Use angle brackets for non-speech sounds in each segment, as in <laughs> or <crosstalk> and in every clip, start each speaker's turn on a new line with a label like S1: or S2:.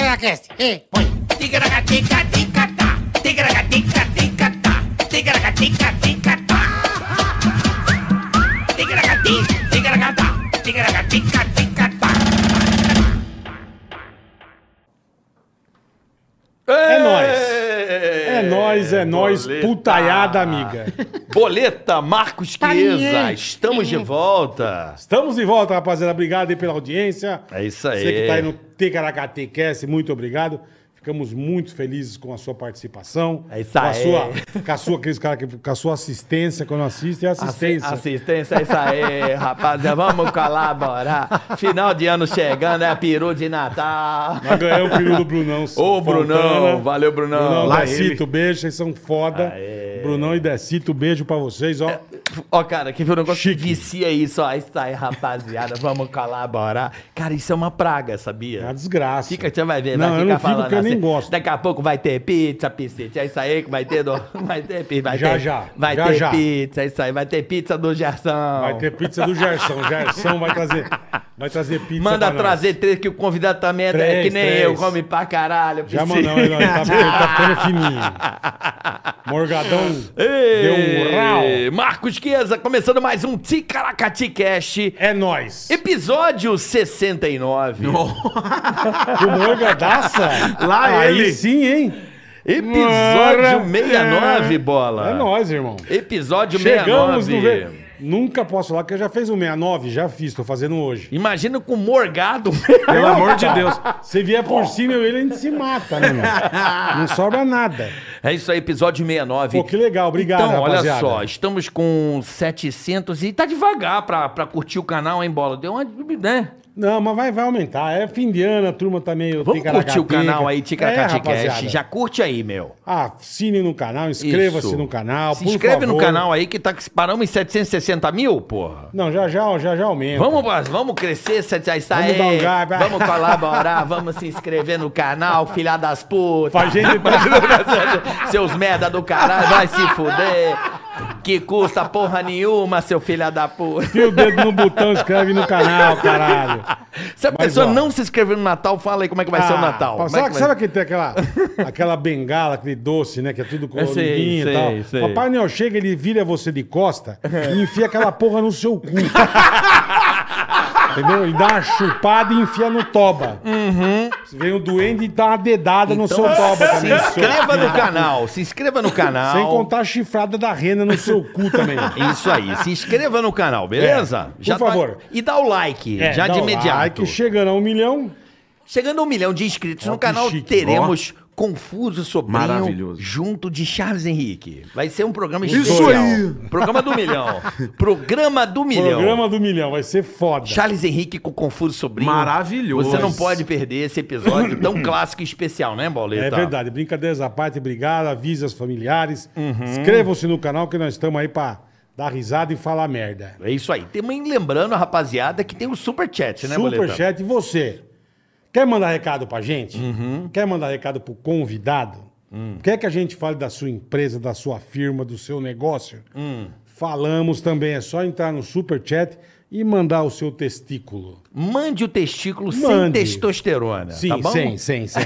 S1: Tigaracast, e põe. Tigaracatica, ticatá. Tigaracatica, ticatá. Tigaracatica, ticatá. Tigaracati, tigaracatá. Tigaracatica, ticatá.
S2: É
S3: nóis.
S2: É nóis, é nóis,
S3: Boleta. Ah.
S2: putaiada amiga.
S3: Boleta, Marcos Chiesa,
S1: Pariente.
S3: estamos de volta.
S2: Estamos de volta, rapaziada. Obrigado aí pela audiência.
S3: É isso aí.
S2: Você que tá aí no Ticaracatecast, muito obrigado. Ficamos muito felizes com a sua participação.
S3: É isso
S2: com a
S3: aí.
S2: sua, com a sua, aqueles cara, que- com a sua assistência, quando assiste, é assistência.
S3: Assi- Assistência, é isso aí, rapaziada. Vamos colaborar. Final de ano chegando, é peru de Natal.
S2: Nós ganhamos o peru do Brunão.
S3: Ô,
S2: Fontana.
S3: Brunão, valeu, Brunão.
S2: Brunão,
S3: Lá
S2: Decito, beijo, vocês são foda.
S3: Aê.
S2: Brunão e Decito, beijo pra vocês, ó.
S3: Ó, cara, que viu o negócio?
S2: Chique.
S3: Vicia isso, ó. Isso aí, rapaziada. Vamos colaborar. Cara, isso é uma praga, sabia?
S2: É uma desgraça.
S3: Fica, você vai ver,
S2: Não,
S3: vai
S2: eu
S3: ficar
S2: não fico
S3: falando
S2: porque eu nem
S3: assim.
S2: gosto.
S3: Daqui a pouco vai ter pizza, piscite, é isso aí que vai ter, do... <laughs> vai ter pizza, vai
S2: Já,
S3: ter,
S2: já,
S3: vai
S2: já,
S3: ter
S2: já.
S3: pizza, é isso aí, vai ter pizza do Gerson.
S2: Vai ter pizza do Gerson. Gerson vai trazer, vai trazer pizza
S3: Manda
S2: pra nós.
S3: trazer três, que o convidado também é
S2: Três,
S3: que nem
S2: três.
S3: eu, come pra caralho.
S2: Já
S3: piscite. <laughs>
S2: mandou, ele tá, ele tá ficando fininho. Morgadão deu um rau.
S3: Ei, Marcos Chiesa, começando mais um Ticaracati Cast,
S2: É nóis.
S3: episódio 69.
S2: <laughs> O Morgadaça?
S4: Lá
S2: Aí
S4: ele.
S2: sim, hein?
S3: Episódio
S2: Bora.
S3: 69, bola.
S2: É nóis, irmão.
S3: Episódio
S2: Chegamos
S3: 69.
S2: no... ve- Nunca posso falar que eu já fiz um 69, já fiz, tô fazendo um hoje.
S3: Imagina com morgado. <laughs>
S4: Pelo amor de Deus.
S2: Se vier por cima, eu e ele, a gente se mata, né, meu? Não sobra nada.
S3: É isso aí, episódio 69.
S2: Pô, que legal, obrigado,
S3: Então, olha
S2: rapaziada.
S3: só, estamos com 700 e tá devagar pra, pra curtir o canal, hein, Bola? Deu uma... né?
S2: Não, mas vai, vai aumentar. É fim de ano, a turma tá meio...
S3: Vamos curtir o canal aí,
S2: É,
S3: Ticaracatecast.
S2: rapaziada. Ah,
S3: Já curte aí, meu.
S2: Assine no canal, inscreva-se
S3: Isso.
S2: no canal,
S3: Se
S2: por
S3: inscreve no
S2: favor.
S3: canal aí que tá que paramos em 760 mil, porra.
S2: Não, já já, já já aumenta.
S3: Vamos, Bola, vamos crescer, sete, aí,
S2: Vamos
S3: aí,
S2: dar um gás, vai.
S3: vamos
S2: <laughs>
S3: colaborar, vamos se inscrever no canal, filha das putas.
S2: Pra gente
S3: <laughs> Seus merda do caralho, vai se fuder. Que custa porra nenhuma, seu filha da puta.
S2: enfia o dedo no botão, inscreve no
S3: <laughs>
S2: canal, caralho.
S3: Se a
S2: Mas,
S3: pessoa
S2: ó.
S3: não se inscrever no Natal, fala aí como é que vai ser o
S2: Ah,
S3: Natal.
S2: pá,
S3: Como
S2: Sabe,
S3: é que vai-
S2: sabe que tem aquela, aquela bengala, aquele doce, né? Que é tudo
S3: sei,
S2: coloridinho e tal.
S3: sei, sei.
S2: Papai Noel chega, ele vira você de costa e enfia aquela porra
S3: <laughs>
S2: no seu cu. Entendeu? Ele dá uma chupada e enfia no toba.
S3: Uhum.
S2: Vem o duende e dá uma dedada no seu
S3: <laughs>
S2: toba
S3: Se
S2: também. seu
S3: inscreva
S2: filho.
S3: Então, no canal, se inscreva no canal.
S2: Sem contar a chifrada da rena no seu cu também.
S3: Isso aí, se inscreva no canal, beleza? tá-
S2: É, por favor.
S3: E dá o like,
S2: É,
S3: já
S2: dá
S3: de
S2: o
S3: imediato.
S2: like, chegando a um milhão,
S3: Chegando a um milhão de inscritos
S2: Ó,
S3: no
S2: que
S3: canal,
S2: chique.
S3: teremos Confuso Sobrinho
S4: Maravilhoso.
S3: junto de Charles Henrique. Vai ser um programa
S4: Isso
S3: especial.
S4: aí.
S3: Programa do milhão.
S2: <laughs>
S3: Programa do milhão.
S2: programa do milhão, vai ser foda.
S3: Charles Henrique com Confuso Sobrinho.
S4: Maravilhoso.
S3: Você não pode perder esse episódio tão clássico e especial, né, Boleta?
S2: É verdade, brincadeiras à parte, obrigado, avise os familiares,
S3: Uhum.
S2: inscrevam-se no canal que nós estamos aí pra dar risada e falar merda.
S3: É isso aí. Também lembrando, rapaziada, que tem o Superchat, né, Boleta?
S2: Superchat, e você? Quer mandar recado pra gente?
S3: Uhum.
S2: Quer mandar recado pro convidado?
S3: Hum.
S2: Quer que a gente fale da sua empresa, da sua firma, do seu negócio?
S3: Hum.
S2: Falamos também, é só entrar no Superchat e mandar o seu testículo.
S3: Mande o testículo sem
S2: Mande.
S3: testosterona,
S2: Sim,
S3: tá bom?
S2: sim,
S3: <laughs>
S2: sim, sim.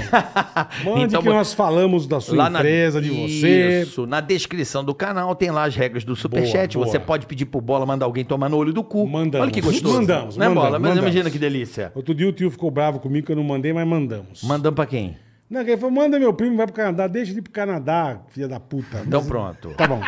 S2: Mande
S3: Então,
S2: que nós falamos da sua empresa, de você.
S3: Isso, na descrição do canal tem lá as regras do Superchat.
S2: Boa, boa.
S3: Você pode pedir pro Bola mandar alguém tomar no olho do cu.
S2: Mandamos.
S3: Olha que gostoso.
S2: Mandamos,
S3: né,
S2: mandamos,
S3: Bola? Mas
S2: mandamos.
S3: imagina que delícia.
S2: Outro dia o tio ficou bravo comigo que eu não mandei, mas mandamos.
S3: Mandamos pra quem?
S2: Não, ele falou, manda meu primo, vai pro Canadá, deixa ele ir pro Canadá, filha da puta.
S3: Então pronto.
S2: Tá bom.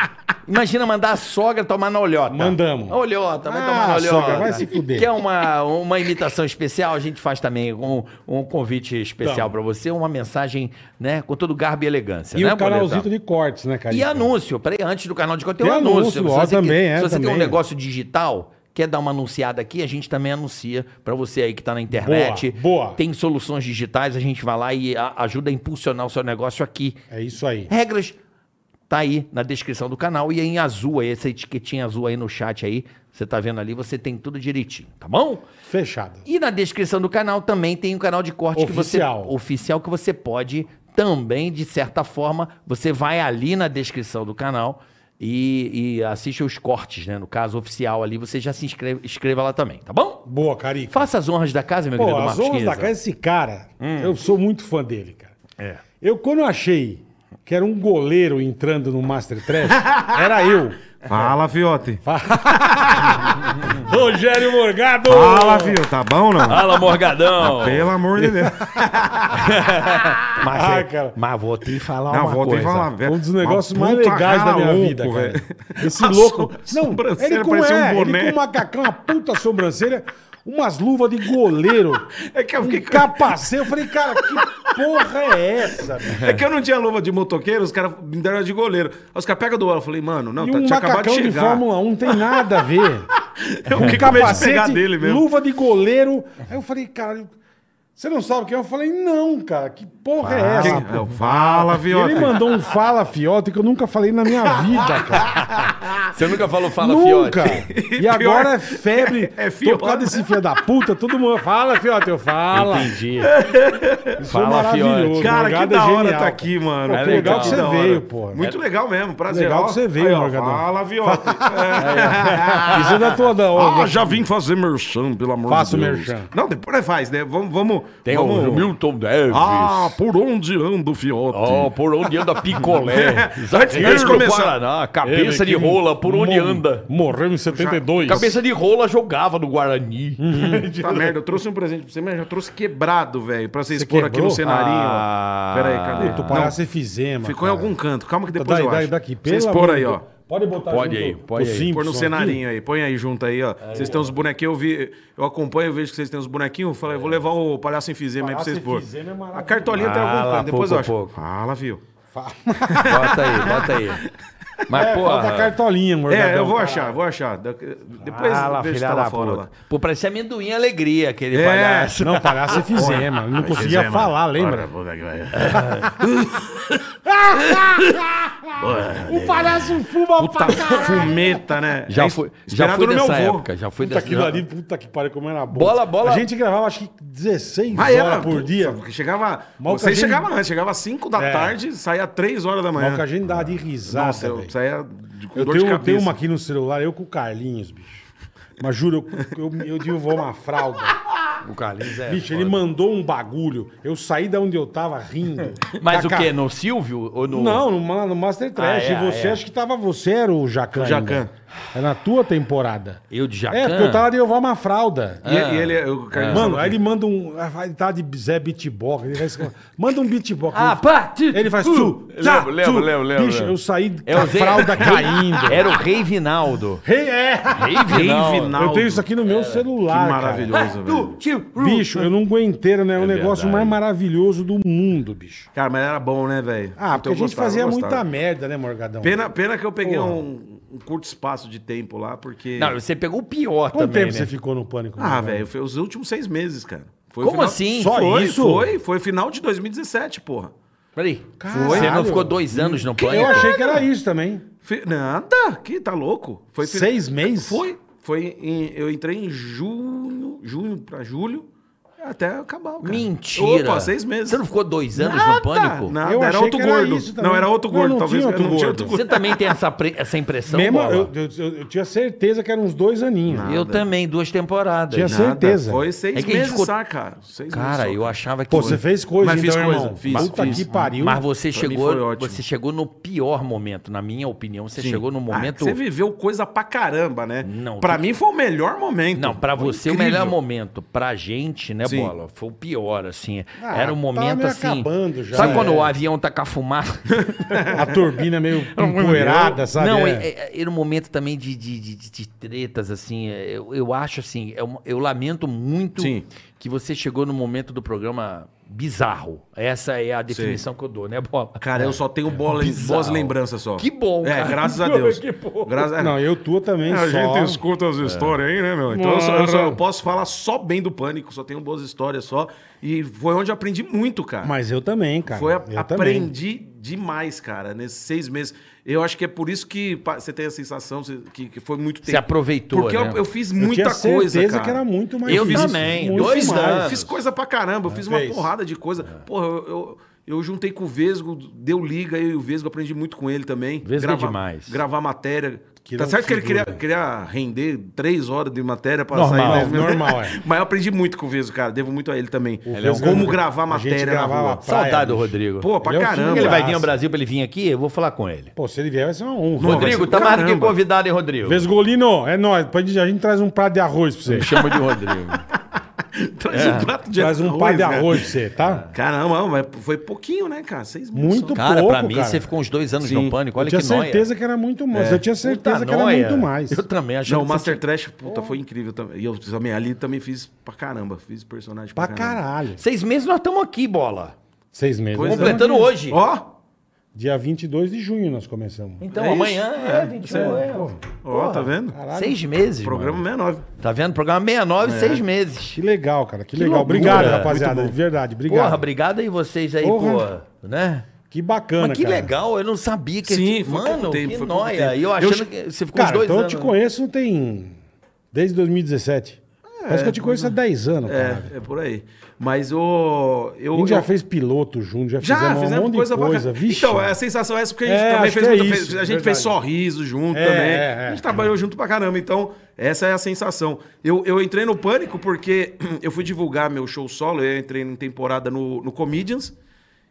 S3: Imagina mandar a sogra tomar na olhota.
S2: Mandamos.
S3: Olhota, vai
S2: Ah,
S3: tomar na olhota.
S2: sogra, vai se fuder.
S3: Quer uma, uma imitação especial? A gente faz também um, um convite especial
S2: Tamo.
S3: pra você, uma mensagem, né, com todo garbo e elegância,
S2: Então. E
S3: né,
S2: o canalzinho
S3: Boletão?
S2: de cortes, né, cara?
S3: E anúncio, peraí, antes do canal de conteúdo,
S2: Tem
S3: anúncio.
S2: anúncio, ó,
S3: você
S2: também,
S3: quer-
S2: é,
S3: se você tem um
S2: também.
S3: negócio digital, quer dar uma anunciada aqui, a gente também anuncia pra você aí que tá na internet.
S2: Boa, boa.
S3: Tem soluções digitais, a gente vai lá e a- ajuda a impulsionar o seu negócio aqui.
S2: É isso aí.
S3: Regras tá aí na descrição do canal e aí em azul, aí, essa etiquetinha azul aí no chat aí, você tá vendo ali, você tem tudo direitinho, tá bom?
S2: Fechado.
S3: E na descrição do canal também tem um canal de corte que
S2: Oficial.
S3: você oficial que você pode também de certa forma, você vai ali na descrição do canal e, e assiste os cortes, né? No caso oficial ali, você já se inscreve, inscreva lá também, tá bom?
S2: Boa, Carica.
S3: Faça as honras da casa, meu
S2: Pô,
S3: querido
S2: as
S3: Marcos
S2: honras da
S3: Quinza.
S2: casa, esse cara,
S3: Hum.
S2: eu sou muito fã dele, cara.
S3: É.
S2: Eu, quando eu achei que era um goleiro entrando no
S3: <laughs>
S2: Master Trash, era eu.
S4: <laughs> Fala, fiote.
S2: Rogério Morgado!
S4: Fala, fio. Tá bom, não?
S3: Fala,
S2: <laughs>
S3: Morgadão!
S2: é-
S4: Pelo amor de <laughs> Deus.
S3: Mas,
S2: Ah,
S3: é-
S2: cara.
S3: mas vou te falar
S4: Não,
S3: uma
S4: volta
S3: coisa.
S4: e falar, velho.
S2: Um dos
S4: É Uma
S2: negócios mais
S4: puta
S2: legais da
S4: cara
S2: minha
S4: louco,
S2: vida, cara.
S4: velho.
S2: Esse
S4: <laughs> A
S2: louco.
S4: so-
S2: Não,
S4: sobrancelha
S2: ele com,
S4: parece um
S2: é, ele
S4: boné.
S2: com um macacão, uma puta sobrancelha, umas luvas de goleiro.
S4: <laughs> É que eu fiquei-
S2: um capacete. Eu falei, cara, que porra é essa? bicho?
S4: É que eu não tinha luva de motoqueiro, os caras me deram de goleiro. Aí os caras pegam do ar. Eu falei, mano, não,
S2: E
S4: tá,
S2: um
S4: tinha acabado de
S2: macacão de,
S4: chegar.
S2: Fórmula 1 não tem nada a ver.
S4: <laughs> Eu
S2: Um
S4: fiquei com medo de pegar
S2: capacete,
S4: dele mesmo.
S2: luva de goleiro. Aí eu falei, cara, você não sabe quem é? Eu falei, não, cara, que porra é
S4: Fala,
S2: essa?
S4: Fiote. Ah, Fala,
S2: E
S4: fiote.
S2: ele mandou um fala fiota que eu nunca falei na
S4: <laughs>
S2: minha vida, cara.
S3: Você nunca falou fala,
S2: Nunca!
S3: fiote?
S4: <laughs>
S2: E
S4: Pior-
S2: agora é febre.
S4: É
S2: É
S4: fiote.
S2: Por causa desse filho da puta, todo mundo fala, fiote, eu falo.
S3: Entendi.
S2: Isso é
S3: Fala,
S2: maravilhoso.
S3: fiote.
S4: Cara, que
S2: Morgado
S4: da
S2: é
S4: hora
S2: genial,
S4: tá
S2: cara.
S4: aqui, mano.
S2: Pô,
S3: É
S2: que legal,
S3: legal,
S2: que você
S4: da hora.
S2: veio, pô.
S4: Muito legal mesmo, prazer.
S2: Legal
S4: Ó,
S2: que você veio,
S4: aí, ó,
S2: Morgadão.
S4: Fala, Viote. <laughs>
S2: Isso é da tua da
S4: Ah,
S2: hora.
S4: já vim fazer merchan, pelo amor
S2: Faço
S4: de Deus.
S2: merchan. um
S4: Não, depois nós faz, né? Vamos, vamos.
S3: Tem
S4: vamos...
S3: É, o Milton Davis.
S4: Ah, por onde anda o Fiote?
S3: Oh, por onde anda <laughs> picolé? Zagueiro
S4: antes de
S3: do
S4: começar.
S3: Paraná, né? cabeça de rola, por onde
S2: Mor-
S3: anda?
S2: Morreu em 72.
S3: Cabeça de rola jogava no Guarani.
S4: Tá merda, eu trouxe um presente pra você, mas eu trouxe quebrado, velho, pra você, expor aqui
S2: quebrou?
S4: no cenarinho.
S3: Ah.
S4: ó. Pera aí, cadê?
S2: Tu
S4: Não,
S2: parasse fizema.
S4: ficou em algum canto, calma que depois
S2: Daí,
S4: eu
S2: daí,
S4: acho.
S2: daqui,
S4: Você
S2: pelo
S4: expor
S2: amor
S4: aí,
S2: de
S4: ó.
S2: Deus. Pode botar
S3: Pode
S2: junto
S3: aí,
S2: o
S3: pode aí.
S2: Simpson
S4: Pôr no
S2: aqui.
S4: cenarinho aí, põe aí junto aí, ó. Vocês têm uns bonequinhos, eu vi, eu acompanho, eu vejo que vocês têm uns bonequinhos, eu falei, eu vou levar o palhaço em fizema aí pra
S2: É. Palhaço
S4: vocês
S2: em
S4: pôr.
S2: Fizema é
S4: A
S2: maravilhoso.
S4: cartolinha tem algum
S3: Fala,
S4: canto, depois
S3: pouco
S4: eu
S3: a
S4: acho.
S3: pouco.
S4: Fala, viu?
S3: Bota aí, bota aí. Mas,
S2: É,
S3: porra.
S2: falta a cartolinha, Morgadão.
S4: É, eu vou
S2: cara.
S4: achar, vou achar. Da- Depois
S3: Fala,
S4: deixa
S3: Ah, filha
S4: tá lá
S3: da
S4: fora
S3: puta.
S4: lá.
S3: Pô, parecia amendoim alegria aquele
S4: É.
S3: palhaço.
S2: Não, palhaço é fizema. Não conseguia
S5: Fizemos.
S2: falar, lembra?
S5: Ora,
S4: é
S5: puta que
S3: É.
S5: vai.
S2: O palhaço fuma
S4: Puta tá fumeta, né?
S3: Já
S4: É
S3: fui, já
S4: inspirado
S3: fui
S4: no meu
S3: dessa
S4: avô.
S3: época. Já fui
S2: Puta
S3: dessa né?
S2: aquilo ali, puta que pariu, como era bom.
S3: Bola, bola. é,
S2: A gente gravava acho que 16
S4: Ah,
S2: horas
S4: era,
S2: por dia.
S4: Porque chegava.
S2: Mal que
S4: você
S2: a gente-
S4: chegava antes, chegava às 5 da
S2: É.
S4: tarde, saía às 3 horas da manhã.
S2: Mal que a gente dava de risada,
S4: Nossa, eu
S2: velho.
S4: saía de- com
S2: Eu
S4: dor
S2: tenho,
S4: de
S2: eu
S4: cabeça.
S2: tenho uma aqui no celular, eu com o Carlinhos, bicho. Mas juro, eu, eu, eu devo uma fralda.
S3: época. O Carlinhos <laughs> é.
S2: bicho,
S3: foda.
S2: ele mandou um bagulho. Eu saí da onde eu tava rindo.
S3: <laughs> Mas o
S2: Cacá-
S3: quê? No Silvio ou no.
S2: Não, no, Ma- no Master Trash.
S3: Ah, é,
S2: e você,
S3: é.
S2: acho que tava você, era o Jacan.
S4: O Jacan.
S2: ainda. É na tua temporada.
S3: Eu de Jacan? É.
S2: É, porque eu tava de ovar uma fralda.
S4: E,
S3: Ah.
S4: e ele, o Carlinhos.
S2: Mano, aí ele manda um. ah, Ele tá de Zé Beatbox. Ele vai escrever, Manda um beatbox.
S3: Ah,
S2: Ele-
S3: pá! tu-
S2: Ele faz
S3: uh,
S2: tu.
S3: lembro,
S2: tá,
S3: lembro,
S2: tu.
S3: lembro, lembro,
S2: Bicho,
S3: lembro.
S2: eu saí com
S3: É
S2: a
S3: o Zé-
S2: fralda caindo.
S3: <laughs> Era o Rei Vinaldo.
S2: Rei- é.
S3: Rei Vinaldo.
S2: Eu tenho isso aqui no meu celular.
S4: Que
S2: cara.
S4: maravilhoso, velho.
S2: Bicho, eu não aguentei, né? É o negócio
S3: verdade.
S2: mais maravilhoso do mundo, bicho.
S4: Cara, mas era bom, né, velho?
S2: Ah,
S4: Puta,
S2: porque
S4: eu
S2: a gente
S4: gostava,
S2: fazia
S4: eu
S2: muita
S4: gostava.
S2: merda, né, Morgadão?
S4: Pena, pena que eu peguei
S2: Porra.
S4: um, um curto espaço de tempo lá, porque.
S3: Não, você pegou o pior
S2: Quanto
S3: também.
S2: tempo
S3: né?
S2: você ficou no pânico?
S4: Ah,
S2: Morgadão?
S4: velho, foi os últimos seis meses, cara. Foi o
S3: Como
S4: final-
S3: assim?
S2: Só
S4: Foi,
S2: isso?
S4: foi, foi o final de 2017, porra.
S3: Peraí.
S2: Caralho. Hum,
S3: Você não ficou dois anos no
S2: Eu
S3: pânico?
S2: achei que era isso também.
S4: Fi- Nada, que tá louco. Foi fi-
S2: Seis meses?
S4: Foi. Foi em- eu entrei em junho, junho pra julho, até acabar.
S2: é?
S4: Cara.
S3: Mentira.
S4: Opa, seis meses.
S3: Você não ficou dois anos no pânico?
S4: Nada,
S2: Eu
S4: era
S2: achei
S4: outro
S2: que era
S4: gordo.
S2: isso também.
S4: não, era outro
S2: Não,
S4: gordo,
S2: não
S4: talvez.
S2: tinha outro
S4: não tinha
S2: gordo.
S4: outro gordo.
S3: Você também tem essa, pre- essa impressão,
S2: Mesmo,
S3: Bola?
S2: eu, eu- eu- eu tinha certeza que eram uns dois aninhos.
S3: Eu também, duas temporadas.
S2: Tinha
S4: Nada,
S2: certeza.
S4: Foi seis
S3: É que a gente
S4: meses,
S3: ficou-
S4: só, cara. Seis meses.
S3: Cara,
S4: só.
S3: eu achava que.
S2: Pô, você fez coisa,
S4: Mas
S2: então,
S4: fiz coisa,
S2: irmão.
S4: fiz,
S2: Puta
S4: fiz.
S2: que pariu.
S3: Mas você
S4: Pra mim foi
S3: chegou,
S4: ótimo.
S3: você chegou no pior momento, na minha opinião. Você chegou no
S4: Ah,
S3: momento.
S4: você viveu coisa pra caramba, né?
S3: Não,
S4: pra
S3: tu-
S4: mim foi o melhor momento.
S3: Não, pra
S4: Foi
S3: você o
S4: incrível.
S3: melhor momento. Pra gente, né,
S4: Sim.
S3: Bola? Foi o pior, assim.
S2: Ah,
S3: Era um
S2: tá
S3: momento
S2: meio
S3: assim.
S2: acabando já,
S3: sabe
S2: é.
S3: quando o avião tá com a fumaça?
S2: A turbina
S4: <laughs>
S2: meio
S4: É
S2: empoeirada, sabe?
S3: Não,
S2: É.
S3: é- é- era um momento também de, de, de- de- de tretas, assim. é, Eu, eu acho assim, é uma- eu, lamento muito
S4: Sim.
S3: que você chegou no momento do programa bizarro. Essa é a definição que eu dou, né, Bola?
S4: Cara, eu só tenho bola, boas
S3: bizarro.
S4: lembranças só.
S3: Que bom,
S4: É,
S3: cara.
S4: <laughs> graças a Deus.
S3: Que bom.
S4: Graças
S2: Não, eu tua também
S4: A
S2: só.
S4: gente escuta as histórias aí, né, meu? Então eu, só, eu só- eu posso falar só bem do pânico, só tenho boas histórias só. E foi onde eu aprendi muito, cara.
S2: Mas eu também, cara.
S4: foi a-
S2: eu também.
S4: aprendi demais, cara, nesses seis meses. Eu acho que é por isso que pa- você tem a sensação você- que, que foi muito tempo.
S3: Você aproveitou,
S4: Porque eu-
S3: né?
S4: eu, fiz
S2: Eu
S4: muita
S2: tinha
S4: coisa,
S2: certeza
S4: cara.
S2: que era muito mais
S3: Eu
S2: difícil.
S3: também,
S2: Muito
S3: dois
S2: mais.
S3: anos.
S4: Fiz coisa pra caramba, eu fiz uma
S2: É, fez. É.
S4: porrada de coisa. Porra, eu, eu, Eu juntei com o Vesgo, deu liga, eu e o Vesgo aprendi muito com ele também.
S3: Vesgo é demais.
S4: Gravar matéria.
S2: Que
S4: tá
S2: não
S4: certo que ele
S2: figura.
S4: queria, queria render três horas de matéria pra
S3: Normal,
S4: sair. dez minutos.
S2: normal, é.
S4: <laughs> Mas eu aprendi muito com o Vesgo, cara. Devo muito a ele também.
S2: Ele é um
S4: Como
S2: grande-
S4: gravar
S2: a gente
S4: matéria na
S2: gravava
S4: rua.
S2: pra praia,
S3: Saudade do
S2: bicho.
S3: Rodrigo.
S4: Pô, pra
S2: Ele é um
S4: caramba.
S3: Ele vai vir ao
S2: graça.
S3: Brasil pra ele vir aqui, eu vou falar com ele.
S2: Pô, se ele vier, vai ser uma honra.
S4: Não, vai ser
S3: Rodrigo,
S4: do
S3: tá mais do que
S4: caramba.
S3: convidado, hein, Rodrigo?
S2: Vesgolino, é nóis. Depois A gente, a gente traz um prato de arroz pra você.
S3: Me chama de Rodrigo.
S4: <laughs> Traz um prato <laughs> de né?
S2: traz um prato de
S4: cara.
S2: arroz pra você, tá?
S4: Caramba, mas foi pouquinho, né, cara? Seis meses
S2: Muito
S4: só.
S3: Cara,
S2: pouco,
S3: pra mim,
S2: cara.
S3: você ficou uns dois anos
S4: Sim.
S3: no pânico.
S2: Eu
S3: Olha
S2: tinha
S3: que nóia.
S2: certeza que era muito
S4: É.
S2: mais. Eu tinha certeza
S3: Puta
S2: que era
S3: nóia.
S2: muito mais.
S3: Eu também achei
S4: Não, o Mastertrash,
S2: Oh.
S4: puta, foi incrível também. E eu também, ali também fiz pra caramba. Fiz personagem pra,
S2: Pra caralho.
S3: Seis meses nós estamos aqui, bola.
S2: Seis meses.
S4: Pois
S2: Nós
S4: é.
S2: estamos
S3: Completando
S2: aqui.
S3: hoje.
S4: Ó,
S2: Dia 22 de junho nós começamos.
S3: então,
S4: é isso.
S3: amanhã é, 21. É,
S4: ó, tá vendo?
S2: Caralho.
S3: Seis meses.
S4: Programa
S3: mano.
S4: 69.
S3: Tá vendo? Programa 69, seis
S2: Que
S3: meses.
S2: legal, cara. Que,
S3: Que
S2: legal.
S3: loucura.
S2: Obrigado,
S3: Muito
S2: rapaziada. De verdade, obrigado.
S3: Porra, obrigado aí vocês aí,
S2: Porra.
S3: pô. Né?
S2: Que bacana,
S3: Mas que
S2: cara.
S3: legal, eu não sabia que.
S4: Sim, foi
S3: Mano,
S4: pouco tempo,
S3: que
S4: foi pouco
S3: nóia.
S4: tempo.
S3: E eu
S4: Eu
S3: achando
S4: che-
S3: que você ficou uns
S2: Cara,
S3: dois
S2: então
S3: anos. né?
S2: eu te conheço tem... Desde 2017. Parece que eu te conheço há 10 anos, cara.
S4: É, é por aí. Mas o. Eu,
S2: A gente já
S4: eu-
S2: fez piloto junto, já,
S4: Já,
S2: fizemos, um monte
S4: coisa,
S2: de coisa.
S4: bacana.
S2: Vixe,
S4: Então, a sensação é essa, porque a gente
S2: É,
S4: também
S2: acho
S4: fez
S2: que é
S4: muita-
S2: isso,
S4: fez- A gente fez
S2: verdade.
S4: sorriso junto
S2: É,
S4: também.
S2: é,
S4: a
S2: é.
S4: gente trabalhou junto pra caramba. Então, essa é a sensação. Eu, eu entrei no pânico porque <clears throat> eu fui divulgar meu show solo, eu entrei em temporada no, no Comedians.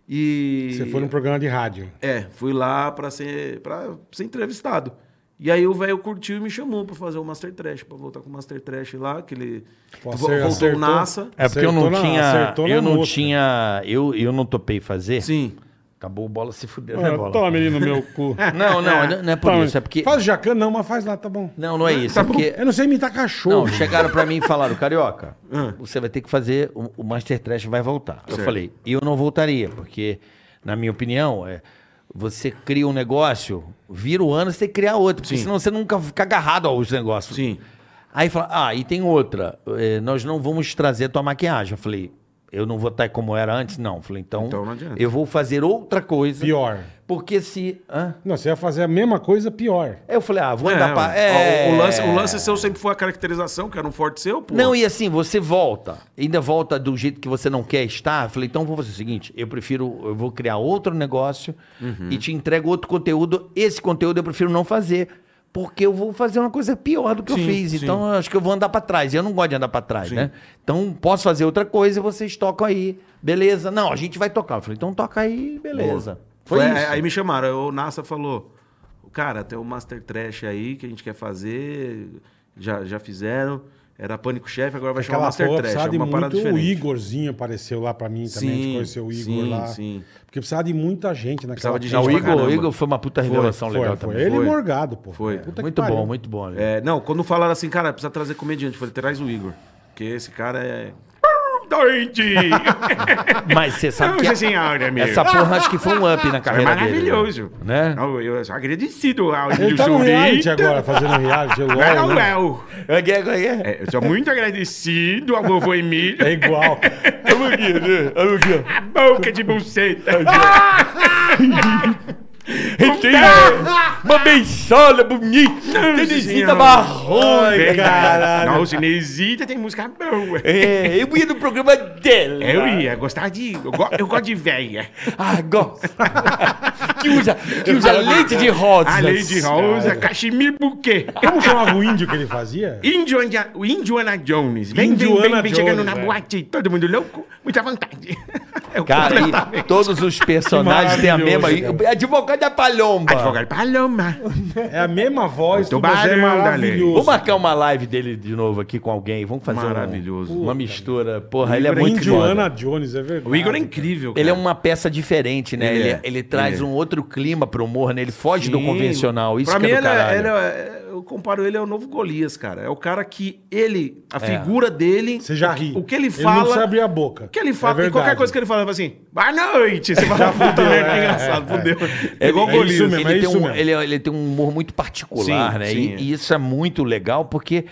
S4: E.
S2: Você foi num programa de rádio.
S4: É, fui lá pra ser, pra ser entrevistado. E aí o velho curtiu e me chamou pra fazer o Master Trash, pra voltar com o Master Trash lá, que ele
S2: Pô,
S4: vo-
S2: acer-
S4: voltou
S2: acertou.
S4: o NASA.
S3: É porque eu
S2: Acertou
S3: não
S2: na-
S3: tinha.
S2: acertou na
S3: Eu não
S2: mosca.
S3: tinha. Eu, eu não topei fazer.
S4: Sim.
S3: Acabou o bola se fudeu, né,
S2: Olha,
S3: bola?
S2: Toma,
S3: <laughs>
S2: menino, meu cu.
S3: Não, não, não é por
S2: Toma.
S3: isso. É porque.
S2: Faz o jacan, não, mas faz lá, tá bom.
S3: Não, não é isso. é porque.
S2: Eu não sei imitar
S3: Não,
S2: cachorro.
S3: chegaram pra mim e falaram, Carioca,
S4: Hum.
S3: você vai ter que fazer, o, o Master Trash vai voltar. Eu
S4: Certo.
S3: falei, eu não voltaria, porque, na minha opinião, é, você cria um negócio, vira o ano, você tem que criar outro, porque
S4: Sim.
S3: senão você nunca fica agarrado aos negócios.
S4: Sim.
S3: Aí fala, ah, e tem outra, é, nós não vamos trazer tua maquiagem. Eu falei, eu não vou estar como era antes, não. Eu falei, então,
S4: Então não adianta.
S3: eu vou fazer outra coisa.
S2: Pior.
S3: Porque se... hã?
S2: Não, você ia fazer a mesma coisa pior.
S3: Aí eu falei, ah, vou
S4: É,
S3: andar pra... É,
S4: o- O, lance, o lance seu sempre foi a caracterização, que era um forte seu, pô.
S3: Não, e assim, você volta. Ainda volta do jeito que você não quer estar. Eu Falei, então vou fazer o seguinte: eu prefiro, eu vou criar outro negócio e te entrego outro conteúdo. Esse conteúdo eu prefiro não fazer. Porque eu vou fazer uma coisa pior do que eu
S4: Sim,
S3: fiz.
S4: sim.
S3: Então eu acho que eu vou andar pra trás. Eu não gosto de andar pra trás, né? Então posso fazer outra coisa e vocês tocam aí. Beleza. Não, a gente vai tocar. Eu falei, então toca aí, beleza. Foi,
S4: Foi, aí-
S3: isso.
S4: Aí me chamaram, o NASA falou, cara, tem o Master Trash aí que a gente quer fazer, já, já fizeram, era Pânico Chefe, agora vai chamar
S2: Aquela
S4: Master
S2: porra
S4: Trash, é
S2: precisava de
S4: uma parada
S2: muito... O
S4: diferente.
S2: Igorzinho apareceu lá pra mim também. a gente
S4: Sim,
S2: conheceu o Igor
S4: sim,
S2: lá.
S4: sim.
S2: Porque precisava de muita gente naquela
S4: Precisava de
S2: porra.
S3: Não, o
S4: gente pra
S3: Igor, o
S4: caramba.
S3: Igor foi uma puta revelação
S2: Foi,
S3: legal
S2: foi.
S3: também.
S2: Ele e
S4: Foi.
S2: Morgado, pô.
S4: Foi.
S2: Puta que
S3: Muito
S2: pariu.
S3: bom, muito bom. Né?
S4: É, não, quando falaram assim, cara, precisa trazer comediante, eu falei, traz o Igor, porque esse cara é... <laughs> Doente!
S3: Mas você sabe que
S4: Nossa senhora, meu.
S3: essa porra acho que foi um up na
S4: É
S3: carreira dele.
S4: maravilhoso.
S3: Né?
S4: Não, eu sou agradecido ao
S2: Ele tá no reality agora, fazendo reality. LOL,
S4: Well,
S2: né?
S4: well.
S3: É, que- é, é.
S4: É, eu sou muito agradecido ao vovô Emílio.
S2: É igual.
S3: <laughs>
S4: A boca de buceta.
S3: uma beijola bonita,
S4: Teresita
S3: marrom.
S4: né?
S2: Ai, caralho.
S4: Não, Cinesita tem música boa.
S3: É, eu ia no programa dela.
S4: Eu ia gostar de. Eu, go- eu gosto de véia.
S3: Ah, gosto. <laughs> que usa, que usa leite de rosa.
S4: A Lady Ah, Rosa, Cachimir Buquê.
S2: Como chamava o índio que ele fazia?
S4: Indiana, o Indiana Jones. Vem, vem,
S2: Indiana
S4: vem, vem, chegando
S2: Jones,
S4: na
S2: é.
S4: boate, todo mundo louco, muita vontade. <laughs> É o
S3: Cara, e
S4: completamento.
S3: todos os personagens
S2: Que
S3: têm a mesma.
S2: maravilhoso,
S3: Advogado da Palhomba.
S4: Advogado Paloma.
S2: É a mesma voz,
S4: Muito
S2: tudo, mas é
S4: barulho,
S3: Vamos
S2: maravilhoso.
S3: marcar uma live dele de novo aqui com alguém. Vamos fazer um-
S4: Maravilhoso.
S3: uma mistura. Porra, ele é
S2: Lembra
S3: muito foda.
S2: Indiana Jones, é verdade.
S4: O Igor é incrível.
S3: Ele é
S4: cara.
S3: uma peça diferente, né?
S4: Ele
S3: Ele,
S4: é,
S3: ele traz
S4: ele é.
S3: um outro clima pro humor, né? Ele foge do
S4: Sim.
S3: convencional. Isso
S4: pra
S3: que
S4: mim,
S3: é do
S4: ele é-
S3: caralho.
S4: ele é- eu comparo ele ao novo Golias, cara. É o cara que ele,
S3: É.
S4: a figura dele.
S2: Você já
S4: o que-
S2: ri.
S4: O que ele
S2: Ele não É
S4: fala.
S2: precisa abrir a boca.
S4: O que ele fala. e qualquer coisa que ele fala, ele fala assim, boa noite. Você fala, puta
S2: fudeu,
S4: merda,
S2: é,
S4: que engraçado,
S2: é,
S4: fudeu.
S2: é.
S4: É igual
S2: É
S4: o
S2: isso
S4: Golias.
S2: mesmo.
S3: ele, tem
S2: isso
S3: um,
S2: mesmo.
S3: Ele, ele tem um humor muito particular,
S4: Sim,
S3: né?
S4: sim,
S3: e,
S4: é.
S3: e isso é muito legal porque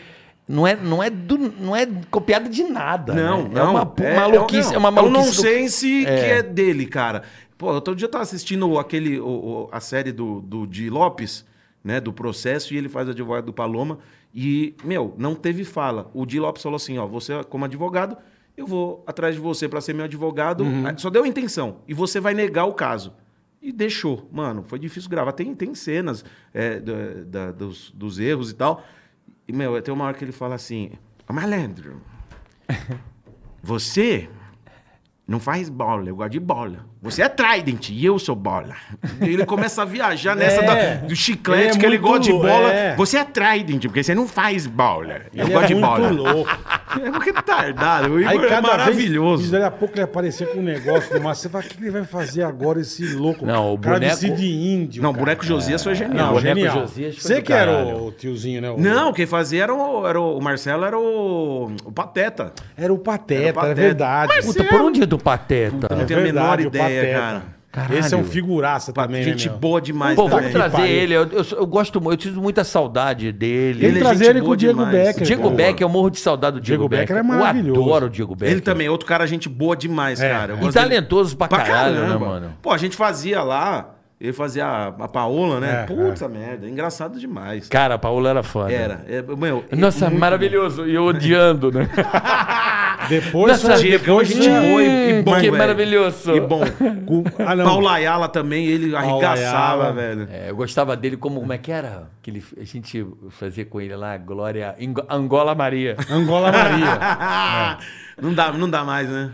S3: não é, não é, do- não é copiado de nada.
S4: Não,
S3: né?
S4: não.
S3: É uma pu- maluquice. É uma
S4: É um
S3: maluquice. do-
S4: nonsense que é dele, cara. Pô, outro dia eu tava assistindo aquele, o- o- a série do, do Di Lopes, né? Do processo, e ele faz o advogado do Paloma. E, meu, não teve fala. O Di Lopes falou assim, ó, você como advogado... eu vou atrás de você pra ser meu advogado.
S3: Uhum.
S4: Aí Só deu a intenção. E você vai negar o caso. E deixou. Mano, foi difícil gravar. Tem, tem cenas é, da- da- dos, dos erros e tal. E, meu, tem uma hora que ele fala assim: Malandro, você não faz bola, eu gosto de bola. Você é Trident e eu sou bola. E ele começa
S2: <laughs>
S4: a viajar nessa
S2: É.
S4: da- do chiclete
S2: Ele é
S4: que ele
S2: muito
S4: gosta de
S2: lou-
S4: bola.
S2: é.
S4: Você é Trident, porque você não faz bola. Eu
S2: Ele
S4: gosto
S2: é
S4: de
S2: muito
S4: bola.
S2: louco.
S4: É porque tardado. O
S2: Aí
S4: Igor é
S2: cada
S4: maravilhoso.
S2: Vez, daí a pouco ele aparecer com um negócio do Márcio. Você fala, o que ele vai fazer agora, esse louco?
S3: Não, o
S2: cara
S3: boneco-
S2: vestido de índio.
S4: Não, o
S2: cara.
S4: boneco Josias foi
S2: Não,
S4: genial.
S3: boneco
S2: genial.
S3: Josias foi
S2: Você
S3: do
S2: que era
S3: caralho.
S2: o tiozinho, né? o-
S4: Não, quem fazia era o, era o o Marcelo, era o, o Pateta.
S2: Era o Pateta,
S4: Era o Pateta.
S2: é verdade.
S3: Puta, por onde é do Pateta?
S2: é
S4: não tenho a menor
S2: o
S4: ideia,
S2: Pateta.
S4: cara.
S3: Caralho.
S2: Esse é um figuraça também, né,
S4: Gente
S2: meu?
S4: boa demais
S3: Pô,
S4: também.
S3: vamos trazer
S2: pariu.
S3: ele. Eu, eu, eu gosto muito, eu tive muita saudade dele.
S2: Tem que
S4: Ele é
S2: trazer
S4: gente
S2: ele com o
S4: boa
S2: Diego
S4: demais.
S2: Becker.
S3: Diego
S2: cara.
S3: Becker, eu morro de saudade do Diego,
S2: Diego
S3: Becker.
S2: Becker é maravilhoso.
S3: Eu adoro o Diego Becker.
S4: Ele também, é outro cara, gente boa demais,
S2: É.
S4: cara. Eu
S3: E
S4: gosto dele.
S3: talentoso pra,
S4: Pra
S3: caralho,
S4: caramba.
S3: né, mano?
S4: Pô, a gente fazia lá, ele fazia a, a Paola, né?
S2: É,
S4: Puta merda, engraçado demais.
S3: Cara, a Paola era fã. né?
S4: Era. É, meu,
S3: Nossa, maravilhoso. E eu odiando, né?
S2: Depois
S3: Nossa,
S2: foi-
S3: Diego,
S2: depois
S4: gente
S2: foi-
S4: boa e, e bom,
S3: Que
S4: velho.
S3: maravilhoso.
S4: E bom.
S2: Com- Ah, não.
S4: Paulo Ayala também, ele arregaçava,
S2: Ayala.
S3: <laughs>
S4: velho.
S3: É, eu gostava dele como, como é que era? Que ele- a gente fazia com ele lá, Glória... Ingo- Angola Maria. <laughs>
S2: Angola Maria. É.
S4: <laughs> não, dá, não dá mais, né?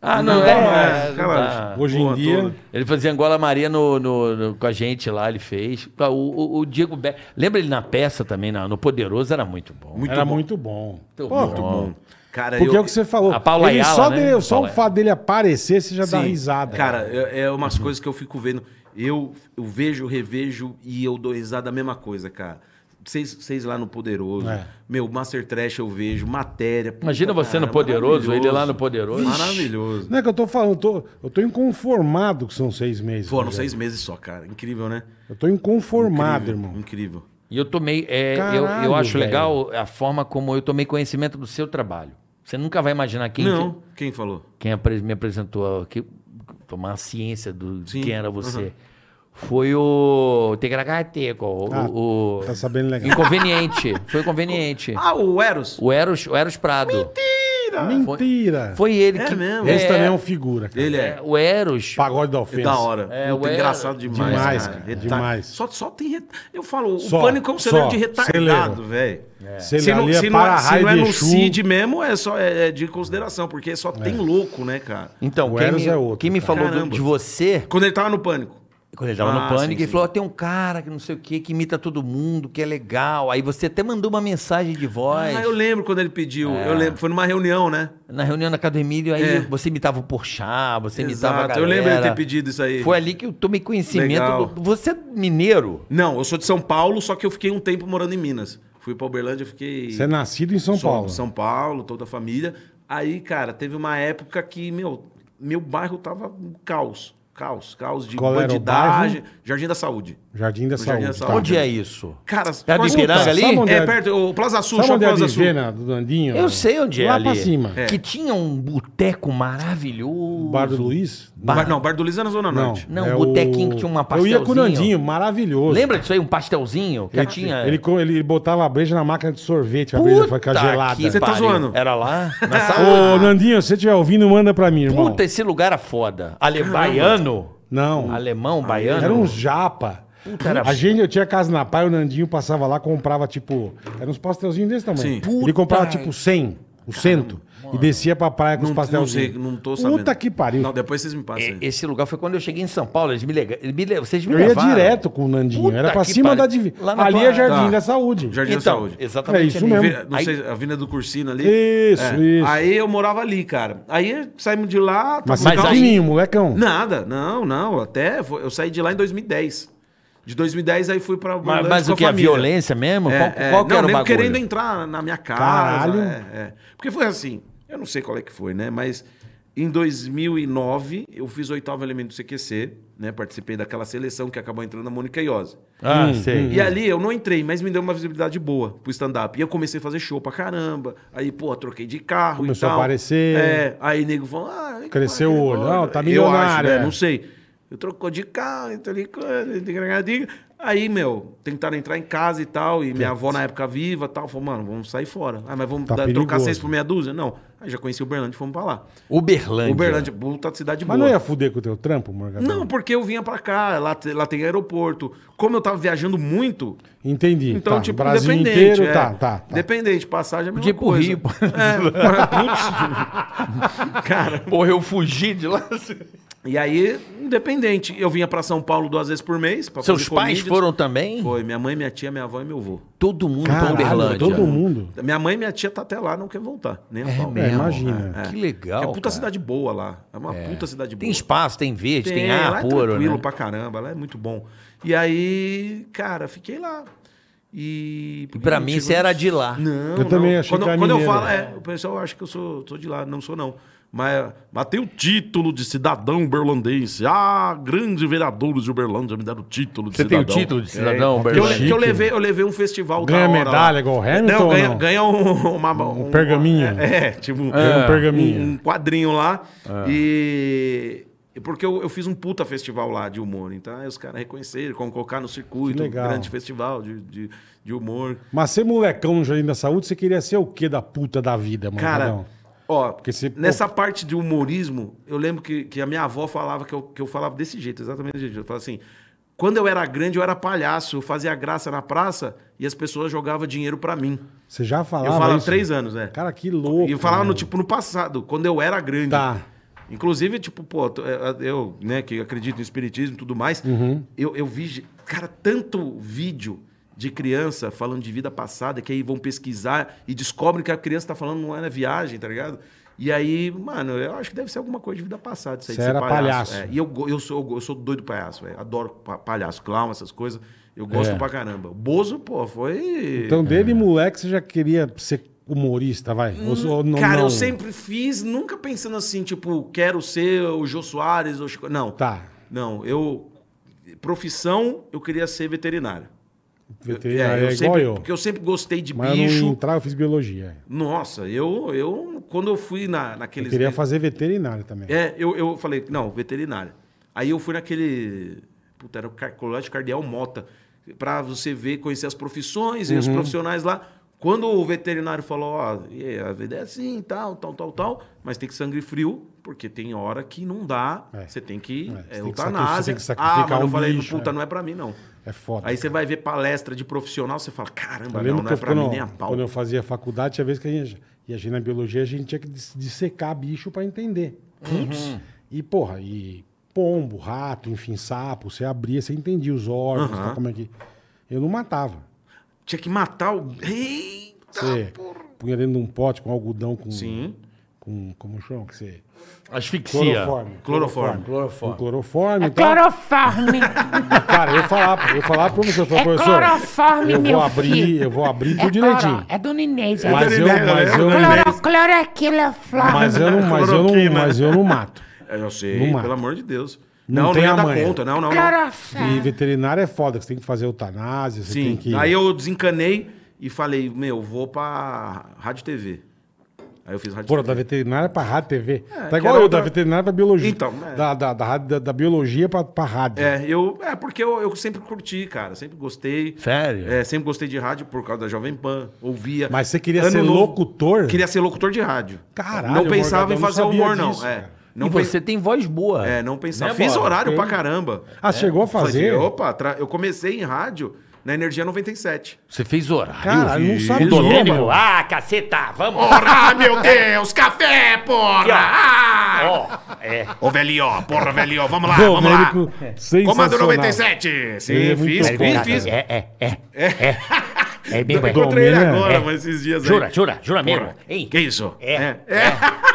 S3: Ah, não,
S4: dá
S3: é,
S4: mais.
S3: é,
S4: Aquela
S3: tá.
S2: Hoje em
S4: porra
S2: dia-
S4: toda.
S3: Ele fazia Angola Maria no, no- no- com a gente lá, ele fez. Ah, O, o- o Diego Be... Lembra ele na peça também, na- no Poderoso? Era muito bom.
S4: Muito
S2: Era
S4: bom.
S2: muito bom.
S3: Muito
S2: Pô,
S3: bom.
S4: Cara,
S2: Porque
S4: eu-
S2: é o que você falou.
S3: A Paula
S2: ele
S3: Ayala,
S2: só,
S3: né?
S2: dele- só
S3: Paula
S2: o fato dele aparecer, você já dá
S4: Sim.
S2: risada.
S4: Cara, é, é umas coisas que eu fico vendo. Eu, eu vejo, revejo e eu dou risada a mesma coisa, cara. Vocês vocês lá no Poderoso.
S2: É.
S4: Meu, Master Trash eu vejo, matéria. puta,
S3: Imagina você no Poderoso, ele lá no Poderoso.
S4: Maravilhoso.
S2: Não é que eu tô falando, eu tô, eu tô inconformado que são seis meses.
S4: Foram
S2: né,
S4: seis meses só, cara. Incrível, né?
S2: velho? Eu tô inconformado,
S4: Incrível,
S2: irmão.
S4: Incrível.
S3: E eu tomei. é, eu,
S2: Caralho,
S3: eu acho
S2: velho.
S3: legal a forma como eu tomei conhecimento do seu trabalho. Você nunca vai imaginar quem,
S4: Não, quem falou?
S3: quem apre- me apresentou, que, tomar a ciência do, de
S4: Sim,
S3: quem era você. Foi o Tegragateco, o,
S2: Ah,
S3: o,
S2: Tá sabendo legal.
S3: Inconveniente. Foi o Conveniente.
S4: Ah, o Eros.
S3: O Eros, o Eros Prado.
S2: Mentira.
S3: Foi ele
S4: É
S3: que.
S4: mesmo?
S2: Esse também é um figura, cara.
S4: Ele
S3: é,
S4: é.
S3: o Eros.
S2: Pagode da
S4: É
S2: ofensa.
S4: da hora.
S3: É,
S4: Puta,
S3: o Eros.
S4: engraçado demais.
S2: Demais,
S4: cara.
S2: cara,
S4: Retar-
S2: demais.
S4: Só, só tem. re- Eu falo,
S2: Só,
S4: o pânico é um
S2: só,
S4: cenário de
S2: celeiro.
S4: retardado, velho.
S2: Se ele
S4: Se não,
S2: ali
S4: se
S2: é
S4: não é,
S2: para
S4: se
S2: raio
S4: não é
S2: de
S4: no
S2: Exu, É.
S4: CID mesmo, é só é, é de consideração, porque só tem louco, né, cara?
S3: Então,
S2: O
S3: quem,
S2: Eros
S3: me,
S2: é outro,
S3: quem me
S2: cara.
S3: falou do-
S4: Caramba.
S3: de você
S4: Quando ele tava no pânico.
S3: Quando ele tava
S4: Ah,
S3: no pânico,
S4: sim,
S3: ele
S4: sim.
S3: falou: "Ó, tem um cara que não sei o que, que imita todo mundo, que é legal. Aí você até mandou uma mensagem de voz
S4: Ah, eu lembro quando ele pediu.
S3: É.
S4: Eu lembro, foi numa reunião, né?
S3: na reunião da casa do Emílio, aí
S4: É.
S3: você imitava o Porchat, você imitava a
S4: Exato,
S3: galera.
S4: eu lembro ele ter pedido isso aí.
S3: Foi ali que eu tomei conhecimento.
S4: Legal.
S3: Do... Você é mineiro?
S4: Não, eu sou de São Paulo, só que eu fiquei um tempo morando em Minas. Fui pra Uberlândia, fiquei.
S2: Você é nascido em São
S4: Sou-
S2: Paulo.
S4: São Paulo, toda a família. Aí, cara, teve uma época que, meu, meu bairro tava um caos. Caos, caos de
S2: Qual era o
S4: bandidagem. Jardim da Saúde.
S2: Jardim da
S4: No Jardim da
S2: Saúde.
S4: Saúde.
S3: Onde é isso?
S4: Cara,
S3: É a do
S4: quase-
S3: Ipiranga
S2: Puta,
S3: ali?
S2: sabe onde
S4: É,
S2: é?
S4: perto, o Plaza Sul,
S2: Sabe
S4: chama
S2: onde é a
S4: Plaza Sul.
S2: Divina do Dandinho?
S3: Eu sei onde é
S2: Lá
S3: ali.
S2: pra cima.
S3: Que tinha um boteco maravilhoso.
S2: Bar do Luiz?
S3: Bar-
S4: Bar- não, Bar do Luiz é na Zona
S2: Não,
S4: Norte.
S3: Não, um botequinho que tinha uma
S2: Eu ia com o
S3: pastelzinho.
S2: Nandinho, maravilhoso.
S3: Lembra disso aí? Um pastelzinho que
S2: Ele,
S3: tinha...
S2: ele, co- ele botava a breja na máquina de sorvete, a breja foi
S3: Puta
S2: gelada.
S3: que
S4: Você tá
S3: pariu.
S4: zoando?
S3: Era
S4: <laughs>
S3: lá? Na
S4: Tá
S2: Ô, Nandinho, se você estiver ouvindo, manda pra mim, irmão.
S3: Puta, esse lugar era foda. Ale... Baiano?
S2: Não.
S3: Alemão, baiano?
S4: um
S2: Era uns japa.
S3: era-
S2: A gente, eu tinha casa na praia, o Nandinho passava lá, comprava tipo. Eram uns pastelzinhos desse tamanho.
S4: Sim.
S2: Ele
S3: Puta.
S2: comprava tipo 100, o cento. E descia pra praia com
S4: Não,
S2: os
S4: não
S2: pastelzinhos.
S4: sei, não tô sabendo.
S2: Puta que pariu.
S4: Não, depois vocês me passam.
S3: E-
S4: aí.
S3: Esse lugar foi quando eu cheguei em São Paulo. Eles me lega- eles me le- Vocês me
S2: eu ia
S3: levaram.
S2: direto com o Nandinho.
S3: Puta
S2: era pra
S3: que
S2: cima
S3: pariu.
S2: da divina.
S3: Lá na
S2: Ali é
S3: Barra-
S2: Jardim
S4: Tá.
S2: da Saúde.
S4: Jardim da
S3: Então,
S4: Saúde.
S3: exatamente.
S2: É isso
S3: ali.
S2: mesmo.
S4: Vira- não
S3: Aí-
S4: sei, a Avenida do Cursino ali. É.
S2: Isso, isso.
S4: Aí eu morava ali, cara. Aí saímos de lá.
S2: Mas
S4: tava
S2: você
S3: Mas
S2: tá
S3: aí-
S2: fininho, molecão.
S4: Nada, não, não. Até foi- eu saí de lá em 2010. De 2010 aí fui pra
S3: Mas,
S4: Uberlândia
S3: mas
S4: é com
S3: o
S4: a
S3: que? é A
S4: família.
S3: violência mesmo?
S4: É,
S3: qual
S4: é,
S3: qual que
S4: não,
S3: era o
S4: nego
S3: bagulho?
S4: querendo entrar na minha casa.
S2: Caralho.
S4: é, é. Porque foi assim, eu não sei qual é que foi, né? Mas em 2009 eu fiz o oitavo elemento do CQC, né? Participei daquela seleção que acabou entrando a Mônica Iose.
S3: Ah, sei.
S2: Uhum.
S4: E ali eu não entrei, mas me deu uma visibilidade boa pro stand-up. E eu comecei a fazer show pra caramba. Aí, pô, troquei de carro
S2: Começou
S4: e
S2: a
S4: tal.
S2: aparecer.
S4: É, aí nego falou... Ah,
S2: Cresceu o olho. Não, tá
S4: Eu acho,
S2: milionário, é.
S4: né? Não sei. Eu trocou de carro, então ali... coisa, diga-diga-diga. Aí, meu, tentaram entrar em casa e tal. E minha avó, na época viva e tal, falou, mano, vamos sair fora. Ah, mas vamos
S2: Tá
S4: dar-
S2: perigoso.
S4: trocar seis por meia dúzia? Não. Aí já conheci o Uberlândia e fomos pra lá.
S3: Uberlândia.
S4: Uberlândia, puta cidade
S2: Mas
S4: boa.
S2: não ia fuder com o teu trampo, Morgan?
S4: Não, porque eu vinha pra cá, lá, te- lá tem aeroporto. Como eu tava viajando muito,
S2: Entendi.
S4: então,
S2: tá.
S4: tipo,
S2: Brasil
S4: dependente.
S2: inteiro,
S4: é.
S2: tá, tá. tá.
S4: Dependente, passagem é a mesma
S3: Podia ir pro
S4: coisa.
S3: Rio, pô.
S4: É, putz. <laughs> Cara,
S3: Porra, eu fugi de lá.
S4: e aí, independente. Eu vinha pra São Paulo duas vezes por mês. pra
S3: Seus
S4: fazer
S3: pais
S4: comídias.
S3: foram também?
S4: Foi, minha mãe, minha tia, minha avó e meu avô.
S3: Todo mundo pra
S2: Caralho,
S3: Uberlândia.
S2: todo mundo.
S4: Minha mãe e minha tia tá até lá, não quer voltar. Nem a
S3: É
S4: pau.
S3: mesmo.
S2: É, imagina.
S3: É. Que
S4: É
S3: legal.
S4: uma puta
S3: cara.
S4: cidade boa lá. É uma puta cidade boa.
S3: Tem espaço, tem verde, tem,
S4: lá
S3: ar
S4: é
S3: puro,
S4: tranquilo
S3: né?
S4: pra caramba, lá é muito bom. E aí, cara, fiquei lá. E,
S3: E pra mim você era de lá.
S4: Não,
S2: Eu
S4: não.
S2: também achei
S4: quando,
S2: que era
S4: quando eu
S2: mineiro.
S4: falo, é, o pessoal acha que eu sou, sou de lá, não sou não. Mas, mas tem o título de cidadão berlandense. Ah, grandes vereadores de Uberlândia me deram o título de
S3: Você tem o
S4: cidadão.
S3: título de cidadão,
S4: é, que eu,
S3: Uberlândia?
S4: que eu levei, eu levei um festival
S2: Ganha
S4: da hora
S2: medalha
S4: lá.
S2: igual o Hamilton
S4: Não,
S2: ou
S4: ganha,
S2: não?
S4: ganha um, <laughs> uma- um-
S2: pergaminho.
S4: É, tipo um,
S3: Ah.
S2: Ganha um pergaminho.
S4: um quadrinho lá. E. e Porque eu, eu fiz um puta festival lá de humor. Então, aí os caras reconheceram, como colocar no circuito.
S2: Que legal.
S4: Grande festival de, de, de humor.
S2: Mas ser molecão no Jardim da Saúde, você queria ser o quê da puta da vida, mano?
S4: Cara,
S2: Não.
S4: ó,
S2: se-
S4: nessa parte de humorismo, eu lembro que, que a minha avó falava que eu, que eu falava desse jeito, exatamente desse jeito. Eu falava assim, quando eu era grande, eu era palhaço, eu fazia graça na praça e as pessoas jogavam dinheiro pra mim.
S2: Você já falava
S4: eu falava
S2: Ah, isso?
S4: três anos, né?
S2: Cara, que louco.
S4: E eu falava no,
S2: mano.
S4: tipo no passado, quando eu era grande.
S2: Tá.
S4: Inclusive, tipo, pô, tô- é, é, eu, né, que acredito em espiritismo e tudo mais,
S2: Uhum.
S4: eu, eu vi, ge- cara, tanto vídeo de criança falando de vida passada, que aí vão pesquisar e descobrem que a criança tá falando não era viagem, tá ligado? E aí, mano, eu acho que deve ser alguma coisa de vida passada. Isso aí, de
S2: Você
S4: ser
S2: era palhaço.
S4: É, e eu, go- eu, sou, eu go- eu sou doido palhaço, velho. Adoro pa- palhaço, clown, essas coisas. Eu gosto
S2: É.
S4: pra caramba. O Bozo, pô, foi...
S2: Então, dele moleque, você já queria ser humorista, vai? Ou- ou não-
S4: Cara,
S2: não?
S4: eu sempre fiz, nunca pensando assim, tipo, quero ser o Jô Soares ou Chico... Não.
S2: Tá.
S4: Não, eu... Profissão, eu queria ser veterinário.
S2: Veterinário é,
S4: eu
S2: igual
S4: sempre,
S2: eu.
S4: Porque eu sempre gostei de
S2: Mas eu
S4: bicho.
S2: não entrar, eu fiz biologia.
S4: Nossa, eu, eu... Quando eu fui na, naqueles...
S2: Eu queria fazer veterinário também.
S4: É, eu, eu falei, não, veterinário. Aí eu fui naquele. Puta, era o Car- Colégio Cardeal Mota. Pra você ver, conhecer as profissões e
S2: Uhum.
S4: os profissionais lá. Quando o veterinário falou, ó, e a vida é assim, tal, tal, tal, tal, mas tem que sangue frio, porque tem hora que não dá,
S2: É.
S4: você tem que
S2: É, você
S4: é,
S2: tem que sacrificar- você
S4: eutanásia.
S2: tem que
S4: ah,
S2: sacrificar
S4: mas eu
S2: um
S4: falei,
S2: bicho,
S4: puta,
S2: é.
S4: não é pra mim, não.
S2: É foda.
S4: Aí você vai ver palestra de profissional, você fala,
S2: Eu
S4: caramba, não,
S2: lembro
S4: não
S2: Tá que
S4: é
S2: eu-
S4: pra mim
S2: quando,
S4: nem a pau.
S2: quando eu fazia faculdade, tinha vez que a gente ia agir na biologia, a gente tinha que dis- dissecar bicho pra entender.
S5: Uhum.
S2: Putz. E, porra, e pombo, rato, enfim, sapo, você abria, você entendia os órgãos,
S4: Aham.
S2: tal, como é que. Eu não matava.
S4: Tinha que matar o. Eita!
S5: Tá,
S2: Você punha dentro de um pote com algodão, com.
S4: Sim.
S2: Com, como chama que você.
S3: Asfixia.
S4: Cloroforme.
S2: Com
S5: É
S3: Cloroforme.
S2: cloroforme. e tal.
S5: Cloroforme.
S2: Cara, eu falava, eu falava pro professor,
S5: É
S2: professor,
S5: cloroforme,
S2: eu vou
S5: meu
S2: abrir,
S5: filho.
S2: eu vou abrir tudo
S5: é
S2: direitinho.
S5: cloro- É do Ninês. É
S2: Mas
S5: do
S2: eu,
S4: né? Cloro-
S2: mas eu,
S5: Cloro, cloroquila, flor.
S2: mas eu
S4: <laughs>
S2: não, mas eu não, mas eu não mato.
S4: É, Eu
S2: Não
S4: sei,
S2: mata.
S4: pelo amor de Deus.
S2: Não
S4: Não, não,
S2: tem
S4: ia dar
S2: amanhã.
S4: conta, não, não. não.
S5: Cloroforme.
S2: E veterinário é foda, que você tem que fazer eutanásia, você tem
S4: Sim.
S2: que...
S4: Aí eu desencanei e falei, meu, vou pra Rádio TV. Aí eu fiz Rádio
S2: Porra, da
S4: TV.
S2: veterinária pra rádio TV.
S4: É, que
S2: tá igual
S4: era
S2: eu,
S4: outra-
S2: da veterinária pra biologia.
S4: Então, é.
S2: da, da, da, rádio- da- da biologia pra, pra rádio.
S4: É, eu, é porque eu, eu sempre curti, cara. Sempre gostei.
S3: Sério?
S4: É, sempre gostei de rádio por causa da Jovem Pan. Ouvia.
S2: Mas você queria
S4: Ano
S2: ser
S4: novo-
S2: locutor?
S4: Queria ser locutor de rádio.
S2: Caralho,
S4: Não pensava
S2: Morgadão, não
S4: em fazer
S2: sabia
S4: humor,
S2: disso,
S4: não. É,
S2: cara.
S4: não
S3: e
S4: pen-
S3: você tem voz boa.
S4: É, não pensava.
S3: Né,
S4: Fiz
S3: Bola?
S4: horário pra
S2: Tem.
S4: caramba.
S2: Ah, chegou a fazer?
S4: Falei, É. Opa, tra- eu comecei em rádio na Energia 97.
S3: Você fez horário.
S2: Cara, eu não
S3: vi.
S2: sabia.
S3: O Domênico.
S2: Mano.
S3: Ah, caceta, vamos.
S1: Porra, Ah, meu Deus, café, porra! Ah!
S3: Ó, é.
S1: Ô, velhinho, porra, velhinho, vamos lá, vamos lá.
S2: Domênico, sensacional.
S1: Comando 97.
S4: Sim,
S2: Ele é muito
S4: fiz,
S2: bom,
S4: fiz,
S2: cara.
S4: fiz.
S3: É, é, é. É, é bem bem.
S4: Encontrei ele
S2: Domênio,
S4: agora,
S3: é.
S4: mas esses dias aí.
S3: Jura, jura, jura mesmo.
S1: Porra,
S3: Hein?
S1: que isso?
S3: É, é,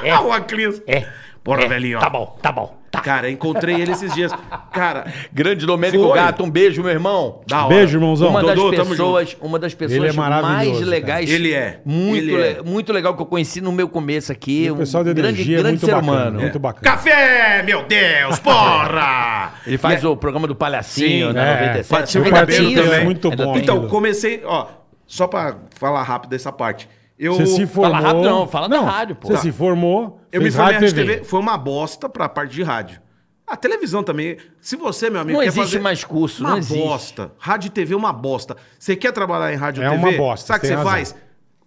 S1: É.
S3: é.
S1: o Aclis.
S3: É.
S1: Porra,
S3: é.
S1: velhinho.
S3: Tá bom, tá bom. Tá.
S4: Cara, encontrei ele esses dias. Cara,
S3: Grande Domênico
S4: Foi.
S3: Gato, um beijo, meu irmão.
S4: da hora.
S2: Beijo, irmãozão.
S3: Uma
S4: Dodô,
S3: das
S4: tamo
S3: pessoas, uma das
S2: Ele é
S3: pessoas
S2: maravilhoso,
S3: mais
S2: cara.
S3: legais.
S4: Ele é.
S3: Muito,
S4: Ele é.
S3: le- muito legal que eu conheci no meu começo aqui. um
S2: E o pessoal da
S3: grande,
S2: energia
S3: grande
S2: é muito
S3: ser
S2: bacana,
S3: humano.
S2: muito bacana.
S1: Café, meu Deus,
S2: <laughs>
S1: porra!
S3: Ele faz o programa do Palhacinho né,
S4: Né? Sim,
S3: na
S2: é.
S3: 97.
S4: Patinho
S3: Ainda
S4: Cabelo
S3: tem isso?
S4: também.
S2: Muito
S3: Ainda
S2: bom
S3: tem
S4: Então,
S2: ainda.
S4: comecei, ó, só pra falar rápido essa parte. Eu,
S2: Você se formou...
S3: Fala rápido não, fala da rádio, pô.
S2: Você se formou,
S4: eu me
S2: fez
S4: formei na
S2: rádio
S4: Rádio TV, foi uma bosta pra parte de rádio. A televisão também. Se você, meu amigo,
S3: Não
S4: quer
S3: existe
S4: fazer
S3: mais curso,
S4: uma
S3: não existe.
S4: bosta. Rádio e TV é uma bosta. Você quer trabalhar em rádio e
S2: É
S4: TV?
S2: uma bosta,
S4: Sabe o que
S2: tem
S4: você
S2: razão.
S4: faz?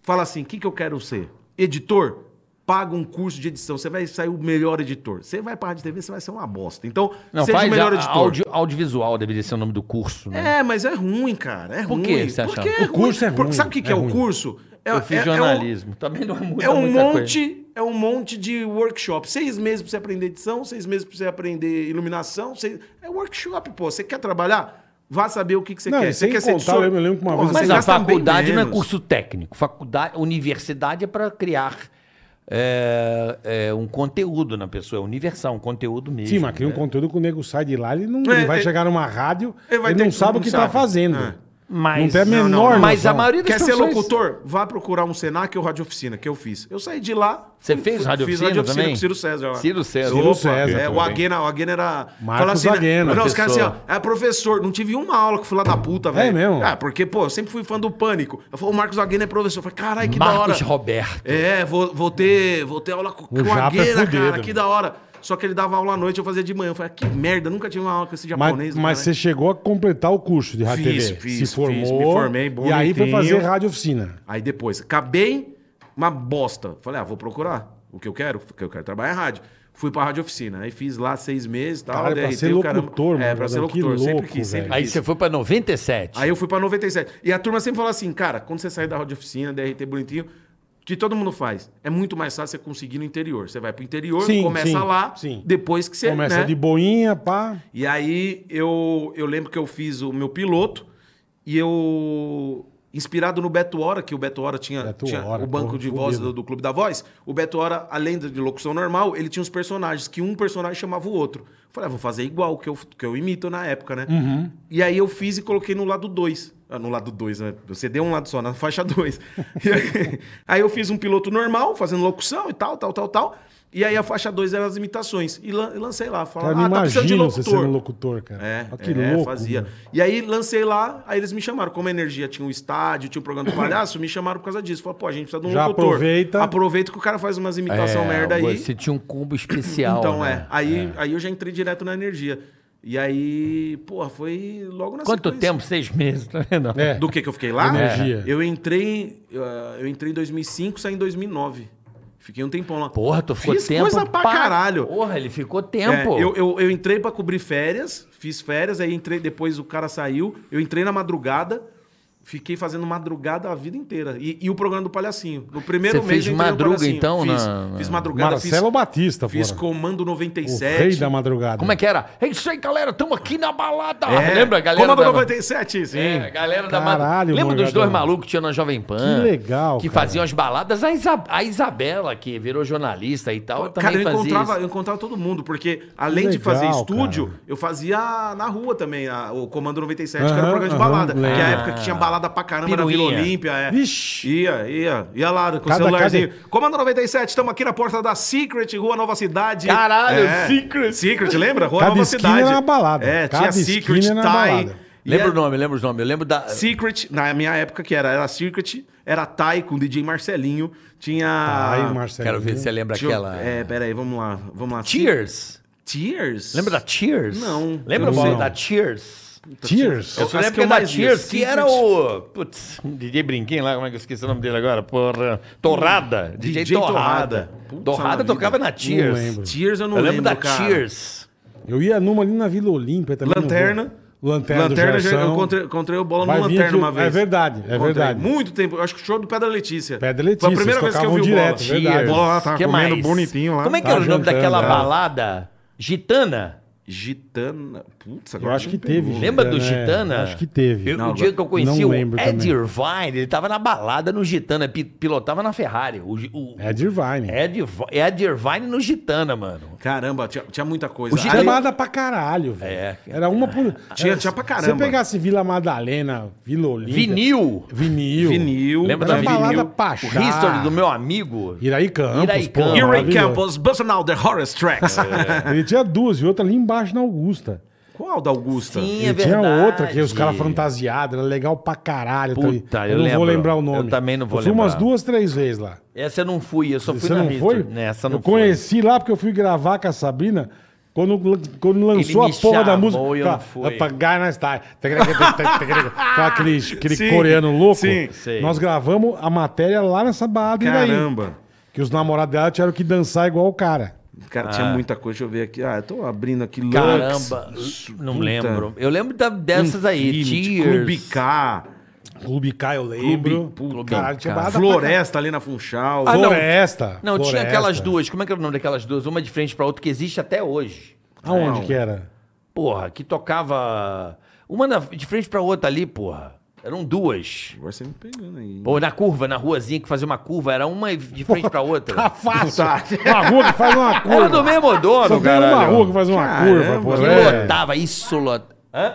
S4: Fala assim, o que, que eu quero ser? Editor? paga um curso de edição, você vai sair o melhor editor. Você vai pra Rádio e TV, você vai ser uma bosta. Então,
S3: Não,
S4: seja
S3: faz
S4: o melhor
S3: a-
S4: editor.
S3: Audio, audiovisual, deveria ser o nome do curso, né?
S4: É, mas é ruim, cara. É
S3: Por
S4: ruim.
S3: que você acha?
S4: Porque é
S2: O curso
S4: ruim.
S2: é
S4: Por-
S2: ruim,
S4: Sabe o que, que
S2: é
S4: é,
S2: ruim.
S4: o curso? É,
S3: eu fiz
S4: é- é um-
S3: jornalismo. Também não muda
S4: é um
S3: muita coisa.
S4: monte, é um monte de workshop. Seis meses pra você aprender edição, seis meses pra você aprender iluminação. seis- É workshop, pô. Você quer trabalhar? Vá saber o que, que você
S2: Não,
S4: quer.
S2: e
S4: Você
S2: sem
S4: quer ser
S2: contar,
S4: editor?
S2: eu me lembro que uma vez-
S4: você
S3: Mas a
S4: gasta bem
S3: faculdade não é
S4: menos.
S3: curso técnico. Faculdade, universidade é para criar é, é, um conteúdo na pessoa, é universal, um conteúdo mesmo.
S2: Sim, mas cria um
S3: né?
S2: conteúdo que o nego sai de lá, ele não
S4: É,
S2: ele vai
S4: é-
S2: chegar numa rádio,
S4: ele
S2: ele,
S4: vai ter
S2: não
S4: que-
S2: sabe o
S4: não
S2: que tá
S4: sabe.
S2: fazendo.
S4: É.
S3: Mas,
S2: Não tem a menor
S3: Mas
S2: noção.
S3: a maioria das
S4: Quer ser
S3: profissões-
S4: locutor? Vá procurar um Senac ou Rádio Oficina, que eu fiz. Eu saí de lá.
S3: Você
S4: fui-
S3: fez
S4: fui-
S3: Rádio
S4: fiz
S3: Oficina também?
S4: com Ciro César lá.
S3: Ciro César.
S2: Ciro
S4: Opa,
S2: César
S4: É, o
S2: também.
S4: Aguena, o Aguena era.
S2: Marcos
S4: fala assim, né?
S2: Aguena, É
S4: Não, os caras assim, ó.
S3: professor.
S4: É professor, não tive uma aula que fui lá da puta, velho.
S2: mesmo?
S4: Ah, porque, pô, eu sempre fui fã do pânico. Eu falei, o Marcos Aguena é professor. Eu falei, caralho, que da hora.
S3: Marcos Roberto.
S4: É, vou, vou ter, vou ter aula com com o
S2: Japa é
S4: Aguena,
S2: fudido,
S4: cara,
S2: meu.
S4: que da hora. Só que ele dava aula à noite, eu fazia de manhã. Eu falei, ah, que merda, nunca tive uma aula com esse japonês.
S2: Mas,
S4: do
S2: mas
S3: é.
S2: você
S4: caralho.
S2: chegou a completar o curso de rádio
S4: Fiz,
S2: TV.
S4: fiz,
S2: Se
S4: fiz,
S2: formou.
S4: me formei
S2: e aí foi
S4: bonitinho.
S2: fazer rádio oficina.
S4: Aí depois, acabei uma bosta. Falei, ah, vou procurar o que eu quero, porque eu quero trabalhar em rádio. Fui pra rádio oficina, aí fiz lá seis meses e tal.
S2: Cara, pra
S4: DRT,
S2: ser
S4: o caramba.
S2: locutor,
S4: É,
S2: mano,
S4: pra ser
S2: Adão, que
S4: locutor, sempre
S2: louco,
S4: quis, sempre
S2: velho.
S3: Aí
S4: quis.
S3: você foi pra 97.
S4: Aí eu fui pra 97. E a turma sempre fala assim, cara, quando você sair da rádio oficina, DRT bonitinho, o que todo mundo faz, é muito mais fácil você conseguir no interior. Você vai pro interior,
S2: Sim,
S4: começa
S2: sim,
S4: lá,
S2: sim.
S4: depois que você...
S2: Começa
S4: né?
S2: de boinha, pá.
S4: E aí eu, eu lembro que eu fiz o meu piloto e eu. Inspirado no Beto Hora, que o Beto Hora tinha,
S2: Beto
S4: tinha
S2: Hora,
S4: o banco
S2: porra,
S4: de voz
S2: fudeu.
S4: do, do Clube da Voz. O Beto Hora, além de locução normal, ele tinha uns personagens, que um personagem chamava o outro. Eu falei, ah, vou fazer igual, que eu, que eu imito na época, né?
S2: Uhum.
S4: E aí eu fiz e coloquei no lado 2. no lado 2, né? Você deu um lado só, na
S2: <laughs>
S4: faixa 2. aí, aí eu fiz um piloto normal, fazendo locução e tal, tal, tal, tal. E aí a faixa 2 eram as imitações. E lan- lancei lá.
S2: Cara,
S4: Falaram,
S2: não
S4: ah, tá precisando de
S2: imagina Então, você sendo
S4: locutor.
S2: locutor, cara.
S4: É,
S2: Olha Ah, que
S4: é,
S2: louco.
S4: fazia.
S2: mano.
S4: E aí lancei lá, aí eles me chamaram. Como a energia tinha um estádio, tinha
S2: <coughs>
S4: um programa do palhaço, me chamaram por causa disso. Falaram, pô, a gente precisa de um
S2: Já
S4: locutor.
S2: aproveita. É,
S4: Aproveita que o cara faz umas imitação merda aí.
S3: É, Você tinha um combo especial.
S4: Então
S3: né?
S4: é. Aí, aí eu já entrei direto na energia. E aí, porra, foi logo na
S3: Quanto
S4: sequência.
S3: tempo? Seis meses, tá vendo?
S2: É.
S4: Do que que eu fiquei lá?
S2: Energia.
S4: Eu entrei, ah, eu entrei em 2005, saí em 2009. Fiquei um tempão lá.
S3: Porra, tu ficou
S4: Fiz
S3: tempo.
S4: coisa pra caralho.
S3: Porra, ele ficou
S4: É,
S3: tempo.
S4: eu, eu, eu entrei pra cobrir férias, fiz férias, aí entrei, depois o cara saiu, eu entrei na madrugada, fiquei fazendo madrugada a vida inteira. E, e o programa do Palhacinho. No primeiro
S3: Você
S4: mês
S3: fez
S4: eu entrei no
S3: madruga,
S4: Palhacinho.
S3: então,
S4: Fiz,
S3: na-
S4: fiz madrugada,
S2: Marcelo é Batista,
S4: fiz, fiz
S2: fora.
S4: Comando
S2: O rei
S4: 97.
S2: da madrugada.
S3: Como é que era? É isso aí, galera, tamo aqui na balada.
S4: É,
S3: Ah, Lembra, a galera?
S4: Comando
S3: da-
S4: 97, sim.
S3: É, a galera da
S2: Caralho,
S3: madrugada. Lembra dos
S2: Morgadão.
S3: dois malucos que tinha na Jovem Pan?
S2: Que legal,
S3: Que
S2: cara.
S3: faziam as baladas. A, Isa- a Isabela, que virou jornalista e tal, também
S4: Cara, eu
S3: fazia
S4: encontrava,
S3: isso.
S4: eu encontrava todo mundo, porque além de
S2: legal,
S4: fazer estúdio,
S2: cara.
S4: eu fazia na rua também, a- o Comando 97, que era
S2: Aham,
S4: um programa de
S2: aham,
S4: balada. que é a
S2: lembro.
S4: época que tinha balada pra caramba na
S3: Piruinha.
S4: Vila Olímpia. É.
S2: Vixe.
S4: Ia, ia, ia lá com o
S2: Cada-
S4: celularzinho. Comando 97, estamos aqui na porta da Secret, Rua Nova Cidade. É.
S3: Caralho, Secret.
S4: Secret, lembra? Rua
S2: Cada
S4: Nova
S2: esquina
S4: Cidade.
S2: era uma balada.
S4: É,
S2: Cada
S4: tinha Secret,
S2: esquina era uma
S4: Thai.
S2: balada.
S4: E
S3: Lembra
S4: é-
S3: o nome, lembra os nomes. Eu lembro da.
S4: Secret, na minha época que era, era Secret, era Thai com o DJ Marcelinho, tinha...
S2: Ai, Marcelo.
S3: Quero ver se você lembra
S4: Deixa eu-
S3: aquela.
S4: É, pera aí, vamos lá, vamos lá.
S3: Cheers.
S4: Tears?
S3: Lembra da Cheers?
S4: Não.
S3: Lembra
S4: Eu
S3: você
S2: não.
S3: da Cheers?
S2: Tears.
S4: Eu-
S3: Eu só
S4: As
S3: lembro
S4: que
S3: que é da
S4: mais ia,
S3: Cheers, que
S4: Secret.
S3: era o. Putz, DJ Brinquinho lá, como é que eu esqueci o nome dele agora? Porra. Torrada. DJ,
S4: DJ Torrada.
S3: Torrada.
S4: Putz,
S3: Torrada
S4: na
S3: tocava
S4: vida.
S3: na Cheers.
S2: lembro.
S4: Tears eu
S3: Eu
S4: não
S3: lembro
S4: lembro,
S3: da
S4: cara.
S3: Cheers.
S2: Eu ia numa ali na Vila Olímpia também. não vou.
S4: Lanterna.
S2: Lanterna,
S4: Lanterna,
S2: do
S4: já-
S2: Gerson.
S4: eu encontrei, encontrei o bola
S2: Vai
S4: no
S2: vir
S4: Lanterna
S2: aqui-
S4: uma vez.
S2: É verdade, é
S4: Encontrei.
S2: verdade.
S4: Muito tempo. Eu acho que o show do Pedra Letícia.
S2: Pedra Letícia,
S4: Foi a primeira
S2: eles
S4: vez que eu vi o
S2: tocavam
S4: bola.
S2: direto, é verdade.
S4: Bola lá tava
S3: Que
S4: Tá comendo
S3: mais?
S4: bonitinho lá.
S3: Como é que
S2: Tá
S3: era o nome
S2: jantando,
S3: daquela
S2: é.
S3: balada? Gitana?
S4: Gitana. Putz,
S2: Eu
S4: agora
S2: acho que
S4: me pegou.
S2: teve.
S3: Lembra do
S2: é,
S3: Gitana?
S2: acho que teve.
S3: Eu-
S4: Não,
S3: o dia
S4: agora-
S3: que eu conheci
S2: não
S3: o
S2: lembro
S3: Ed
S2: também.
S3: Irvine, ele tava na balada no Gitana, pi- pilotava na Ferrari. O, Gi- o,
S2: É Divine. É
S3: Ed, Irvi- Ed Irvine no Gitana, mano.
S4: Caramba, tinha, tinha muita coisa.
S3: O Gitana-
S4: Ali-
S2: Chamada pra caralho, velho.
S3: É.
S2: Era uma por.
S4: Tinha-
S2: era-
S4: tinha pra
S2: Se você
S4: caramba.
S2: pegasse Vila Madalena, Vila Olímpia.
S3: Vinil.
S2: Vinil.
S4: vinil.
S3: Lembra
S2: Era
S3: da
S2: uma balada
S3: Vinil?
S2: pachá.
S3: O History do meu amigo.
S2: Iraí Campos,
S3: Iraí
S2: pô,
S3: Campos.
S4: Erie
S2: maravilhoso.
S4: Campos, Busting Out the Horror
S3: <laughs>
S4: Tracks.
S3: É.
S2: Ele tinha duas e outra ali embaixo na Augusta.
S4: Qual da Augusta?
S3: Sim,
S2: E
S3: é
S2: tinha
S3: verdade.
S2: outra que os caras fantasiados, era legal pra caralho.
S3: Puta, eu
S2: não vou
S3: lembro.
S2: lembrar o nome.
S3: Eu também não vou
S2: eu fui umas
S3: lembrar.
S2: duas, três vezes lá.
S3: Essa eu não fui, eu só fui
S2: Você
S3: na
S2: não
S3: Victor.
S2: foi?
S3: Nessa não
S2: eu
S3: fui.
S2: conheci lá porque eu fui gravar com a Sabina quando, quando lançou
S3: Ele
S2: a
S3: me
S2: porra da
S3: chamou
S2: música.
S3: e eu
S2: Tá,
S3: não fui.
S2: Apagar na style. Com aquele, aquele
S4: Sim,
S2: coreano louco.
S4: sim.
S3: Sei.
S2: Nós gravamos a matéria lá nessa balada em Iraí.
S4: Caramba.
S2: Que Que os namorados dela tiveram que dançar igual o cara.
S4: Cara, tinha muita coisa. Deixa eu ver aqui. Ah, eu tô abrindo aqui. Lux,
S3: Caramba,
S4: isso,
S3: não
S4: puta,
S3: lembro. Eu lembro da- dessas aí,
S4: Infinity,
S3: Tears.
S4: Clube K,
S2: Clube K, eu lembro.
S4: Clube- Clube
S2: Caralho, tinha
S3: K.
S2: barrada pra Ah,
S4: Floresta ali na Funchal.
S2: caralho.
S3: não.
S2: Floresta.
S3: Não, tinha
S2: Floresta.
S3: aquelas duas. Como é que era o nome daquelas duas? Uma de frente pra outra que existe até hoje.
S2: Aonde
S4: Não.
S2: que era?
S3: Porra, que tocava. Uma na- de frente pra outra ali, porra. Eram duas.
S4: Agora você me pegando aí.
S3: Ou na curva, na ruazinha que fazia uma curva, era uma de frente pra
S2: Tá
S3: outra.
S2: fácil.
S4: Tá.
S2: Uma rua que faz uma curva.
S3: Era do mesmo
S2: Só
S3: dono,
S2: tem
S3: cara.
S2: uma rua que faz uma
S4: Caramba,
S2: curva, pô.
S4: que
S2: é.
S3: Lotava, isso lotava. Hã?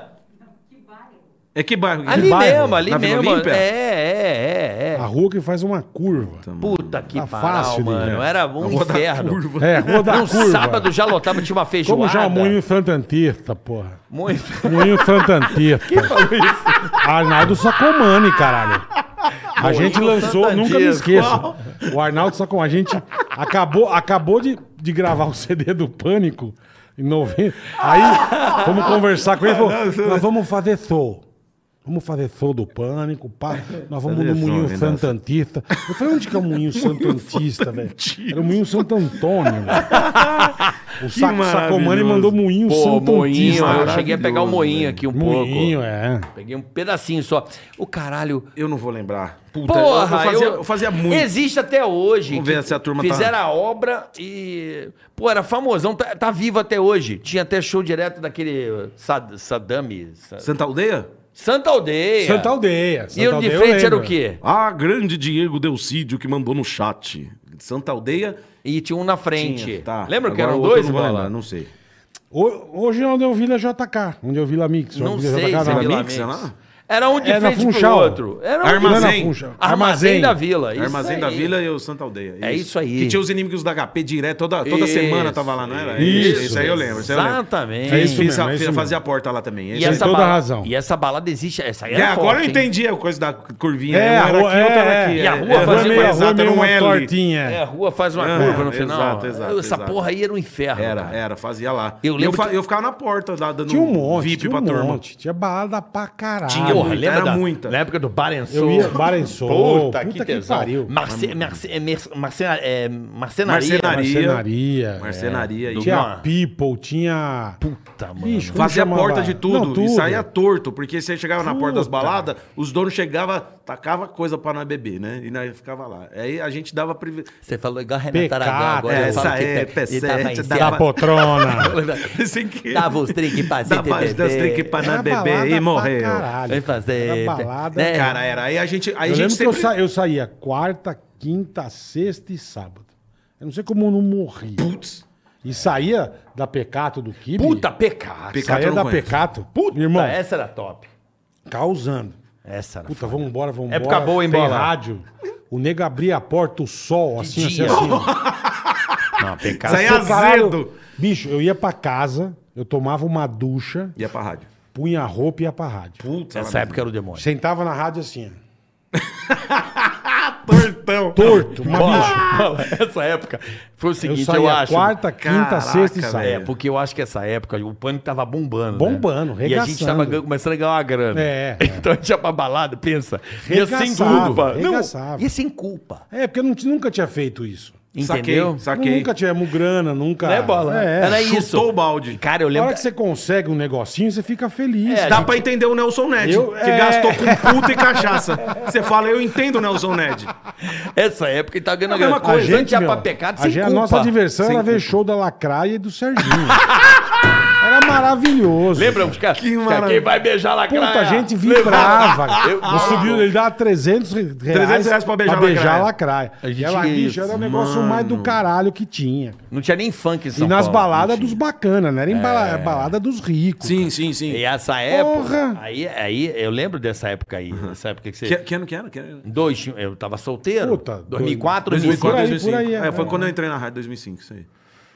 S4: É que bairro? que
S3: Ali
S2: bairro?
S3: mesmo, ali
S4: Na Vila
S3: mesmo.
S4: Olímpia? Ah,
S3: É, é, é,
S2: A
S3: é.
S2: rua que faz uma curva.
S3: Puta que
S2: Tá
S3: pariu,
S2: fácil,
S3: mano.
S2: né?
S3: Era um inferno.
S4: curva. é
S2: É,
S3: <laughs>
S2: rua da
S3: Um
S2: curva.
S3: sábado já lotava, tinha uma feijoada.
S2: Como
S4: um
S2: já o Moinho Santantista, porra.
S3: Muito.
S2: Moinho Santantista. Quem falou isso? Um Arnaldo Sacomani, caralho. A gente lançou,
S3: Santantista.
S2: nunca me esqueço. O Arnaldo Sacomani. A gente acabou, acabou de, de gravar o CD do Pânico em novembro. Aí fomos conversar com ele e falou: nós vamos fazer show. Vamos fazer show do pânico, pá. Nós vamos no
S4: Fazer
S2: Moinho
S4: show, né?
S2: Santantista. Eu falei, onde que é o Moinho Santantista, velho? Era o Moinho Santo Antônio, <laughs> velho. O Saco- Sacomani
S4: maravilhoso.
S2: mandou Moinho
S3: Pô,
S2: Santantista.
S3: moinho. Eu cheguei a
S4: Um maravilhoso,
S3: pegar o moinho
S4: velho.
S3: aqui um
S2: Moinho,
S3: pouco.
S2: é.
S3: Peguei um pedacinho só. O caralho.
S4: Eu não vou lembrar. Puta, eu-
S3: Porra,
S4: eu, fazia, eu fazia muito.
S3: Existe até hoje.
S4: Vamos
S3: que
S4: ver se a turma tá-
S3: Fizeram a obra e. Pô, era famosão, tá, tá vivo até hoje. Tinha até show direto daquele. Sad, Saddam. Sa-
S4: Santa Aldeia?
S3: Santa Aldeia.
S2: Santa Aldeia.
S3: E eu
S2: Santa
S3: de
S2: Aldeia, eu
S3: frente era o
S2: lembro.
S3: quê?
S4: Ah, grande Diego Delcídio que mandou no chat. Santa Aldeia?
S3: E tinha um na frente.
S4: Tinha, tá.
S3: Lembra que
S4: Agora
S3: eram
S4: o outro
S3: dois,
S4: eu não vou
S3: bola?
S4: lembrar, Não sei.
S2: Ho- Hoje é onde eu vi a JK, onde eu vi a Mix.
S3: Não
S2: onde eu vi
S3: sei
S2: JK,
S3: se
S2: não.
S4: Vila
S3: Vila
S4: Mix,
S3: Mix.
S4: sei lá.
S3: Era um de
S2: Era
S3: frente
S2: É, Funchal.
S3: pro outro. Era um
S2: Não era
S4: Armazém.
S2: Funchal.
S3: Armazém da Vila. isso
S4: Armazém da
S3: aí.
S4: Vila e o Santa Aldeia.
S3: É isso aí.
S4: Que tinha os inimigos da HP direto, toda, toda
S3: Isso,
S4: semana tava lá, não era? É
S2: isso.
S4: Isso aí eu lembro. Isso aí eu lembro.
S3: Exatamente.
S2: É isso
S4: Fiz
S2: mesmo,
S4: a-
S2: é isso
S4: fiz-
S2: mesmo.
S4: fazia a porta lá também.
S3: E
S4: Esse aí-
S2: tem toda a razão.
S3: E essa balada existe. Essa aí
S4: É,
S3: era
S4: agora
S3: forte,
S4: eu
S3: hein?
S4: entendi a coisa da curvinha.
S2: É,
S4: né?
S2: a
S4: Um era
S2: rua,
S4: aqui, outro era
S2: é,
S4: aqui.
S2: é.
S3: E a rua
S2: é,
S3: fazia
S2: fazia
S3: uma-
S2: meio, a rua
S4: exato,
S2: meio
S4: era um
S2: uma
S4: L.
S2: tortinha.
S3: É, a rua faz uma
S4: Ah,
S3: curva no final.
S4: exato, exato,
S3: Essa
S4: exato.
S3: porra aí era um inferno.
S4: Era,
S3: cara.
S4: era, fazia lá.
S3: Eu lembro
S4: fa-
S3: que-
S4: eu ficava na porta lá dando
S2: Tinha um monte,
S4: VIP
S2: tinha
S4: pra
S2: um
S4: turma.
S2: monte. Tinha balada pra caralho.
S4: Tinha,
S3: Porra,
S4: muita,
S3: lembra
S4: era
S3: da,
S4: muita.
S3: Na época do Barençou.
S2: Eu ia Barençou, puta, que,
S3: tesão.
S2: pariu.
S3: Marce, marce, é, merce- marcena- é, marcenaria. né?
S4: Marcenaria.
S2: Marcenaria.
S4: Marcenaria.
S2: é.
S4: e-
S2: Tinha
S3: Mano.
S2: People, tinha...
S3: Puta, mano.
S2: Bicho, como
S4: Fazia a
S2: chamava?
S4: porta de tudo,
S2: Não,
S4: e saía torto, porque você chegava na porta das
S2: Puta.
S4: baladas, os donos chegavam, tacava coisa pra nós beber, né? E nós ficava lá. Aí a gente dava privilégio.
S3: Você falou igual Renato
S2: Pecado,
S3: Aragão agora. eu
S4: essa
S3: falo que
S4: é,
S3: tem- ele
S4: Pecete,
S3: tava em
S4: dá
S2: Da
S3: cima. <laughs>
S2: poltrona.
S4: <laughs> Sem que...
S3: Dava os trinques
S4: <laughs>
S3: pra gente
S4: Dava os
S3: beber.
S4: trinques pra
S2: Era
S4: nós beber
S2: balada
S4: e
S2: pra
S4: morreu.
S3: Vai
S2: caralho.
S3: fazer-
S2: Era balada.
S3: né?
S4: Cara, era. Aí a gente. Aí
S2: eu
S4: a
S2: lembro
S4: gente
S2: que eu,
S4: sempre-
S2: sa- eu saía quarta, quinta, sexta e sábado. Eu não sei como eu não morri.
S4: Putz,
S2: E saía da Pecato do Kibe.
S3: Puta, pecado.
S4: Pecato eu
S2: saía
S4: não
S2: da
S4: conheço. é-
S2: Pecato. Puta, irmão,
S3: Essa era top.
S2: causando.
S3: Essa era
S2: Puta, vamos embora,
S4: É
S2: vamos embora.
S3: Época boa, hein,
S2: Tem
S3: bola?
S2: rádio. O nego abria a porta, o sol, assim, assim,
S3: dia.
S4: <laughs>
S2: assim.
S3: Não, pecado.
S4: saía
S2: Seu caralho.
S4: azedo.
S2: Bicho, eu ia pra casa, eu tomava uma ducha,
S4: Ia pra rádio.
S2: punha a roupa e ia pra rádio.
S4: Putz,
S3: Essa época era o demônio.
S2: Sentava na rádio assim, ó.
S4: Tortão.
S2: Torto, mas bicho.
S3: Bola, bola, <laughs> essa época foi o
S2: Eu
S3: seguinte, eu,
S2: saía
S3: acho.
S2: quarta, quinta,
S4: Caraca,
S2: sexta e sábado.
S4: velho.
S3: É, porque eu acho que essa época o pânico tava bombando. né?
S2: Bombando,
S3: E a gente
S2: regaçando.
S3: tava gan- começando a ganhar uma grana. <laughs>
S2: É, é.
S3: Então a gente ia pra balada, pensa. Ia sem
S2: Regaçava,
S3: culpa. Não,
S2: regaçava.
S3: ia sem culpa.
S2: É, porque eu não, nunca tinha feito isso.
S3: Entendeu?
S4: Saquei.
S2: Nunca tivemos grana, nunca.
S3: Né, bola?
S2: É,
S3: Era
S2: é.
S3: isso.
S4: Chutou o balde.
S3: Cara, eu
S2: Na
S3: lembro.
S2: hora que você consegue um negocinho, você fica feliz.
S3: É,
S4: Dá
S3: gente-
S4: pra entender o Nelson Ned,
S2: Eu-
S4: que
S2: é.
S4: gastou <laughs> com puta e cachaça. Você fala, eu entendo o Nelson Ned.
S3: Essa época ele tava ganhando
S4: A mesma
S3: grana.
S4: coisa,
S3: a gente ia
S2: meu,
S3: pra pecado
S2: a,
S3: sem
S2: gente- é a
S3: culpa.
S2: nossa diversão
S3: Sem
S2: era ver
S3: culpa.
S2: show da Lacraia e do Serginho. <laughs> era maravilhoso.
S3: Lembra os caras?
S4: Que
S3: Que
S4: maravilha.
S3: Quem vai beijar lá
S2: Puta, a gente
S3: brava. <laughs>
S2: vibrava. Eu subiu, ele dava 300 reais,
S4: 300 reais pra beijar a
S2: beijar a lacraia.
S4: lacraia.
S3: A gente-
S2: E ela, bicho, era o negócio mais do caralho que tinha.
S3: Não tinha nem funk em São
S2: e nas
S3: Paulo, É.
S2: baladas
S3: não
S2: dos
S3: tinha.
S2: bacanas, não era em bala- balada dos ricos.
S4: Sim, sim, sim.
S3: E essa época.
S2: Porra!
S3: Aí, aí eu lembro dessa época aí. Essa época que é você.
S4: Que, que ano que era? Que era?
S3: Dois, eu tava solteiro.
S2: Puta,
S3: 2004,
S4: 2004,
S2: por aí,
S4: 2005.
S2: por aí, é.
S4: É, foi quando eu entrei na rádio, 2005, isso aí.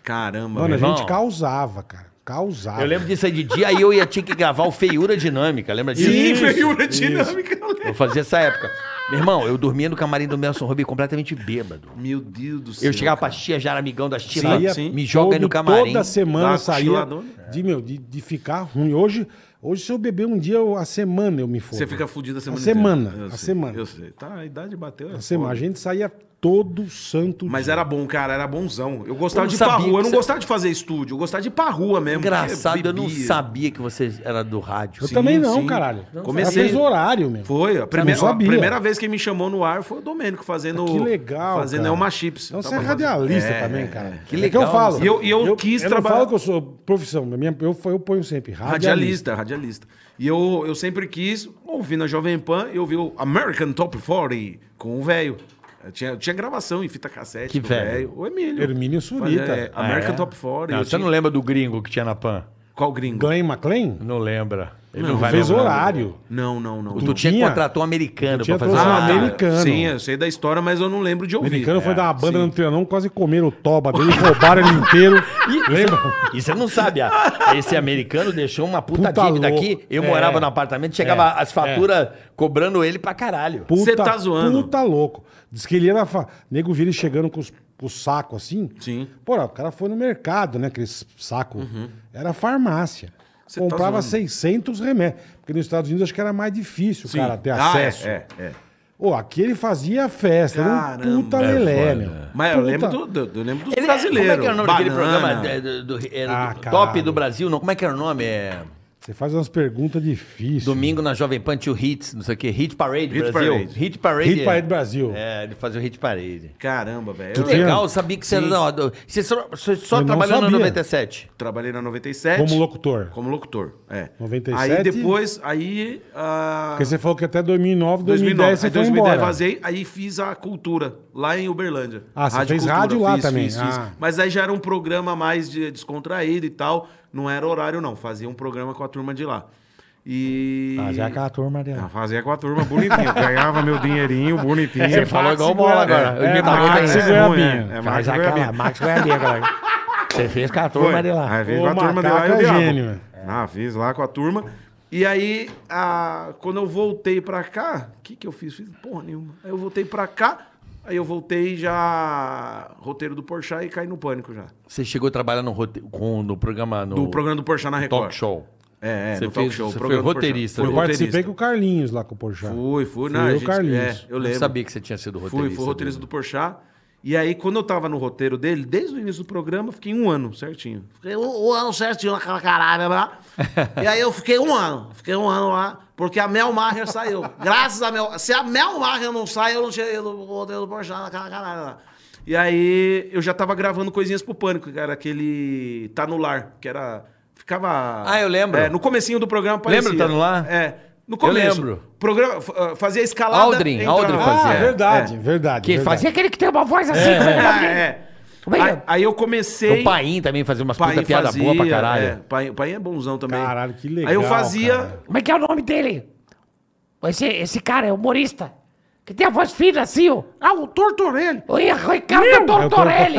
S4: Caramba,
S2: Mano, a
S4: velho.
S3: irmão.
S2: gente causava, cara. Causava.
S3: Eu lembro disso aí de dia, aí eu ia tinha que gravar o Feiura Dinâmica, lembra disso?
S4: Sim,
S2: Isso,
S4: feiura
S2: isso.
S4: dinâmica. né? eu lembro.
S3: Eu fazia essa época. Meu irmão, eu dormia no camarim do Nelson Rubi completamente bêbado.
S4: Meu Deus do céu.
S3: Eu chegava pra
S4: cara.
S3: tia, já era amigão das tia,
S4: Sim,
S3: lá,
S4: sim.
S3: me joga aí no
S2: Todo- assim,
S3: camarim.
S2: Toda semana
S4: Dá uma
S2: saía
S4: cochiladona.
S2: de, meu, de, de ficar ruim. Hoje, hoje, se eu beber um dia, eu- a semana eu me fodo.
S4: Você fica fudido a semana
S2: A semana,
S4: inteira. Eu
S2: a
S4: sei,
S2: semana.
S4: Eu sei. Tá, a idade bateu. é
S2: A semana. A
S4: foda.
S2: gente saía todo santo
S4: Mas
S2: dia.
S4: era bom, cara, era bonzão. Eu
S3: Eu
S4: gostava
S3: não
S4: de ir pra
S3: sabia
S4: rua, eu
S3: que
S4: não
S3: você-
S4: gostava de fazer estúdio, eu gostava de ir pra rua mesmo. porque
S3: Engraçado, eu não
S4: bebia.
S3: sabia que você era do rádio.
S2: Eu
S4: Sim,
S2: também não,
S4: sim.
S2: caralho.
S4: Comecei-
S2: Ela fez horário, meu.
S4: Foi, a primeira,
S2: não sabia. Ah,
S4: a primeira vez que me chamou no ar foi o Domênico fazendo.
S2: Que legal.
S4: Fazendo
S2: cara.
S4: Elma Chips. Tá
S2: Então você é
S4: Tava
S2: radialista
S4: fazendo-
S2: também, cara.
S3: que
S2: É
S3: legal,
S2: eu falo.
S3: não
S4: sabia. né? E eu- e eu quis
S2: eu
S4: trabalhar-
S2: Eu falo que eu sou profissão. na minha- Eu, eu ponho sempre radialista.
S4: Radialista, radialista. E eu, eu sempre quis, ouvindo a Jovem Pan, eu vi o American Top 40 com o velho. Eu Tinha, eu tinha gravação em fita cassete
S3: Que
S4: do
S3: velho?
S4: O Emílio.
S2: Hermínio Surita.
S4: Fazia, é, American
S3: É.
S4: Top 40.
S3: Não,
S4: eu
S3: você
S4: tinha-
S3: não lembra do gringo que tinha na PAN?
S4: Qual gringo?
S2: Glenn McLean?
S3: Não lembra. Ele não,
S4: Não,
S3: vai
S2: fez
S3: lembrar.
S2: horário.
S4: Não, não, não.
S3: O Tutinha
S2: Tutinha?
S3: contratou um americano
S2: Tutinha
S3: pra fazer
S2: trouxe um
S3: o horário.
S2: americano.
S4: Sim, eu sei da história, mas eu não lembro de
S2: O
S4: ouvir.
S2: americano foi
S4: É,
S2: dar uma banda
S4: sim.
S2: no Trianon, quase comeram o toba dele, roubaram ele inteiro.
S4: <laughs>
S2: Lembra?
S3: <laughs> E você não sabe, ah, esse americano deixou uma puta,
S2: Puta
S3: dívida
S2: louco.
S3: aqui. Eu
S2: É.
S3: morava no apartamento, chegava as faturas cobrando ele pra caralho.
S4: Cê tá zoando.
S2: Puta louco. Diz que ele era... Fa... Nego vira ele chegando com, os, com o saco assim.
S4: Sim. Uhum.
S2: Pô, o cara foi no mercado, né? Aquele saco. Era farmácia.
S4: Cê tá
S2: Comprava
S4: zoando.
S2: 600 remédios. Porque nos Estados Unidos acho que era mais difícil,
S4: Sim.
S2: cara, ter
S4: Ah,
S2: acesso.
S4: É, é, é.
S2: Ô, aqui ele fazia festa. era um
S4: Caramba.
S2: puta
S4: É
S2: lelé,
S3: foda.
S2: meu.
S4: Mas eu
S2: Puta-
S4: lembro, do, do- do- eu lembro dos
S3: Ele, Como
S4: brasileiros.
S3: é que era o nome daquele
S4: Banana.
S3: programa? É, do- do- era
S2: Ah,
S3: do- top
S2: caralho.
S3: do Brasil? Não, como é que era o nome? É,
S2: Você faz umas perguntas difíceis.
S3: domingo na Jovem Pan tinha o Hits, não sei o quê. Hit Parade
S4: Hit
S3: Brasil.
S4: Parade.
S3: Hit Parade.
S2: Hit Parade Brasil.
S3: É, ele fazia o Hit Parade.
S4: Caramba, velho.
S3: Que
S4: Eu
S3: legal, eu sabia que você era...
S4: Sim.
S3: da- do- Você só, você só
S2: Eu não
S3: trabalhou na
S2: sabia.
S3: 97.
S4: trabalhei na 97.
S2: Como locutor.
S4: Como locutor, é.
S2: 97?
S4: Aí depois, aí... ah,
S2: Porque você falou que até 2009,
S4: 2009,
S2: 2010
S4: aí
S2: você foi embora.
S4: vazei, aí fiz a Cultura, lá em Uberlândia.
S2: Ah, você fez rádio lá também. Ah.
S4: Mas aí já era um programa mais de- descontraído e tal, não era horário não, fazia um programa com a turma de lá. E...
S2: Ah, já aquela turma dela.
S4: Ah, fazia com a turma bonitinho, <laughs> ganhava meu dinheirinho bonitinho.
S3: Você falou igual o Bola agora.
S2: É,
S3: Eu imitava
S2: Max
S3: também.
S2: e Goiabinha.
S4: É, é
S3: Faz
S4: Max
S3: aquela,
S4: Goiabinha.
S3: Max Goiabinha, galera. <laughs> Você fez com a turma de lá.
S4: Aí fiz
S2: Ô,
S4: com a turma de lá e
S2: macaco
S4: o
S2: é
S4: diabo.
S2: gênio, velho.
S4: Ah, fiz lá com a turma. E aí, a- quando eu voltei pra cá, o que que eu fiz? Fiz porra nenhuma. Aí eu voltei pra cá, aí eu voltei já roteiro do Porchat e caí no pânico já.
S3: Você chegou a trabalhar no, rote- com, no programa... No,
S4: Do programa do Porchat na Record.
S3: Talk Show.
S4: É, é,
S3: Você
S4: no talk
S3: fez-
S4: show.
S3: você
S4: o programa
S3: foi
S4: do Porchat.
S3: roteirista né?
S4: Fui
S2: Eu
S3: dele.
S2: participei com
S4: roteirista.
S2: o Carlinhos lá com o Porchat.
S4: é, Fui,
S2: Fui
S4: fui. Não,
S2: eu,
S4: gente,
S2: Carlinhos.
S4: é, eu
S3: Eu
S4: lembro.
S3: sabia que você tinha sido roteirista.
S4: Fui, fui roteirista
S3: dele.
S4: do Porchat. E aí, quando eu tava no roteiro dele, desde o início do programa, eu fiquei um ano certinho. Fiquei um, um ano certinho naquela caralho, blá,
S3: <laughs>
S4: blá. E aí eu fiquei um ano. Fiquei um ano lá, porque a Mel Maher saiu. Graças a Mel... Se a Mel Maher não sai, eu não tinha ido pro roteiro do Porchat naquela caralho lá. E aí, eu já tava gravando coisinhas pro Pânico, que era aquele... Tá no Lar, que era... Ficava...
S3: Ah, eu lembro.
S4: É, no comecinho do programa
S3: Lembra do
S4: aparecia.
S3: Tá no Lar?
S4: É. No começo.
S3: lembro.
S4: Programa, f- ah, fazia escalada...
S3: Aldrin,
S4: entrava.
S3: Aldrin
S2: Ah,
S4: é.
S3: fazia.
S2: verdade, verdade.
S3: Que ele
S2: verdade.
S5: Você é aquele que tem uma voz assim?
S4: Ah, é.
S5: Bem,
S4: Aí, aí eu comecei.
S3: O Paim também fazia umas É um puta piada
S4: fazia,
S3: boa pra caralho.
S4: É, Paim, Paim é bonzão também.
S2: Caralho, que legal,
S4: Aí eu fazia.
S2: cara.
S5: Como é que é o nome dele? Esse, esse cara é humorista. Que tem a voz fina assim, ó.
S4: Ah, o Tortorelli.
S5: Oi, Ricardo Tortorelli.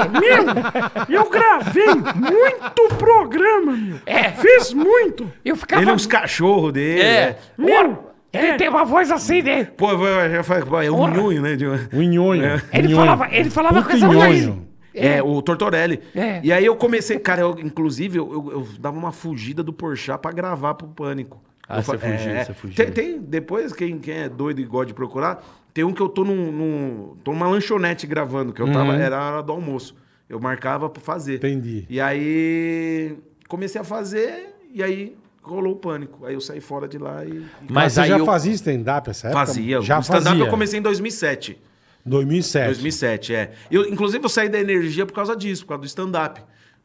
S5: Meu, eu gravei muito programa, meu. É. Fiz muito. Eu ficava...
S4: Ele é os cachorros dele.
S3: É.
S4: né?
S5: Meu, ele tem uma voz assim, né?
S4: Pô, vai- vai- vai- vai- é um
S5: Porra.
S4: nhunho, né? de-
S2: O Inhonho.
S5: Ele
S2: Inhonho.
S5: falava, ele falava com
S2: Puta
S5: essa voz.
S2: Inhonho.
S4: É, o Tortorelli.
S5: É.
S4: E aí eu comecei, cara, eu, inclusive, eu, eu- eu dava uma fugida do Porchat pra gravar pro Pânico.
S3: Ah,
S4: Eu
S3: você
S4: fa-
S3: fugia,
S4: é,
S3: você fugia.
S4: Tem, tem- depois, quem, quem é doido e gosta de procurar, tem um que eu tô num, num- tô numa lanchonete gravando, que eu tava, era a hora do almoço. Eu marcava pra fazer.
S2: Uhum. Entendi.
S4: E aí comecei a fazer, e aí rolou o pânico. Aí eu saí fora de lá e. e
S3: Mas
S2: Mas você
S3: aí
S2: já
S3: eu-
S2: fazia stand-up essa época?
S4: Fazia.
S2: Já
S4: o stand-up
S2: fazia.
S4: eu comecei em 2007.
S2: 2007.
S4: 2007, é. Eu, inclusive, eu saí da energia por causa disso, por causa do stand-up.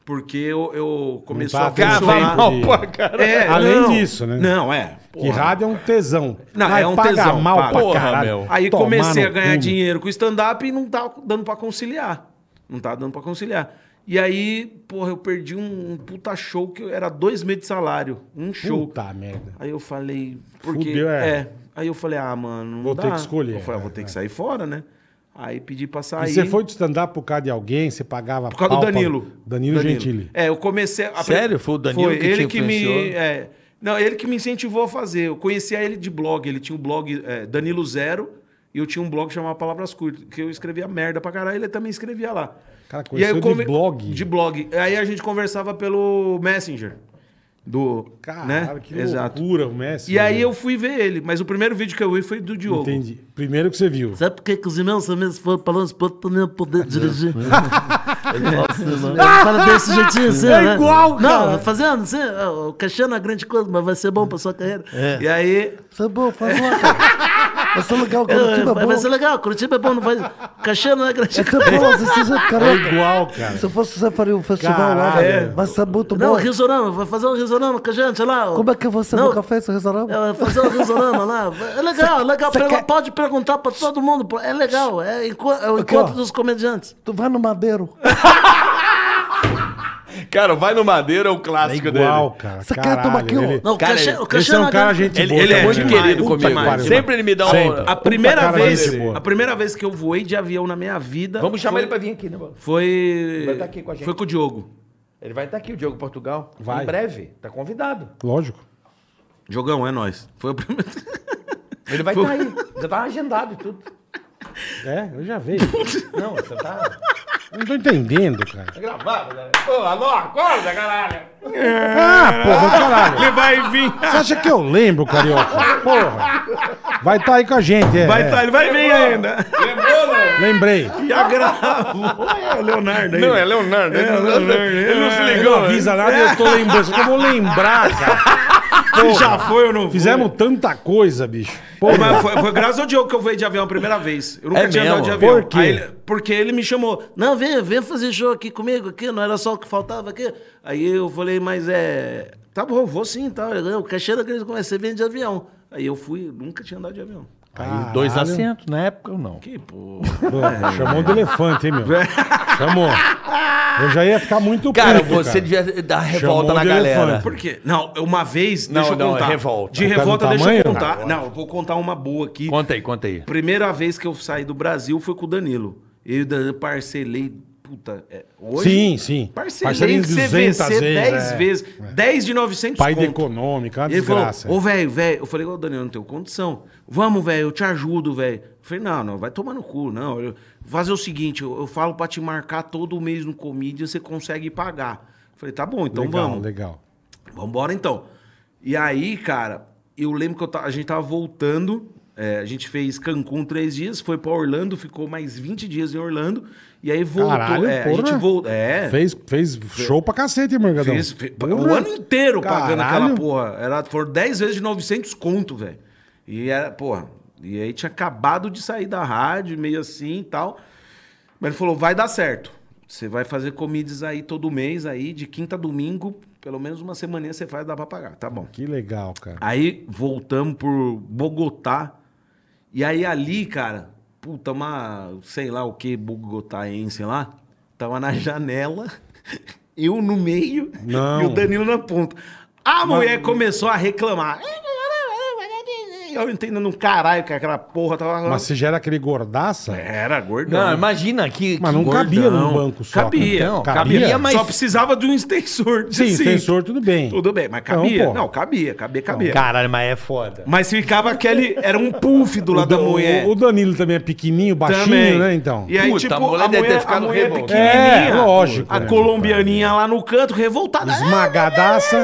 S4: Porque eu, eu começou
S2: tá
S4: a funcionar.
S2: tendo tempo de-
S4: É,
S2: Além
S4: não.
S2: disso, né?
S4: Não, é.
S2: Que rádio é um tesão.
S4: Não,
S2: Mas
S4: é um
S2: paga
S4: tesão,
S2: mal
S4: paga.
S2: pra
S3: Porra,
S2: caralho.
S3: meu.
S4: Aí
S2: Tomar
S4: comecei
S2: no
S4: a ganhar
S2: cu.
S4: dinheiro com stand-up e não tá dando pra conciliar. Não tá dando pra conciliar. E aí, porra, eu perdi um, um puta show que eu- era dois meses de salário. Um show.
S2: Puta merda.
S4: Aí eu falei, porque.
S2: Fudeu, é.
S4: é. Aí eu falei, ah, mano, não
S2: Vou
S4: dá.
S2: ter que escolher.
S4: Eu falei, ah, vou
S2: É,
S4: ter
S2: é.
S4: que sair fora, né? Aí pedi pra sair.
S2: E você foi de stand-up por causa de alguém? Você pagava
S4: Por causa
S2: pau
S4: do
S2: pra-
S4: Danilo.
S2: Danilo Gentili.
S4: É, eu comecei. a-
S3: Sério? Foi o Danilo que te
S4: ele que me.
S3: influenciou?
S4: é. não, ele que me incentivou a fazer. Eu conhecia ele de blog. Ele tinha um blog é, Danilo Zero. E eu tinha um blog que chamava Palavras Curtas, que eu escrevia merda pra caralho, ele também escrevia lá.
S2: Cara,
S4: E aí eu
S2: conheceu de
S4: conver-
S2: blog?
S4: De blog. Aí a gente conversava pelo Messenger. Do,
S2: Caralho,
S4: né?
S2: que loucura o Messi. né?
S4: E aí eu fui ver ele, mas o primeiro vídeo que eu vi foi do Diogo.
S2: Entendi. Primeiro que você viu.
S6: Sabe por que que os irmãos são mesmo fãs para longe para nem poder dirigir? <laughs> Fala desse jeitinho assim,
S2: É
S6: né?
S2: igual, cara.
S6: Não, fazendo assim, ó, o cachê não é grande coisa, mas vai ser bom para sua carreira.
S7: É.
S4: E aí,
S7: Foi bom, faz lá, cara. Vai ser legal, Curitiba é
S6: vai,
S7: bom.
S6: vai ser legal, Curitiba é bom, não vai... o cachê não é grande
S7: Vai
S6: coisa.
S7: ser bom, você seja
S2: É
S7: caramba.
S2: igual, cara.
S7: Se eu fosse, você faria um festival lá,
S2: Caralho.
S7: velho. Mas é muito
S6: Não,
S7: bom.
S6: Risorama, vai fazer um Risorama com a gente lá. ó.
S7: Como é que você
S6: Não,
S7: nunca fez o
S6: é,
S7: restaurante?
S6: vai fazer um Risorama lá. É legal, é legal.
S7: cê
S6: pergu-
S7: quer-
S6: Pode perguntar para todo mundo. pô, É legal, é, enco- é o
S7: Aqui,
S6: encontro
S7: ó.
S6: dos comediantes.
S7: Tu vai no Madeiro.
S3: <laughs> Cara, vai no Madeira é o clássico
S2: Igual, cara.
S7: Você quer
S2: Caralho,
S7: tomar aquilo?
S2: ele-
S6: Não, o
S3: Cara,
S6: cachê, o cachê
S2: Esse é
S6: não
S2: um cara
S6: grande.
S2: gente
S3: Ele,
S2: boa.
S3: ele é
S2: também, né?
S3: muito
S2: cara.
S3: querido
S4: Puta
S3: comigo.
S4: que pariu.
S3: Sempre ele me dá
S2: Sempre.
S3: uma.
S4: um- a primeira
S2: cara,
S4: vez,
S2: gente boa.
S4: a primeira vez que eu voei de avião na minha vida.
S3: Vamos chamar
S4: foi-
S3: ele pra vir aqui, né? mano?
S4: Foi.
S3: Vai tá aqui com a gente.
S4: Foi com o Diogo.
S3: Ele vai estar aqui, o Diogo Portugal.
S2: Vai.
S3: Em breve. Tá convidado.
S2: Lógico.
S4: Jogão, é nós. Foi o primeiro.
S3: <laughs> Ele vai
S4: Foi-
S3: estar aí. Já tá agendado e tudo.
S2: É, eu já
S4: <laughs>
S2: vejo.
S3: Não, você tá.
S2: Não tô entendendo, cara.
S3: Tá gravado, galera. Pô, alô, acorda, caralho.
S2: Ah, porra, caralho.
S4: Ele vai vir.
S2: Você acha que eu lembro, Carioca? Porra. Vai estar aí com a gente, é.
S4: Vai
S2: é.
S4: tá, ele vai vir ainda.
S3: Lembrou,
S2: né?
S3: não?
S2: Lembrei.
S4: <laughs> Já gravou. É o Leonardo aí.
S3: Não, é Leonardo. ele, não- ele não se
S2: Ele não
S3: ligou.
S2: avisa nada e eu tô lembrando. Só que eu vou lembrar, cara.
S4: Se já foi ou não foi.
S2: Fizemos tanta coisa, bicho.
S4: Pô,
S2: Porra.
S4: mas foi, foi graças ao Diogo que eu voei de avião a primeira vez. Eu nunca
S3: É
S4: tinha andado de
S3: mesmo?
S4: avião.
S2: Por quê?
S4: Aí ele- porque ele me chamou.
S6: Não, vem, vem fazer show aqui comigo, aqui, não era só o que faltava aqui.
S4: Aí eu falei, mas é.
S6: Tá bom, vou sim, tá. O cachê da grande comecei vem de avião.
S4: Aí eu fui, nunca tinha andado de avião.
S2: Caralho.
S3: Dois assentos na época ou não?
S4: Que porra.
S2: Pô, chamou do elefante, hein,
S4: <laughs>
S2: meu? Chamou. Eu já ia ficar muito
S3: Cara, um
S2: puto,
S3: você devia dar revolta
S2: Chamou
S3: na
S2: de
S3: galera.
S2: elefante.
S4: Por quê? Não, uma vez,
S3: Não,
S4: deixa eu
S3: não, é
S4: contar.
S3: revolta.
S4: De
S2: Por causa
S4: revolta,
S2: do Tá
S4: deixa
S2: tamanho? Tá,
S4: eu contar. não, eu vou contar uma boa aqui.
S3: Conta aí, conta aí.
S4: Primeira vez que eu saí do Brasil foi com o Danilo. Eu e o Danilo parcelei. Puta, é, hoje.
S2: Sim, sim.
S4: Parcelei,
S2: Parcelei
S4: CVC
S2: 200
S4: 10
S2: vezes, é.
S4: vezes. 10 de 900
S2: Pai de
S4: conto.
S2: econômica, uma
S4: Ele falou,
S2: desgraça.
S4: ô, velho, velho. Eu falei, ô, Daniel, não tenho condição. Vamos, velho, eu te ajudo, velho. Eu falei, não, não, vai tomar no cu, não. Eu, fazer o seguinte, eu, eu falo pra te marcar todo mês no Comídia, você consegue pagar. Eu falei, tá bom, então
S2: legal,
S4: vamos.
S2: legal.
S4: Vambora então. E aí, cara, eu lembro que eu ta- a gente tava voltando. é, a gente fez Cancún três dias, foi pra Orlando, ficou mais 20 dias em Orlando. E aí voltou.
S2: Caralho,
S4: é, a
S2: porra.
S4: gente voltou. É,
S2: Fez, fez show pra cacete, hein, Morgadão?
S4: fez- fe-
S2: Porra.
S4: o ano inteiro pagando
S2: Caralho.
S4: aquela porra. Era, foram 10 vezes de 900 conto, velho. E era, porra. E aí tinha acabado de sair da rádio, meio assim e tal. Mas ele falou: vai dar certo. Você vai fazer comidas aí todo mês, aí, de quinta a domingo, pelo menos uma semaninha você faz, dá pra pagar. Tá bom.
S2: Que legal, cara.
S4: Aí voltamos por Bogotá. E aí ali, cara, puta, uma, sei lá o que, bogotaense lá, tava na janela, <laughs> eu no meio
S2: Não.
S4: e o Danilo na ponta. A mulher começou a reclamar. Eu entendo no caralho que aquela porra tava.
S2: Mas você já era aquele gordaça?
S4: Era gordão.
S3: Não, imagina que.
S2: Mas não
S3: que
S2: cabia
S3: gordão.
S2: num banco só.
S4: Cabia,
S2: cara.
S3: não,
S2: cabia.
S3: cabia, mas-
S4: Só precisava de um extensor. Assim, de
S2: Sim,
S4: cinto.
S2: extensor, tudo bem.
S4: Tudo bem, mas
S2: Não,
S4: cabia.
S2: pô.
S4: Não, cabia, cabia, cabia.
S3: Caralho, mas é foda.
S4: Mas ficava aquele. Era um puff do lado da
S2: O-
S4: mulher.
S2: O, o Danilo também é pequenininho, baixinho,
S4: Também.
S2: né, então?
S4: E aí,
S3: Puta,
S4: tipo,
S3: a
S4: a
S3: mulher
S4: mulher,
S3: deve ter
S4: a
S3: ficado
S4: mulher
S3: revoltada.
S4: pequenininha.
S2: É, lógico,
S4: A
S2: né?
S4: colombianinha lá no canto, revoltada. É,
S2: Esmagadaça.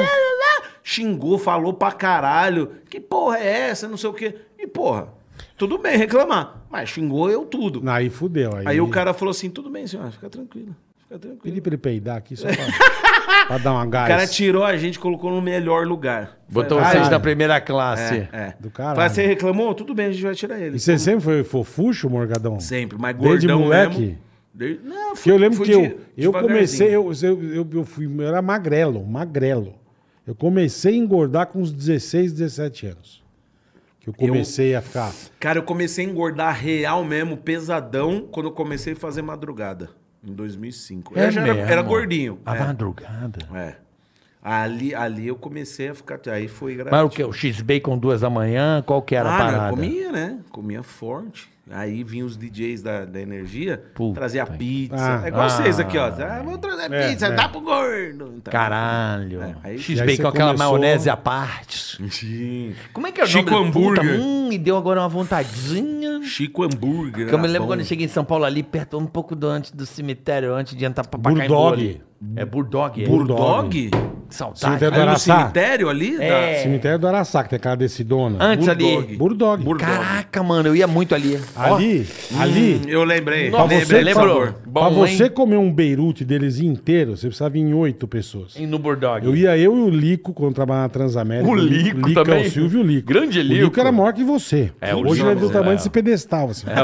S4: Xingou, falou pra caralho. Que porra é essa? Não sei o quê. E porra, tudo bem reclamar. Mas xingou eu tudo.
S2: Aí fudeu. Aí,
S4: Aí o cara falou assim, tudo bem, senhora, fica tranquila. Fica tranquila.
S2: Pedi pra ele peidar aqui só
S4: <laughs>
S2: pra, pra dar uma
S4: O
S2: gás.
S4: cara tirou a gente e colocou no melhor lugar.
S3: Botou
S4: Falei,
S3: vocês
S2: Caralho.
S3: na primeira classe.
S4: "Ah, é.
S2: Do caralho.
S4: Falei, você reclamou? Tudo bem, a gente vai tirar ele.
S2: E você sempre foi fofucho, Morgadão?
S4: Sempre, mas gordão
S2: Desde moleque?
S4: mesmo. Desde- Não,
S2: Porque eu lembro
S4: fui
S2: que
S4: de-
S2: eu, eu
S4: devagarzinho.
S2: comecei, eu, eu, eu, eu fui, eu era magrelo, magrelo. Eu comecei a engordar com uns 16, 17 anos. Que eu comecei a ficar.
S4: Cara, eu comecei a engordar real mesmo, pesadão, quando eu comecei a fazer madrugada, em 2005. eu já era,
S3: É mesmo? Ah,
S4: era gordinho.
S3: A
S4: é,
S3: madrugada.
S4: é. Ali, ali eu comecei a ficar. Aí foi
S3: Mas o
S4: gradativo.
S3: que? O X-Bacon duas da manhã? Qual que era a
S4: Ah, não,
S3: parada?
S4: comia, né? Comia forte. Aí vinham os DJs da, da energia,
S3: Puta.
S4: trazia pizza.
S2: Ah.
S4: é igual
S3: Ah.
S4: vocês aqui, ó. Ah, vou trazer
S2: É,
S4: pizza,
S2: é.
S4: dá pro gordo. Então,
S3: Caralho.
S4: É, aí-
S2: E aí você
S3: X-Bacon, aquela
S2: começou-
S3: maionese à parte.
S4: Sim.
S3: Como é que é o
S4: Chico
S3: nome? da puta?
S4: Hambúrguer.
S3: Hum, me deu agora uma vontadinha.
S4: Chico Hambúrguer.
S3: Que eu me
S4: era
S3: lembro
S4: bom.
S3: quando eu cheguei em São Paulo ali, perto um pouco do, antes do cemitério, antes de entrar pra
S2: Bulldog.
S3: ali. É Bulldog. é.
S4: Bulldog?
S3: Que
S2: Cemitério
S3: Saudade.
S2: do
S4: Ali no
S2: Araçá.
S4: cemitério ali? da-
S3: É.
S2: Cemitério do Araçá, que tem aquela decidona.
S3: Antes
S4: Bulldog.
S3: ali.
S2: Bulldog.
S4: Bulldog.
S3: Caraca, mano, eu ia muito ali. Ó,
S2: Ali, ali,
S4: Eu lembrei.
S2: pra
S4: lembrei,
S2: você,
S4: por
S3: lembrou.
S4: favor.
S3: Bom,
S2: pra você
S3: hein?
S2: comer um beirute deles inteiro, você precisava ir em oito pessoas.
S3: E no Bulldog.
S2: Eu ia eu e o Lico quando trabalhava na Transamérica.
S3: O Lico
S2: Lico
S3: também?
S2: É o Silvio e o Lico.
S3: Grande
S2: O
S3: Lico.
S2: Lico era maior que você.
S3: É, o
S2: Hoje
S3: Lico,
S2: ele é do
S3: é.
S2: tamanho desse pedestal. Assim. <laughs>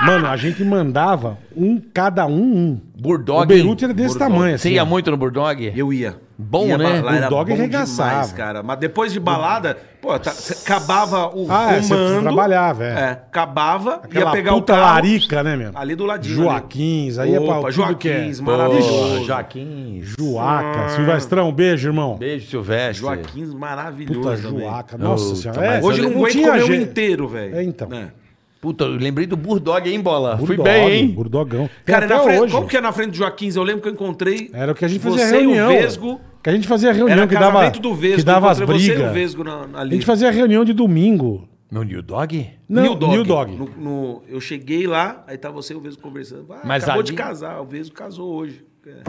S2: Mano, a gente mandava um cada um. um.
S3: Bulldog.
S2: o Beirute era desse
S4: Bulldog.
S2: tamanho.
S3: Você
S2: Assim,
S3: ia
S2: ó.
S3: muito no Bulldog?
S4: Eu ia.
S3: Bom,
S4: ia
S3: né?
S4: Lá, era
S2: Bulldog
S4: bom
S2: arregaçava.
S4: demais, cara. Mas depois de balada, pô, tá- cê acabava o
S2: Ah, é, você
S4: comando.
S2: trabalhava, é.
S4: acabava,
S2: Aquela
S4: ia pegar
S2: puta
S4: o carro.
S2: larica, né, meu?
S4: Ali do ladinho.
S2: Joaquins, aí é pra
S4: Opa,
S2: tudo que é.
S4: Joaquins, maravilhoso.
S3: Porra, Joaquim.
S2: Joaca. Silvestrão, beijo, irmão.
S3: Beijo, Silvestre.
S4: Joaquins maravilhoso.
S2: Puta
S4: também.
S2: Joaca. Nossa
S3: Puta,
S2: senhora.
S3: mas
S2: é,
S4: Hoje
S2: não
S4: não aguento
S2: tinha
S4: comer um
S2: gente.
S4: inteiro, velho.
S2: É, então.
S4: É.
S3: Puta, eu lembrei do Bulldog, hein, bola? Fui
S2: Bulldog,
S3: bem, hein?
S2: Burdogão. Tem
S4: Cara,
S2: até
S4: na frente,
S2: hoje.
S4: como que é na frente do Joaquins? Eu lembro que eu encontrei.
S2: Era o que a gente fazia
S4: você
S2: reunião.
S4: e o Vesgo.
S2: Que a gente fazia
S4: Era
S2: reunião que dava,
S4: casamento do Vesgo.
S2: que dava as
S4: encontrei Você e o
S2: brigas.
S4: Vesgo na, na
S2: A
S4: ali.
S2: gente fazia reunião de domingo.
S3: No New Dog?
S2: Não,
S4: New Dog.
S2: New Dog.
S4: No- no- eu cheguei lá, aí tá você e o Vesgo conversando. Ah,
S3: Mas
S4: acabou
S3: ali-
S4: de casar, o Vesgo casou hoje. É.
S2: A gente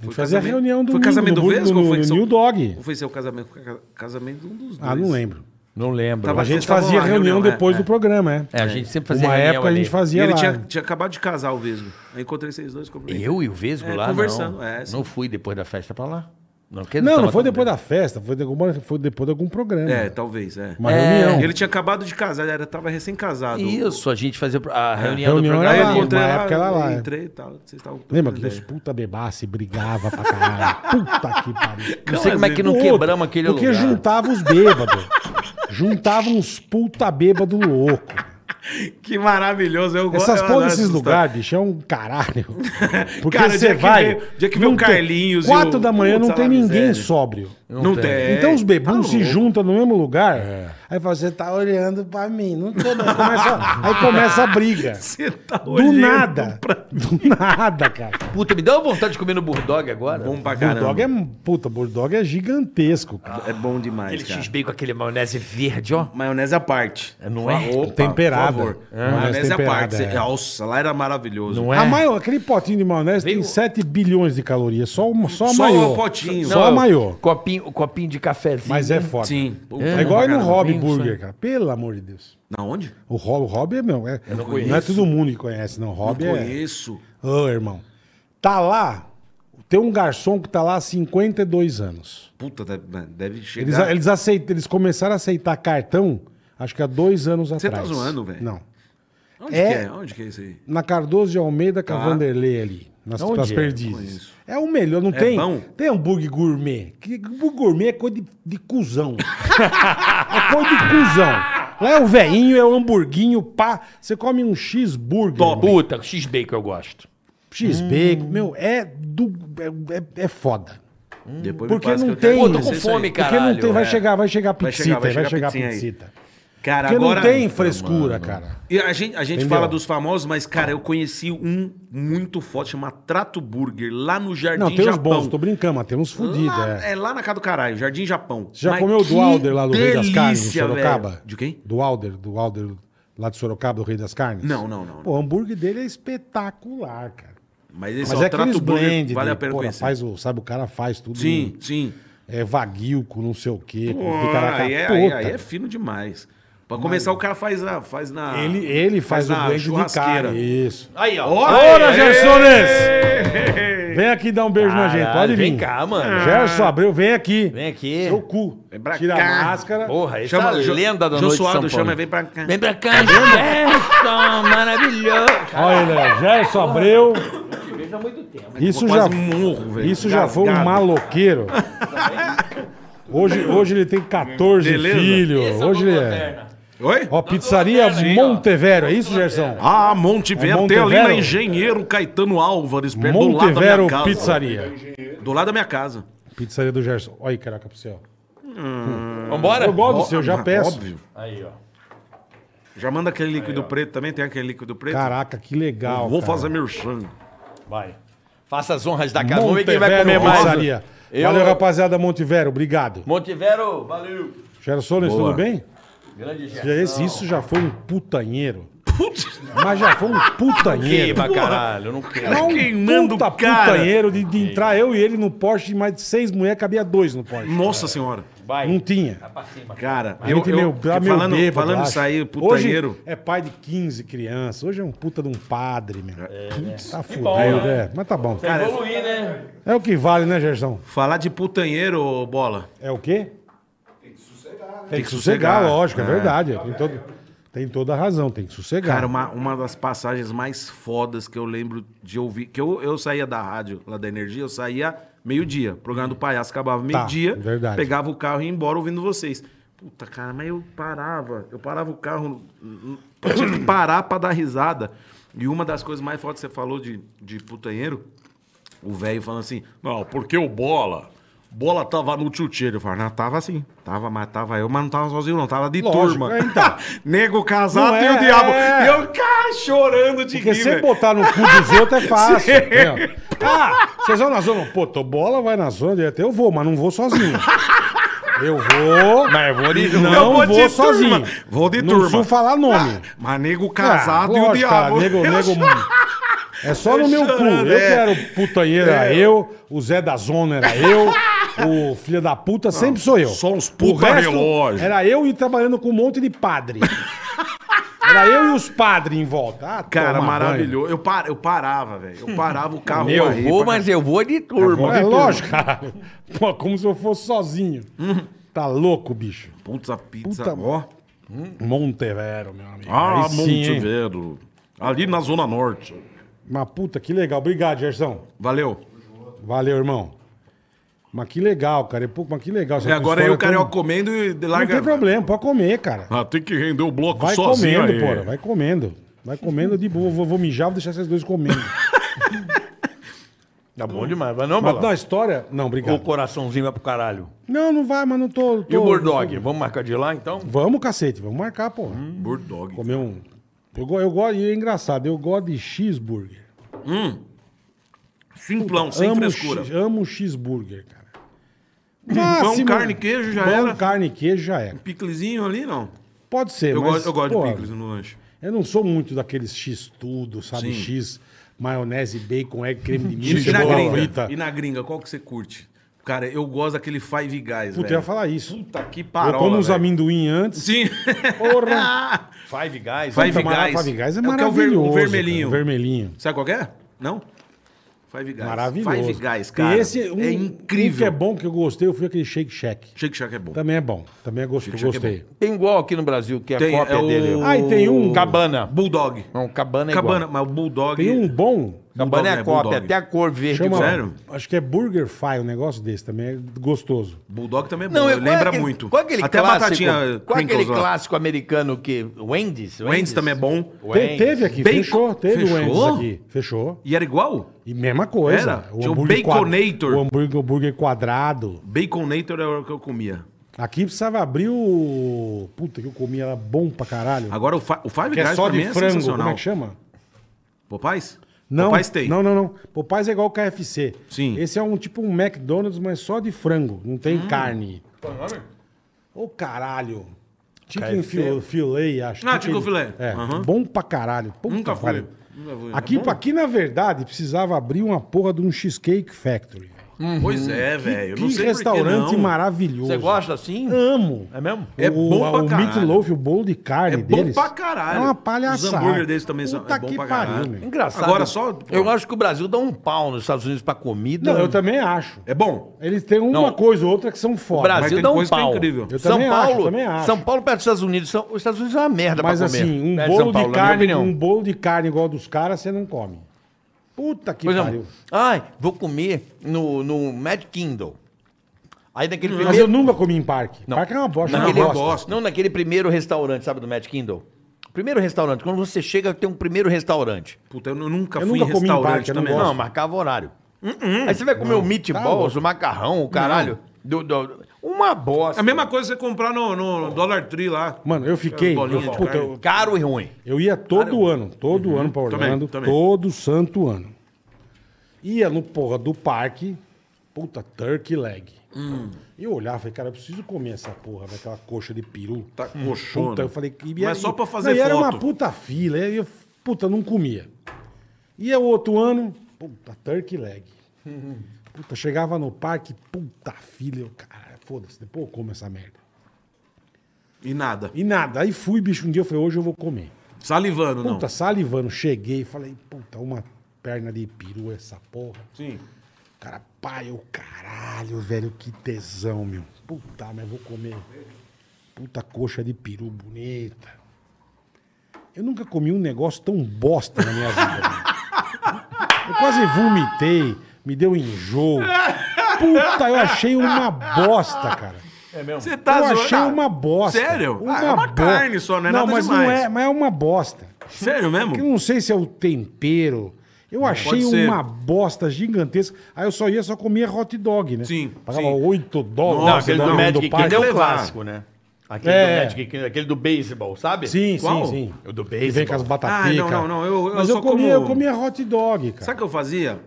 S4: Foi
S2: fazia
S4: casamento-
S2: reunião do
S4: Foi casamento do Vesgo ou
S2: No,
S4: foi
S2: no
S4: seu-
S2: New Dog.
S4: Ou foi seu casamento? Foi ca- Casamento de um dos dois.
S2: Ah, não lembro.
S3: Não lembro.
S4: Tava-
S2: A gente
S4: Vocês estavam
S2: fazia
S4: lá,
S2: reunião
S4: reunião,
S2: depois
S4: é,
S2: do
S4: é.
S2: programa, é.
S3: É, a gente sempre fazia
S2: Uma
S3: reunião
S2: época a
S3: ali.
S2: gente
S4: E
S2: fazia
S4: ele
S2: lá.
S4: tinha, tinha acabado de casar o Vesgo. Aí encontrei vocês dois. cumprimentei.
S3: Eu e o Vesgo
S4: É,
S3: lá,
S4: conversando,
S3: não.
S4: é, sim.
S3: não fui depois da festa pra lá. Não, quer dizer,
S2: Não,
S3: tava
S2: não foi
S3: todo
S2: depois
S3: mundo.
S2: da festa, foi, de alguma- foi depois de algum programa.
S4: É, talvez, é.
S2: Uma
S3: É.
S2: reunião.
S4: Ele tinha acabado de casar, ele era, tava recém-casado.
S3: Isso, a gente fazia a É, reunião, do
S2: Reunião
S3: programa.
S4: Aí eu
S2: lá,
S4: encontrei
S2: uma
S4: lá,
S2: época era lá, é.
S4: entrei e tal. Vocês estavam trocando
S2: Lembra que os
S4: ideia.
S2: puta bebasse, brigava pra
S4: <laughs>
S2: caralho. Puta que pariu.
S3: Não sei como é que não
S2: Puta,
S3: quebramos aquele
S2: porque
S3: lugar.
S2: juntava os bêbados. juntava uns puta bêbado louco.
S4: Que maravilhoso. Eu go-
S2: Essas
S4: eu
S2: porra
S4: adoro
S2: desses
S4: essas
S2: lugares, bicho, é um
S4: <laughs>
S2: caralho. Porque
S4: Cara, o
S2: você
S4: dia que
S2: vai.
S4: veio- o dia que veio
S2: não
S4: o
S2: tem-
S4: Carlinhos e
S2: Quatro
S4: o-
S2: da manhã
S4: Putz,
S2: não tem
S4: a
S2: ninguém
S4: miséria.
S2: sóbrio.
S4: histórias. Não tem.
S2: Então os bebuns
S4: Tá
S2: se
S4: louco. É.
S2: juntam no mesmo lugar. Aí fala, você tá olhando pra mim. Não tô, não.
S4: <laughs>
S2: Começa- aí começa a briga.
S4: Você tá
S2: Do nada. <laughs> Do nada, cara.
S3: Puta, me deu uma vontade de comer no Bulldog agora.
S4: Bom pra caramba.
S2: Bulldog é, puta, Bulldog é gigantesco, cara.
S4: é... bom demais,
S3: aquele
S4: cara.
S3: x-bacon, aquele maionese verde, ó.
S4: Maionese à parte.
S3: Não é?
S2: Temperada. É. Maionese
S4: Maionese à parte.
S2: temperada,
S4: Você-
S2: é.
S4: Nossa, lá era maravilhoso.
S3: Não é?
S2: A maior, aquele potinho de maionese
S3: Veio-
S2: tem 7 bilhões de calorias. Só, uma, só a
S4: Só
S2: maior.
S4: o potinho.
S2: Só a maior.
S3: Copinho, o copinho de cafezinho.
S2: Mas é foda.
S4: Sim. Puta,
S2: É igual aí no
S4: caramba.
S2: Hobby
S3: Isso,
S2: Burger, cara. Pelo amor de Deus.
S4: Na onde?
S2: O Hobby, o hobby é meu. É, não, é todo mundo que conhece, não. Hobby
S4: Não
S2: é.
S4: conheço.
S2: Ô, irmão. Tá lá. Tem um garçom que tá lá há 52 anos.
S4: Puta, deve- né, deve chegar.
S2: Eles, eles, aceitam, eles começaram a aceitar cartão, acho que há dois anos
S4: Você tá
S2: atrás.
S4: zoando, velho?
S2: Não.
S4: Onde
S2: é-
S4: que é? Onde que é isso aí?
S2: Na Cardoso de Almeida com a
S4: Tá.
S2: Vanderlei ali. Nas,
S3: Onde
S2: nas
S3: é?
S2: perdizes.
S4: Conheço.
S2: É o melhor, não
S4: É
S2: tem?
S4: bom?
S2: Tem hambúrguer gourmet. Que, hambúrguer gourmet é coisa de, de cuzão. <laughs> é coisa de cuzão. Lá é o veinho, é o hamburguinho, pá. Você come um cheeseburger.
S4: Top. Hum.
S2: meu.
S3: Puta, x-bacon eu gosto.
S2: Cheesebacon, meu, é, do, é, é- é foda.
S4: Depois me
S2: Porque
S4: passa
S2: não
S4: que
S2: tem...
S4: eu quero
S3: Pô, tô com
S4: conhecer isso aí.
S3: fome, cara.
S2: Porque não
S3: caralho,
S2: tem, vai
S4: é.
S2: chegar, vai chegar
S4: Vai
S2: pizzita,
S4: chegar,
S2: vai
S4: vai
S2: chegar,
S4: chegar
S2: pizzita.
S4: pizzinha aí. Cara,
S2: Porque
S4: agora.
S2: não tem frescura, cara.
S4: E a gente, a gente
S2: Entendeu?
S4: fala dos famosos, mas, cara, eu conheci um muito forte, chamado Trato Burger, lá no Jardim
S2: Não, tem uns
S4: Japão.
S2: bons, tô brincando, mas tem uns fodidos,
S4: lá,
S2: é.
S4: é. lá na casa do caralho, Jardim Japão.
S2: Você já
S4: Mas
S2: comeu
S4: que
S2: do Alder lá do Rei das Carnes, em
S4: delícia,
S2: Sorocaba?
S4: velho. De quem?
S2: Do Alder, do Alder lá de Sorocaba, do Rei das Carnes?
S4: Não, não, não. não.
S2: Pô, o hambúrguer dele é espetacular, cara.
S4: mas esse
S2: Mas
S4: ó,
S2: é aqueles
S4: Trato
S2: blend,
S4: Burger, vale
S2: de-
S4: a pena
S2: pô,
S4: conhecer.
S2: Faz um o, sabe, o cara faz tudo.
S4: Sim, sim.
S2: É vaguio com não sei o quê, com
S4: Pô,
S2: picaraca
S4: aí, é, aí-
S2: toda.
S4: aí é fino demais. Pra começar, o cara faz, na, faz na.
S2: ele, ele faz, o
S4: na
S2: blend de
S4: churrasqueira.
S2: cara. Isso.
S3: Aí, ó.
S2: Ora, Gersones! Vem aqui dar um beijo na gente, pode
S3: Caralho,
S2: vir.
S3: vem cá, mano.
S2: Gerson Abreu, vem aqui.
S3: Vem aqui.
S2: Seu cu.
S4: Vem pra
S2: Tira
S4: cá.
S2: a máscara.
S3: Porra, essa
S4: Chama-
S3: é a
S4: Jo-
S3: lenda da noite de São
S4: Josuado
S3: Paulo.
S4: chama, vem pra cá.
S3: Vem pra cá, Gerson, maravilhoso.
S2: Olha ele,
S4: <laughs>
S2: aí, Gerson Abreu. Isso já,
S4: Quase morro, velho.
S2: isso já foi um
S4: Engasgado.
S2: maloqueiro. Hoje, hoje ele tem 14
S4: Beleza?
S2: filhos. Hoje ele é.
S4: Oi?
S2: Ó, pizzaria Montevero, é isso, Gerson?
S4: Ah, Montevero,
S2: É
S4: tem ali na
S2: Montevero?
S4: Engenheiro Caetano Álvares, perto do lado da minha
S2: Montevero
S4: casa.
S2: Pizzaria.
S4: Do lado da minha casa.
S2: Pizzaria do Gerson. Olha aí, caraca, pro céu.
S3: Vambora?
S2: Eu gosto do seu, já
S4: Ah,
S2: peço.
S4: Óbvio. Aí, ó. Já manda aquele líquido preto também, tem aquele líquido preto?
S2: Caraca, que
S4: Eu
S2: legal.
S4: vou
S2: cara.
S4: fazer merchan.
S3: Vai. Faça as honras da casa. Vamos ver quem
S2: Montevero
S3: vai comer mais.
S2: Pizzaria.
S3: Eu-
S2: Valeu, rapaziada Montevero, obrigado.
S3: Montivero, valeu.
S2: Gerson, tudo bem?
S3: Grande
S2: Já esse- isso já foi um putanheiro. Mas já foi um putanheiro.
S3: Queima, caralho. eu Não quero.
S2: Não, um
S4: queimando o
S2: puta
S4: cara.
S2: putanheiro de, de entrar eu e ele no Porsche, mais de seis mulheres, cabia dois no Porsche.
S4: Nossa senhora.
S3: Vai.
S2: Não tinha.
S4: Cara,
S2: A gente meio- tá meio
S4: falando,
S2: bêbado,
S4: falando
S2: acho.
S4: isso aí, putanheiro.
S2: Hoje é pai de 15 crianças. Hoje é um puta de um padre,
S4: É,
S2: meu.
S4: né?
S2: Putz, tá fudido, é. Mas tá bom.
S4: Cara,
S3: Evoluir, né?
S2: É o que vale, né, Gerson?
S4: falar de putanheiro, ô, bola.
S2: É o quê? Tem que sossegar, né? Tem que
S4: sossegar.
S2: sossegar, lógico, é,
S4: É.
S2: verdade. Tem, todo- tem toda a razão, tem que sossegar.
S4: Cara, uma, uma das passagens mais fodas que eu lembro de ouvir. Que eu, eu saía da rádio lá da Energia, eu saía meio-dia. O programa do palhaço acabava meio-dia.
S2: Tá, verdade.
S4: Pegava o carro e ia embora ouvindo vocês. Puta, cara, mas eu parava. Eu parava o carro. hum, hum, Tinha que parar pra dar risada. E uma das coisas mais fodas que você falou de, de putanheiro, o velho falando assim: Não, porque o bola. Bola tava no tchutcheiro. Eu falava, não, tava assim. Tava, mas tava eu, mas não tava sozinho, não. Tava de
S2: Lógico,
S4: turma.
S2: é, então.
S4: <laughs> Nego casado
S2: Não
S4: e
S2: é,
S4: o diabo.
S2: é.
S4: E eu cá chorando de
S2: Porque
S4: rir.
S2: você
S4: velho.
S2: botar no cu dos
S4: <laughs>
S2: outros é fácil.
S4: Sim.
S2: entendeu? ah, vocês vão na zona. Pô, tô bola, vai na zona direita. Eu vou, mas não vou sozinho. Eu vou. Mas eu vou de Não
S4: Eu vou
S2: vou,
S4: de turma.
S2: sozinho.
S4: Vou de
S2: Não
S4: turma.
S2: preciso falar nome.
S4: Mas nego casado
S2: Ah,
S4: e o
S2: lógico, cara,
S4: diabo.
S2: nego,
S4: <laughs> Eu
S2: nego- <laughs> É só no meu cu.
S4: chorando,
S2: Eu
S4: é.
S2: quero putanheiro, era eu. O Zé da Zona era eu. O filho da puta sempre sou eu.
S4: Ah, só uns
S2: O
S4: puta
S2: resto
S4: relógio.
S2: Era eu e trabalhando com um monte de padre. Era eu e os padres em volta. Ah,
S4: Cara,
S2: toma banho.
S4: maravilhoso. Eu, par, eu parava, velho. Eu parava o carro.
S3: Eu
S4: aí
S3: vou,
S4: pra-
S3: mas eu vou de turma.
S2: É lógico, caralho. Pô, como se eu fosse sozinho. Tá louco, bicho.
S4: Putz, a pizza.
S2: Puta-
S4: Ó.
S2: Montevero, meu amigo.
S4: Ah,
S2: Aí sim, hein?
S4: Montevideo. Ali na Zona Norte.
S2: Mas puta, que legal. Obrigado, Gerson.
S4: Valeu.
S2: Valeu, irmão. Mas que legal, cara. E, pô, Mas que legal. essa
S4: E
S2: tua
S4: É, agora aí o
S2: história
S4: carioca
S2: toda.
S4: comendo e de-
S2: Não
S4: larga.
S2: tem problema, pode comer, cara.
S4: Ah, tem que render o bloco
S2: Vai
S4: sozinho
S2: comendo,
S4: aí.
S2: porra. Vai comendo. Vai comendo de boa. Vou, vou mijar, vou deixar vocês dois comendo.
S3: <laughs> Tá bom demais. Vai não,
S2: Mas
S3: Bola?
S2: na história... Não,
S3: O
S2: obrigado.
S3: coraçãozinho vai pro caralho.
S2: Não, não vai, mas não tô... tô-
S3: E o Burdog? Vamos marcar de lá, então? Hum.
S2: Vamos, cacete. Vamos marcar, porra.
S4: Bird Dog.
S2: Comer um... Eu, go- eu gosto... E é engraçado, eu gosto de cheeseburger.
S4: Simplão, sem
S2: amo
S4: frescura.
S2: X, amo um cheeseburger, cara.
S4: Pão, carne, queijo, já
S2: pão,
S4: era.
S2: carne, queijo, já era.
S4: Piclezinho ali, não.
S2: Pode ser,
S4: Eu,
S2: mas...
S4: gosto, eu gosto
S2: pô,
S4: de picles né? no lanche.
S2: Eu não sou muito daqueles X tudo, sabe?
S4: Sim.
S2: X, maionese, bacon, egg, creme
S4: <laughs>
S2: de milho,
S4: E na,
S2: cebola
S4: gringa,
S2: frita.
S4: e na gringa, qual que você curte? Cara, eu gosto daquele Five Guys,
S2: Puta, eu
S4: velho.
S2: ia falar isso.
S4: Puta que
S2: Eu
S4: parola,
S2: como os
S4: velho.
S2: amendoim antes.
S4: Sim. <laughs>
S2: Porra.
S3: Five Guys.
S4: Five
S2: Puta, mara-
S4: Guys.
S2: Five Guys é,
S4: É o que é o ver- o
S2: maravilhoso.
S4: vermelhinho.
S2: cara, vermelhinho.
S4: Sabe qual que é? Não? Five Guys.
S2: Maravilhoso.
S4: Five Guys, cara.
S2: E esse, um,
S4: é
S2: Um que
S4: incrível.
S2: é bom que eu gostei, eu fui aquele Shake Shack.
S4: Shake Shack é bom.
S2: Também é bom. Também é gostoso.
S4: Shake Shack é
S2: gostei.
S3: Tem igual aqui no Brasil, que é a cópia dele.
S2: Ah, e tem um-
S3: Cabana.
S4: Bulldog.
S3: Não, Cabana é
S4: Cabana,
S3: igual.
S4: mas o Bulldog...
S2: Tem um bom,
S3: Cabana é a
S4: Bulldog, né?
S3: cópia,
S4: Bulldog.
S3: até a cor verde.
S2: chama.
S3: igual.
S4: Sério?
S2: Acho que é Burger Fry, um negócio desse também. É gostoso.
S4: Bulldog também é bom,
S3: Não, eu- qual é
S4: lembra
S3: aquele-
S4: muito.
S3: Qual é aquele
S4: até
S3: clássico,
S4: a batatinha
S3: Qual é aquele
S4: Pringles lá.
S3: clássico americano que... Wendy's?
S4: Wendy's também é bom.
S2: Te- teve aqui,
S4: Bacon-
S2: fechou. Teve o Wendy's
S4: Fechou?
S2: aqui. Fechou.
S4: E era igual?
S2: E mesma coisa.
S4: Era? Tinha o
S2: quad-
S4: Baconator.
S2: O hambúrguer, o hambúrguer quadrado.
S4: Baconator era o que eu comia.
S2: Aqui precisava abrir o. Puta que eu comia, era bom pra caralho.
S4: Agora o, Fi- o Five
S2: que é
S4: Guys
S2: só
S4: pra mim
S2: de
S4: é
S2: frango. Como
S4: sensacional.
S2: é que chama?
S4: Popais?
S2: Não,
S4: Popais tem.
S2: não, não, não. Popais é igual o KFC.
S4: Sim. Hum.
S2: Esse é um tipo um McDonald's, mas só de frango. Não tem carne.
S4: é
S2: Ô, caralho. Chicken fil- fillet, acho.
S4: Ah, chicken fillet.
S2: É,
S4: Aham.
S2: bom pra caralho. Puta
S4: Nunca
S2: que
S4: fui.
S2: pariu.
S4: Nunca fui.
S2: Aqui,
S4: É bom?
S2: aqui, na verdade, precisava abrir uma porra de um Cheesecake Factory.
S4: Pois é, velho. eu
S2: Hum. Que
S4: Não sei por que
S2: restaurante
S4: não.
S2: maravilhoso.
S3: Você gosta assim?
S2: Amo.
S3: É mesmo?
S4: É
S2: o,
S4: bom pra
S2: o
S4: caralho.
S2: meatloaf, o bolo de carne
S4: É bom
S2: deles.
S4: pra caralho.
S2: É uma
S4: Os
S2: palhaçada.
S4: hambúrguer deles também são- é
S2: Puta
S4: bom
S2: que
S4: pra
S2: pariu,
S4: caralho.
S2: meu.
S3: Engraçado.
S4: Agora só-
S3: Eu acho que o Brasil dá um pau nos Estados Unidos pra comida.
S2: Não, eu também acho.
S4: É bom.
S2: Eles têm uma
S3: Não.
S2: coisa ou outra que são foda.
S3: O
S4: Mas
S3: Brasil
S4: tem
S3: dá um
S4: coisa que é
S3: pau.
S4: incrível.
S2: Eu
S3: São
S2: também acho,
S3: Paulo,
S2: também acho.
S3: São Paulo perto dos Estados Unidos. São, os Estados Unidos é uma merda
S2: Mas
S3: pra comer.
S2: assim, um
S3: Perto
S2: bolo,
S3: São Paulo, na
S2: de
S3: minha
S2: carne,
S3: opinião.
S2: um bolo de carne igual dos caras, você não come. Puta que
S3: Por exemplo,
S2: pariu.
S3: ai, vou comer no, no Mad Kindle. Aí
S4: Hum.
S3: naquele
S2: Mas eu
S3: primeiro.
S2: nunca comi em parque. Parque é uma bosta.
S4: Não,
S2: eu
S3: naquele,
S4: eu
S2: gosto.
S4: gosto.
S3: não, naquele primeiro restaurante, sabe, do Matt Kindle? Primeiro restaurante. Quando você chega, tem um primeiro restaurante.
S4: Puta, eu nunca
S2: Eu
S4: fui
S2: nunca
S4: em
S2: comi em
S4: restaurante
S2: parque, eu não
S4: também.
S2: gosto.
S3: Não, marcava horário.
S4: Hum,
S3: Aí você vai comer o meatballs, o macarrão, o caralho. Do, do- uma bosta.
S4: É A mesma coisa que você comprar no, no Dollar Tree lá.
S2: Mano, eu
S3: É um
S2: fiquei.
S4: Bolinha
S2: eu-
S4: de
S2: puta,
S4: carne.
S2: eu,
S3: Caro e ruim.
S2: eu ia todo ano, todo ano pra
S4: Uhum. Também,
S2: Orlando,
S4: também.
S2: todo santo ano. Ia no porra do parque, puta, turkey leg.
S4: Hum.
S2: E eu olhava e falei, cara, eu preciso comer essa porra, velho, aquela coxa de peru.
S4: Tá coxona.
S2: Puta, eu falei... e
S4: Mas
S2: era-
S4: só pra fazer
S2: não, e era
S4: foto.
S2: uma puta fila, e eu, puta, não comia. E o outro ano, puta, turkey leg.
S4: Uhum.
S2: Puta, chegava no parque, puta fila, eu, cara, foda-se, depois eu como essa merda.
S4: E nada.
S2: E nada, aí fui, bicho, um dia eu falei, hoje eu vou comer.
S4: Salivando, não.
S2: Puta, salivando, cheguei, falei, puta, uma perna de peru essa porra.
S4: Sim.
S2: Cara, pai, o caralho, velho, que tesão, meu. Puta, mas vou comer. Puta coxa de peru bonita. Eu nunca comi um negócio tão bosta na minha vida. meu. eu quase vomitei, me deu enjoo. Puta, eu achei uma bosta, cara.
S4: Você tá
S2: eu
S4: zoando?
S2: achei uma bosta.
S4: Sério?
S2: Uma,
S4: Ah, é uma
S2: bo-
S4: carne só, não é nada
S2: mas
S4: demais.
S2: Não é, mas é uma bosta.
S4: Sério mesmo?
S2: Porque eu não sei se é o tempero. Eu achei
S4: pode ser.
S2: uma bosta gigantesca. Aí eu só ia, só comia hot dog, né?
S4: Sim,
S2: Pagava
S4: sim.
S2: 8 dólares. um
S4: Nossa,
S2: Não,
S3: aquele
S4: não,
S3: do
S4: do
S3: Magic
S4: parque.
S3: Kingdom é o
S4: Levar.
S3: clássico, né? Aquele
S2: É.
S3: do Magic Kingdom, aquele do beisebol, sabe?
S2: Sim,
S4: Qual?
S2: sim, sim.
S3: O do
S2: Que vem com as
S3: beisebol.
S2: batatas.
S4: Ah, não, não, não, eu- eu
S2: Mas eu,
S4: só
S2: comia,
S4: como-
S2: eu comia hot dog, cara.
S4: Sabe o que eu fazia?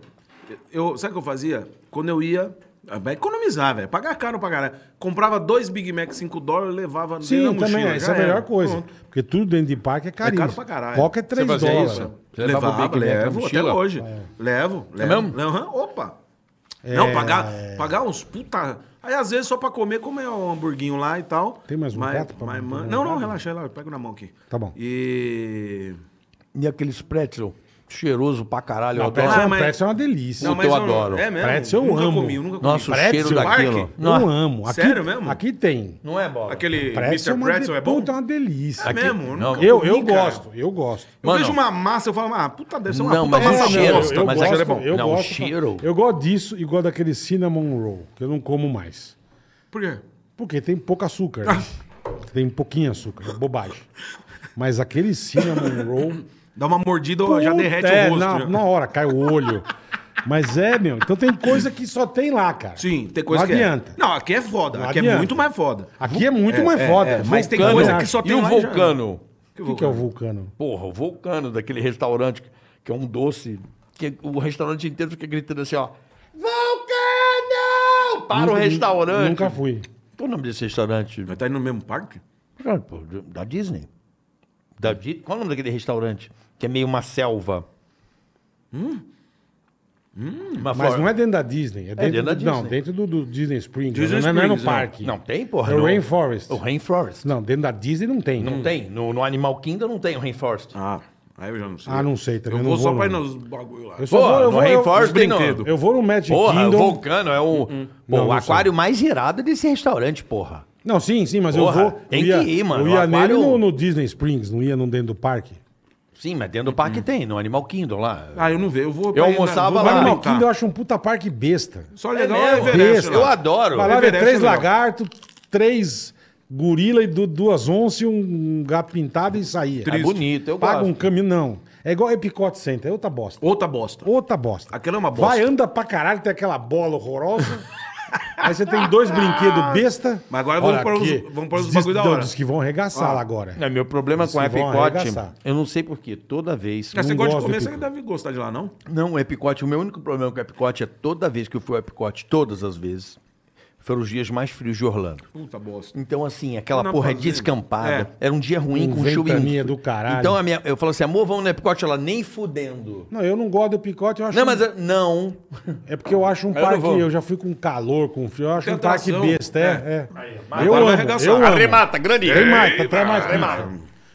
S4: Eu, sabe o que eu fazia? Quando eu ia. ah, Vai economizar, velho. Pagar caro pra caralho. Comprava dois Big Mac 5 dólares, levava dentro da
S2: Sim, também.
S4: mochila,
S2: Essa
S4: já
S2: é a melhor
S4: era.
S2: coisa.
S4: Pronto.
S2: Porque tudo dentro de parque é carinho.
S4: caro pra caralho.
S2: Coca é
S4: Você
S2: 3
S8: fazia
S2: dólares. É.
S8: isso? Você levava o
S4: Levava,
S8: Big Mac na
S4: levo, até
S8: mochila? É
S4: hoje. Levo, levo.
S8: mesmo?
S4: Aham, opa. Não, pagar, pagar uns puta... Aí, às vezes, só pra comer, comer um hamburguinho lá e tal.
S2: Tem mais um
S4: mas,
S2: prato pra-
S4: mas,
S2: pra
S4: man-
S2: mandar?
S4: Não, não, relaxa, relaxa. Eu pego na mão aqui.
S2: Tá bom.
S4: E...
S3: E aqueles pretzel cheiroso pra caralho. eu
S2: Não,
S3: adoro.
S2: pretzel,
S4: Ah, mas-
S2: pretzel é uma delícia.
S4: Não,
S3: mas- eu adoro.
S4: É mesmo?
S2: Pretzel eu
S4: nunca
S2: amo.
S4: comi, eu nunca comi.
S3: Nossa, o cheiro
S4: Pretzel?
S3: daquilo.
S4: Parque?
S2: Eu amo. Aqui-
S4: Sério mesmo?
S2: Aqui tem.
S3: Não é bola?
S4: Aquele
S2: Pretzel,
S4: Mr.
S2: uma
S4: Pretzel
S2: de-
S4: é bom?
S2: Puta, é uma delícia.
S4: É mesmo? Eu
S3: Não.
S4: nunca
S2: Eu,
S4: comi,
S2: eu
S4: cara.
S2: gosto, eu gosto.
S4: Eu
S3: Mano.
S4: vejo uma massa, eu falo, ah, puta, deve ser uma
S3: Não,
S4: puta
S3: mas
S4: massa
S3: o cheiro,
S4: bosta,
S3: eu
S4: mas o cheiro é
S2: gosto,
S4: bom.
S2: Eu
S3: Não, o
S2: gosto,
S3: cheiro.
S2: Eu gosto disso e gosto daquele cinnamon roll, que eu não como mais.
S4: Por quê?
S2: Porque tem pouco açúcar.
S4: <laughs>
S2: né? tem um pouquinho açúcar, é bobagem. Mas aquele cinnamon roll...
S4: Dá uma mordida, já
S2: puta,
S4: derrete
S2: é,
S4: o rosto.
S2: Na,
S4: já.
S2: na hora, cai o olho. Mas é, meu. Então tem coisa que só tem lá, cara.
S4: Sim, tem coisa
S2: não
S4: que
S2: adianta.
S4: É. Não, aqui é foda.
S2: Não
S4: aqui é
S2: adianta.
S4: muito mais foda.
S2: Aqui é muito mais foda.
S4: é, mas tem
S2: Vulcano.
S4: coisa que só
S3: E
S4: tem
S3: o
S4: lá já-
S3: vulcano?
S2: O que, que é o vulcano?
S3: Porra, o vulcano daquele restaurante que é um doce, que o restaurante inteiro fica gritando assim, ó. Vulcano!
S4: Tá
S3: Para o
S2: Nunca-
S3: restaurante.
S2: Nunca fui.
S3: Qual o nome desse restaurante?
S4: Mas tá indo no mesmo parque?
S3: Cara, pô, Da Disney. Da Di- Qual o nome daquele restaurante? Que é meio uma selva. Hum? Uma
S2: Mas
S3: flor-
S2: não é dentro da Disney. É dentro,
S3: dentro da
S2: do,
S3: Disney.
S2: Não, dentro do, do Disney Springs.
S4: Disney
S2: não, é- não é no
S4: Springs, é.
S2: parque.
S3: Não tem, porra.
S2: É o
S3: no-
S2: Rainforest.
S3: O Rainforest.
S2: Não, dentro da Disney não tem.
S3: Não tem. No, no Animal Kingdom não tem o Rainforest.
S4: Ah, aí eu já não sei.
S2: Ah, não sei também.
S4: Eu
S2: não
S4: vou só
S2: não.
S4: pra ir nos bagulho lá.
S2: Eu só
S3: Porra,
S2: vou, eu
S3: no
S2: vou, eu,
S3: Rainforest tem não.
S4: brinquedos.
S2: eu vou no Magic
S3: Porra,
S2: Kingdom. Hum,
S3: o Vulcano é o, Pô,
S2: Não,
S3: o
S2: não
S3: aquário mais irado desse restaurante, porra.
S2: Não, sim, sim, mas
S3: Porra,
S2: eu vou.
S3: tem
S2: eu ia,
S3: que ir, mano.
S2: Eu
S3: O
S2: ia
S3: aquário-
S2: nele no, no Disney Springs, não ia no dentro do parque.
S3: Sim, mas dentro do
S2: Hum,
S3: parque tem, no Animal Kindle lá.
S4: Ah, eu não vejo. Eu vou pra
S3: Eu
S4: ir na-
S3: almoçava
S4: vou
S3: lá.
S4: pra
S2: Mas no
S4: brincar.
S2: Kingdom eu acho um puta parque besta.
S4: Só legal é, o
S3: mesmo?
S4: Everest.
S3: Eu
S4: lá.
S3: adoro.
S2: Vai lá ver
S4: Everest é
S2: três
S4: legal.
S2: lagartos, três gorila e du- duas onças e um gato pintado e saía.
S3: É bonito, eu
S2: Paga
S3: gosto.
S2: um caminhão. É igual Epicote Center, é outra bosta.
S4: Outra bosta.
S2: Outra bosta.
S4: Aquela é uma bosta.
S2: Vai, anda pra caralho, tem aquela bola horrorosa. <laughs> Aí você tem dois brinquedos besta.
S4: Ah. Mas agora vamos
S2: Olha
S4: para os-
S2: aqui,
S4: vamos para os
S2: diz-
S4: bagulho da
S2: não,
S4: hora. Ah.
S2: Diz que vão arregaçar lá agora.
S3: É, meu problema com a
S2: Vocês vão
S3: Epicote,
S2: arregaçar.
S3: eu não sei porquê, toda vez.
S4: Mas você
S2: não
S4: gosta de
S2: gosto
S4: comer,
S2: de
S4: você
S2: pipoca.
S4: deve gostar de lá, não?
S3: Não, o Epicote, o meu único problema com o Epicote é toda vez que eu fui ao Epicote, todas as vezes, foram os dias mais frios de Orlando.
S4: Puta bosta.
S3: Então, assim, aquela
S4: Não,
S3: porra
S4: não, não.
S3: descampada.
S4: É.
S3: Era um dia ruim
S2: Com
S3: com chuva e um
S2: ventania
S3: frio.
S2: do caralho.
S3: Então, a minha, eu falo assim, amor, vamos no Epicote? Ela, nem fudendo.
S2: Não, eu não gosto do Epicote, eu acho. um-
S3: Não, mas eu- não.
S2: É porque eu acho um
S3: não
S2: parque.
S3: vou.
S2: Eu já fui com calor, com frio. Eu acho
S4: Tem
S2: um parque
S4: atração.
S2: besta, é. é. eu
S4: agora vai
S2: amo.
S4: arregaçar.
S2: Eu amo.
S3: Arremata, grande.
S2: Remata, até mais. Remata.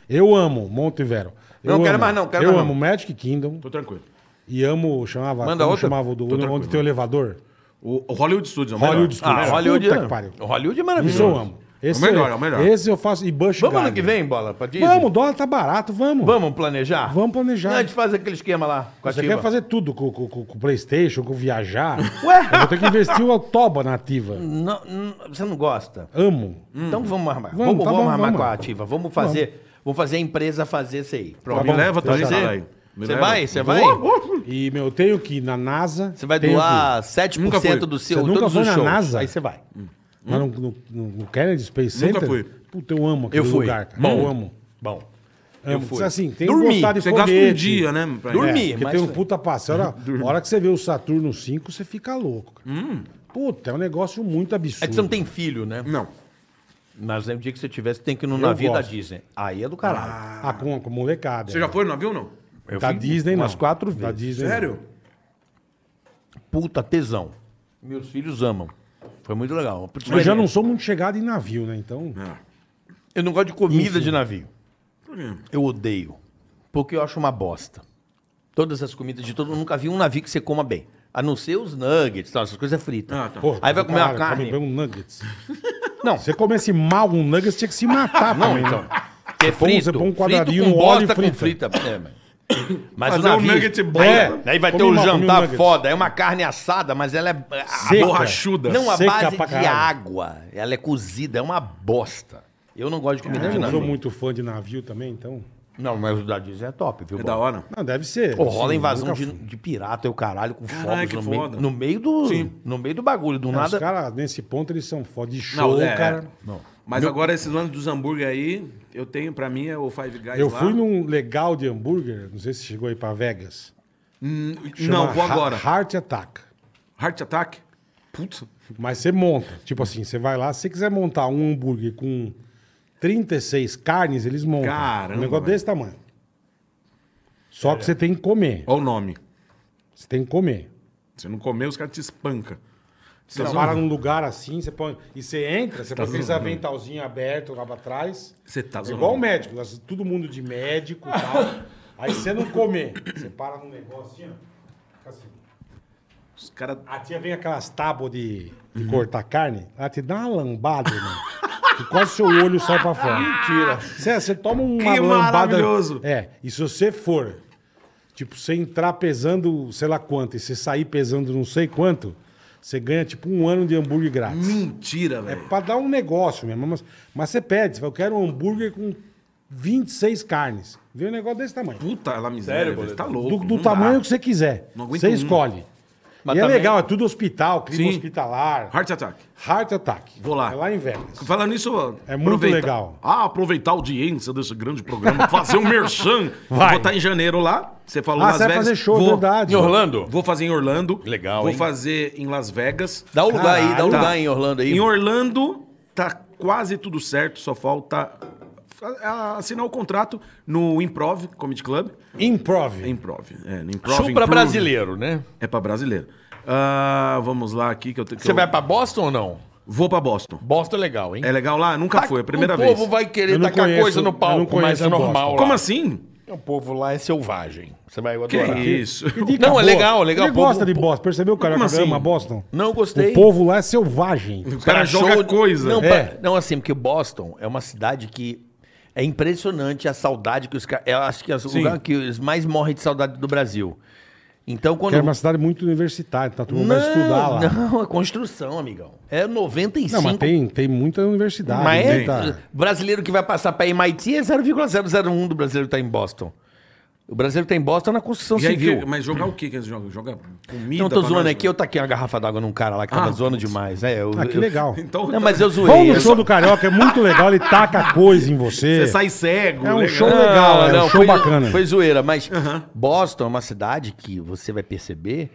S2: Eu amo Monte Vero. Eu
S3: Não, quero
S2: amo.
S3: mais não, quero
S2: Eu
S3: mais
S2: amo Magic Kingdom
S4: Tô tranquilo.
S2: e amo, chamava,
S3: Manda
S2: como
S3: outra.
S2: chamava o do, onde
S4: tranquilo.
S2: tem o elevador?
S4: O o Hollywood Studios é o melhor.
S2: Hollywood Studios.
S3: Ah, Hollywood,
S2: Puta que pariu.
S3: Hollywood é
S2: Isso eu
S3: maravilhoso.
S2: amo. Esse
S4: É o melhor, é o melhor.
S2: Esse eu faço. E Bush
S3: Vamos ano
S2: Garden.
S3: que vem, bola? Pra Disney?
S2: Vamos, o dólar tá barato, vamos.
S3: Vamos planejar?
S2: Vamos planejar.
S3: Não, a gente faz aquele esquema lá com a
S2: Você
S3: Tiba.
S2: quer fazer tudo com, com, com, com o Playstation,
S3: <laughs>
S2: com viajar? Ué? Eu vou ter que investir o Toba na ativa.
S3: Não, não, você não gosta?
S2: Amo.
S3: Então vamos armar.
S2: Vamos,
S3: Vamos,
S2: tá
S3: vamos
S2: bom,
S3: armar
S2: vamos.
S3: com a ativa. Vamos fazer. Vamos fazer a empresa fazer isso aí. Pronto.
S2: Tá
S4: me
S2: bom,
S4: leva também,
S2: fechado.
S4: caralho. Me
S3: Você
S4: leva.
S3: vai? Você vai?
S2: E, meu, eu tenho que ir na NASA.
S3: Você vai
S2: tenho
S3: doar
S4: Nunca
S3: 7%
S4: fui.
S3: do
S2: Que...
S3: seu.
S2: Você nunca
S3: todos
S2: foi
S3: os
S2: na
S3: shows.
S2: NASA?
S3: Aí você vai.
S2: Mas no, no, no, no Kennedy né, Space Center?
S4: Nunca fui.
S2: Puta, eu amo aquele
S3: Eu fui.
S2: lugar, cara.
S3: Bom.
S2: Eu amo.
S3: Bom.
S2: Eu
S3: fui.
S2: Assim, tem
S3: Dormi.
S2: gostar de
S4: Você gasta um
S2: foguete.
S4: dia, né? pra ir.
S3: Dormi.
S2: É, porque
S3: mas
S2: tem um
S3: foi.
S2: puta passe. A
S4: <laughs>
S2: hora, a hora que você vê o Saturno 5, você fica louco. cara.
S4: Hum.
S2: Puta, é um negócio muito absurdo.
S3: É que você não tem filho, né?
S4: Não.
S3: Mas lembro dia que você tivesse, tem que ir no navio da
S2: gosto.
S3: Disney. Aí é do caralho.
S2: Ah, com, com molecada.
S4: Você já foi no navio, não?
S3: Eu
S2: Da
S3: fui
S2: Disney, não.
S3: umas quatro
S2: Da
S3: vezes.
S2: Disney, não.
S4: Sério?
S3: Puta tesão. Meus filhos amam. Foi muito legal.
S2: Eu já não sou muito chegado em navio, né? Então.
S3: Eu não gosto de comida de navio.
S4: Por quê?
S3: Eu odeio. Porque eu acho uma bosta. Todas as comidas de todo mundo. Nunca vi um navio que você coma bem. A não ser os nuggets, tal, essas coisas é fritas.
S4: Ah, tá.
S2: Porra,
S3: Aí vai comer uma
S2: cara,
S3: carne.
S2: Come bem um nuggets.
S3: <laughs> Não.
S2: Se você comesse mal um nuggets, tinha que se matar
S3: <laughs> Não,
S2: também,
S3: então.
S2: né?
S3: Que é
S2: põe-
S3: frito.
S2: você põe um quadradinho
S3: frito com
S2: no óleo
S3: bosta
S2: e
S3: com frita. É,
S2: <coughs>
S3: mas- mas
S4: Fazer
S3: o
S4: um
S3: navio...
S4: nugget bom.
S3: Aí, aí vai ter
S2: Come
S3: um
S2: uma- come um
S3: jantar
S2: nugget.
S3: foda. É uma carne assada, mas ela é...
S2: Seca.
S4: Borrachuda.
S3: Não, a
S2: Seca
S3: base
S2: pra
S3: de
S2: caralho.
S3: água. Ela é cozida, é uma bosta. Eu não gosto de comida
S2: Eu
S3: de
S2: não sou
S3: nada.
S2: muito fã de navio também, então.
S3: Não, mas o da Disney é top, viu?
S4: É
S3: Bola?
S4: da hora.
S2: Não, deve ser.
S3: Pô, rola
S2: Sim,
S3: invasão
S2: Assim, nunca
S3: de,
S2: fui.
S3: de pirata e o caralho com fogos
S4: Caralho, que
S3: no meio,
S4: foda.
S3: no meio do
S4: Sim.
S3: no meio do bagulho, do
S2: Não,
S3: nada.
S2: Os caras, nesse ponto, eles são foda de show,
S4: Não, é,
S2: cara.
S4: Mas agora esses lances dos hambúrguer aí, eu tenho, pra mim, é o Five Guys
S2: Eu
S4: lá.
S2: fui num legal de hambúrguer, não sei se chegou aí pra Vegas.
S4: Hum,
S2: Chama
S4: Não, vou
S2: Ha-
S4: agora.
S2: Heart Attack.
S4: Heart Attack? Putz.
S2: Mas você monta. Tipo assim, você vai lá, se você quiser montar um hambúrguer com 36 carnes, eles montam.
S4: Caramba,
S2: um negócio
S4: velho.
S2: desse tamanho. Só que você tem que comer.
S4: Olha o nome.
S2: Você tem que comer.
S4: Você não comer, os caras te espancam.
S2: Você para num lugar assim, você põe. E você entra, você põe aqueles aventalzinhos abertos lá pra trás.
S4: tá Você tá
S2: É
S4: zoando.
S2: igual o médico, nós- todo mundo de médico e
S4: <laughs>
S2: tal. Aí você não comer. Você para num negócio assim, ó. Fica assim.
S4: Os caras...
S2: A tia vem aquelas tábuas de,
S4: Uhum.
S2: de cortar carne, ela te dá uma lambada,
S4: <laughs>
S2: irmão. Que quase seu olho sai pra fora. Mentira. Você, você toma uma
S4: Que
S2: lambada.
S4: maravilhoso.
S2: É, e se você for, tipo, você entrar pesando sei lá quanto e você sair pesando não sei quanto, você ganha tipo um ano de hambúrguer grátis.
S4: Mentira,
S2: É
S4: velho.
S2: pra dar um negócio mesmo. Mas, mas você pede, você fala, eu quero um hambúrguer com 26 carnes. Vem um negócio desse tamanho.
S4: Puta, ela miséria, velho. Você tá louco.
S2: Do, do
S4: não dá.
S2: tamanho que você quiser.
S4: Não aguento
S2: Você
S4: um.
S2: escolhe.
S3: Mas
S2: e é
S3: também-
S2: legal, é tudo hospital, clima
S4: Sim.
S2: hospitalar.
S4: Heart Attack.
S2: Heart Attack.
S4: Vou lá.
S2: É lá em Vegas.
S4: Falando nisso,
S2: É muito
S4: aproveita.
S2: legal.
S4: Ah, aproveitar a audiência desse grande programa, fazer um merchan.
S2: <laughs> Vai.
S4: Vou estar em janeiro lá. Você falou
S2: Ah,
S4: Las
S2: você vai
S4: Vegas.
S2: fazer show,
S4: Vou-
S2: verdade.
S3: Em Orlando.
S4: Vou fazer em Orlando.
S3: Legal,
S4: Vou
S3: hein?
S4: fazer em Las Vegas.
S3: Dá o lugar aí, dá o
S4: Tá.
S3: lugar em Orlando aí.
S4: Em Orlando tá quase tudo certo, só falta a- assinar o contrato no Improv Comedy Club.
S2: Improv.
S4: É Improv, é, no Improv.
S3: Show pra
S4: Improve.
S3: brasileiro, né?
S4: É pra brasileiro. Ah, vamos lá aqui que eu tenho que
S3: Você
S4: eu-
S3: vai pra Boston ou não?
S4: Vou pra Boston.
S3: Boston é legal, hein?
S4: É legal lá? Nunca
S3: Tá-
S4: foi, é a primeira
S3: o
S4: vez.
S3: O povo vai
S2: Eu
S3: querer
S2: não
S3: tacar
S2: conheço-
S3: coisa
S2: eu
S3: no
S2: não
S3: palco, mas
S2: conheço
S3: é normal
S2: Boston.
S3: lá.
S4: Como assim?
S3: O povo lá é selvagem. Você vai
S4: Que
S3: adorar. <laughs>
S4: isso?
S2: Dica
S3: Não, é legal, é legal.
S2: Ele
S3: O povo-
S2: gosta de Boston. Percebeu, cara?
S4: Como
S2: que
S4: assim?
S2: ama Boston?
S3: Não gostei.
S2: O povo lá é selvagem.
S4: O cara
S3: Pra
S4: joga
S3: show-
S4: coisa.
S3: Não,
S2: É.
S3: pra- não, assim, porque Boston é uma cidade que é impressionante a saudade que os caras. Eu acho que é o lugar que eles mais morrem de saudade do Brasil. Então, quando.
S2: Que é uma cidade muito universitária, tá? Todo mundo vai estudar lá. Não,
S3: Não, é construção, amigão. É 95.
S2: mas tem, tem muita universidade.
S3: Mas é-
S2: muita-
S3: brasileiro que vai passar para MIT é 0,001 do brasileiro que tá em Boston. O brasileiro que tá em Boston é na construção
S4: E aí,
S3: civil.
S4: que- mas jogar o que que eles jogam? Joga comida?
S3: Não tô
S4: pra
S3: zoando
S4: nós? né?
S3: aqui, eu taquei uma garrafa d'água num cara lá que tava
S4: Ah,
S3: zoando demais. É, eu-
S2: Ah, que
S3: eu-
S2: legal.
S4: Então,
S3: Não, mas eu zoei.
S2: Vão no
S3: eu
S2: show do Carioca, é muito legal. Ele taca coisa em você.
S4: Você sai cego.
S2: É um
S4: legal.
S2: show legal, é um show
S3: foi,
S2: bacana.
S3: Foi zoeira, mas Boston é uma cidade que você vai perceber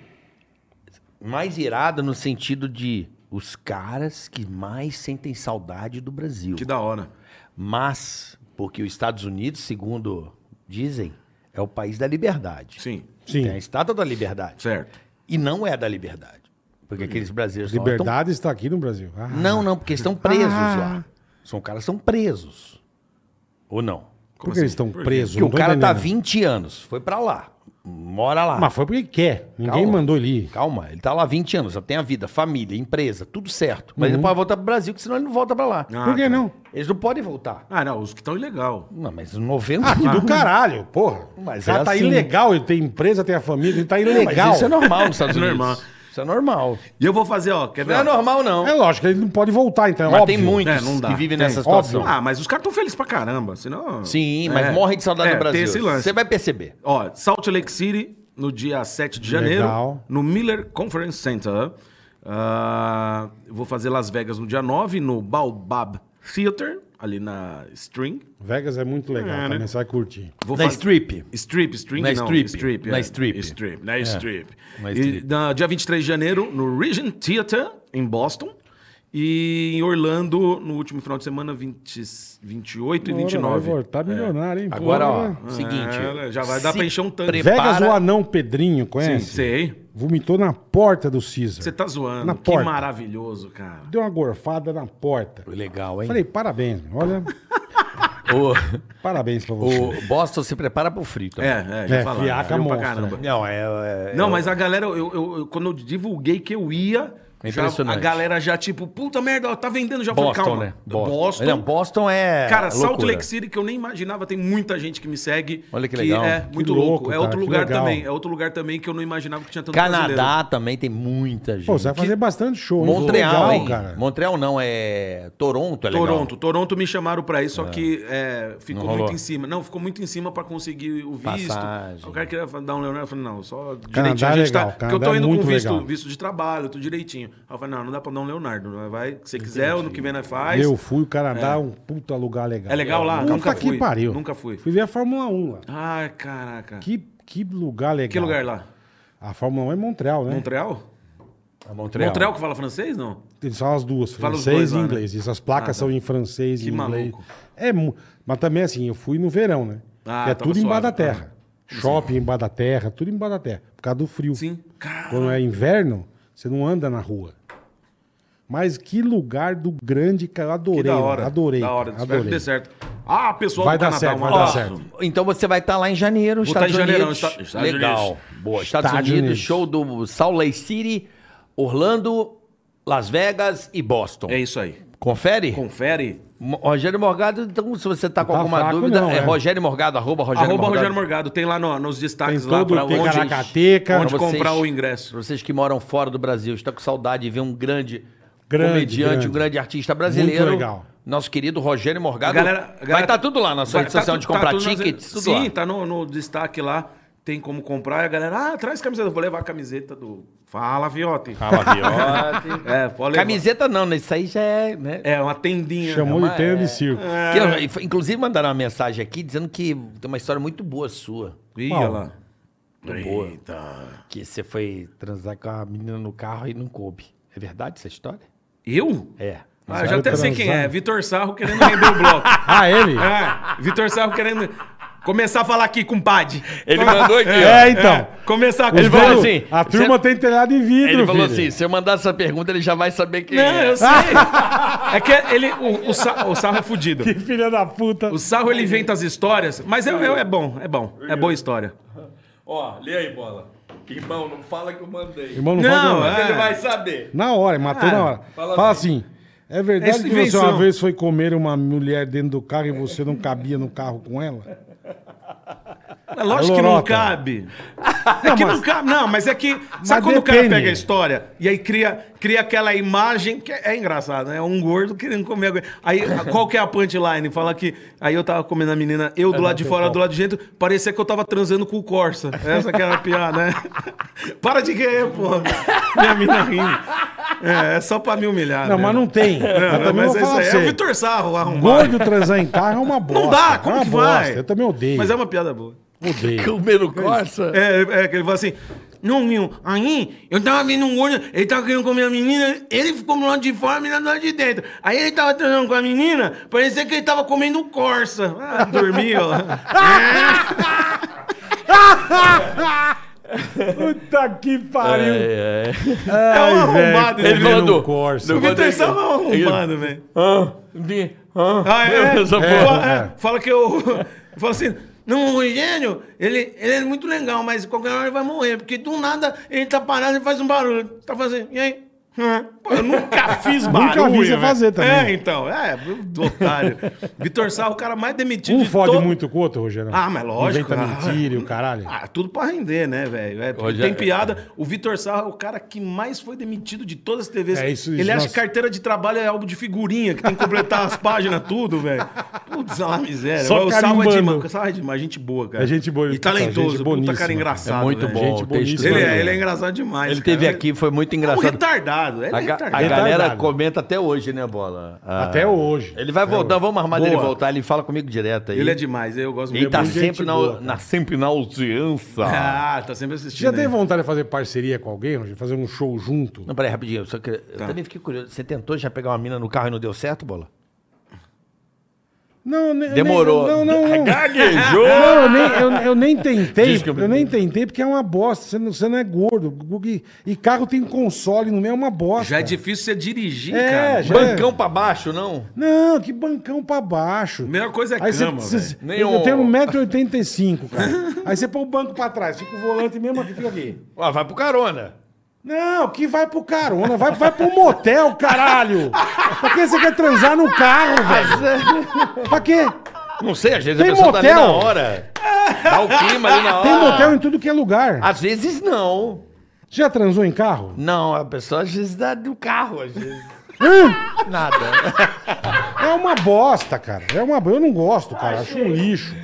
S3: mais irada no sentido de os caras que mais sentem saudade do Brasil.
S4: Que da hora.
S3: Mas, porque os Estados Unidos, segundo dizem, é o país da liberdade.
S4: Sim,
S3: Tem a
S2: Sim.
S3: estátua da liberdade.
S4: certo.
S3: E não é da liberdade. Porque
S4: Hum.
S3: aqueles brasileiros são lá tão
S2: Liberdade está aqui no Brasil. Ah.
S3: Então, Não, não, porque estão presos
S2: Ah.
S3: lá. São caras que são presos. Ou não?
S2: Por que eles estão
S4: assim? Por quê?
S2: presos?
S3: Porque
S2: Não
S3: o
S2: tô
S3: cara tá
S2: entendendo.
S3: 20 anos, foi pra lá. mora lá.
S2: Mas foi porque quer. Ninguém
S3: Calma.
S2: mandou ele ir.
S3: Calma, ele tá lá 20 anos, já tem a vida, família, empresa, tudo certo. Mas
S2: Uhum.
S3: ele pode voltar pro Brasil, que senão ele não volta pra lá.
S4: Ah,
S2: Por que
S4: tá.
S2: não?
S3: Eles não podem voltar.
S4: Ah, não, os que estão ilegal.
S3: Não, mas 90
S2: Ah, Que do caralho, porra.
S3: Ah. Mas
S2: já
S3: é
S2: tá
S3: assim.
S2: ilegal, ele tem empresa, tem a família, ele tá ilegal.
S3: Mas isso é normal nos Estados
S4: Isso <laughs> é
S3: Unidos.
S4: normal.
S3: Isso é normal.
S4: E eu vou fazer, ó, quer ver?
S3: Não é
S4: ó?
S3: normal, não.
S2: É lógico, ele não pode voltar, então. é
S3: Mas
S2: óbvio.
S3: tem muitos
S4: É, não dá.
S3: que vivem
S4: Tem,
S3: nessa situação.
S2: óbvio.
S4: Ah, mas os caras estão felizes pra caramba, senão...
S3: Sim, mas
S4: É.
S3: morrem de saudade
S4: É,
S3: do Brasil.
S4: tem esse lance.
S3: Você vai perceber.
S4: Ó, Salt Lake City, no dia 7 de janeiro,
S2: Legal.
S4: no Miller Conference Center. Ah, eu vou fazer Las Vegas no dia 9, no Baobab Theater, ali na String.
S2: Vegas é muito legal,
S4: É, né?
S2: também você vai curtir.
S4: Vou
S3: Na
S4: faz-
S3: Strip.
S4: Strip, String,
S3: Na
S4: não.
S3: Strip.
S4: Strip,
S3: Na
S4: é.
S3: Strip.
S4: Strip, na Strip.
S3: Na
S4: E
S3: Strip.
S4: na- dia 23 de janeiro, no Regent Theater, em Boston. E em Orlando, no último final de semana, 20, 28 e
S2: Vai
S4: 29.
S2: voltar milionário, hein?
S3: Agora,
S2: Porra.
S3: ó, seguinte.
S4: É, já vai dar pra
S3: se
S4: encher um tanque.
S3: prepara-
S2: Vegas, o anão Pedrinho, conhece?
S4: Sei.
S2: Vomitou na porta do Caesar.
S4: Você tá zoando.
S2: Na
S4: que
S2: porta.
S4: maravilhoso, cara.
S2: Deu uma gorfada na porta.
S3: Legal, é hein?
S2: Falei, parabéns, meu. olha, <laughs>
S3: O,
S2: parabéns pra você.
S3: o Boston se prepara pro frio também.
S4: É, é, já
S2: É,
S4: falaram.
S2: fiaca
S4: frio pra
S2: monstra.
S4: caramba.
S3: Não, é. é-
S4: Não, mas a galera, eu, eu- eu- quando eu divulguei que eu ia,
S3: É
S4: já-
S3: impressionante.
S4: a galera já tipo, puta merda, ó, tá vendendo já. Eu falei,
S3: Boston,
S4: calma.
S3: né? Boston.
S4: Boston.
S3: Não, Boston é.
S4: Cara, Salt
S3: loucura.
S4: Lake City, que eu nem imaginava, tem muita gente que me segue.
S3: Olha que legal.
S4: é
S3: Que
S4: muito louco.
S2: louco,
S4: é
S2: cara,
S4: outro
S2: que
S4: lugar
S2: legal.
S4: também. É outro lugar também que eu não imaginava que tinha tanto brasileiro.
S3: Canadá também tem muita gente.
S2: Pô, você vai fazer bastante show. hein?
S3: Montreal,
S2: Legal,
S3: hein?
S2: cara.
S3: Montreal não, é. Toronto, é legal.
S4: Toronto, Toronto me chamaram pra ir, só que é, ficou
S3: Não
S4: muito
S3: rolou.
S4: em cima. Não, ficou muito em cima pra conseguir o visto.
S3: Passagem.
S4: O cara queria dar um Leonardo, eu falei, não, só direitinho.
S2: Canadá
S4: a
S2: é
S4: gente
S2: legal,
S4: tá, porque eu
S2: Canadá
S4: tô
S2: é
S4: indo
S2: muito
S4: com visto,
S2: legal.
S4: visto de trabalho, tô direitinho. Aí eu falei, não, não dá pra dar um Leonardo. né? Vai, se quiser, ano que vem nós faz.
S2: Eu fui, o Canadá é um puta lugar legal.
S4: É legal lá?
S2: Puta
S4: Nunca
S2: que
S4: fui.
S2: pariu.
S4: Nunca fui.
S2: Fui ver a Fórmula 1 lá.
S4: Ai, caraca. Que,
S2: Que, que lugar legal.
S4: lugar lá?
S2: A Fórmula 1 é em Montreal, né?
S4: Montreal?
S3: É Montreal.
S4: Montreal que fala francês, não?
S2: Eles falam as duas,
S4: Fala os
S2: francês
S4: dois
S2: e
S4: lá, né?
S2: inglês. E Essas placas são em francês e
S4: Que
S2: inglês.
S4: maluco.
S2: É, mu- mas também assim, eu fui no verão, né?
S4: Ah,
S2: Que é
S4: tava
S2: tudo embaixo da
S4: suave,
S2: terra. Shopping embaixo da terra, tudo embaixo da terra. Por causa do frio.
S4: Sim. Cara,
S2: Quando é inverno, você não anda na rua. Mas que lugar do grande que eu adorei.
S4: que da
S2: né?
S4: hora.
S2: Adorei.
S4: Da hora,
S2: cara,
S4: espero que
S2: adorei.
S4: dê certo. Ah, pessoal
S2: Vai
S4: do
S2: dar
S4: Canadá,
S2: certo,
S4: um
S2: vai dar
S3: Ó,
S4: abraço.
S2: Tá certo.
S3: Então você vai estar lá em janeiro,
S4: Vou tá
S3: Estados
S4: em janeiro,
S3: Unidos.
S4: não, Esta- Estados
S3: Legal.
S4: Unidos.
S3: Boa, Estados,
S2: Estados
S3: Unidos,
S2: Unidos.
S3: show do Salt Lake City, Orlando, Las Vegas e Boston.
S4: É isso aí.
S3: Confere?
S4: Confere.
S3: Mo- Rogério Morgado, então se você tá com
S2: Não tá
S3: alguma
S2: fraco
S3: dúvida,
S2: não,
S3: é
S2: é.
S3: Rogério Morgado, arroba Rogério
S4: Arroba
S3: Morgado.
S4: Rogério Morgado. Tem lá no- nos destaques
S2: Tem
S4: lá
S2: todo
S4: pra
S2: o
S4: onde,
S2: Ticaracateca.
S4: onde
S3: Pra vocês-
S4: comprar o ingresso.
S3: Pra vocês que moram fora do Brasil, está com saudade de ver um grande,
S2: Grande,
S3: comediante,
S2: grande.
S3: um grande artista brasileiro.
S2: Muito legal.
S3: Nosso querido Rogério Morgado.
S4: A galera- a
S3: Vai
S4: galera-
S3: estar tudo lá na sua
S4: Vai-
S3: rede social
S4: tá
S3: de
S4: tudo- tá
S3: comprar
S4: tudo nas-
S3: tickets, tudo
S4: Sim,
S3: lá.
S4: tá no, no destaque lá. Tem como comprar. E a galera, ah, traz camiseta. Eu vou levar a camiseta do... Fala, Viotti. <laughs> É, pode levar.
S3: Camiseta não, né? Isso aí já é, né?
S4: É, uma tendinha.
S2: Chamou
S3: Não,
S2: de tenda
S3: é-
S2: de circo.
S3: Que eu- inclusive mandaram uma mensagem aqui dizendo que tem uma história muito boa sua.
S4: Ih, olha lá.
S3: Muito boa. Que você foi transar com a menina no carro e não coube. É verdade essa história?
S4: Eu?
S3: É.
S4: Ah, eu já até sei quem é.
S2: transar.
S4: Vitor Sarro querendo render o
S2: né?
S4: bloco.
S2: <laughs> Ah, ele?
S4: É, Vitor Sarro querendo começar a falar aqui com o Pad.
S3: Ele mandou aqui,
S2: <laughs> É, então.
S4: Começar com
S2: Os
S3: Ele falou
S2: velhos-
S3: assim,
S2: A turma
S3: você-
S2: tem telhado em vidro.
S3: Ele falou
S2: filho.
S3: assim: se eu mandar essa pergunta, ele já vai saber quem
S4: Não,
S3: é.
S4: eu sei. É que ele, o, o Sa- o Sarro é fudido.
S2: Que filha da puta.
S4: O Sarro, ele inventa as histórias, mas é, é- é bom, é bom. É boa história.
S8: Ó, lê aí, bola. Irmão, não fala que eu mandei.
S2: Irmão, não,
S4: Não,
S2: pode
S4: é...
S8: Vai saber.
S2: Na hora, matou
S4: Ah,
S2: na hora. Fala,
S8: fala
S2: assim. É verdade
S4: Essa
S2: que você uma
S4: invenção.
S2: vez foi comer uma mulher dentro do carro e você não cabia no carro com ela?
S4: É lógico que não
S2: Lorota. <laughs>
S4: cabe. É que não cabe. Não, mas é que. Sabe quando o cara
S2: depende.
S4: pega a história e aí cria, cria aquela imagem que é, é engraçado, né? Um gordo querendo comer. alguém.
S2: <laughs>
S4: Aí a- qual que é a punchline? Fala que. Aí eu tava comendo a menina, eu do lado de fora, ela do lado de dentro, parecia que eu tava transando com o Corsa. Essa que era a piada, né? <laughs> Para de rir, porra. Minha mina rindo. É, é só pra me humilhar.
S2: não,
S4: né?
S2: mas não tem.
S4: Não,
S2: eu
S4: não,
S2: também
S4: mas
S2: vou
S4: é isso
S2: falar
S4: aí. É o
S2: assim.
S4: Vitor Sarro arrumado.
S2: Gordo transar em carro é uma bosta.
S4: Não dá,
S2: é
S4: como
S2: uma
S4: que vai?
S2: Eu também odeio.
S4: Mas é uma piada boa.
S2: Odeio.
S3: Comer no Corsa.
S4: É, é, que ele fala assim. Não, meu, aí eu tava vendo um gordo, ele tava querendo comer a menina, ele ficou do lado de fora, a menina do lado de dentro. Aí ele tava transando com a menina, parecia que ele tava comendo um Corsa.
S2: <laughs>
S4: Ah, dormiu.
S2: Puta que pariu.
S3: É, é.
S4: é um
S2: velho,
S4: arrombado
S2: ele
S4: ele um
S2: falou
S4: falou.
S2: do- Corsa.
S4: O Vitor Sarro é um arrombado, velho.
S3: Ah, de- ah.
S4: Ah, é?
S3: Essa
S4: É,
S3: porra.
S4: <laughs> Fala, é, fala que eu... Fala assim, Não, o Rogério, ele, ele é muito legal, mas qualquer hora ele vai morrer, porque do nada ele tá parado e faz um barulho. Tá fazendo, e aí? Hã? Pô, eu nunca
S2: <laughs>
S4: fiz
S2: Nunca vi
S4: barulho.
S2: você
S4: velho.
S2: fazer também. Um
S4: É, então, é, do otário. Vitor Sarro, o cara mais demitido
S2: Um
S4: de
S2: fode
S4: todo-
S2: muito com o outro, Rogério.
S4: Ah, mas lógico.
S2: Inventa
S4: Ah,
S2: mentira e o caralho.
S4: Ah, tudo pra render, né, velho? É,
S8: Hoje
S4: tem
S8: é-
S4: piada. O Vitor Sarro é o cara que mais foi demitido de todas as TVs.
S2: É isso,
S4: Ele
S2: isso,
S4: acha
S2: nossa.
S4: que carteira de trabalho é álbum de figurinha, que tem que completar as páginas, tudo, velho. Putz, a miséria.
S2: Só
S4: Mas o Sarro é
S2: carimbando.
S4: demais. Sarro é demais, gente boa, cara.
S2: É gente boa,
S4: E
S2: puta, gente
S4: talentoso, puta
S2: boníssima.
S4: cara engraçado.
S3: É muito
S4: velho.
S3: bom.
S2: Gente
S3: o
S2: boníssima.
S3: texto
S4: Ele
S3: dele.
S4: é, ele é engraçado demais.
S3: Ele teve
S4: cara.
S3: aqui, foi muito
S4: É um
S3: engraçado.
S4: retardado. Ele é
S3: A, ga- a
S4: retardado.
S3: galera
S2: Retardado.
S3: comenta até hoje, né, Bola? Ah,
S2: Até hoje.
S3: Ele vai
S2: Até
S3: voltar,
S2: hoje.
S3: vamos armar
S4: Boa.
S3: dele voltar. Ele fala comigo direto aí.
S4: Ele é demais, eu gosto
S3: Ele
S4: muito.
S3: tá
S2: muito é gente
S3: sempre na,
S2: boa, cara.
S3: na- sempre na audiência.
S4: Ah, tá sempre assistindo.
S2: Já teve
S4: aí.
S2: vontade de fazer parceria com alguém, Rogério? Fazer um show junto?
S3: Não, peraí, rapidinho. Só que eu
S4: Tá.
S3: também fiquei curioso. Você tentou já pegar uma mina no carro e não deu certo, Bola?
S2: Não, ne- eu nem-
S3: Demorou.
S2: Não, não,
S3: <laughs>
S2: não.
S8: Gaguejou!
S2: Não, eu nem, eu, eu nem tentei.
S3: Diz que eu-
S2: Eu nem tentei porque é uma bosta. Você não, você não é gordo. Gugu, E carro tem console no meio, é uma bosta.
S4: Já é difícil você dirigir,
S2: É,
S4: cara.
S2: já-
S3: Bancão pra baixo, não?
S2: Não, que bancão pra baixo.
S4: A melhor coisa é
S2: Aí
S4: cama,
S2: você,
S4: velho.
S2: você,
S3: Nem
S2: eu
S3: um-
S2: tenho 1,85m, cara. Aí você põe o banco pra trás, fica o volante mesmo aqui, fica aqui.
S3: Ah, vai pro carona.
S2: Não, que vai pro carona, vai, vai pro motel, caralho! Pra que você quer transar no carro, velho? Pra quê?
S3: Não sei, às vezes
S2: Tem
S3: a pessoa tá ali
S2: motel?
S3: na hora. Dá o clima ali na hora.
S2: Tem
S4: Ah.
S2: motel em tudo que é lugar.
S3: Às vezes não.
S2: Você já transou em carro?
S3: Não, a pessoa às vezes dá do carro, às vezes.
S2: Hum?
S3: Nada.
S2: É uma bosta, cara. É uma... Eu não gosto, cara. Acho um lixo.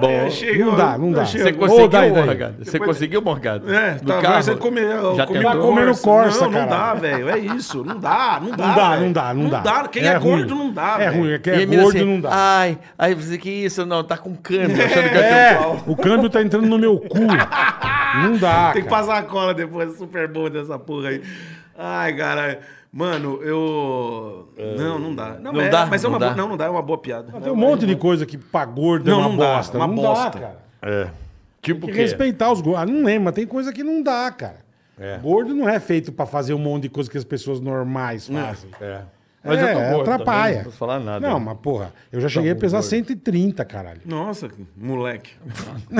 S3: Bom,
S2: Não dá, não dá.
S3: você conseguiu,
S2: Ô, daí, daí.
S3: Morgado? Você conseguiu, Morgado?
S4: É,
S3: No
S4: tá,
S3: carro?
S4: vai você comer. eu
S3: Já
S4: comi
S3: tentou?
S4: um
S2: Vai comer no Corsa,
S4: Não, não
S2: caralho.
S4: dá, velho. É isso. Não dá, não dá.
S2: Não dá,
S4: velho.
S2: não dá, não dá.
S4: Quem é,
S2: ruim.
S4: gordo não dá,
S2: É
S4: velho.
S2: ruim, é que
S3: E
S2: é
S3: a mina
S2: gordo
S3: assim,
S2: não dá.
S3: Ai, aí você, que isso? Não, tá com câmbio, achando que eu
S2: É,
S3: tenho um pau.
S2: o câmbio tá entrando no meu cu. Não dá,
S4: Tem que
S2: cara.
S4: passar a cola depois, é super bom dessa porra aí. Ai, caralho. Mano, eu. Não, não dá. Não,
S3: Não
S4: é,
S3: dá,
S4: Mas é
S3: não
S4: uma
S3: dá.
S4: boa. Não, não dá, é uma boa piada.
S2: Tem um monte de coisa que pra gordo
S4: Não,
S2: é uma
S4: não dá,
S2: bosta.
S4: uma
S2: não
S4: bosta.
S2: dá, cara.
S3: Tipo o
S2: Tem
S3: quê?
S2: que respeitar os gordos. Ah, não lembro, mas tem coisa que não dá, cara. Gordo não é feito pra fazer um monte de coisa que as pessoas normais fazem.
S3: É.
S2: Mas
S3: eu tô gordo né?
S2: atrapalha.
S3: também, não posso falar nada. Tá
S2: Não, mas porra, eu já cheguei a pesar 130, caralho.
S4: Nossa, moleque.
S2: <laughs>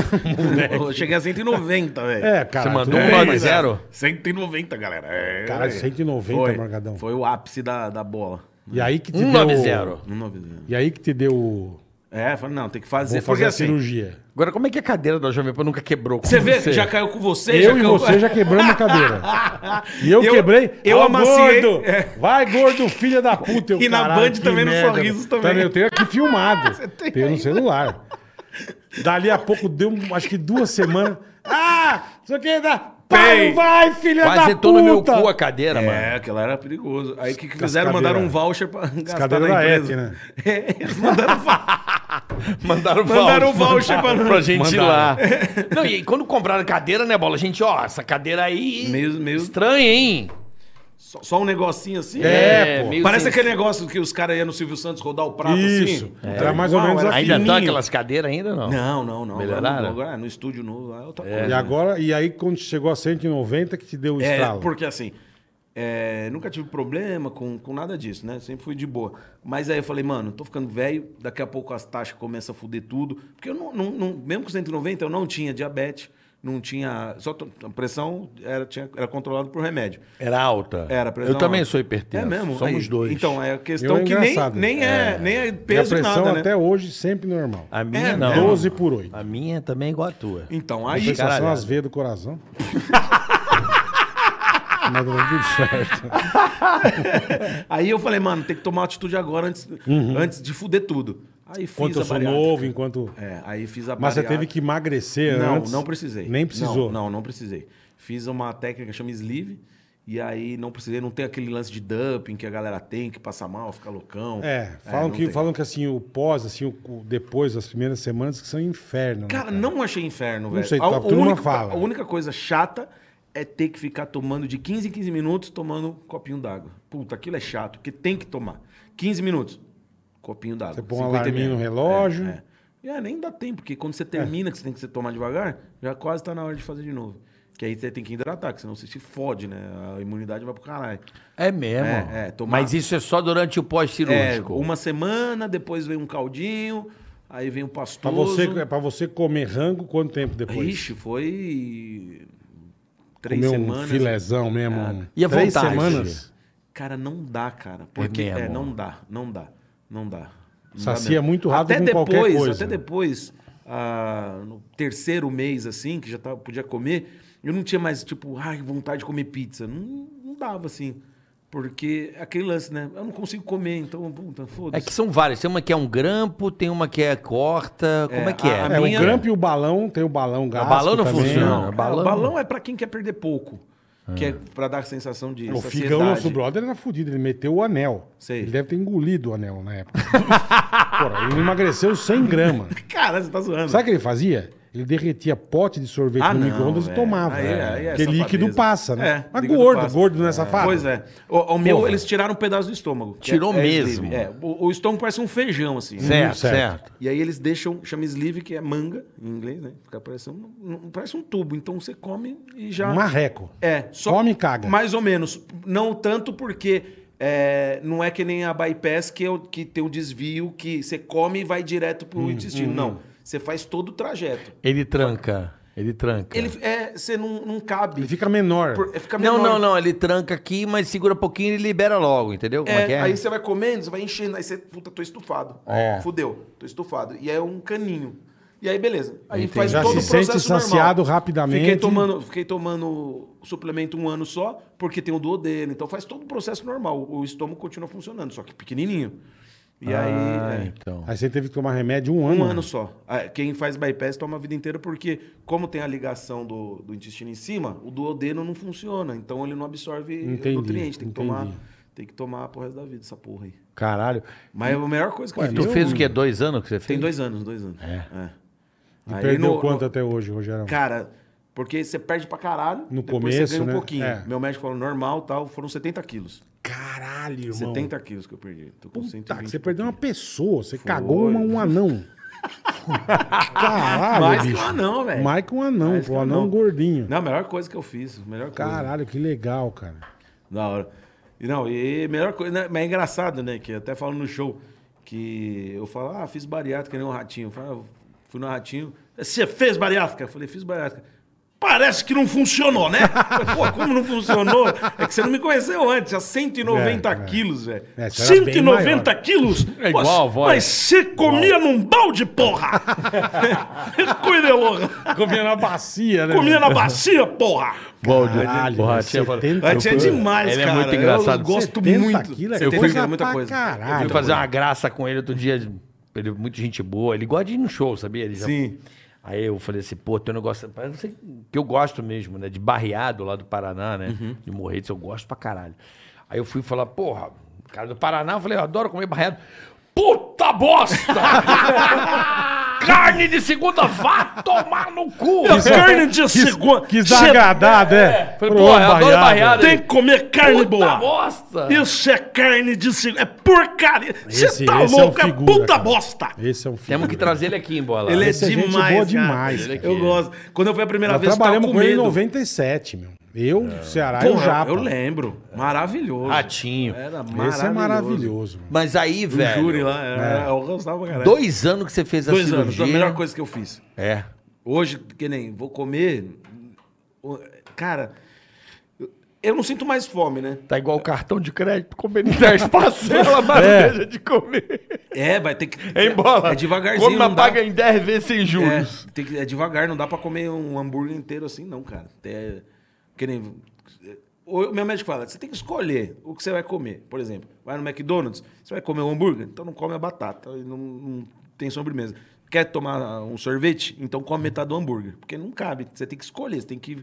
S4: Eu cheguei a 190, velho.
S2: É, cara.
S3: Você mandou
S2: tudo
S3: um
S2: bem,
S3: nome
S2: mas-
S3: zero?
S4: 190, galera. É,
S2: Caralho,
S4: velho.
S2: 190,
S4: foi,
S2: Morgadão.
S4: Foi o ápice da, da bola.
S2: E aí que te
S3: Um
S2: deu...
S3: nome zero.
S4: 190.
S2: E aí que te deu... Vou
S4: É, falei, não, tem que fazer.
S2: fazer
S4: porque
S2: a
S4: assim,
S2: cirurgia.
S3: Agora, como é que a cadeira da Jovem Pan nunca quebrou?
S4: Você
S3: Como
S4: vê, já caiu com você, já
S2: Eu e
S4: caiu...
S2: você já quebramos a cadeira. E eu,
S4: <laughs> Eu-
S2: quebrei.
S4: eu
S2: Ó,
S4: amaciei.
S2: gordo.
S4: É.
S2: Vai, gordo, filha
S4: <laughs>
S2: da puta. Eu,
S4: E na
S2: caralho,
S4: Band
S2: que
S4: também, no
S2: merda.
S4: Sorrisos também.
S2: Eu tenho aqui
S4: <laughs>
S2: filmado.
S4: tem
S2: tenho no
S4: ainda.
S2: celular. Dali a pouco deu, um, acho que duas semanas. <laughs> Ah, isso aqui é da... Pai,
S4: Tem.
S2: não vai, filha da
S3: Quase
S2: puta.
S3: entrou no meu cu a cadeira, mano.
S4: É, aquela era perigoso. Aí o que, que
S2: As
S4: fizeram? Mandaram um
S2: cadeiras.
S4: voucher pra gastar
S2: cadeiras
S4: na
S2: da
S4: empresa.
S2: ET, né?
S4: <laughs> É, eles mandaram
S3: <laughs>
S4: voucher.
S3: Mandaram
S4: Mandaram voucher
S3: <laughs>
S4: pra nós.
S3: pra gente ir lá.
S2: Mandaram.
S3: Não, e aí, quando compraram cadeira, né, Bola? A gente, ó, essa cadeira aí...
S4: Meio- meio-
S3: Estranha, hein?
S4: Só, só um negocinho assim.
S2: É, pô.
S3: meio
S4: Parece
S3: sem-
S4: aquele negócio que os caras iam no Silvio Santos rodar o prato
S2: Isso.
S4: assim.
S2: Era mais ou
S4: Uau,
S2: menos
S4: era
S2: assim.
S3: É. Ainda tá
S4: fininho.
S3: aquelas cadeiras ainda, não?
S4: Não, não, não.
S3: Melhoraram?
S4: Agora, agora é no estúdio novo, lá é outra coisa.
S3: né?
S2: E agora, e aí quando chegou a 190 que te deu o
S4: É,
S2: estralo.
S4: porque assim, é, nunca tive problema com, com nada disso, né? Sempre fui de boa. Mas aí eu falei, mano, tô ficando velho, daqui a pouco as taxas começam a fuder tudo. Porque eu não, não- não- mesmo com 190, eu não tinha diabetes, não tinha. Só to- a pressão era, tinha, era controlada por remédio.
S3: Era alta.
S4: Era, a pressão
S3: Eu também
S4: alta.
S3: sou hipertenso.
S4: É mesmo?
S3: Somos
S4: Aí,
S3: dois.
S4: Então, é a
S2: Eu
S4: questão
S2: é
S4: que nem,
S2: engraçado.
S4: nem, é, nem é
S2: E a
S4: peso e
S2: pressão
S4: nada, né?
S2: até hoje sempre normal.
S3: A minha
S4: É,
S3: não.
S2: 12 por 8.
S3: A minha também é igual a tua.
S4: Então,
S2: A
S4: aí. <laughs>
S2: sensação
S3: caralho.
S2: às veias do coração. <laughs> Mas deu tudo certo.
S4: Aí eu falei, mano, tem que tomar uma atitude agora antes, antes de fuder tudo. Aí fiz
S2: Enquanto Uhum.
S4: a
S2: eu sou
S4: bariátrica.
S2: novo, enquanto.
S4: É, aí fiz a
S2: Mas você
S4: bariátrica.
S2: teve que emagrecer
S4: Não,
S2: antes.
S4: não precisei.
S2: Nem precisou.
S4: Não, não, não precisei. Fiz uma técnica que chama sleeve. E aí não precisei, não tem aquele lance de dumping que a galera tem, que passa mal, fica loucão.
S2: É, falam,
S4: não
S2: que,
S4: tem.
S2: falam que assim, o pós, assim, o, o depois, as primeiras semanas, que são inferno. né,
S4: Cara, não achei inferno, velho.
S2: sei,
S4: a,
S2: tá-
S4: a
S2: turma
S4: única,
S2: fala.
S4: a única coisa chata é ter que ficar tomando de 15 em 15 minutos, tomando um copinho d'água. Puta, aquilo é chato, porque tem que tomar. 15 minutos, copinho d'água.
S2: Você põe um
S4: 50
S2: alarminho no
S4: ml.
S2: relógio.
S4: É, é. é, nem dá tempo, porque quando você termina, que você tem que se tomar devagar, já quase tá na hora de fazer de novo. Que aí você tem que hidratar, que senão você se fode, né? A imunidade vai pro caralho.
S3: É mesmo.
S4: É, é, tomar-
S3: Mas isso é só durante o
S4: É,
S3: pós-cirúrgico.
S4: uma semana, depois vem um caldinho, Aí vem o pastor.
S2: Pra você, pra você comer rango, quanto tempo depois?
S4: Ixi, foi. Três
S2: Comer um
S4: semanas. É.
S2: filezão mesmo. um-
S3: E a
S2: Três
S3: vontade?
S2: semanas?
S4: Cara, não dá, cara. Porque, é,
S3: mesmo?
S4: não dá, não dá, não dá. Não
S2: Sacia
S4: dá mesmo.
S2: muito rápido
S4: até
S2: com
S4: depois,
S2: qualquer coisa.
S4: Até depois, ah, no terceiro mês, assim, que já tava, podia comer, eu não tinha mais, tipo, ai, vontade de comer pizza. Não, não dava, assim. Porque é aquele lance, né? Eu não consigo comer, então, puta,
S3: É
S4: foda-se.
S3: que são várias. Tem uma que é um grampo, tem uma que é corta. Como é,
S4: É,
S3: que é?
S4: a- a
S2: É,
S4: minha-
S2: o grampo e o balão, tem o balão gasto
S3: balão não funciona.
S2: né?
S4: Não, cara,
S3: balão-
S4: o balão é pra quem quer perder pouco. Que é pra dar a sensação de
S2: O
S4: saciedade.
S2: Figão, nosso brother, era fudido. Ele meteu o anel.
S4: Sei.
S2: Ele deve ter engolido o anel na época. <laughs> Porra, ele emagreceu 100 gramas.
S4: Cara, você tá zoando.
S2: Sabe o que ele fazia? Ele derretia pote de sorvete
S4: Ah,
S2: no
S4: não,
S2: micro-ondas e
S4: é.
S2: tomava. né?
S4: Aí é- aí é
S2: Porque
S4: safadeza.
S2: líquido passa, né?
S4: É,
S2: Mas
S4: líquido
S2: gordo,
S4: passa.
S2: gordo não é safado.
S4: Pois é. O, o meu,
S2: Porra.
S4: eles tiraram um pedaço do estômago. que
S3: Tirou
S4: é- é
S3: mesmo?
S4: sleeve. É, o, o estômago parece um feijão, assim.
S3: Certo,
S2: certo.
S3: certo.
S4: E aí eles deixam, chama sleeve, que é manga, em inglês, né? Fica parecendo, um- um- parece um tubo. Então você come e já...
S2: Um Marreco.
S4: Então, É, só
S2: Come e caga.
S4: Mais ou menos. Não tanto porque é, não é que nem a bypass que, é o- que tem o desvio que você come e vai direto pro
S2: Hum,
S4: intestino. Não. Você faz todo o trajeto.
S3: Ele tranca. Ele tranca.
S4: Ele é, você não, não cabe.
S2: Ele fica menor.
S4: Por- fica
S3: Não,
S4: menor.
S3: não, não. Ele tranca aqui, mas segura pouquinho e libera logo, entendeu? Como é, que é?
S4: Aí você vai comendo, você vai enchendo, aí você, puta, tô estufado.
S2: É.
S4: Fudeu, tô estufado. E aí é um caninho. E aí, beleza. Aí
S3: Entendi.
S4: faz
S2: Já
S4: todo
S2: se
S4: o processo
S2: sente saciado
S4: normal.
S2: rapidamente.
S4: Fiquei tomando, fiquei tomando suplemento um ano só, porque tem o duodeno. Então faz todo o processo normal. O estômago continua funcionando, só que pequenininho. E
S3: Ah,
S4: aí... é,
S3: então.
S2: Aí você teve que tomar remédio um ano.
S4: Um ano só. Ah, Quem faz bypass toma a vida inteira, porque como tem a ligação do, do intestino em cima, o duodeno não funciona. Então ele não absorve
S2: Entendi,
S4: nutriente. Tem que tomar.
S2: entendi.
S4: Tem que tomar pro resto da vida essa porra aí.
S3: Caralho.
S4: Mas é a melhor coisa que eu
S3: Tu
S4: fiz.
S3: fez o quê? Dois anos que você fez?
S4: Tem dois anos, dois anos. É.
S2: E
S4: Aí
S2: perdeu
S4: no-
S2: quanto
S4: no-
S2: até hoje, Rogério?
S4: Cara, porque você perde pra caralho.
S2: No
S4: depois
S2: começo,
S4: você ganha um
S2: né?
S4: pouquinho.
S2: É.
S4: Meu médico falou normal tal. Foram 70 quilos.
S2: Caralho, irmão.
S4: 70 quilos que eu perdi. Tô com
S2: Puta,
S4: 120
S2: Tá, que você
S4: e
S2: perdeu uma
S4: pouquinho.
S2: pessoa. Você cagou uma- um anão. Caralho,
S4: Mais que um
S2: bicho.
S4: anão, velho.
S2: Mais que um anão,
S4: Mais
S2: pô.
S4: que
S2: Um
S4: um
S2: anão
S4: anão.
S2: gordinho.
S4: Não, a melhor coisa que eu fiz. Melhor coisa.
S2: Caralho, que legal, cara.
S4: Da hora. E não, e melhor coisa, né? mas é engraçado, né? Que eu até falo no show que eu falo, ah, fiz bariátrica, nem um ratinho. Eu falo, ah, fui no ratinho. Você fez bariátrica? Eu falei, fiz bariátrica. Parece que não funcionou, né? <laughs> Eu falei, Pô, como não funcionou? É que você não me conheceu antes, a 190
S2: É, é.
S4: quilos, velho.
S2: É, você era bem
S5: 190
S2: <laughs>
S5: quilos?
S3: É igual a voz.
S5: Mas você comia num balde,
S4: <laughs>
S5: porra!
S2: <laughs>
S5: Cuida, louca!
S2: Comia na bacia, né?
S5: Comia na bacia, porra!
S4: Ah,
S2: Caralho,
S3: Borracha.
S2: 70
S4: Mas é demais,
S3: Ele é
S4: cara.
S3: muito engraçado.
S4: Eu gosto
S2: 70
S4: muito.
S2: quilos é
S4: 70
S2: coisa
S4: quilos
S2: pra
S3: Eu
S2: caralho.
S3: fui fazer uma graça com ele outro dia. Ele é muito gente boa. Ele gosta de ir no show, sabia? Ele já-
S4: Sim.
S3: Aí eu falei assim, pô, teu negócio. eu não sei, Que eu gosto mesmo, né? De barreado lá do Paraná, né? De morrer eu gosto pra caralho. Aí eu fui falar, porra, cara do Paraná, eu falei, eu adoro comer barreado. Puta <laughs> bosta! Carne de segunda, vá tomar no cu! é
S5: Carne de segunda.
S2: Quis
S5: Cê
S2: dar agradada, é.
S3: Falei,
S2: Pô,
S3: pô, eu adoro barreado.
S5: Tem que comer carne
S3: Puta
S5: boa.
S3: bosta!
S5: Isso é carne de segunda. É porcaria.
S2: Esse-
S5: Você tá
S2: esse é um
S5: louco, é,
S2: figura,
S5: puta
S2: cara.
S5: bosta.
S2: Esse é um filho.
S3: Temos que trazer ele aqui, bola.
S4: Ele é
S2: Esse é gente
S4: demais,
S2: boa
S4: cara.
S2: demais,
S3: é
S2: cara.
S4: Eu gosto. Quando eu fui a primeira
S2: Nós
S4: vez, eu tava
S2: trabalhamos
S4: tá com
S2: com ele em
S4: medo.
S2: 97, meu. Eu, Ceará e o
S4: Porra,
S2: Japa.
S4: eu lembro. Maravilhoso.
S3: Ah, Ratinho.
S4: Era maravilhoso.
S2: Esse é maravilhoso. É. mano.
S3: Mas aí, velho.
S4: Um Júri lá, era- eu gostava, caralho.
S3: Dois anos né? que você fez a
S4: Dois anos,
S3: cirurgia.
S4: foi a melhor coisa que eu fiz.
S3: É.
S4: Hoje, que nem vou comer. o- Cara, eu- eu não sinto mais fome, né?
S3: Tá igual o cartão de crédito, comendo 10 <laughs> parcelas, mas não deixa de comer.
S4: É, vai ter
S3: <laughs>
S4: que.
S3: Em bola.
S4: É devagarzinho.
S3: Como
S4: não dá-
S3: paga em 10 vezes sem
S4: é,
S3: juros.
S4: tem que- é devagar, não dá pra comer um hambúrguer inteiro assim, não, cara. É, que nem. O meu médico fala, você tem que escolher o que você vai comer. Por exemplo, vai no McDonald's, você vai comer um hambúrguer? Então não come a batata, não, não tem sobremesa. Quer tomar um sorvete? Então come metade do hambúrguer. Porque não cabe, você tem que escolher, você tem que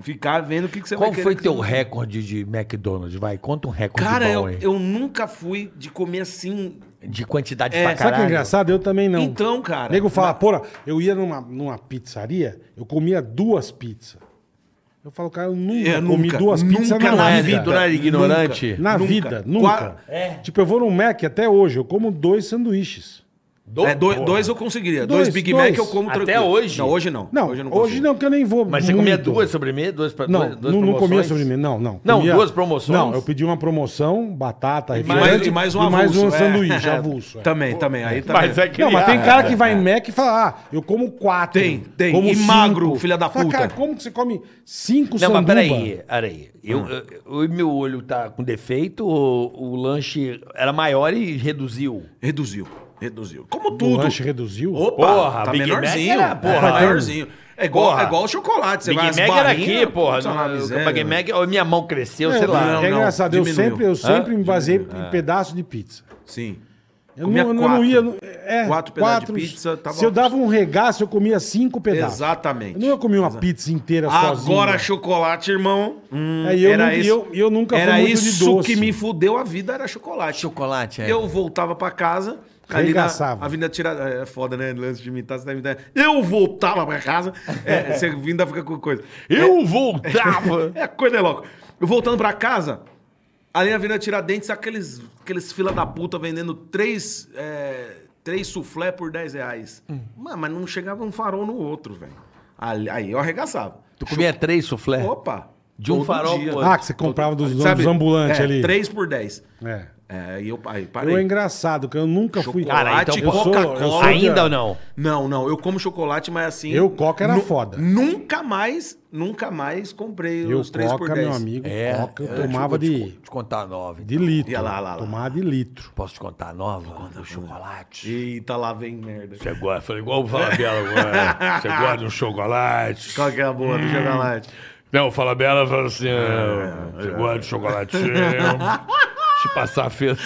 S4: ficar vendo o que, que você
S3: Qual
S4: vai
S3: É. foi
S4: querer.
S3: teu recorde de McDonald's? Vai, conta um recorde
S4: Cara,
S3: bom
S4: eu,
S3: aí.
S4: eu nunca fui de comer assim.
S3: De quantidade
S4: É,
S3: pra
S4: sabe
S2: Sabe o que é
S3: caralho.
S2: engraçado? Eu também não.
S4: Então, cara.
S2: Nego fala, porra, eu ia numa, numa pizzaria, eu comia duas pizzas. Eu falo, cara, eu nunca
S4: É,
S2: comi
S4: nunca,
S2: duas
S4: nunca
S2: pizzas
S4: na né,
S2: na
S3: é,
S2: vida.
S3: Vitor, era ignorante.
S2: Na
S4: Nunca.
S2: vida, nunca.
S4: Qua- É.
S2: Tipo, eu vou no Mac até hoje, eu como dois sanduíches.
S4: É, dois, dois eu conseguiria. Dois,
S2: Dois,
S4: Big
S2: dois.
S4: Mac eu como
S3: Até
S4: tranquilo.
S3: hoje?
S4: Não, hoje não.
S2: Não,
S4: eu
S2: hoje não,
S4: consigo.
S2: porque eu nem vou
S3: Mas você comia
S2: muito.
S3: duas sobremesas? Duas, pra-
S2: Não,
S3: duas, duas
S2: não, não
S3: promoções?
S2: comia sobremesa, não, não.
S3: Não,
S2: Comia-
S3: duas promoções?
S2: Não, eu pedi uma promoção, batata,
S4: E mais,
S2: refrigerante
S4: e mais um
S2: e mais
S4: avulso.
S2: um
S4: é.
S2: sanduíche
S4: <laughs> É.
S2: avulso. é.
S4: Também, também. Aí
S3: <laughs>
S4: tá
S3: Mas é
S2: Não, mas tem
S3: criar.
S2: cara que vai em Mac e fala, ah, eu como quatro.
S4: Tem, tem.
S2: Como
S4: E magro, filha da
S2: Fala,
S4: puta.
S2: cara, como que você come cinco
S3: Não, mas
S2: sanduba? Ah.
S3: peraí, peraí. Eu, eu- eu- meu olho tá com defeito ou o lanche era maior e reduziu?
S4: Reduziu. Reduziu. Como
S2: O
S4: tudo.
S2: lanche reduziu?
S4: Opa,
S3: Porra,
S4: tá
S3: Big Mac
S4: menorzinho.
S3: era- porra,
S4: tá menorzinho. É igual,
S3: Porra.
S4: é igual o chocolate. Você
S3: Big
S4: vai
S3: Mac
S4: às
S3: era
S4: barrinhas,
S3: aqui, porra.
S4: puta, uma miséria,
S3: Big
S4: velho.
S3: Mac, ou minha mão cresceu,
S2: É,
S3: sei lá.
S4: Não,
S2: é
S4: não,
S2: engraçado, eu
S4: diminuiu.
S2: sempre, eu sempre me baseei
S4: Diminuiu,
S2: em pedaço de pizza.
S4: Sim.
S2: Eu
S4: Comia
S2: não, eu
S4: quatro.
S2: não ia. não- É,
S4: Quatro pedaços de pizza, tava
S2: Se eu dava um regaço, eu comia cinco pedaços.
S4: Exatamente.
S2: Eu não ia comer uma pizza inteira sozinho.
S4: Agora chocolate, irmão. Hum,
S2: É, e eu
S4: era
S2: nu- e
S4: isso.
S2: eu- e eu nunca fui
S4: era
S2: muito de
S4: isso
S2: doce.
S4: que me fudeu a vida, era chocolate.
S3: Chocolate, é.
S4: Eu voltava pra casa, ali na
S2: Arregaçava.
S4: Avenida Tiradentes. É foda, né? Lance de imitar, você tá imitando. Eu voltava pra casa.
S2: <laughs>
S4: É, você ainda fica com coisa.
S3: Eu voltava.
S4: É coisa é louco. Eu voltando pra casa, ali na Avenida Tiradentes, aqueles, aqueles fila da puta vendendo três, é, três suflé por 10 reais.
S2: Hum.
S4: Mano, mas não chegava um farol no outro, velho. Ali- Aí eu arregaçava.
S3: <laughs> tu comia três
S4: É.
S3: suflé?
S4: Opa!
S3: De um
S4: todo
S3: farol
S4: dia.
S3: pro outro.
S2: Ah, que você comprava dos, dos ambulantes
S4: é,
S2: ali.
S4: 3 por 10.
S2: É.
S4: É, e eu, aí parei.
S2: Eu é engraçado, que eu nunca fui.
S4: Chocolate, Cara, então,
S2: eu sou-
S4: Coca-Cola.
S2: eu sou-
S3: Ainda ou não?
S4: Não, não, eu como chocolate, mas assim.
S2: Eu, Coca era
S4: nu-
S2: foda.
S4: Nunca mais, nunca mais comprei
S2: Eu,
S4: os 3 por
S2: Coca,
S4: 10.
S2: meu amigo, Coca, É, eu
S3: deixa
S2: tomava
S3: É. te-
S2: de,
S3: Te contar a nova. então.
S2: de litro.
S4: Ia lá, lá, lá.
S2: Tomava de litro.
S3: Posso te contar a nova? Conta chocolate.
S4: Eita, tá lá vem merda.
S3: Você gosta, falei igual o Falabella agora. Você gosta de um chocolate?
S4: Qual que é a boa do chocolate?
S2: Hum.
S3: Não, o Falabella falou assim: "Ah, você gosta de chocolatinho? Deixa eu passar a feira.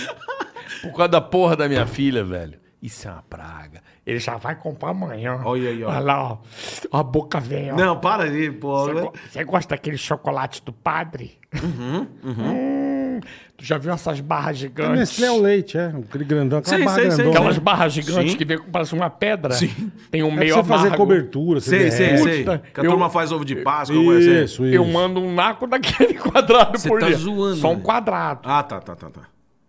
S3: Por causa da porra da minha filha, velho. Isso é uma praga. Ele já vai comprar amanhã.
S4: Olha aí, ó.
S9: Olha lá, ó. Ó A boca vem, ó.
S4: Não, para aí, pô.
S2: é
S9: Você go- Você gosta daquele chocolate do padre?
S3: Uhum,
S9: Hum, tu já viu essas barras
S2: É
S9: gigantes?
S2: Nestlé é o leite, é. Aquele grandão, aquela
S4: Sei,
S2: barra
S4: sei, sei.
S2: grandona.
S9: Aquelas barras gigantes
S4: Sim.
S9: que vem com parece uma pedra. Sim. Tem um
S2: É pra
S9: meio
S2: você fazer
S9: amargo.
S2: cobertura, você
S4: Sei, sei,
S2: derrete.
S4: sei.
S9: Puta,
S4: Que a
S9: eu-
S4: turma faz ovo de Páscoa, alguma coisa assim.
S2: Isso, isso.
S9: Eu mando um naco daquele <laughs> quadrado por
S4: tá
S9: dia.
S4: zoando,
S9: Só um
S4: né?
S9: quadrado.
S4: Ah, tá, tá, tá, tá.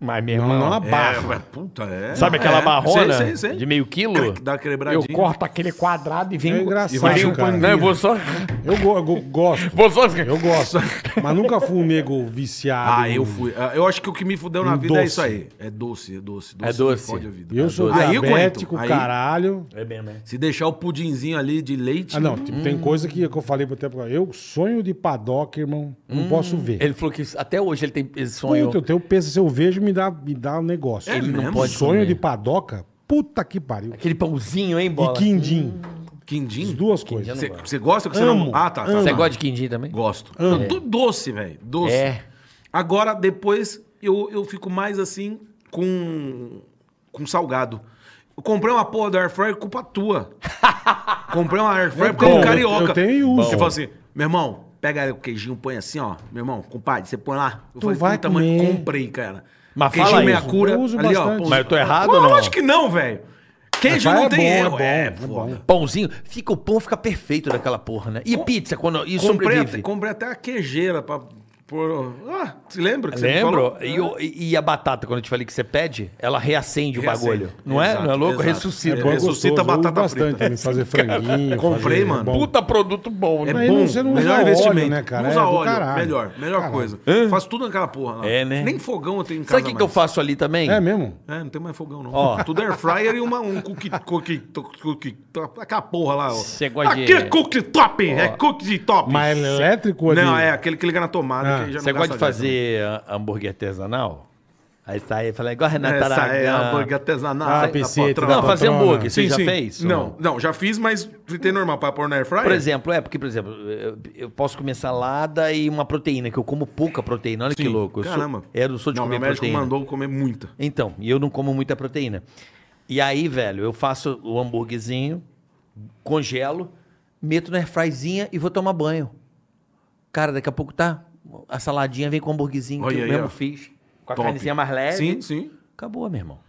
S9: Mas, meu
S2: Não, não é uma
S9: irmão,
S4: É,
S2: barra.
S4: ué, puta, é.
S9: sabe aquela
S4: É,
S9: marrona
S4: Sei, sei, sei.
S3: De meio quilo?
S4: Cre- Dá uma quebradinha.
S9: eu corto aquele quadrado e
S2: É,
S9: venho...
S2: engraçado,
S9: vem um
S2: cara.
S9: paninho. eu vou só...
S2: Eu, go- eu go- gosto,
S9: Vou só...
S2: eu
S4: <laughs>
S2: gosto. Mas nunca fui um nego viciado.
S4: Ah, eu fui. Ah, Eu acho que o que me fudeu na
S2: Um
S4: vida é
S2: doce.
S4: isso aí. É doce, é doce. doce
S3: É doce.
S4: Fode a vida.
S2: Eu sou
S4: Aí eu
S2: diabético,
S4: aguento, aí-
S2: caralho.
S3: É
S4: Se deixar o pudinzinho ali de leite.
S2: Ah, não, tipo,
S4: Hum.
S2: tem coisa que, que eu falei pro tempo. Eu sonho de padoca, irmão. Não
S4: Hum.
S2: posso ver.
S3: Ele falou que isso- até hoje ele tem esse sonho.
S2: Puta, eu tenho peso, se eu vejo, me dá, me dá um negócio.
S4: É Ele não mesmo?
S3: pode
S2: Sonho
S3: comer.
S2: de padoca? Puta que pariu.
S3: Aquele pãozinho, hein,
S2: E
S3: bola?
S2: quindim. As
S4: Hum. Quindim?
S2: duas coisas.
S4: Você você gosta que você
S2: Amo,
S4: não. Ah, tá. tá,
S2: amo.
S4: tá.
S3: Você gosta de quindim também?
S4: Gosto. Eu tô doce, velho. Doce.
S3: É.
S4: Agora, depois, eu, eu fico mais assim com, com salgado. Eu comprei uma porra do air fryer,
S2: <laughs>
S4: culpa tua. comprei uma air fryer porque eu
S2: É bom,
S4: um carioca.
S2: eu tenho e uso.
S4: Você fala assim, meu irmão, pega o queijinho, põe assim, ó. Meu irmão, compadre, você põe lá. Eu
S2: Tu vai comer.
S4: comprei, cara.
S3: Mas
S4: queijinho
S3: fala
S4: meia
S3: isso.
S4: cura.
S2: Eu uso
S4: ali, ó,
S2: bastante.
S4: pão-
S3: Mas eu tô errado
S4: Pô,
S3: ou não?
S4: Lógico que não, velho. Queijo
S2: Mas
S4: não
S2: é
S4: tem
S2: bom, é
S4: erro.
S2: bom, é bom.
S4: foda.
S3: Pãozinho, fica o pão fica perfeito daquela porra, né? E pizza, quando isso
S4: Comprei
S3: sobrevive.
S4: até, comprei até a queijeira pra pôr. Ah, você lembra que você me falou?
S3: Lembro? E, o- e- e a batata, quando eu te falei que você pede, ela reacende,
S4: Reacende.
S3: o bagulho. Não é?
S4: Exato,
S3: Não é louco?
S4: exato.
S3: Ressuscita.
S4: É
S2: Bom, é
S4: Ressuscita
S2: gostoso, eu uso
S4: batata
S2: bastante
S4: frita.
S2: também,
S4: <laughs>
S2: fazer franguinho.
S4: Comprei,
S2: fazer-
S4: mano.
S2: é bom.
S9: Puta produto bom, né?
S4: É
S2: Aí
S4: bom,
S2: não- você não usa
S4: melhor
S2: óleo,
S4: investimento.
S2: né, cara?
S4: Não usa
S2: É do
S4: óleo,
S2: caralho.
S4: melhor, melhor
S2: Caralho.
S4: coisa. Faço tudo naquela porra lá.
S3: É, né?
S4: Nem fogão eu tenho em casa
S3: Sabe o que, que eu
S4: mais.
S3: faço ali também?
S2: É mesmo?
S4: É, não tem mais fogão, não.
S3: Ó.
S4: Tudo air fryer e uma, um cookie, cookie, to- cookie, top, aquela porra lá. ó.
S3: Você gosta de- é
S4: Aqui é cookie top, é cookie top.
S2: Mas elétrico ali.
S4: Não, é aquele que liga na tomada.
S2: Ah.
S4: que já
S3: Você
S4: não
S3: gosta
S4: gasta
S3: de
S4: gás, né?
S3: fazer ah, hambúrguer artesanal? Aí sai e fala, igual a Renata
S4: Essa é
S3: Aragão.
S4: hambúrguer artesanal.
S2: Ah,
S4: da
S2: peceita,
S4: patroa.
S2: da
S3: Não, fazer
S2: Patrona.
S3: hambúrguer, você
S4: Sim,
S3: já
S4: sim.
S3: fez? ou
S4: Não, não, já fiz, mas fritei normal pra pôr na air fryer.
S3: Por exemplo, é porque, por exemplo, eu, eu posso comer salada e uma proteína, que eu como pouca proteína. Olha que
S4: Sim.
S3: louco. Eu sou- é,
S4: Caramba.
S3: eu não sou de
S4: não,
S3: comer
S4: meu médico
S3: proteína.
S4: mandou comer muita.
S3: Então, e eu não como muita proteína. E aí, velho, eu faço o hambúrguerzinho, congelo, meto na airfryzinha e vou tomar banho. Cara, daqui a pouco tá. A saladinha vem com o hambúrguerzinho que
S4: Olha
S3: eu
S4: aí,
S3: mesmo
S4: ó.
S3: fiz. Com a
S4: Top.
S3: carnezinha mais leve.
S4: Sim, sim.
S3: Acabou, meu irmão.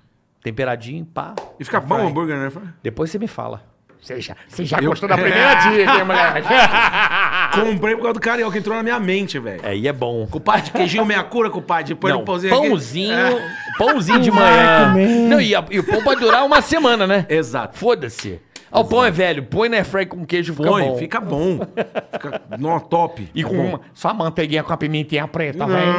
S3: Temperadinho, pá.
S4: E fica bom o hambúrguer, né?
S3: Depois você me fala.
S4: <laughs>
S9: Você já, você já gostou da primeira dica, hein, mulher?
S3: Ah.
S4: Comprei por causa do carioca, entrou na minha mente, velho.
S3: É, e é bom.
S4: Compadre, queijinho meia cura, compadre. Põe
S3: Não,
S4: no pãozinho aqui.
S3: pãozinho,
S4: É.
S3: pãozinho de
S7: Vai
S3: manhã.
S7: comer.
S3: Não, e, a- e o pão vai durar uma semana, né?
S4: Exato.
S3: Foda-se. Ah, o pão é velho, põe na airfry com queijo, fica
S4: Põe,
S3: bom.
S4: fica bom. Fica, nó, top.
S9: E com uma, só a manteiguinha com a pimentinha preta, velho.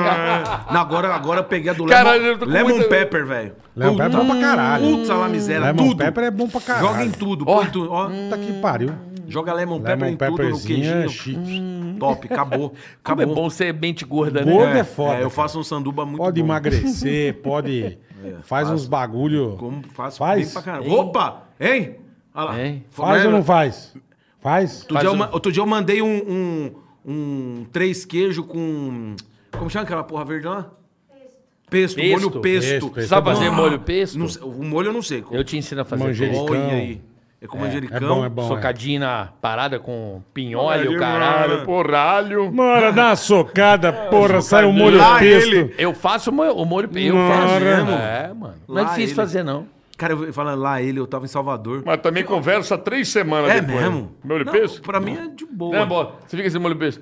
S4: Não, agora, agora eu peguei a do
S3: Caralho, eu tô
S4: Lemon,
S3: com
S4: lemon
S3: muita- tá
S4: Pepper, velho.
S2: Lemon Pepper é bom pra caralho.
S4: Putz, a la miséria,
S2: Lemon
S4: tudo.
S2: Pepper é bom pra caralho.
S4: Joga em tudo,
S3: Ó. Hum.
S4: põe tudo, ó.
S2: Puta que pariu.
S4: Joga lemon, pepper
S2: Lemon
S4: em tudo, no
S2: pepperzinho
S4: queijinho.
S2: é chique.
S4: Top, acabou.
S3: Como
S4: Acabou.
S3: é bom ser mente gorda, né?
S2: Gordo é, foda.
S4: eu faço um sanduba muito
S2: Pode
S4: bom. É,
S2: emagrecer,
S4: <laughs>
S2: pode... faz uns bagulho.
S4: Como faço
S2: Faz?
S4: bem pra caramba. Opa! Hein? Olha lá.
S3: Hein?
S2: Faz
S4: Né?
S2: ou não faz? Faz?
S4: Outro dia, eu,
S3: Faz
S4: ma-
S3: um-
S4: outro dia eu mandei um, um, um três queijo com... Como chama aquela porra verde lá? Pesto.
S3: Pesto.
S4: molho pesto.
S2: Pesto, pesto.
S3: Sabe fazer
S2: Ah,
S3: molho pesto?
S4: Tá Não sei, o molho eu não sei.
S3: Eu te ensino a fazer.
S2: Manjericão.
S4: Olha aí. É com manjericão.
S2: É bom, é bom.
S3: Socadinha na parada com pinhole,
S4: Olha,
S3: o caralho,
S4: mano.
S2: é.
S3: porralho.
S2: Mora, dá uma
S3: É,
S2: socada, porra, sai um molho
S4: Lá ele.
S2: pesto.
S3: Eu faço o molho, o molho eu
S2: Mano.
S3: faço. É, mano. Não é
S4: Lá
S3: difícil
S4: ele.
S3: fazer, não.
S4: Cara, eu falando lá ele, eu tava em Salvador.
S8: Mas também conversa três semanas
S4: é
S8: depois.
S4: mesmo?
S8: Molho
S4: Não,
S8: peso?
S4: Pra mim é de boa.
S8: Né, bola? Você fica sem molho peso.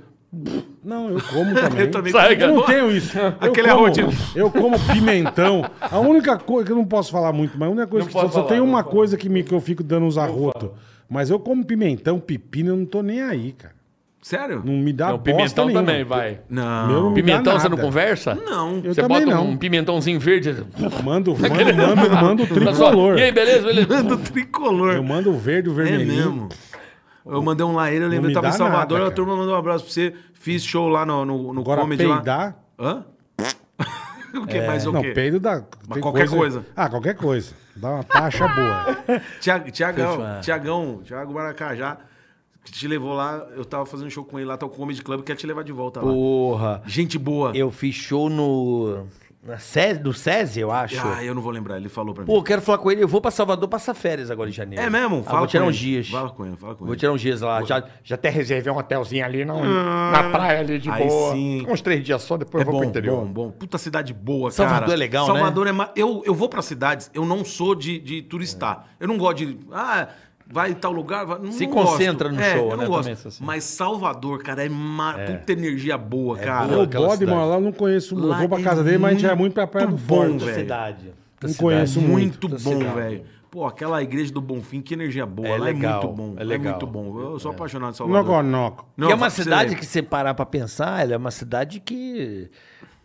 S2: Não, eu
S3: <laughs>
S2: como também.
S4: Eu também
S8: Sai,
S2: Eu
S8: cara.
S2: não tenho isso. Eu
S4: Aquele
S2: como,
S4: arroz de-
S2: Eu como pimentão. A única coisa que eu não posso falar muito, mas a única coisa que só,
S8: pode
S2: só
S8: falar,
S2: tem
S8: não
S2: uma
S8: pode.
S2: coisa que, me, que eu fico dando uns arrotos. Mas eu como pimentão, pepino, eu não tô nem aí, cara.
S4: Sério?
S2: Não me dá
S3: Não,
S2: bosta
S3: pimentão
S2: nenhuma.
S3: também, vai.
S4: Não.
S2: Meu não me dá
S3: Pimentão, Então você não
S2: nada.
S3: conversa?
S4: Não.
S2: Eu
S3: você
S2: também
S3: bota
S2: não.
S3: um pimentãozinho verde. <laughs>
S2: Mando, mando, mando, mando o
S3: Mas, ó,
S2: tricolor.
S3: Tá E aí, beleza? beleza?
S4: <laughs> Do tricolor.
S2: Eu mando o verde, o
S4: É
S2: vermelhinho.
S4: mesmo. Eu mandei um lá ele, eu lembrei,
S2: me
S4: eu tava em
S2: dá
S4: Salvador,
S2: nada,
S4: a
S2: cara.
S4: turma mandou um abraço pra você. Fiz show lá no, no, no
S2: Agora
S4: comedy lá.
S2: peidar... É.
S4: Hã? <laughs> o que mais o
S2: Não,
S4: quê?
S2: peido dá... tem
S4: qualquer coisa.
S2: Ah, qualquer coisa. Dá uma taxa
S4: <laughs>
S2: boa.
S4: Tia-
S3: é.
S4: Tiagão, Tiagão, Tiago Maracajá, que te levou lá, eu tava fazendo show com ele lá, tá o Comedy Club, quer te levar de volta lá.
S3: Porra.
S4: Gente boa.
S3: Eu fiz show no. Na SESI, do SESI, eu acho.
S4: Ah, eu não vou lembrar, ele falou pra mim.
S3: Pô, eu quero falar com ele. Eu vou pra Salvador passar férias agora em janeiro.
S4: É mesmo?
S3: Ah, vou
S4: com
S3: tirar
S4: ele.
S3: uns dias.
S4: Fala com ele, fala com
S3: Vou
S4: ele.
S3: tirar uns dias lá. Já,
S9: Já até reservei um hotelzinho ali na, na praia ali de
S4: Ah. aí
S9: boa.
S4: sim.
S9: Uns três dias só, depois
S4: É
S9: eu vou
S4: bom,
S9: pro interior.
S4: bom, bom. Puta cidade boa,
S3: Salvador
S4: cara.
S3: é legal, né?
S4: Salvador é... ma- Eu, eu vou pra cidades, eu não sou de, de turistar. Eu não gosto de... Ah, vai em tal lugar... vai- Não,
S3: É. Se
S4: não
S3: concentra
S4: gosto.
S3: no
S4: É,
S3: show,
S4: eu não
S3: né,
S4: Gosto.
S3: também, assim. É
S4: Mas Salvador, cara, é, uma puta energia boa, cara.
S3: boa,
S2: O
S3: Aquela
S2: bode,
S3: cidade.
S2: mano, lá eu não conheço muito. Eu
S4: Lá
S2: vou pra
S4: é
S2: casa dele, mas a gente vai muito
S4: muito
S2: pra Praia do
S4: bom,
S2: Forte.
S4: velho.
S3: cidade.
S2: Não conheço muito.
S4: muito bom, velho. Pô, aquela igreja do Bonfim, que energia boa.
S3: É
S4: Lá
S3: legal,
S4: é muito bom.
S3: é
S4: lá
S3: legal. É.
S4: muito bom. Eu sou apaixonado em Salvador.
S2: Noconoco.
S4: Não,
S3: e é uma
S4: fala pra você
S3: cidade
S4: ver.
S3: que, se parar pra pensar, ela é uma cidade que.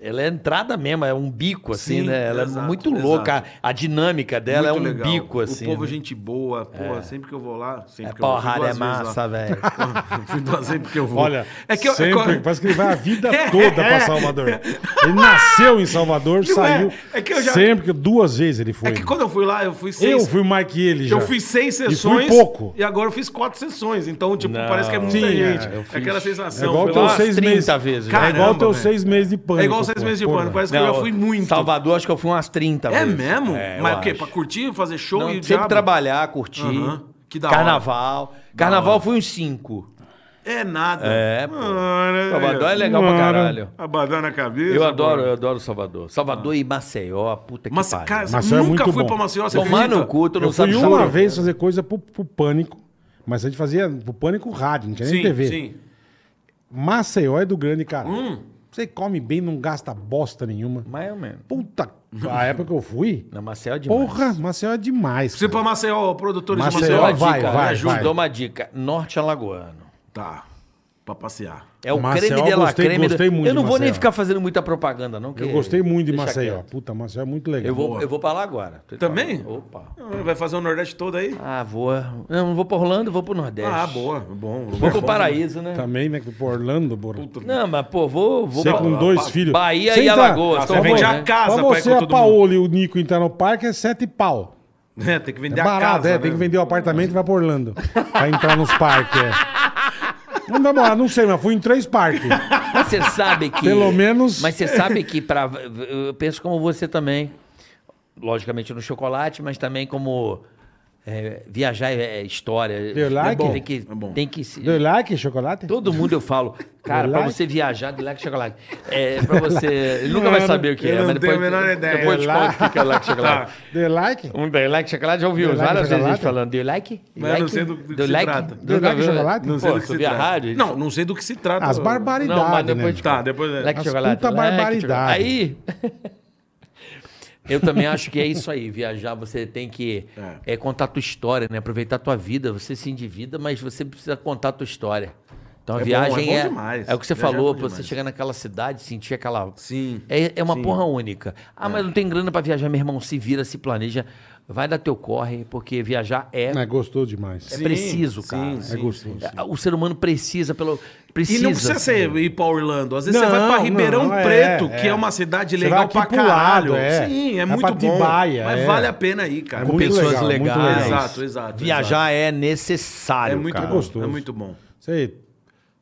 S3: Ela é entrada mesmo, é um bico, assim,
S4: Sim,
S3: né? Ela é
S4: exato,
S3: muito louca.
S4: exato.
S3: A, a dinâmica dela
S4: Muito
S3: é um
S4: legal.
S3: bico, assim.
S4: O povo é
S3: né?
S4: gente boa. Pô, sempre que eu vou lá... Sempre
S3: É
S4: que eu vou, fui
S3: porrada, é
S4: duas vezes lá.
S3: massa, velho.
S4: <laughs> Fui duas vezes porque eu vou.
S2: Olha,
S4: é que eu,
S2: sempre,
S4: é que eu-
S2: parece que ele vai a
S4: <laughs>
S2: vida toda pra Salvador. Ele nasceu em Salvador, saiu.
S4: é que eu já-
S2: Sempre, que duas vezes ele foi.
S4: é que quando eu fui lá, eu fui seis.
S2: Eu fui mais que ele já.
S4: eu fiz seis
S2: fui
S4: sessões.
S2: pouco.
S4: E agora eu fiz quatro sessões. Então, tipo, parece que é muita
S2: Sim, é,
S4: gente.
S2: eu
S4: É aquela sensação.
S2: É igual
S4: Fui
S2: teu
S4: lá,
S2: seis
S3: 30
S2: meses.
S3: vezes.
S2: É igual
S4: Caramba,
S2: teus
S4: velho.
S2: seis meses de pânico.
S4: É igual seis
S2: pô,
S4: meses de
S2: porra.
S4: pânico. Parece que eu já fui muito.
S3: Salvador, acho que eu fui umas 30
S4: É
S3: vezes.
S4: mesmo?
S3: eu
S4: Mas o quê?
S3: acho.
S4: Pra curtir, fazer show
S3: Não,
S4: e o
S3: sempre
S4: diabo?
S3: trabalhar, curtir.
S4: Aham, que da
S3: Carnaval. Carnaval foi uns 5.
S4: É nada.
S3: É, pô.
S4: Mano,
S3: Salvador é legal pra caralho.
S4: Abadar na cabeça.
S3: Eu adoro,
S4: mano.
S3: eu adoro Salvador. Salvador e Maceió, puta que
S4: Mas,
S3: pariu.
S4: cara,
S2: Maceió é
S4: você nunca
S2: muito
S4: fui
S2: bom.
S4: pra Maceió, você
S3: Tomar
S4: acredita?
S3: no cu, tu não
S2: Eu fui
S3: sabe
S2: uma
S3: juro.
S2: vez fazer coisa pro, pro pânico. Mas a gente fazia pro pânico rádio, não tinha nem
S4: Sim,
S2: TV.
S4: sim.
S2: Maceió é do grande, cara.
S3: Hum.
S2: Você come bem, não gasta bosta nenhuma.
S3: Mais ou menos. <laughs>
S2: Puta, a época que eu fui,
S3: Na Maceió é demais.
S2: porra, Maceió é demais.
S4: Você
S2: cara.
S4: pra Maceió, produtores
S2: Maceió,
S4: de
S3: Dou uma
S4: Maceió.
S2: vai,
S3: dica,
S2: vai,
S3: me ajuda,
S2: vai.
S3: dou uma dica. Norte alagoano.
S4: Tá, pra passear.
S3: É o
S2: Maceió,
S3: creme de la
S2: gostei-
S3: creme. do-
S2: gostei muito
S3: eu não
S2: de
S3: vou nem
S2: Maceió.
S3: ficar fazendo muita propaganda, não. que-
S2: Eu gostei muito de
S3: deixa
S2: Maceió.
S3: quieto.
S2: Puta, Maceió é muito legal.
S3: Eu vou, eu vou pra lá agora. Tô
S4: Também?
S3: falando. Opa.
S4: Vai fazer o Nordeste todo aí?
S3: Ah, vou. Não, não vou pra Orlando, vou pro Nordeste.
S4: Ah, boa. Bom.
S3: Vou pro Paraíso, né?
S2: Também, né? que Pro Orlando, bora.
S3: Não, mas pô, vou. vou
S2: Você
S3: pra-
S2: com dois
S3: pra-
S2: filhos.
S3: Bahia
S2: Você
S3: e
S2: tá-
S3: Alagoas.
S4: Você
S3: tão
S4: vende
S3: bom,
S4: a
S3: né?
S4: casa
S2: pra
S4: pra ir
S2: você,
S4: com
S2: a
S4: todo
S2: Paola e o Nico entrar no parque é sete pau.
S4: mundo. <laughs> É, tem que
S2: É
S4: vender a
S2: barato,
S4: casa,
S2: é.
S4: né?
S2: Tem que vender o apartamento e vai pra Orlando. pra entrar nos parques, é. Não, na moral, não sei, mas fui em três parques.
S3: Mas você sabe que.
S2: Pelo menos-
S3: Mas você sabe que
S4: <laughs>
S3: para. Eu penso como você também. Logicamente no chocolate, mas também como. é, viajar é história.
S2: Deu like?
S3: Tem que,
S4: É bom.
S3: tem que se-
S2: Deu like, chocolate?
S3: Todo mundo eu falo, cara,
S2: Deu
S3: pra
S2: like?
S3: você viajar, de like chocolate. É, pra você. Ele nunca vai saber o que
S4: eu
S3: é,
S4: não
S3: mas
S4: tenho
S3: depois.
S4: a menor ideia. Tá.
S3: Depois eu te
S2: Deu
S3: falo o que que é like chocolate.
S2: Deu like?
S3: Um deu like chocolate, já ouviu
S2: Deu like
S3: várias vezes a gente
S2: chocolate?
S3: falando, deu like? Deu
S4: Mas eu
S3: like?
S4: não sei do- do que
S3: Deu
S4: se
S3: like?
S4: trata.
S2: Deu like chocolate?
S3: Não
S4: Não sei
S3: Pô,
S4: do que se
S3: subir a
S4: trata.
S3: rádio.
S4: Não, não sei do que se trata.
S2: As
S4: Eu-
S2: barbaridades,
S3: Não, mas
S2: né?
S3: depois de-
S4: Tá, depois... é.
S3: Like
S2: As
S3: chocolate.
S2: puta
S3: like
S2: barbaridade.
S3: chocolate. Aí. <laughs> Eu também acho que é isso aí. Viajar, você tem que é. contar tua história, né? Aproveitar tua vida. Você se endivida, mas você precisa contar tua história. Então a
S4: É bom,
S3: viagem
S4: é bom
S3: é.
S4: demais.
S3: É o que você
S4: Viajar é
S3: falou,
S4: bom
S3: pra você
S4: demais.
S3: chegar naquela cidade, sentir aquela.
S4: Sim. É.
S3: É, é uma porra única. Ah, mas não tem grana pra viajar, meu irmão. Se vira, se planeja. Vai dar teu corre, porque viajar é,
S2: É, gostou demais.
S3: é preciso, cara.
S4: Sim, sim,
S2: É gostoso.
S4: sim, sim.
S3: O ser humano precisa, pelo.
S4: E
S3: Precisa.
S4: não precisa ser ir pra Orlando. Às vezes
S2: Não,
S4: você vai pra
S2: não,
S4: Ribeirão
S2: é,
S4: Preto,
S2: é.
S4: que é uma cidade
S2: Você vai
S4: legal
S2: aqui
S4: pra
S2: pro
S4: caralho.
S2: lado, é.
S4: Sim, é
S2: Vai
S4: muito
S2: pra
S4: bom.
S2: Atibaia,
S4: mas
S2: é.
S4: vale a pena aí, cara.
S2: Com
S4: Compensa.
S3: pessoas
S2: legal, muito
S3: legais.
S2: legal.
S4: Exato, exato. exato.
S3: Viajar é necessário.
S4: é muito
S3: cara.
S4: bom.
S2: gostoso.
S4: É muito bom.
S2: Você,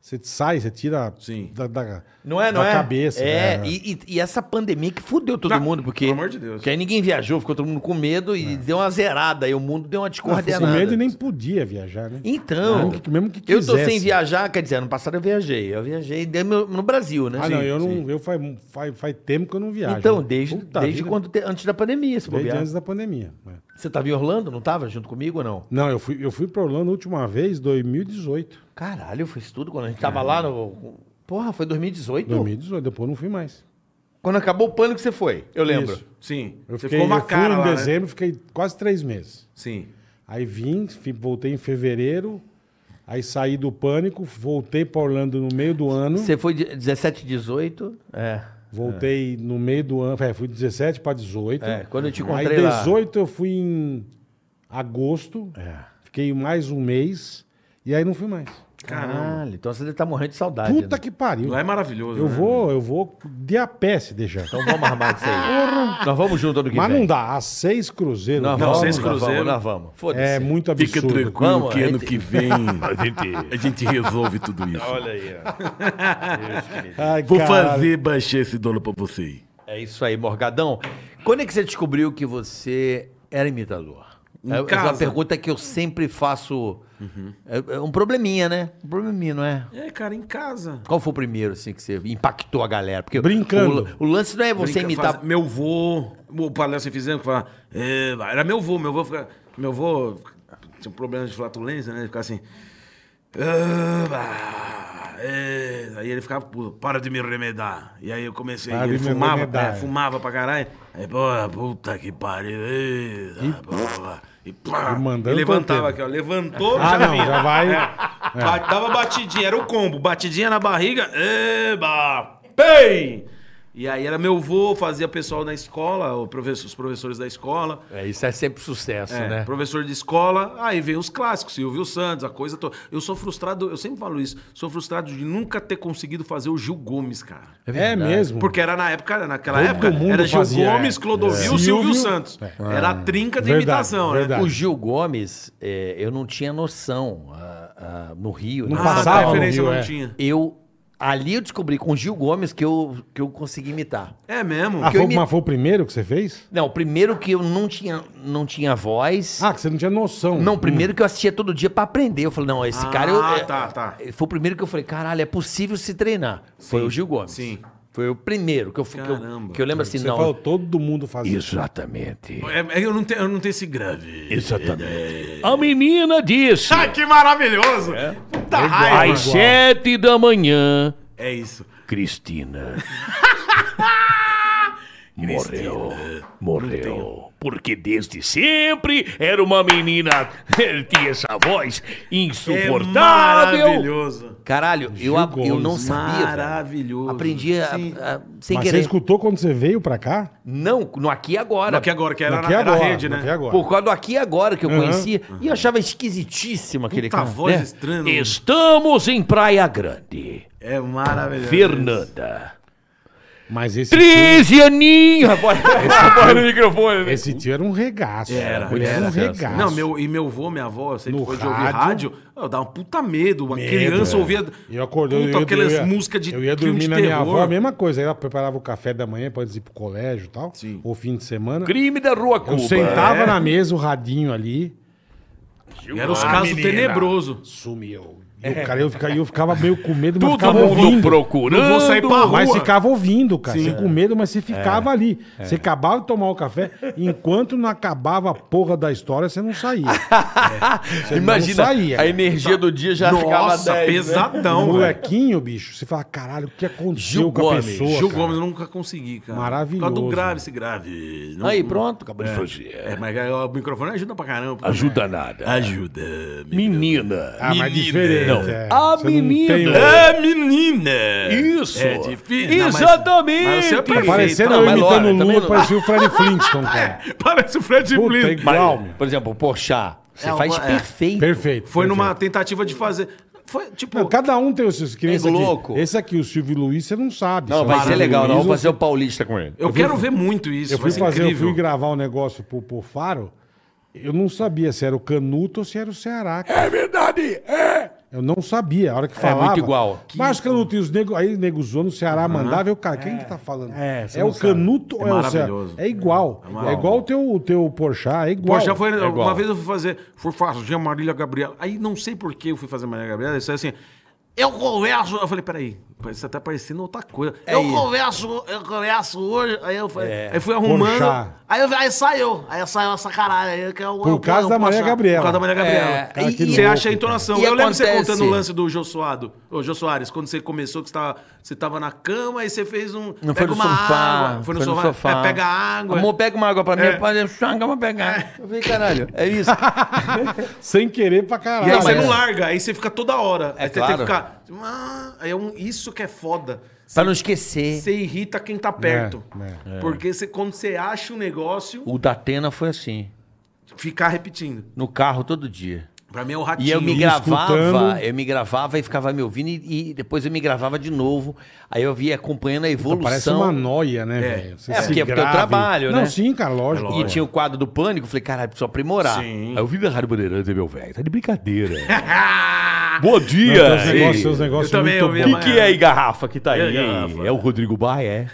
S2: você sai, você tira
S4: Sim.
S2: da, da-
S3: Não é, não
S2: da
S3: é?
S2: cabeça.
S3: É,
S2: né?
S3: E, e- e essa pandemia que fudeu todo
S4: Não,
S3: mundo, porque.
S4: pelo amor de Deus.
S3: Porque aí ninguém viajou, ficou todo mundo com medo e deu uma zerada. Aí o mundo deu uma
S2: É. Com
S3: descoordenada.
S2: medo e nem podia viajar, né?
S3: Então,
S2: Mesmo que- mesmo que
S3: eu tô sem
S2: quisesse.
S3: viajar, quer dizer, ano passado eu viajei. Eu viajei dentro do- no Brasil, né?
S2: Ah, não, eu não. Eu faz, faz, faz tempo que eu não viajo. né?
S3: Então, desde,
S2: Puta
S3: desde
S2: vida,
S3: quando, te- antes da pandemia, se
S2: Desde
S3: bobear.
S2: antes da pandemia. né?
S3: Você tava em Orlando, não tava junto comigo ou não?
S2: Não, eu fui, eu fui pra Orlando a última vez, 2018.
S3: Caralho, foi isso tudo quando a gente tava lá no. Porra, foi 2018?
S2: 2018, depois eu não fui mais.
S3: Quando acabou o pânico, você foi, eu lembro.
S2: Isso.
S4: Sim.
S2: Eu
S4: você
S2: fiquei,
S4: ficou uma
S2: eu fui
S4: cara
S2: em
S4: lá, né?
S2: dezembro, fiquei quase três meses.
S4: Sim.
S2: Aí vim, fi- voltei em fevereiro, aí saí do pânico, voltei pra Orlando no meio do ano.
S3: Você foi de 17, 18. Hum. É.
S2: Voltei no meio do ano, é, fui 17 pra 18.
S3: É, quando eu te
S2: Aí
S3: encontrei lá.
S2: 18 eu fui em agosto,
S4: É.
S2: fiquei mais um mês e aí não fui mais.
S4: Caramba.
S3: Caralho, então você deve estar morrendo de saudade.
S2: Puta
S3: né?
S2: que pariu.
S4: Lá é maravilhoso.
S2: Eu
S4: né?
S2: vou, eu vou de a pé se deixar.
S3: Então vamos armar disso
S2: <laughs>
S3: aí. Nós vamos junto ano que
S2: Mas
S3: vem.
S2: não dá, a seis cruzeiros.
S3: Nós
S4: Não,
S3: vamos,
S4: vocês
S3: nós
S4: cruzeiro.
S3: vamos, nós vamos. Foda-se.
S2: é muito
S8: Fica
S2: absurdo.
S8: tranquilo
S3: Vamos,
S8: que
S3: a
S8: ano
S3: gente-
S8: que
S9: <laughs>
S8: vem a gente, a gente resolve tudo isso.
S2: Ai,
S8: Vou
S2: caralho.
S8: fazer baixar esse dólar pra você.
S3: É isso aí, Morgadão. Quando é que você descobriu que você era imitador?
S4: Em
S3: é, é uma
S4: casa.
S3: pergunta que eu sempre faço. É, é um probleminha, né? Um probleminha, não é?
S4: É, cara, em casa.
S3: Qual foi o primeiro, assim, que você impactou a galera? Porque
S2: Brincando.
S3: O, o lance não é você
S4: Brinca-
S3: imitar.
S4: faz- Meu vô, o palestra que fizemos, que falava, "É", era meu vô, meu vô ficava, meu vô tinha um problema de flatulência, né? Ele ficava assim. "Ah, bah, é". Aí ele ficava, puto, para de me remedar. E aí eu comecei,
S2: Para
S4: ele
S2: de me
S4: fumava,
S2: remedar.
S4: é, fumava pra caralho. Aí, pô, puta que pariu. ah, eita, porra. E, plá,
S2: E mandando
S4: e levantava aqui,
S2: tonteira.
S4: ó. Levantou,
S2: Ah,
S4: já
S2: não,
S4: vinha.
S2: já vai.
S4: É. Ba- Dava batidinha, era o combo. Batidinha na barriga, eba, pei! E aí era meu vô, fazia pessoal na escola, o professor- os professores da escola.
S3: É, isso é sempre sucesso,
S4: É,
S3: né?
S4: Professor de escola, aí vem os clássicos, Silvio Santos, a coisa toda. Eu sou frustrado, eu sempre falo isso, sou frustrado de nunca ter conseguido fazer o Gil Gomes, cara.
S2: É mesmo.
S4: Porque era na época, naquela
S2: Todo
S4: época,
S2: mundo
S4: era Gil
S2: fazia,
S4: Gomes,
S2: é.
S4: Clodovil,
S2: É.
S4: Silvio
S2: Silvio-
S4: Santos. Era a trinca de
S2: Verdade,
S4: imitação, né?
S2: verdade.
S3: O Gil Gomes, é, eu não tinha noção ah, ah, no Rio.
S2: Não
S3: né?
S4: Ah,
S2: Passava
S4: a
S2: no
S4: referência
S2: Rio,
S4: não
S2: é.
S4: tinha.
S3: Eu ali eu descobri com o Gil Gomes que eu, que eu consegui imitar.
S4: É mesmo.
S2: Ah,
S3: que eu
S2: foi,
S3: imi-
S2: mas foi o primeiro que você fez?
S3: Não, primeiro que eu não tinha, não tinha voz.
S2: Ah, que você não tinha noção.
S3: Não, primeiro que eu assistia todo dia pra aprender. Eu falei, não, esse
S4: Ah,
S3: cara. Eu, é-
S4: tá, tá.
S3: Foi o primeiro que eu falei, caralho, é possível se treinar. Foi o Gil Gomes.
S4: sim.
S3: Foi o primeiro que eu, fui- que eu,
S4: Caramba.
S3: que eu lembro assim,
S2: Você
S3: não.
S2: falou, todo mundo fazia.
S3: Exatamente.
S4: É, é, eu, não tenho, eu não tenho esse grave.
S9: Exatamente. A menina disse,
S1: Ai, que maravilhoso! Puta raiva!
S9: às sete da manhã,
S4: É isso.
S9: Cristina. Morreu. Morreu. Porque desde sempre era uma menina. <laughs> Ele tinha essa voz
S4: É
S9: insuportável.
S4: maravilhoso.
S3: Caralho, eu, ab- eu
S2: Gomes,
S3: não sabia. velho.
S4: Maravilhoso.
S3: Aprendi a-
S4: Sim.
S3: a- sem
S2: Mas você
S3: querer.
S2: escutou quando você veio pra cá?
S3: Não, no aqui e agora.
S4: Não, que agora, que era,
S2: Aqui
S4: na, era
S2: agora.
S4: rede, né?
S2: aqui agora.
S3: Por causa do aqui e agora que eu
S2: Aham.
S3: conhecia. E eu achava esquisitíssimo aquele
S4: Puta
S3: cara.
S2: É.
S4: voz
S3: né?
S4: estranha. não-
S9: Estamos em Praia Grande.
S4: É maravilhoso.
S9: Fernanda.
S2: Mas esse
S9: Treze aninhos.
S3: <laughs> Bora no microfone, né?
S2: Esse tio era um regaço.
S4: Era,
S2: Ele era um
S4: era.
S2: regaço.
S4: Não, meu, e meu vô, minha avó, eu sempre
S2: No
S4: foi de ouvir
S2: rádio.
S4: rádio, eu dava um puta medo. Uma criança
S2: é.
S4: ouvia.
S2: Eu acordei,
S4: puta,
S2: eu ia,
S4: aquelas
S2: eu ia-
S4: músicas de
S2: Eu ia
S4: filme
S2: dormir
S4: de
S2: na minha
S4: terror.
S2: avó, a mesma coisa. Ela preparava o café da manhã pra antes ir pro colégio e tal.
S4: Sim. É.
S2: Ou fim de semana.
S9: Crime da Rua
S2: Eu
S9: Cuba.
S2: sentava na mesa, o radinho ali.
S4: E era os casos tenebrosos.
S2: Sumiu. E o cara, eu, fica- eu ficava meio com medo, mas
S9: Todo
S2: ficava
S9: mundo
S2: ouvindo.
S3: né?
S9: procurando.
S4: Não vou sair pra rua.
S2: Mas ficava ouvindo, cara. Você com medo, mas você ficava ali. Você acabava de tomar o café, enquanto não acabava a porra da história, você não saía. não
S3: Imagina,
S2: saía.
S3: a energia do dia já ficava né?
S4: Nossa,
S2: né?
S3: 10.
S4: pesadão, velho.
S2: Molequinho, bicho, você fala, caralho, o que aconteceu
S3: Gil
S2: com a
S3: Gomes,
S2: pessoa?
S4: um Gil
S2: cara?
S4: Gomes, eu nunca consegui, cara.
S2: Maravilhoso.
S4: Por causa do grave, esse grave. Não-
S3: Aí, pronto. acabou.
S9: Acabei de fazer.
S4: É, mas o microfone ajuda pra caramba. é,
S9: Ajuda nada.
S4: Ajuda.
S9: Menina.
S2: Ah, mas diferente.
S9: Não.
S2: é.
S3: A
S2: Você não
S3: menina.
S2: tem o-
S4: É, menina.
S9: Isso.
S4: É difícil. Não, mas-
S3: Exatamente.
S4: Mas você é
S2: Tá
S4: perfeito.
S2: parecendo
S3: Não,
S2: eu
S3: mas
S2: imitando
S3: Laura,
S2: o
S3: também
S2: Lula,
S3: não-
S2: parecia o Freddy Flintstone, cara.
S4: Parece o Fred
S2: Puta, é
S4: Blin.
S2: igual, meu.
S3: Por exemplo, o Porchat. Você
S6: É,
S3: faz
S6: uma- é.
S3: perfeito.
S2: Perfeito.
S4: Foi
S2: perfeito.
S4: numa tentativa de fazer. Foi tipo.
S2: Não, cada um tem os seus que nem
S3: É
S2: esse aqui.
S3: louco.
S2: Esse aqui, o Silvio Luiz, você não sabe.
S3: Não,
S2: Você
S3: vai
S2: sabe
S3: ser
S2: o
S3: legal. Não,
S2: Luiz,
S3: vou fazer o Paulista com ele.
S4: eu quero ver muito isso.
S2: Eu fui
S4: vai ser
S2: fazer, eu
S4: incrível.
S2: fui gravar um negócio pro, pro Faro. Eu não sabia se era o Canuto ou se era o Ceará. É verdade! É! Eu não sabia. A hora que falava.
S3: muito igual.
S2: Mas o Canuto e os negros. Aí nego zoando, o Ceará mandava. Eu, cara, quem que tá falando? É,
S7: você
S2: o Canuto ou é o Ceará?
S4: maravilhoso.
S2: É igual. É, igual o teu, o teu Porchat. É igual.
S4: Pô, já foi. Uma vez eu fui fazer. Fui fazer Marília Gabriela. Aí não sei por que eu fui fazer Marília Gabriela. Isso é assim. Eu converso. Eu falei, peraí, isso tá parecendo outra coisa.
S3: É
S4: eu converso, eu converso hoje. Aí eu falei, aí fui arrumando.
S2: Porchat.
S6: Aí, eu, aí saiu, aí saiu essa caralho aí que é o.
S2: Por
S6: eu-
S2: causa
S6: eu-
S2: da
S6: eu-
S2: Maria
S6: eu-
S2: Gabriela.
S4: Por causa da Maria Gabriela.
S2: Cara,
S4: E-
S2: que
S4: e você
S2: louco,
S4: acha a entonação.
S3: cara.
S4: eu
S3: É. E
S4: lembro você
S3: acontece-
S4: contando o lance do Jô Suado. Ô, Jô Soares, quando você começou, que você tava, você tava na cama e você fez um.
S3: Não foi
S4: pega
S3: no
S4: uma
S3: sofá.
S4: água, Foi no sofá. É, pega água.
S3: Amor, pega uma água pra mim. É. Pode changa, vou pegar. Eu falei, caralho, é
S4: <laughs>
S3: isso.
S2: Sem querer pra caralho.
S4: E aí você
S3: mas-
S4: não larga, aí você fica toda hora.
S3: É
S4: aí você
S3: claro.
S4: tem que ficar. "Ah", aí é um- isso que é foda.
S3: pra não esquecer.
S4: Você irrita quem tá perto.
S2: É,
S4: Porque você- quando você acha um negócio,
S3: O da Atena foi assim.
S4: ficar repetindo.
S3: No carro todo dia.
S4: Pra mim é o ratinho.
S3: E eu me
S2: Sim,
S3: gravava,
S2: escutando.
S3: eu me gravava e ficava me ouvindo, e, e depois eu me gravava de novo. Aí eu via acompanhando a evolução.
S2: Parece uma noia, né, velho? Você
S3: É,
S2: se
S3: porque é pro teu
S2: grava e-
S3: trabalho, né?
S2: Não, sim, cara, lógico.
S3: E tinha o quadro do pânico, eu falei, caralho, preciso aprimorar.
S9: Aí eu vim da Rádio Bandeirantes, meu velho. Tá de brincadeira. Bom
S2: Não,
S9: dia.
S2: teus negócios, seus
S9: O
S2: negócios
S4: Eu também
S2: muito
S4: ouvi
S2: bons.
S9: que, que é aí, garrafa, que tá aí?
S4: E aí, garrafa?
S9: É o Rodrigo Bai, é?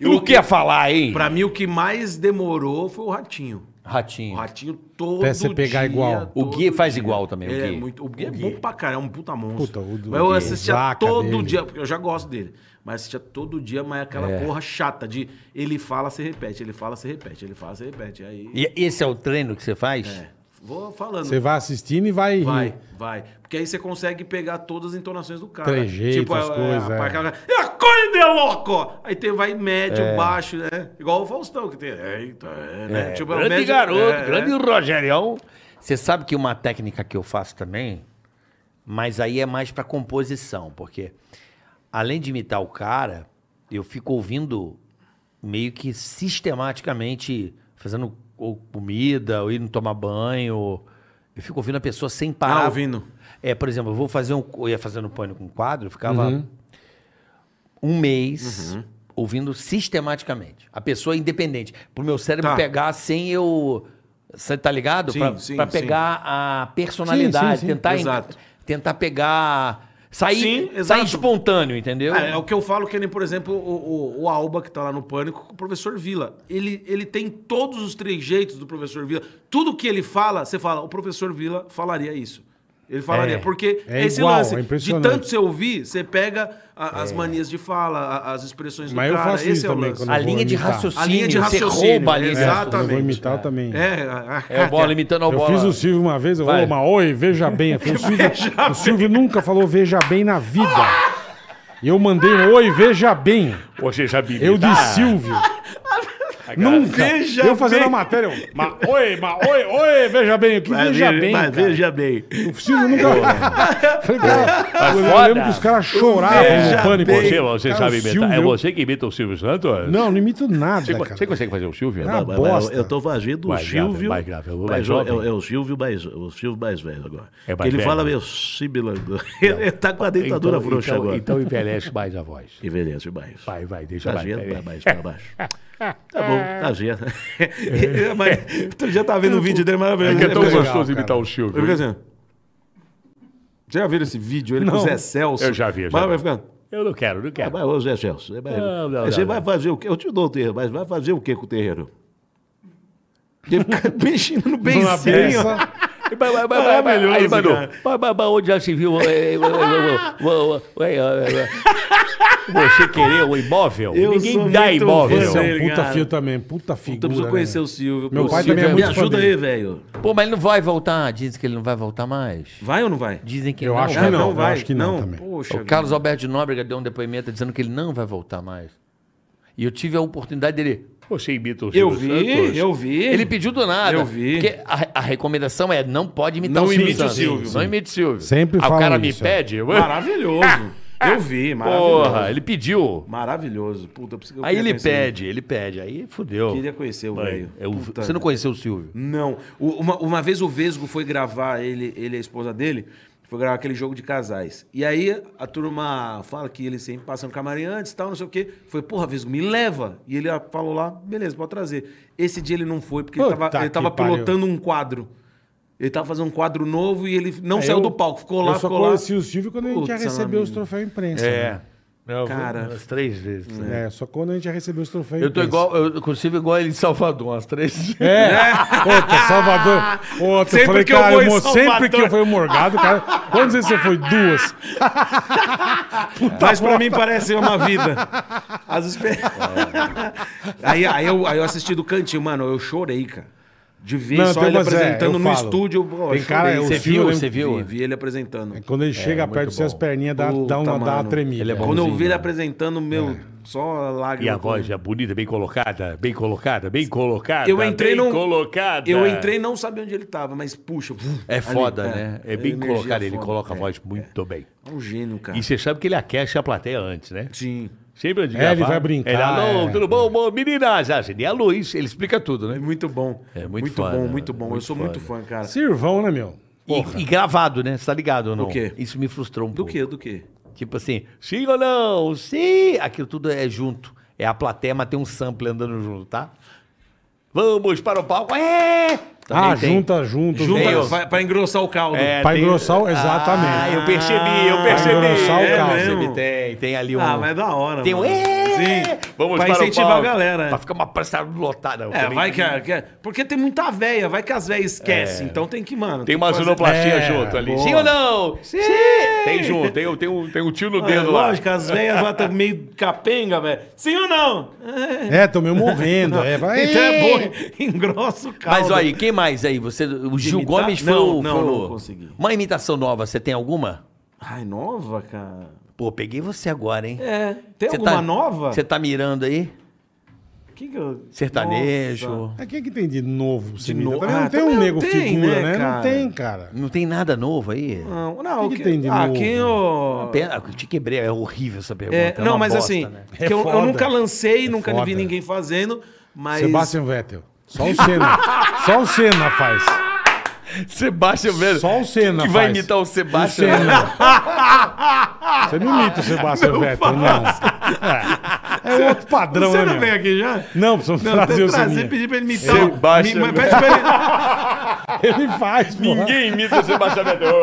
S9: não quer falar, hein?
S4: Pra mim, o que mais demorou foi o ratinho. O
S3: Ratinho.
S4: ratinho todo.
S2: Até você pegar
S4: dia,
S2: igual.
S3: O
S4: todo
S3: Gui faz
S4: dia.
S3: igual também, o
S4: Ele é
S3: Gui.
S4: muito- o Gui é bom pra caralho, é um puta monstro.
S2: Puta, o do
S4: mas eu
S2: Gui,
S4: assistia
S2: o Zaca
S4: todo
S2: dele.
S4: dia, porque eu já gosto dele. Mas assistia todo dia, mas é aquela
S3: É.
S4: porra chata de ele fala, se repete, ele fala, se repete, ele fala, se repete. Aí.
S3: E esse é o treino que você faz?
S4: É, vou falando.
S2: Você vai assistindo e vai. É,
S4: Vai, vai. Porque aí você consegue pegar todas as entonações do cara.
S2: Trejeito, as
S4: a- a-
S2: coisas,
S4: A,
S2: é.
S4: aquela- "E acorde, louco! Aí tem, vai médio, baixo, né? Igual o Faustão, que tem. Eita, é, né? Tipo, é o
S9: Grande
S4: médio-
S9: garoto,
S4: é,
S9: grande
S4: é.
S9: Rogerião.
S3: Você sabe que uma técnica que eu faço também, mas aí é mais pra composição, porque além de imitar o cara, eu fico ouvindo meio que sistematicamente, fazendo ou comida, ou indo tomar banho. Eu fico ouvindo a pessoa sem parar.
S4: Ah, ouvindo.
S3: É, por exemplo, eu vou fazer um. Eu ia fazendo pânico um quadro, eu ficava
S2: Uhum.
S3: um mês
S4: Uhum.
S3: ouvindo sistematicamente. A pessoa independente. Pro meu cérebro
S4: Tá.
S3: pegar sem eu. Você tá ligado?
S4: Sim,
S3: pra,
S4: sim,
S3: pra
S4: sim.
S3: pegar a personalidade,
S2: Sim, sim, sim.
S3: tentar en-
S4: Exato.
S3: tentar pegar sair,
S4: Sim,
S3: sair
S4: exato.
S3: espontâneo, entendeu?
S4: É, é o que eu falo que nem, por exemplo, o, o- o Alba, que tá lá no Pânico, com o professor Vila. Ele, ele tem todos os trejeitos do professor Vila. Tudo que ele fala, você fala, o professor Vila falaria isso. Ele falaria,
S2: É.
S4: porque
S2: É
S4: esse
S2: igual,
S4: lance,
S2: é
S4: de
S2: impressionante. É.
S4: tanto você ouvir, você pega a- as manias de fala, a- as expressões do
S2: Mas eu
S4: cara.
S2: faço
S4: esse
S2: isso
S4: é o
S2: também
S4: lance.
S2: quando
S3: a
S2: eu vou
S3: linha de
S2: imitar.
S3: raciocínio,
S4: A linha de
S3: você
S4: raciocínio,
S3: rouba a linha de
S4: exato.
S3: raciocínio.
S2: Eu vou
S4: Exatamente.
S2: imitar eu também.
S4: É, a, a,
S3: É o bola imitando a
S2: Eu
S3: bola.
S2: fiz o Silvio uma vez, eu
S3: Vai.
S2: falei, mas oi, veja bem. Eu falei, o Silvio,
S4: Veja
S2: o Silvio nunca falou veja bem na vida. E eu mandei um oi, veja bem.
S9: Você sabe
S2: Eu de
S9: imitar?
S2: Silvio. Nunca.
S4: Veja
S2: eu fazendo
S4: bem.
S2: a matéria, eu, ma, oi, ma, oi, oi, veja bem. O que veja bem, cara?
S4: veja bem.
S9: Tá
S2: O Silvio nunca... <laughs> Falei, cara, eu
S9: foda.
S2: lembro que os caras choravam no pânico.
S9: Você, você
S2: Cara,
S9: sabe
S2: o
S9: imitar?
S2: Silvio-
S9: É você que imita o Silvio Santos?
S2: Não, não imito nada,
S9: Você,
S2: cara.
S9: você consegue fazer o Silvio?
S2: Ah,
S6: Mas- mas
S2: bosta.
S6: Eu, eu tô fazendo o
S9: Mais grave,
S6: Silvio.
S9: mais grave, é o
S6: mas
S9: mais
S6: eu-
S9: jovem.
S6: eu- É, o Silvio mais, o Silvio mais velho agora.
S9: É mais
S6: Porque ele
S9: velho.
S6: fala meio sibilando. <laughs> Ele tá com a dentadura frouxa
S9: então,
S6: agora.
S9: então envelhece mais a voz.
S6: Envelhece mais.
S9: Vai, vai, deixa
S6: Tá
S9: mais.
S6: vendo?
S9: peraí.
S6: Pra baixo, pra baixo. Tá bom,
S9: <laughs>
S6: tá vendo.
S2: <laughs>
S4: Mas, tu já tá vendo o vídeo dele
S9: É
S4: maravilhoso.
S9: que é tão
S4: Ele fica
S9: gostoso
S2: cara.
S9: imitar o
S4: assim, ele
S9: Silvio.
S4: fica assim, ó. Já viram esse vídeo? Ele com o
S2: Não.
S4: Zé Celso.
S9: Eu já vi, já
S4: Mas
S9: vi.
S4: vai ficando.
S9: Eu não quero, não
S6: É,
S9: quero.
S6: Mas, ô Zé Celso, é, mas-
S9: Não, não,
S6: mas você
S9: não,
S6: vai
S9: não.
S6: fazer o quê? Eu te dou o terreiro, mas vai fazer o quê com o terreiro?
S4: E ele
S6: <laughs>
S4: fica mexendo no
S2: Dona
S4: beicinho.
S2: Bessa.
S4: Maravilhoso,
S9: Aí, mano,
S4: cara.
S9: ba- ba- ba- onde já se viu? é, é, é, é, é, é, é, é, é, é, Você querer um imóvel?
S4: Eu
S9: Ninguém
S4: sou
S9: dá
S4: muito
S9: imóvel.
S4: fã
S2: Esse é
S4: dele.
S2: um puta
S4: cara.
S2: fio também, puta figura. né,
S4: Então preciso conhecer
S2: velho?
S4: o Silvio.
S2: Meu
S4: Pô,
S2: pai
S4: Silvio
S2: também é
S4: me
S2: muito fã
S4: ajuda
S2: dele.
S4: aí, velho.
S3: Pô, mas ele não vai voltar. Dizem que ele não vai voltar mais.
S4: Vai ou não vai?
S3: Dizem que
S2: Eu
S3: não.
S2: acho
S4: Ah,
S2: que não, eu acho que não também.
S4: Poxa,
S3: O Carlos Alberto de Nóbrega deu um depoimento dizendo que ele não vai voltar mais. E eu tive a oportunidade dele.
S9: Você imita o
S4: eu
S9: Silvio Santos?
S4: vi, eu vi.
S3: Ele pediu do nada.
S4: Eu vi.
S3: Porque a, a recomendação é não pode imitar
S4: Não
S3: o Silvio.
S4: imite o
S3: Santos.
S4: Silvio.
S3: Não imite o Silvio.
S2: Sempre
S3: Aí o
S2: falam
S3: cara me
S2: isso, é.
S3: pede. eu-
S4: <laughs> Maravilhoso. Eu vi, maravilhoso.
S3: Porra, ele pediu.
S4: Maravilhoso. Puta, eu preciso- eu
S3: Aí
S4: queria
S3: ele
S4: conhecer
S3: pede, ele pede. Aí fudeu.
S4: Eu queria conhecer o velho.
S3: É o-
S4: Puta.
S3: você não conheceu o Silvio?
S4: Não. O- Uma, uma vez o Vesgo foi gravar, ele, ele e a esposa dele, foi gravar aquele jogo de casais. E aí a turma fala que ele sempre passa no camarim antes e tal, não sei o quê. Foi, porra, Vesgo, me leva. E ele ah, falou lá, beleza, pode trazer. Esse dia ele não foi, porque ele
S2: Puta
S4: tava, ele
S2: que
S4: tava
S2: pariu.
S4: pilotando um quadro. Ele tava fazendo um quadro novo e ele não
S2: É,
S4: saiu
S2: eu-
S4: do palco, ficou
S2: Eu
S4: lá,
S2: só
S4: ficou lá.
S2: conheci o Silvio quando a gente já
S4: Putz,
S2: recebeu os
S4: amigo.
S2: troféus imprensa.
S9: É,
S2: né?
S3: Não,
S4: Cara.
S3: Umas três vezes.
S2: É, só quando a gente já recebeu os troféus
S3: Eu tô
S2: imprensa.
S3: igual, eu consigo igual ele em Salvador, umas três vezes.
S2: É, puta, Salvador.
S4: <laughs>
S2: Puta,
S4: Sempre
S2: eu falei,
S4: que eu
S2: cara,
S4: vou
S2: eu
S4: em
S2: mo- sempre
S4: Salvador.
S2: que eu fui morgado, cara. Quantas vezes você foi? Duas.
S4: Mas pra mim parece uma vida. As esper... <laughs> aí, aí, eu, aí eu assisti do cantinho, mano, eu chorei, cara. De ver
S2: Não,
S4: só
S2: tem
S4: ele
S2: umas- é,
S4: apresentando
S2: eu
S4: no
S2: falo.
S4: estúdio. pô, eu
S2: Tem cara,
S4: chorei.
S2: eu-
S4: Você
S2: o Silvio,
S4: viu,
S2: eu
S4: você
S3: lembro-
S4: viu? Vi ele apresentando.
S2: Quando ele chega perto de você, as perninhas dá, dá, uma,
S4: Puta,
S2: dá uma
S4: mano.
S2: tremida.
S3: Ele é bom.
S4: Quando eu vi
S3: bonzinho,
S4: ele
S3: né?
S4: apresentando, meu, só
S9: E
S4: lágrima.
S9: a voz é bonita, bem colocada, bem colocada, bem colocada.
S4: Eu entrei
S9: tá bem
S4: num-
S9: colocada.
S4: Eu entrei e não sabia onde ele tava, mas puxa.
S3: É
S4: ali,
S3: foda, né?
S9: É bem
S4: energia
S9: colocada, ele
S4: foda,
S9: coloca a
S4: é.
S9: voz muito bem.
S4: É um gênio, cara.
S9: E você sabe que ele aquece a plateia antes, né?
S4: Sim.
S9: Sempre antes de
S2: É, ele
S9: gravar,
S2: vai brincar,
S9: Ele, alô,
S2: é.
S9: tudo bom, bom? Meninas, acendem a luz. Ele explica tudo,
S4: É
S9: né?
S4: muito bom.
S3: É muito
S4: muito
S3: foda,
S4: bom,
S3: né?
S4: muito bom. eu
S3: Muito
S4: sou muito fã, cara.
S2: Sirvão, né, meu?
S3: E, e gravado, né? Você tá ligado ou não?
S4: quê?
S3: Isso me frustrou um
S4: Do
S3: pouco.
S4: que? Do que?
S3: Tipo assim, sim ou não? Sim! Aquilo tudo é junto. É a plateia, mas tem um sample andando junto, tá? Vamos para o palco. É! Também
S2: ah,
S3: tem.
S2: junta, junta.
S4: Junta
S3: Deus.
S4: pra- pra engrossar o caldo.
S3: É,
S2: Pra
S3: tem-
S2: engrossar, o-
S3: Ah,
S2: exatamente.
S3: eu percebi, eu percebi.
S2: engrossar o
S3: é
S2: caldo.
S3: mesmo. Tem, tem ali um...
S4: Ah, mas é da hora.
S3: Tem um...
S4: mano.
S3: É!
S4: Sim.
S9: Vamos
S4: pra
S9: para o
S4: incentivar a
S9: palco.
S4: galera. né?
S3: Pra ficar uma praça lotada.
S4: É, vai que, a- que a- Porque tem muita véia, vai que as véias
S3: É.
S4: esquecem. Então tem que, mano.
S9: Tem uma
S4: que fazer-
S9: sonoplastia
S2: É,
S9: junto ali.
S3: Sim ou não? Sim!
S9: Tem junto, tem, tem, um, tem um tio no
S4: É,
S9: dedo lá.
S4: lógico, as véias lá estão meio capenga, velho. Sim ou não? É.
S2: É, tô meio morrendo. É, vai.
S4: Então é bom, <laughs> engrossa o caldo.
S3: Mas olha aí, quem mais aí? Você, o Gil
S4: imitar?
S3: Gomes foi
S4: Não,
S3: o...
S4: não,
S3: foi
S4: não
S3: o-
S4: consegui.
S3: Uma imitação nova, você tem alguma?
S4: Ai, nova, cara.
S3: Pô, peguei você agora, hein?
S4: É. Tem
S3: Você
S4: alguma
S3: tá-
S4: nova?
S3: Você tá mirando aí?
S4: Que que eu-
S3: Sertanejo.
S4: Nossa.
S2: É, O que, que tem de novo? De
S4: novo?
S2: não tem
S4: Ah, também
S2: um
S4: não
S2: nego
S4: tem,
S2: figura,
S4: né,
S2: né? Não
S4: cara?
S2: tem, cara.
S3: Não tem nada novo aí?
S4: Não, não. Ah,
S2: O que que tem de novo?
S4: Aqui eu...
S3: Pera, eu te quebrei, é horrível essa pergunta.
S4: É,
S3: é
S4: não,
S3: uma
S4: mas
S3: bosta,
S4: assim,
S3: né?
S4: que eu, eu
S2: É foda.
S4: nunca lancei,
S2: É
S4: nunca
S2: foda.
S4: vi ninguém fazendo, mas.
S2: Sebastian Vettel. Só o
S4: <laughs>
S2: Senna. Só o Senna faz.
S3: Sebastião Vettel.
S2: Só o Senna
S3: Que vai
S2: faz.
S3: imitar o
S2: O
S3: Sebastião.
S4: né?
S2: Senna.
S4: <laughs>
S2: Você não imita o Sebastian Vettel, não. É, é outro padrão,
S4: Você
S2: né,
S4: não
S2: meu?
S4: vem aqui já?
S2: <laughs> Não, precisamos
S4: Não,
S2: trazer
S4: tem
S2: o
S4: que trazer,
S2: Seninha.
S4: pedir pra ele imitar.
S3: Ele
S4: Me-
S3: baixa,
S4: mas
S3: né?
S4: pede pra ele.
S2: Ele faz, pô.
S9: Ninguém imita o Sebastião Vettel.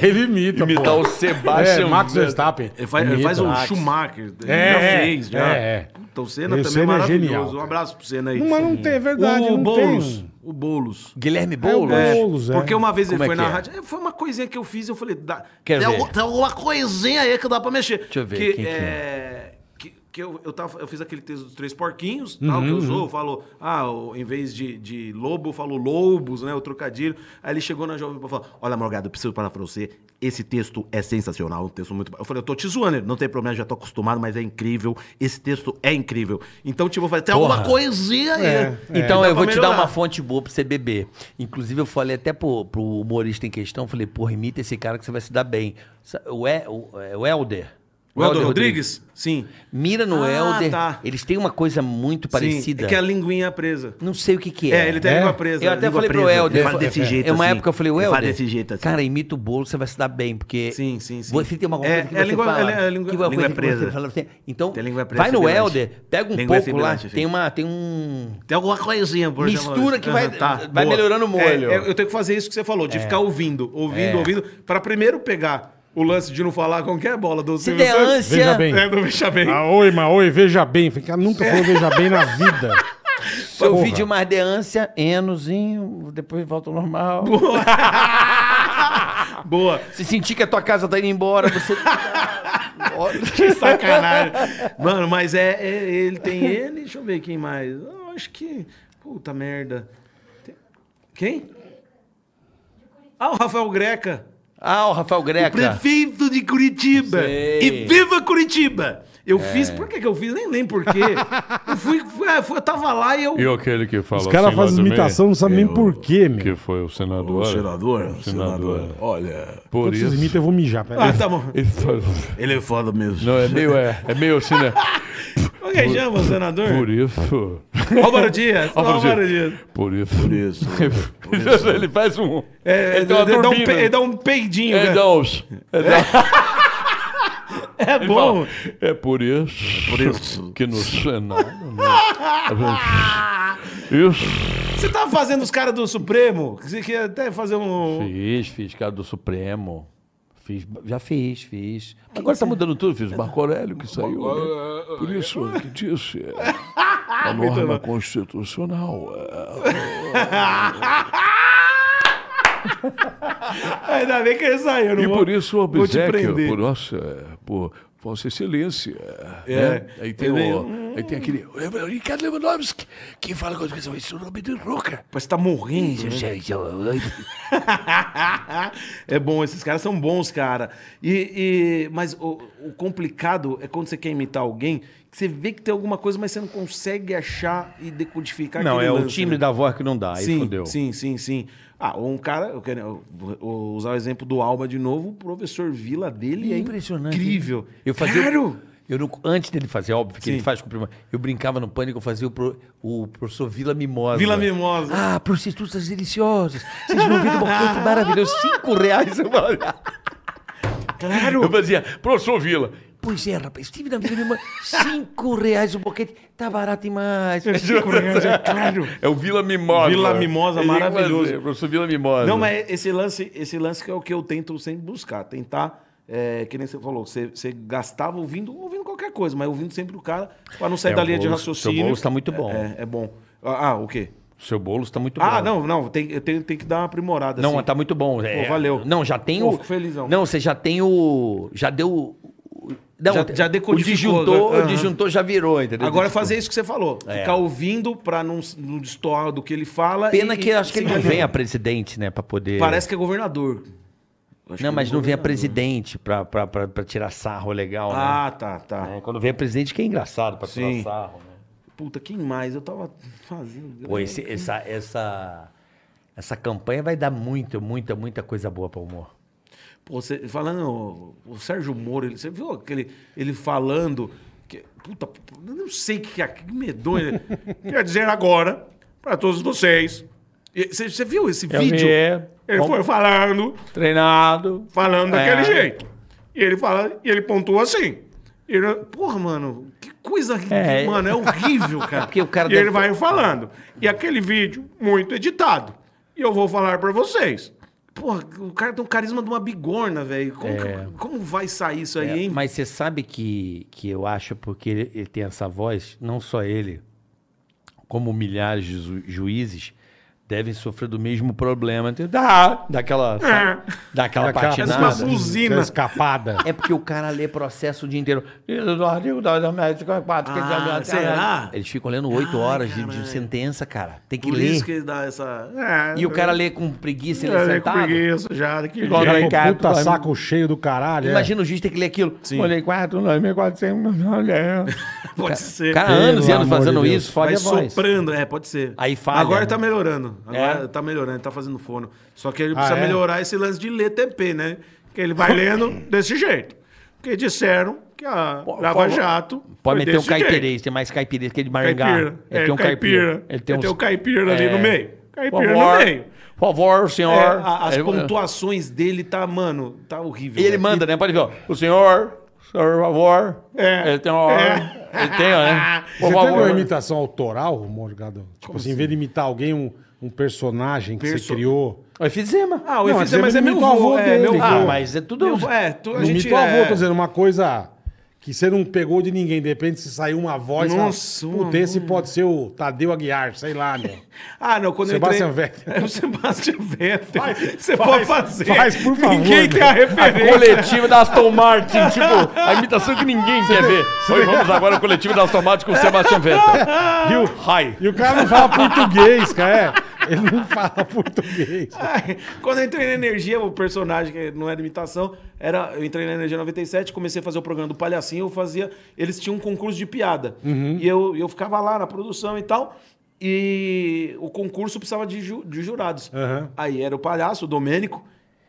S2: Ele imita,
S3: Imitar Então,
S2: pô.
S3: o
S2: É,
S3: Sebastião
S2: Max
S3: Vettel.
S2: Verstappen.
S4: <laughs> Ele faz, ele
S2: Imita.
S4: faz um o
S2: Ah,
S4: Schumacher. Ele
S2: É,
S4: já
S2: é,
S4: fez, já.
S2: é, é.
S4: Então o Senna
S2: Esse
S4: também é
S2: Senna é
S4: maravilhoso.
S2: genial, cara.
S4: um abraço pro Senna aí.
S2: Mas não tem, é verdade.
S4: o
S2: não
S4: Boulos.
S2: Tem.
S4: O Boulos.
S3: Guilherme Boulos.
S2: É,
S3: É,
S2: Boulos, é.
S4: Porque uma vez
S3: Como
S4: ele
S3: é
S4: foi
S3: que
S4: na
S3: é?
S4: rádio. é, Foi uma coisinha que eu fiz, eu falei. dá-
S3: Quer
S4: tem,
S3: ver?
S4: algu- tem alguma coisinha aí que dá pra mexer.
S3: Deixa eu ver,
S4: Que,
S3: quem que é?
S4: é, que, que eu, eu, tava, eu fiz aquele texto dos três porquinhos,
S3: Uhum,
S4: tal, que usou, falou, ah, o- em vez de, de lobo, falou lobos, né? O trocadilho. Aí ele chegou na jovem Pan e falou: Olha, Morgado, eu preciso falar pra você. Esse texto é sensacional, um texto muito bom. Eu falei, eu tô te zoando, ele, não tem problema, já tô acostumado, mas é incrível. Esse texto é incrível. Então, tipo, eu falei, tem alguma
S3: Porra.
S4: coisinha aí.
S2: É.
S3: Então
S4: Dá
S3: eu
S4: pra
S3: vou te dar
S4: melhorar.
S3: uma fonte boa pra você beber. Inclusive eu falei até pro, pro humorista em questão, falei, porra, imita esse cara que você vai se dar bem. Sa- O, e, o, é, o Helder.
S4: O Helder Rodrigues? Sim.
S3: Mira no
S4: Ah,
S3: Helder,
S4: tá.
S3: eles têm uma coisa muito
S4: Sim.
S3: parecida.
S4: É que a linguinha presa.
S3: Não sei o que que é.
S4: É, ele tem
S2: É?
S4: a língua presa.
S3: Eu até
S4: língua
S3: falei pro
S4: presa.
S3: Helder.
S4: Ele faz desse jeito
S3: É uma
S4: assim.
S3: época eu falei,
S4: Ele
S3: Helder.
S4: Faz desse jeito assim.
S3: Cara, imita o bolo, você vai se dar bem, porque.
S4: Sim, sim, sim.
S3: Você tem uma coisa
S4: É,
S3: que
S4: é a
S3: você
S4: língua-
S3: fala.
S4: é a língua-
S3: que uma
S4: língua
S3: coisa que
S4: presa.
S3: você fala, você- Então,
S4: Tem língua presa,
S3: vai no
S4: fibrante.
S3: Helder, pega um
S4: Língua
S3: pouco lá,
S4: fibrante,
S3: tem uma. Tem um.
S4: Tem alguma coisinha, por exemplo.
S3: Mistura que vai-
S4: Aham, tá.
S3: vai
S4: boa.
S3: melhorando o molho. É.
S4: É, eu- eu tenho que fazer isso que você falou, de ficar ouvindo, ouvindo, ouvindo, pra primeiro pegar o lance de não falar com que é bola do
S3: Se der
S2: Veja
S3: ânsia,
S2: bem.
S4: É, do Veja Bem.
S2: Ah, oi, mas oi, veja bem. Falei, cara, nunca falou veja bem na vida.
S3: se eu
S2: Porra.
S3: vídeo mais der ânsia, enozinho, depois volta ao normal.
S4: Boa.
S3: Se sentir que a tua casa tá indo embora,
S4: <laughs>
S3: você. <laughs>
S4: Que sacanagem. Mano, mas é, é- Ele tem ele. Deixa eu ver quem mais. Eu acho que. Puta merda. Tem- Quem? Ah, o Rafael Greca.
S3: ah, o Rafael
S9: É,
S3: Greca.
S4: Prefeito de Curitiba.
S3: Sei.
S4: E viva Curitiba! Eu
S9: É.
S4: fiz, por que que eu fiz? Nem lembro por quê. Eu fui, fui- ah, fui- eu tava lá e eu...
S9: E aquele que fala
S2: Os caras
S9: assim lá
S2: fazem
S9: também,
S2: imitação, não sabem nem por quê, meu.
S9: Que foi o senador.
S6: Senador,
S9: senador.
S6: senador, olha.
S9: Por
S2: Quando vocês
S9: <laughs> isso.
S2: imitam, eu vou mijar. Pera.
S4: Ah, tá bom.
S9: Ele fala-
S6: Ele é foda mesmo.
S9: Não, é meio, é, é meio assim, né?
S4: Como é que chama o senador?
S9: Por isso.
S4: Álvaro
S9: <laughs>
S4: Dias.
S9: Álvaro
S4: Álvaro
S9: Dias.
S4: Dias.
S9: Por isso.
S6: Isso.
S9: <laughs> ele faz um.
S4: É,
S9: ele tem uma
S4: ele, dá um,
S9: turbina.
S4: pe- ele dá um peidinho.
S9: Ele
S4: né?
S9: dá uns.
S4: É
S9: Ele
S4: bom.
S9: fala, é por isso. Que no Senado. Né? <laughs> A gente- Isso.
S4: Você tava fazendo os caras do Supremo? Que Você quer até fazer um...
S9: Fiz, fiz, cara do Supremo. Fiz, já fiz, fiz. Agora tá mudando tudo, fiz. Marco Aurélio que saiu. né? Por isso que disse. <laughs> é, A norma constitucional. é,
S4: Ah, Ainda bem que ele saiu. não
S9: E
S4: vou-
S9: por isso o
S4: vou te
S9: obsequio,
S4: prender.
S9: por nossa, é, por Vossa Excelência.
S4: É,
S9: né? Aí, tem
S4: ele-
S9: o, aí tem aquele. Ricardo Lewandowski, que fala com a educação, isso é o nome de Roca.
S4: Pô, Você tá morrendo, gente.
S9: um <laughs>
S4: <laughs> é bom, esses caras são bons, cara. E, e- mas o, o complicado é quando você quer imitar alguém, que você vê que tem alguma coisa, mas você não consegue achar e decodificar
S3: Não,
S4: aquele
S3: é o
S4: lance,
S3: timbre
S4: né?
S3: da voz que não dá. Aí
S4: sim,
S3: fodeu.
S4: Sim, sim, sim. Ah, um cara, eu quero eu vou usar o exemplo do Alba de novo, o professor Vila dele é
S3: Impressionante,
S4: incrível.
S3: Né? Eu fazia.
S4: Claro!
S3: Eu não- antes dele fazer, óbvio que
S4: Sim.
S3: ele faz com o primo. Eu brincava no pânico, eu fazia o, pro- o professor Vila Mimosa.
S4: Vila Mimosa.
S3: Ah, prostitutas deliciosas. Vocês vão ver um bocante maravilhoso. Cinco reais eu falava.
S4: Claro!
S9: Eu fazia, professor Vila.
S3: Pois é, rapaz, estive na Vila Mimosa. Cinco reais o boquete. Tá barato demais.
S4: Cinco reais, é claro.
S9: É o Vila Mimosa.
S4: Vila Mimosa,
S9: Ele ia fazer,
S4: maravilhoso.
S9: Professor Vila Mimosa.
S4: Não, mas esse lance, esse lance que é o que eu tento sempre buscar. Tentar, é, que nem você falou, você, você gastava ouvindo, ouvindo qualquer coisa, mas ouvindo sempre o cara pra não sair
S3: É,
S4: da
S3: o
S4: linha de
S3: Boulos- seu
S4: raciocínio.
S3: Boulos tá muito bom.
S4: É, é bom. Ah, ah, o quê?
S3: Seu bolo está muito
S4: Ah,
S3: bom.
S4: não, não, tem, eu tenho, tenho que dar uma aprimorada.
S3: Não,
S4: assim.
S3: tá muito bom. É,
S4: Pô, valeu.
S3: Não, já tem
S4: Pô,
S3: o.
S4: fico felizão.
S3: Não, você já tem o. Já deu o. o- Não,
S4: Já- já decodificou,
S3: O disjuntor,
S4: agora-
S3: o disjuntor já virou, entendeu?
S4: Agora é
S3: Disjuntor.
S4: fazer isso que você falou.
S3: É.
S4: Ficar ouvindo pra não, não destoar do que ele fala.
S3: Pena
S4: e-
S3: que
S4: e
S3: eu acho que ele não
S4: seguir.
S3: vem a presidente, né? Pra poder.
S4: Parece que é governador. Acho
S3: Não,
S4: que
S3: mas
S4: é
S3: não vem a
S4: governador.
S3: presidente pra, pra, pra, pra tirar sarro legal, né?
S4: Ah, tá, tá.
S3: É, Quando vem a presidente que é engraçado pra tirar
S4: Sim.
S3: sarro, né?
S4: Puta, quem mais? Eu tava fazendo.
S3: Pô, esse- essa, essa, essa campanha vai dar muito, muita, muita coisa boa pro humor.
S4: Pô, você, falando, o Sérgio Moro, ele, você viu aquele, ele falando. Que, puta, eu não sei o que, é, que medonho. Quer dizer agora, para todos vocês. e- Você, você viu esse vídeo? Ele foi falando,
S3: Treinado.
S4: falando
S3: É.
S4: daquele jeito. E ele fala, e ele pontuou assim. E Ele, Porra, mano, que coisa horrível,
S3: É.
S4: mano,
S3: <laughs>
S4: é horrível, cara.
S3: Porque o cara
S4: e
S3: deve-
S4: ele vai falando. E aquele vídeo muito editado. E eu vou falar pra vocês. Porra, o cara tem o carisma de uma bigorna, velho. Como, que- como vai sair isso aí, hein?
S3: É. Mas você sabe que, que eu acho, porque ele, ele tem essa voz, não só ele, como milhares de ju- juízes devem sofrer do mesmo problema. entendeu? Da, daquela, sabe? daquela
S4: Parece
S3: patinada.
S4: uma buzina.
S2: escapada.
S3: É porque o cara lê processo o dia inteiro. Ah,
S4: será?
S3: Eles ficam lendo oito horas de, de sentença, cara. Tem que
S4: Por
S3: ler.
S4: isso que ele dá essa. É,
S3: E o cara lê com preguiça, ele
S4: é,
S3: é
S4: é, com
S3: sentado.
S4: preguiça já. daqui-
S3: Igual
S2: Já
S3: Olha aí,
S2: com
S3: cara,
S2: puta
S3: tu-
S2: saco cheio do caralho. é.
S3: Imagina o juiz ter que ler aquilo. Olhei quatro, nove, mil, quatrocentos, olha.
S4: <laughs> Pode ser.
S3: Cara,
S2: Pelo
S3: anos e anos
S2: amor de
S3: fazendo
S2: Deus.
S3: isso, fora
S4: Vai
S3: a voz.
S4: soprando, é, pode ser.
S3: Aí falha,
S4: Agora
S3: né?
S4: tá melhorando. Agora
S3: É?
S4: tá melhorando, tá fazendo fono. Só que ele
S2: Ah,
S4: precisa
S2: é?
S4: melhorar esse lance de ler TP, né? Que
S3: <laughs>
S4: ele vai lendo desse jeito. Porque disseram que a
S3: Pô,
S4: Lava
S3: pô,
S4: Jato.
S3: Pode meter um
S4: caipirei.
S3: caipirês, tem mais caipirês que ele de Maringá.
S4: É Caipira.
S3: Ele tem um caipira.
S4: Ele tem,
S3: uns-
S4: um caipira ali
S3: É.
S4: no meio.
S3: Por
S4: Caipira no
S3: favor,
S4: meio.
S3: por favor,
S4: É,
S3: senhor.
S4: a- as
S3: Ele-
S4: pontuações dele tá, mano, tá horrível.
S3: E ele
S4: velho.
S3: manda, né? Pode ver, ó. O senhor, senhor, por favor.
S4: É.
S3: Ele tem uma hora. Ele tem, ó, né? Por
S2: Você tem
S3: favor.
S2: uma imitação autoral, Morgado? Tipo assim, em vez de imitar alguém, um, um personagem que
S4: assim? Perso-
S2: você criou.
S3: O efizema.
S4: Ah, o
S2: Não,
S4: efizema, mas é
S2: ele
S4: meu
S2: imitou o
S4: avô.
S2: avô
S4: É,
S2: dele.
S4: meu
S2: Ah,
S3: Ah,
S4: avô.
S3: mas é tudo.
S4: Meu avô- É, tu- a
S2: não
S4: gente
S2: me tua avô,
S4: é...
S2: tô dizendo, uma coisa que você não pegou de ninguém. De repente, se saiu uma voz, fala,
S4: Nossa, é. uma
S2: puta, esse pode ser o Tadeu Aguiar, sei lá, meu.
S4: Ah, não, quando
S2: Sebastian
S4: eu entrei...
S2: Vettel.
S4: <laughs> É o Sebastian Vettel. Você pode fazer.
S2: faz, por favor,
S4: Ninguém tem
S2: meu.
S4: a referência.
S9: Coletiva da Aston Martin, tipo, a imitação que ninguém quer ver. Oi, vamos agora ao coletivo da Aston Martin com o Sebastian Vettel.
S2: <laughs> E o,
S9: Hi.
S2: e o cara não fala português, cara. é. Ele não fala português.
S4: <laughs> Ai, Quando eu entrei na Energia, o personagem que não era imitação, era eu entrei na Energia 97, comecei a fazer o programa do Palhacinho, eu fazia, eles tinham um concurso de piada.
S2: Uhum.
S4: E eu, eu ficava lá na produção e tal, e o concurso precisava de, ju- de jurados.
S2: Uhum.
S4: Aí era o palhaço, o Domênico,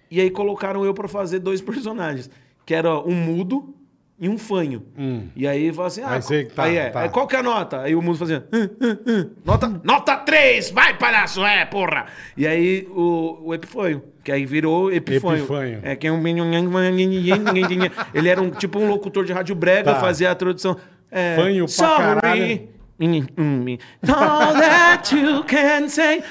S4: e aí colocaram eu pra fazer dois <laughs> personagens, que era um mudo e um fanho. E aí fala assim, ah,
S2: Hum. Aí você-
S4: co-
S2: tá,
S4: aí é,
S2: tá.
S4: aí qual que é a nota? Aí o mudo fazia, "Hã, hã, hã." nota
S1: Nota 3, vai, palhaço, é, porra!
S4: E aí o, o Epifanho, que aí virou Epifanho.
S2: Epifanho.
S4: É, que é um... Ele era um, tipo um locutor de rádio brega,
S2: Tá.
S4: fazia a tradução. É,
S2: Fanho pra caralho.
S4: All that you can say.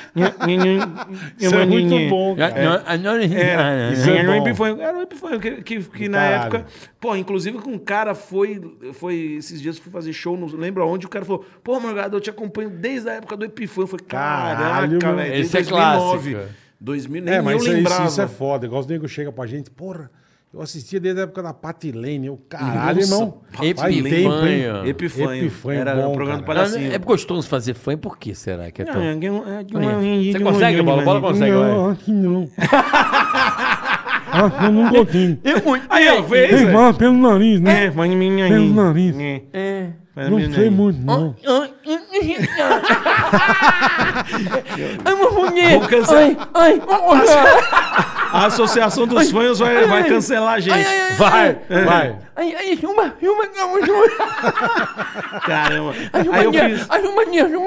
S2: Isso é muito bom, cara. É,
S4: Era,
S2: Isso é bom.
S4: era, um epifanho, era um epifanho que, que, que na
S2: caralho.
S4: época. Pô, inclusive com um cara foi, foi. Esses dias fui fazer show, não lembro aonde, o cara falou: Pô, Morgado, eu te acompanho desde a época do epifanho. Eu falei:
S2: Caralho,
S4: Caraca,
S2: meu.
S4: velho. desde
S3: Esse é
S4: 2009.
S3: clássico.
S4: 2000, nem
S2: É, mas
S4: eu
S2: isso, é-
S4: lembrava.
S2: isso é foda. Igual os negros chegam pra gente, porra, eu assistia desde a época da Patilene. Eu, caralho,
S4: Nossa,
S2: irmão. Faz
S3: Epifanho.
S2: tempo, hein? um
S4: Epifanho.
S2: Epifanho
S4: Era
S2: bom,
S4: o
S2: cara.
S4: programa do Palhacinho.
S9: É gostoso fazer fã, por que será que é
S3: então.
S9: tão...
S2: um,
S4: Você
S2: é,
S9: Você consegue, Bola? Bola consegue, vai.
S2: Não, aqui não. é. <laughs> ah, eu não gostei.
S4: Aí, ó, fez?
S2: Tem mal É, pelo nariz, né?
S4: É, mas minha
S2: Pelo nariz. Não sei muito, não.
S4: Vou cancelar. A Associação dos Fãs vai, vai cancelar a gente.
S2: Vai, vai.
S4: Caramba. Aí eu fiz.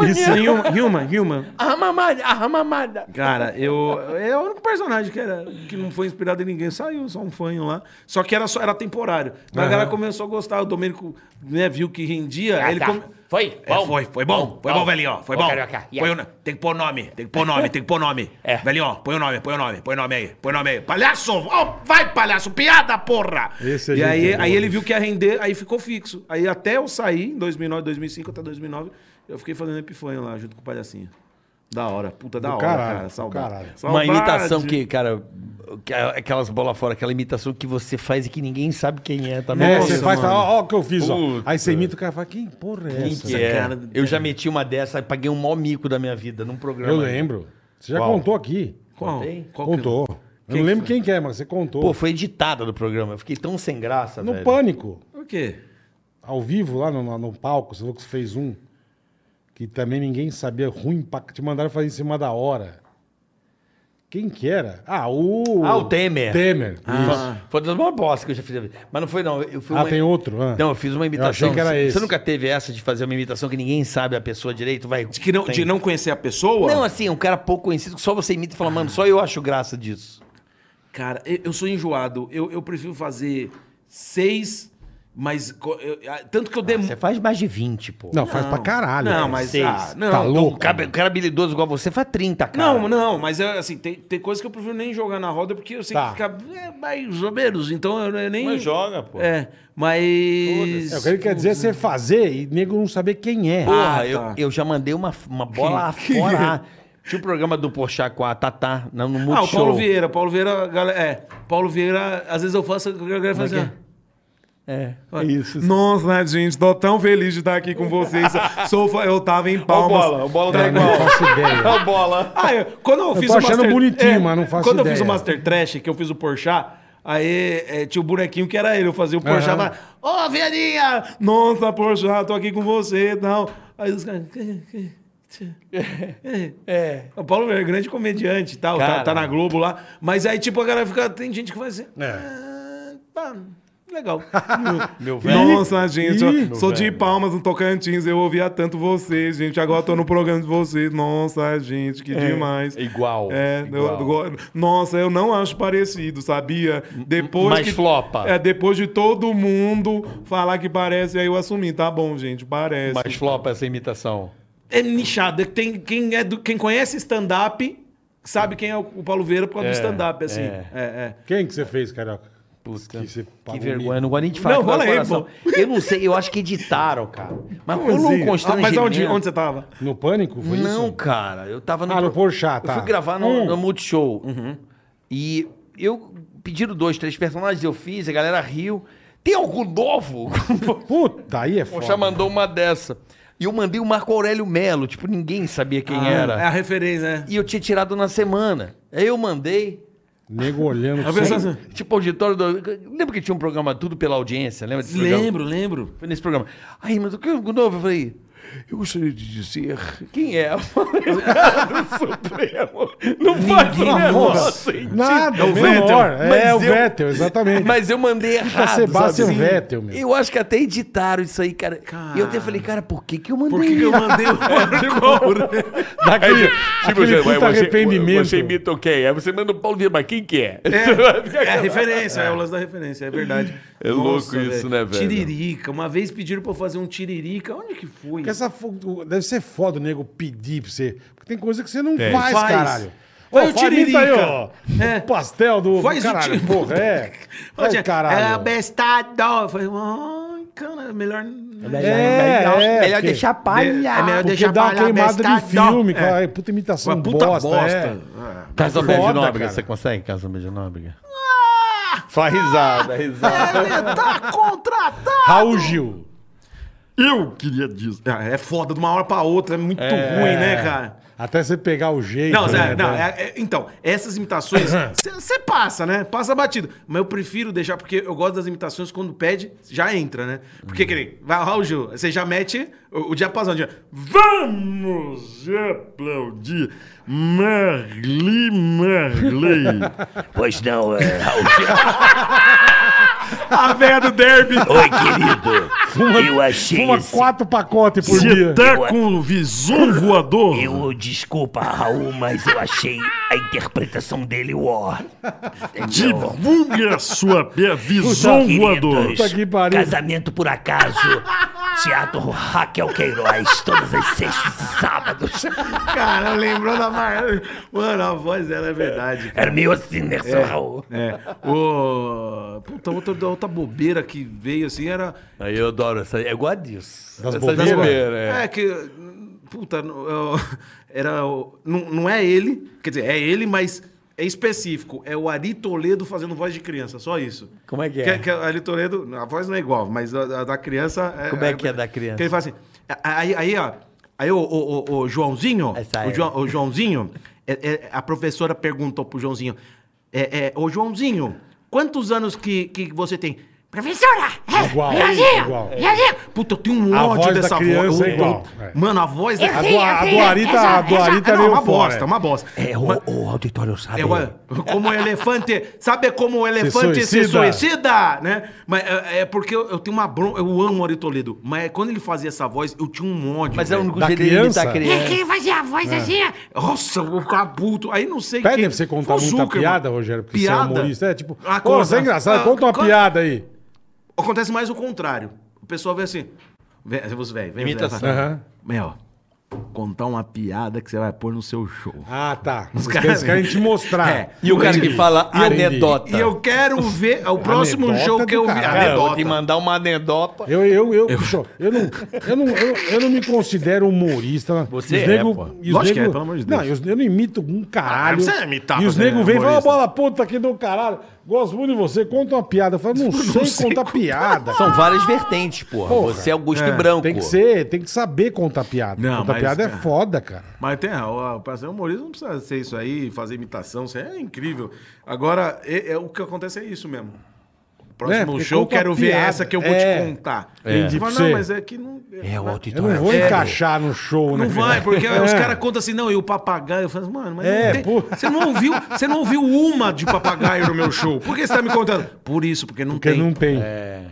S4: Isso. Human, human, human.
S3: A mamada, a mamada.
S4: Cara, eu. É o único personagem que, era, que não foi inspirado em ninguém. Saiu só um fanho lá. Só que era, só, era temporário. Mas a galera começou a gostar. O Domênico né, viu que rendia.
S10: Ah, tá.
S4: aí ele come-
S3: Foi?
S1: É, foi, foi bom, foi bom, velhinho, ó, foi um-
S3: Ô,
S1: bom.
S3: carioca, e aí?
S1: Põe o no- tem que pôr nome, tem que pôr nome, tem que pôr nome.
S3: <laughs> É.
S1: Velhinho, ó, põe o nome, põe o nome, põe o nome aí, põe o nome aí. Palhaço, ó, vai, palhaço, piada, porra!
S2: Esse é
S4: E
S2: gente
S4: aí,
S2: boa.
S4: aí ele viu que ia render, aí ficou fixo. Aí até eu sair, em 2009, 2005 até 2009, eu fiquei fazendo epifanho lá, junto com o Palhacinho. Da hora, puta da
S2: Do
S4: hora,
S2: caralho,
S4: cara.
S2: do
S4: Saudade.
S2: caralho.
S3: Uma
S4: Saudade.
S3: imitação que, cara, que- é aquelas bola fora, aquela imitação que você faz e que ninguém sabe quem é também.
S2: É,
S4: Nossa,
S2: você faz,
S4: mano.
S2: fala, ó, ó o que eu fiz, ó.
S3: Puta.
S2: Aí você imita o cara e fala, quem porra é
S3: Quem
S2: essa?
S3: que é?
S4: cara-
S3: Eu já meti uma dessa, paguei um mó mico da minha vida num programa.
S2: Eu lembro. Você já contou aqui.
S4: Qual? Qual
S3: é?
S4: que- é?
S2: Contou. Eu não lembro quem que é, mas você contou.
S3: Pô, foi editada do programa. Eu fiquei tão sem graça,
S2: no
S3: velho.
S2: Pânico,
S4: O quê?
S2: ao vivo, lá no, no palco, você falou que você fez um que também ninguém sabia, ruim, pra, te mandaram fazer em cima da hora. Quem que era? Ah, o...
S3: Ah, o Temer.
S2: Temer.
S3: Ah. Foi das maiores bosta que eu já fiz. na vida. Mas não foi, não. Eu fui
S2: Ah,
S3: uma-
S2: tem outro? Ah.
S3: Não, eu fiz uma imitação.
S2: achei que era
S3: Você-
S2: esse.
S3: Você nunca teve essa de fazer uma imitação que ninguém sabe a pessoa direito? Vai.
S4: De, que não,
S3: Tem.
S4: de não conhecer a pessoa?
S3: Não, assim, um cara pouco conhecido que só você imita e fala, mano, só eu acho graça disso.
S4: Cara, eu, eu sou enjoado. Eu, eu prefiro fazer seis, mas. co- eu- ah, tanto que eu demoro.
S3: Você é faz mais de 20, pô.
S2: Não, faz pra caralho.
S4: Não,
S2: cara.
S4: mas.
S3: seis.
S4: Ah, não,
S2: Tá
S4: tô-
S2: louco.
S3: O cara, o cara é habilidoso igual você faz 30, cara.
S4: Não, não, mas é, assim, tem, tem coisa que eu prefiro nem jogar na roda, porque eu sei
S2: Tá.
S4: que fica é, mais ou menos, então eu, eu nem...
S3: Mas joga, pô.
S4: É, mas...
S2: É, o que ele quer dizer é você fazer e nego não saber quem é.
S3: Porra,
S4: Ah,
S3: eu,
S4: tá.
S3: eu já mandei uma, uma
S4: <laughs>
S3: bola fora. Tinha um programa do Porchat com a Tatá no, no
S4: Ah,
S3: Multishow.
S4: o Paulo Vieira, Paulo Vieira, galera, é, Paulo Vieira, às vezes eu faço, eu quero fazer...
S3: É.
S4: isso. Nossa, né, gente, tô tão feliz de estar aqui com vocês. Sou, fã- eu tava em palmas.
S3: bola
S2: Eu Ah, não faço ideia.
S3: É o bola.
S4: Ah, eu, quando eu,
S2: tô
S4: fiz é,
S2: achando bonitinho, mas não faço
S4: Quando eu
S2: ideia.
S4: fiz o Master Trash, que eu fiz o Porchat, aí é, tinha o bonequinho que era ele. Eu fazia o Porchat,
S2: Aham.
S4: falava, ô, velhinha! Nossa, Porchat, tô aqui com você e tal. Aí os caras... É. O Paulo é grande comediante e tal, tá,
S3: Cara.
S4: tá na Globo lá. Mas aí, tipo, a galera fica... Tem gente que faz assim...
S2: É.
S4: "Ah, tá, legal.
S3: <laughs> Meu velho.
S4: Nossa, gente, eu
S2: Ih,
S4: sou de Palmas, no Tocantins, eu ouvia tanto vocês, gente. Agora eu tô no programa de vocês. Nossa, é, gente,
S3: É.
S4: que demais.
S3: Igual.
S4: É, eu-
S3: igual.
S4: eu go- nossa, eu não acho parecido, sabia? Depois
S3: mas
S4: que,
S3: flopa.
S4: É, depois de todo mundo falar que parece, aí eu assumi, tá bom, gente, parece.
S3: Mas flopa essa imitação.
S4: É nichado, é que tem, quem, é do, quem conhece stand-up sabe quem é o- o Paulo Vieira por causa do stand-up, assim. É, é.
S2: Quem que você fez, Carioca?
S3: Puta,
S2: Que
S3: que,
S2: você pagou
S3: vergonha.
S2: mico.
S3: Não gosto nem de falar
S4: Não,
S3: que vai
S4: fala aí,
S3: ao coração. Eu não sei, eu acho que editaram, cara. Mas
S4: Como
S3: rolou
S4: assim?
S3: um constrangimento.
S4: Ah, mas onde, onde você tava?
S2: No Pânico? Foi
S3: não,
S2: isso?
S3: cara. Eu tava no.
S2: Ah, no Porchat,
S3: Eu
S2: tá.
S3: fui gravar no,
S2: Hum.
S3: no Multishow. uhum. E eu pediram dois, três personagens, eu fiz, a galera riu. Tem algum novo? <laughs>
S2: Puta, aí é
S9: O
S2: foda.
S9: Chá mandou uma dessa.
S3: e eu mandei o Marco Aurélio Melo, tipo, ninguém sabia quem
S2: Ah.
S4: É a
S3: era.
S4: referência, né?
S3: E eu tinha tirado na semana. Aí eu mandei.
S2: Nego olhando. pra
S4: A pessoa
S2: você.
S4: assim,
S3: Tipo, auditório do. Lembra que tinha um programa Tudo pela Audiência? Lembra desse programa?
S4: Lembro, lembro.
S3: Foi nesse programa. Aí, mas o que é algo novo? Eu falei,
S9: Eu gostaria de dizer
S3: quem é? <laughs> Eu falei, cara do Supremo. Não faz o menor sentido.
S2: Nada, é o
S4: Vettel.
S2: É,
S3: Mas
S2: o
S3: eu-
S2: Vettel, exatamente. Tá
S3: Mas eu mandei errado.
S2: Sebastian
S3: sabe?
S2: Vettel, meu.
S3: Eu acho que até editaram isso aí, cara. E eu até falei, cara, por que, que eu mandei?
S4: Por que, que eu mandei o Marco Aurélio?
S2: Daquele,
S9: Tipo,
S2: aquele
S9: você,
S2: puta
S9: você,
S2: arrependimento.
S9: Você imita o quem? Aí você manda o Paulo Dias, mas quem que é? <laughs>
S4: É a referência, é. o lance da referência, é verdade.
S9: É louco isso, né, velho?
S4: Tiririca. Uma vez pediram pra eu fazer um tiririca. Onde que foi?
S2: Porque essa fo- deve ser foda o nego pedir pra você. Porque tem coisa que você não
S9: Tem.
S2: faz,
S4: Faz.
S2: caralho.
S4: Vai
S2: Ô,
S4: o
S2: faz, imita aí,
S4: Tiririca.
S2: ó.
S4: É.
S2: O pastel do, do
S4: Faz o
S2: caralho.
S4: Tiririca.
S2: Porra,
S4: <laughs>
S2: é.
S4: Onde
S2: Faz,
S4: é? É
S2: caralho.
S4: bestado. Eu falei, ai, cara, melhor...
S2: É,
S4: <laughs>
S2: é,
S3: Melhor
S2: porque-
S3: deixar palha.
S4: É melhor
S2: Porque
S4: deixar
S2: dá uma
S4: pra lá,
S2: queimada de
S4: bestado.
S2: filme,
S4: É.
S2: cara. Puta imitação
S4: Uma puta
S2: bosta.
S4: bosta.
S2: é.
S3: Casa
S2: Foda,
S3: Verde Nóbrega,
S2: cara.
S3: você consegue? Casa Verde Nóbrega. Só risada, risada.
S4: Tá Ah,
S2: Raul Gil.
S4: Eu queria dizer. Ah, É foda de uma hora pra outra, é muito ruim, né, cara?
S2: É. Até você pegar o jeito.
S4: Não, Zé,
S2: né,
S4: não,
S2: da-
S4: é- é- então, essas imitações, você passa, né? Passa batido. Mas eu prefiro deixar, porque eu gosto das imitações quando pede, já entra, né? Porque, que nem, vai, Raul Gil, você já mete o, o diapasão de. Vamos aplaudir Marli <laughs> Marley.
S10: Pois não, é,
S1: <laughs>
S10: Raul.
S4: A véia do derby.
S10: Oi, querido. eu achei
S2: Fuma
S10: esse...
S2: quatro pacotes por dia.
S10: Eu-
S4: com visão voador.
S10: Eu, desculpa, Raul, mas eu achei a interpretação dele ó. Entendeu?
S4: Divulga sua
S10: Só
S4: visão
S2: um Puta que
S10: queridos,
S2: pariu.
S10: casamento por
S2: <laughs>
S10: acaso, teatro Raquel Queiroz, todas as sextas e sábados.
S4: Cara, lembrou da Marli. Mano, a voz dela é verdade.
S10: Era meio assim, né, seu Raul?
S4: É. O... Puta, outra, outra bobeira que veio assim era.
S3: Aí eu adoro essa. é Eu gosto disso.
S2: Das
S3: Essas
S2: bobeiras?
S3: né?
S4: É, que. Puta, não- eu- <laughs> era. o- Não, não é ele, quer dizer, é ele, mas é específico. É o Ari Toledo fazendo voz de criança, só isso.
S3: Como é que é?
S4: Que, que Ari Toledo, a voz não é igual, mas a, a da criança.
S3: Como é que é da criança?
S4: Que ele fala assim. a- Aí, aí ó. Aí o, o, o- o Joãozinho.
S3: Essa
S4: O,
S3: é.
S4: João- o Joãozinho. é- é, a professora perguntou pro Joãozinho: é, é, Ô Joãozinho, quantos anos que, que você tem? Professora! é, assim,
S2: Igual,
S4: Joãozinho,
S2: igual.
S4: Joãozinho." Puta, eu tenho um
S2: A
S4: ódio
S2: voz da
S4: dessa
S2: criança
S4: voz. Eu-
S2: é igual,
S4: eu-
S2: é.
S4: Mano, a voz
S2: A
S4: da.
S2: do, a do Arita, a do Arita é
S4: assim, não,
S2: meio
S4: uma
S2: fora,
S4: bosta,
S2: é.
S4: uma bosta.
S10: É, o, o auditório sabe.
S4: É uma- como o elefante. Sabe como o elefante se
S2: suicida.
S4: suicida, né? Mas é, é porque eu, eu tenho uma bronca. Eu amo o Ari Toledo. Mas quando ele fazia essa voz, eu tinha um ódio.
S3: Mas é o
S4: velho.
S3: único
S2: Da
S3: jeito de
S2: criança?
S3: imitar criança. é
S5: Quem fazia a voz assim? ó?
S4: Nossa, eu vou ficar puto. Aí não sei
S2: Pedem
S4: quem-
S2: pra você contar
S4: Foi um o
S2: muita
S4: Zuckerman.
S2: piada, Rogério, porque você é humorista. É tipo,
S4: Ah,
S2: pô,
S4: conta.
S2: você é engraçado,
S4: Ah,
S2: conta uma
S4: conta.
S2: piada aí.
S4: Acontece mais o contrário. O pessoal vê assim. Vem, os velhos, vem,
S3: Imitação.
S4: velho.
S2: Aham.
S4: Meu, contar uma piada que você vai pôr no seu show.
S2: Ah, tá. Os
S4: caras-
S2: caras querem te mostrar.
S4: <laughs> É.
S3: E o cara que fala
S2: Entendi.
S3: anedota.
S4: E eu quero ver o próximo
S2: Anedota
S4: show que eu
S2: do
S4: vi.
S2: caralho.
S3: Cara, eu vou te
S4: Anedota.
S3: mandar uma anedota.
S2: Eu, eu, eu, bicho, eu, não, eu, não, eu, eu não me considero humorista. né?
S3: Você
S2: os
S3: é,
S2: nego,
S3: pô.
S2: e os
S4: Lógico que
S2: nego-
S4: é, pelo amor de
S2: Não,
S4: Deus.
S2: e os- eu, não imito um caralho.
S4: Ah, mas você é imitar,
S2: e os
S4: você
S2: negros
S4: é
S2: vêm e falam, "Ó,
S4: humorista."
S2: bola puta aqui do caralho. Gosto muito de você, conta uma piada. Eu falo,
S4: <laughs>
S2: não, sei, contar piada.
S3: São várias vertentes, porra.
S2: Porra.
S3: Você é Augusto Branco.
S2: Tem que ser, tem que saber contar piada.
S4: Não,
S2: contar
S4: mas,
S2: piada é
S4: cara,
S2: foda, cara.
S4: Mas tem, o, o prazer humorista não precisa ser isso aí, fazer imitação, isso aí é incrível. Agora, é, é o que acontece é isso mesmo.
S2: É,
S4: Próximo
S2: porque
S4: show,
S2: conta
S4: quero ver
S2: piada.
S4: essa que eu vou
S2: É.
S4: te contar.
S2: Entendi
S4: Fala,
S2: pra
S4: não,
S2: você.
S4: mas é que não.
S10: É, o
S2: Eu não
S10: auditório
S2: vou
S10: sabe.
S2: encaixar no show, né?
S4: Não vai,
S2: cara?
S4: porque
S2: <laughs> É.
S4: os caras contam assim, não, e o papagaio. Eu falo, assim, mano, mas não
S2: É,
S4: tem-
S2: pô.
S4: você, não ouviu, você não ouviu uma de papagaio no meu show. Por que você tá me contando? Por isso, porque não
S2: Porque
S4: tem.
S2: não tem.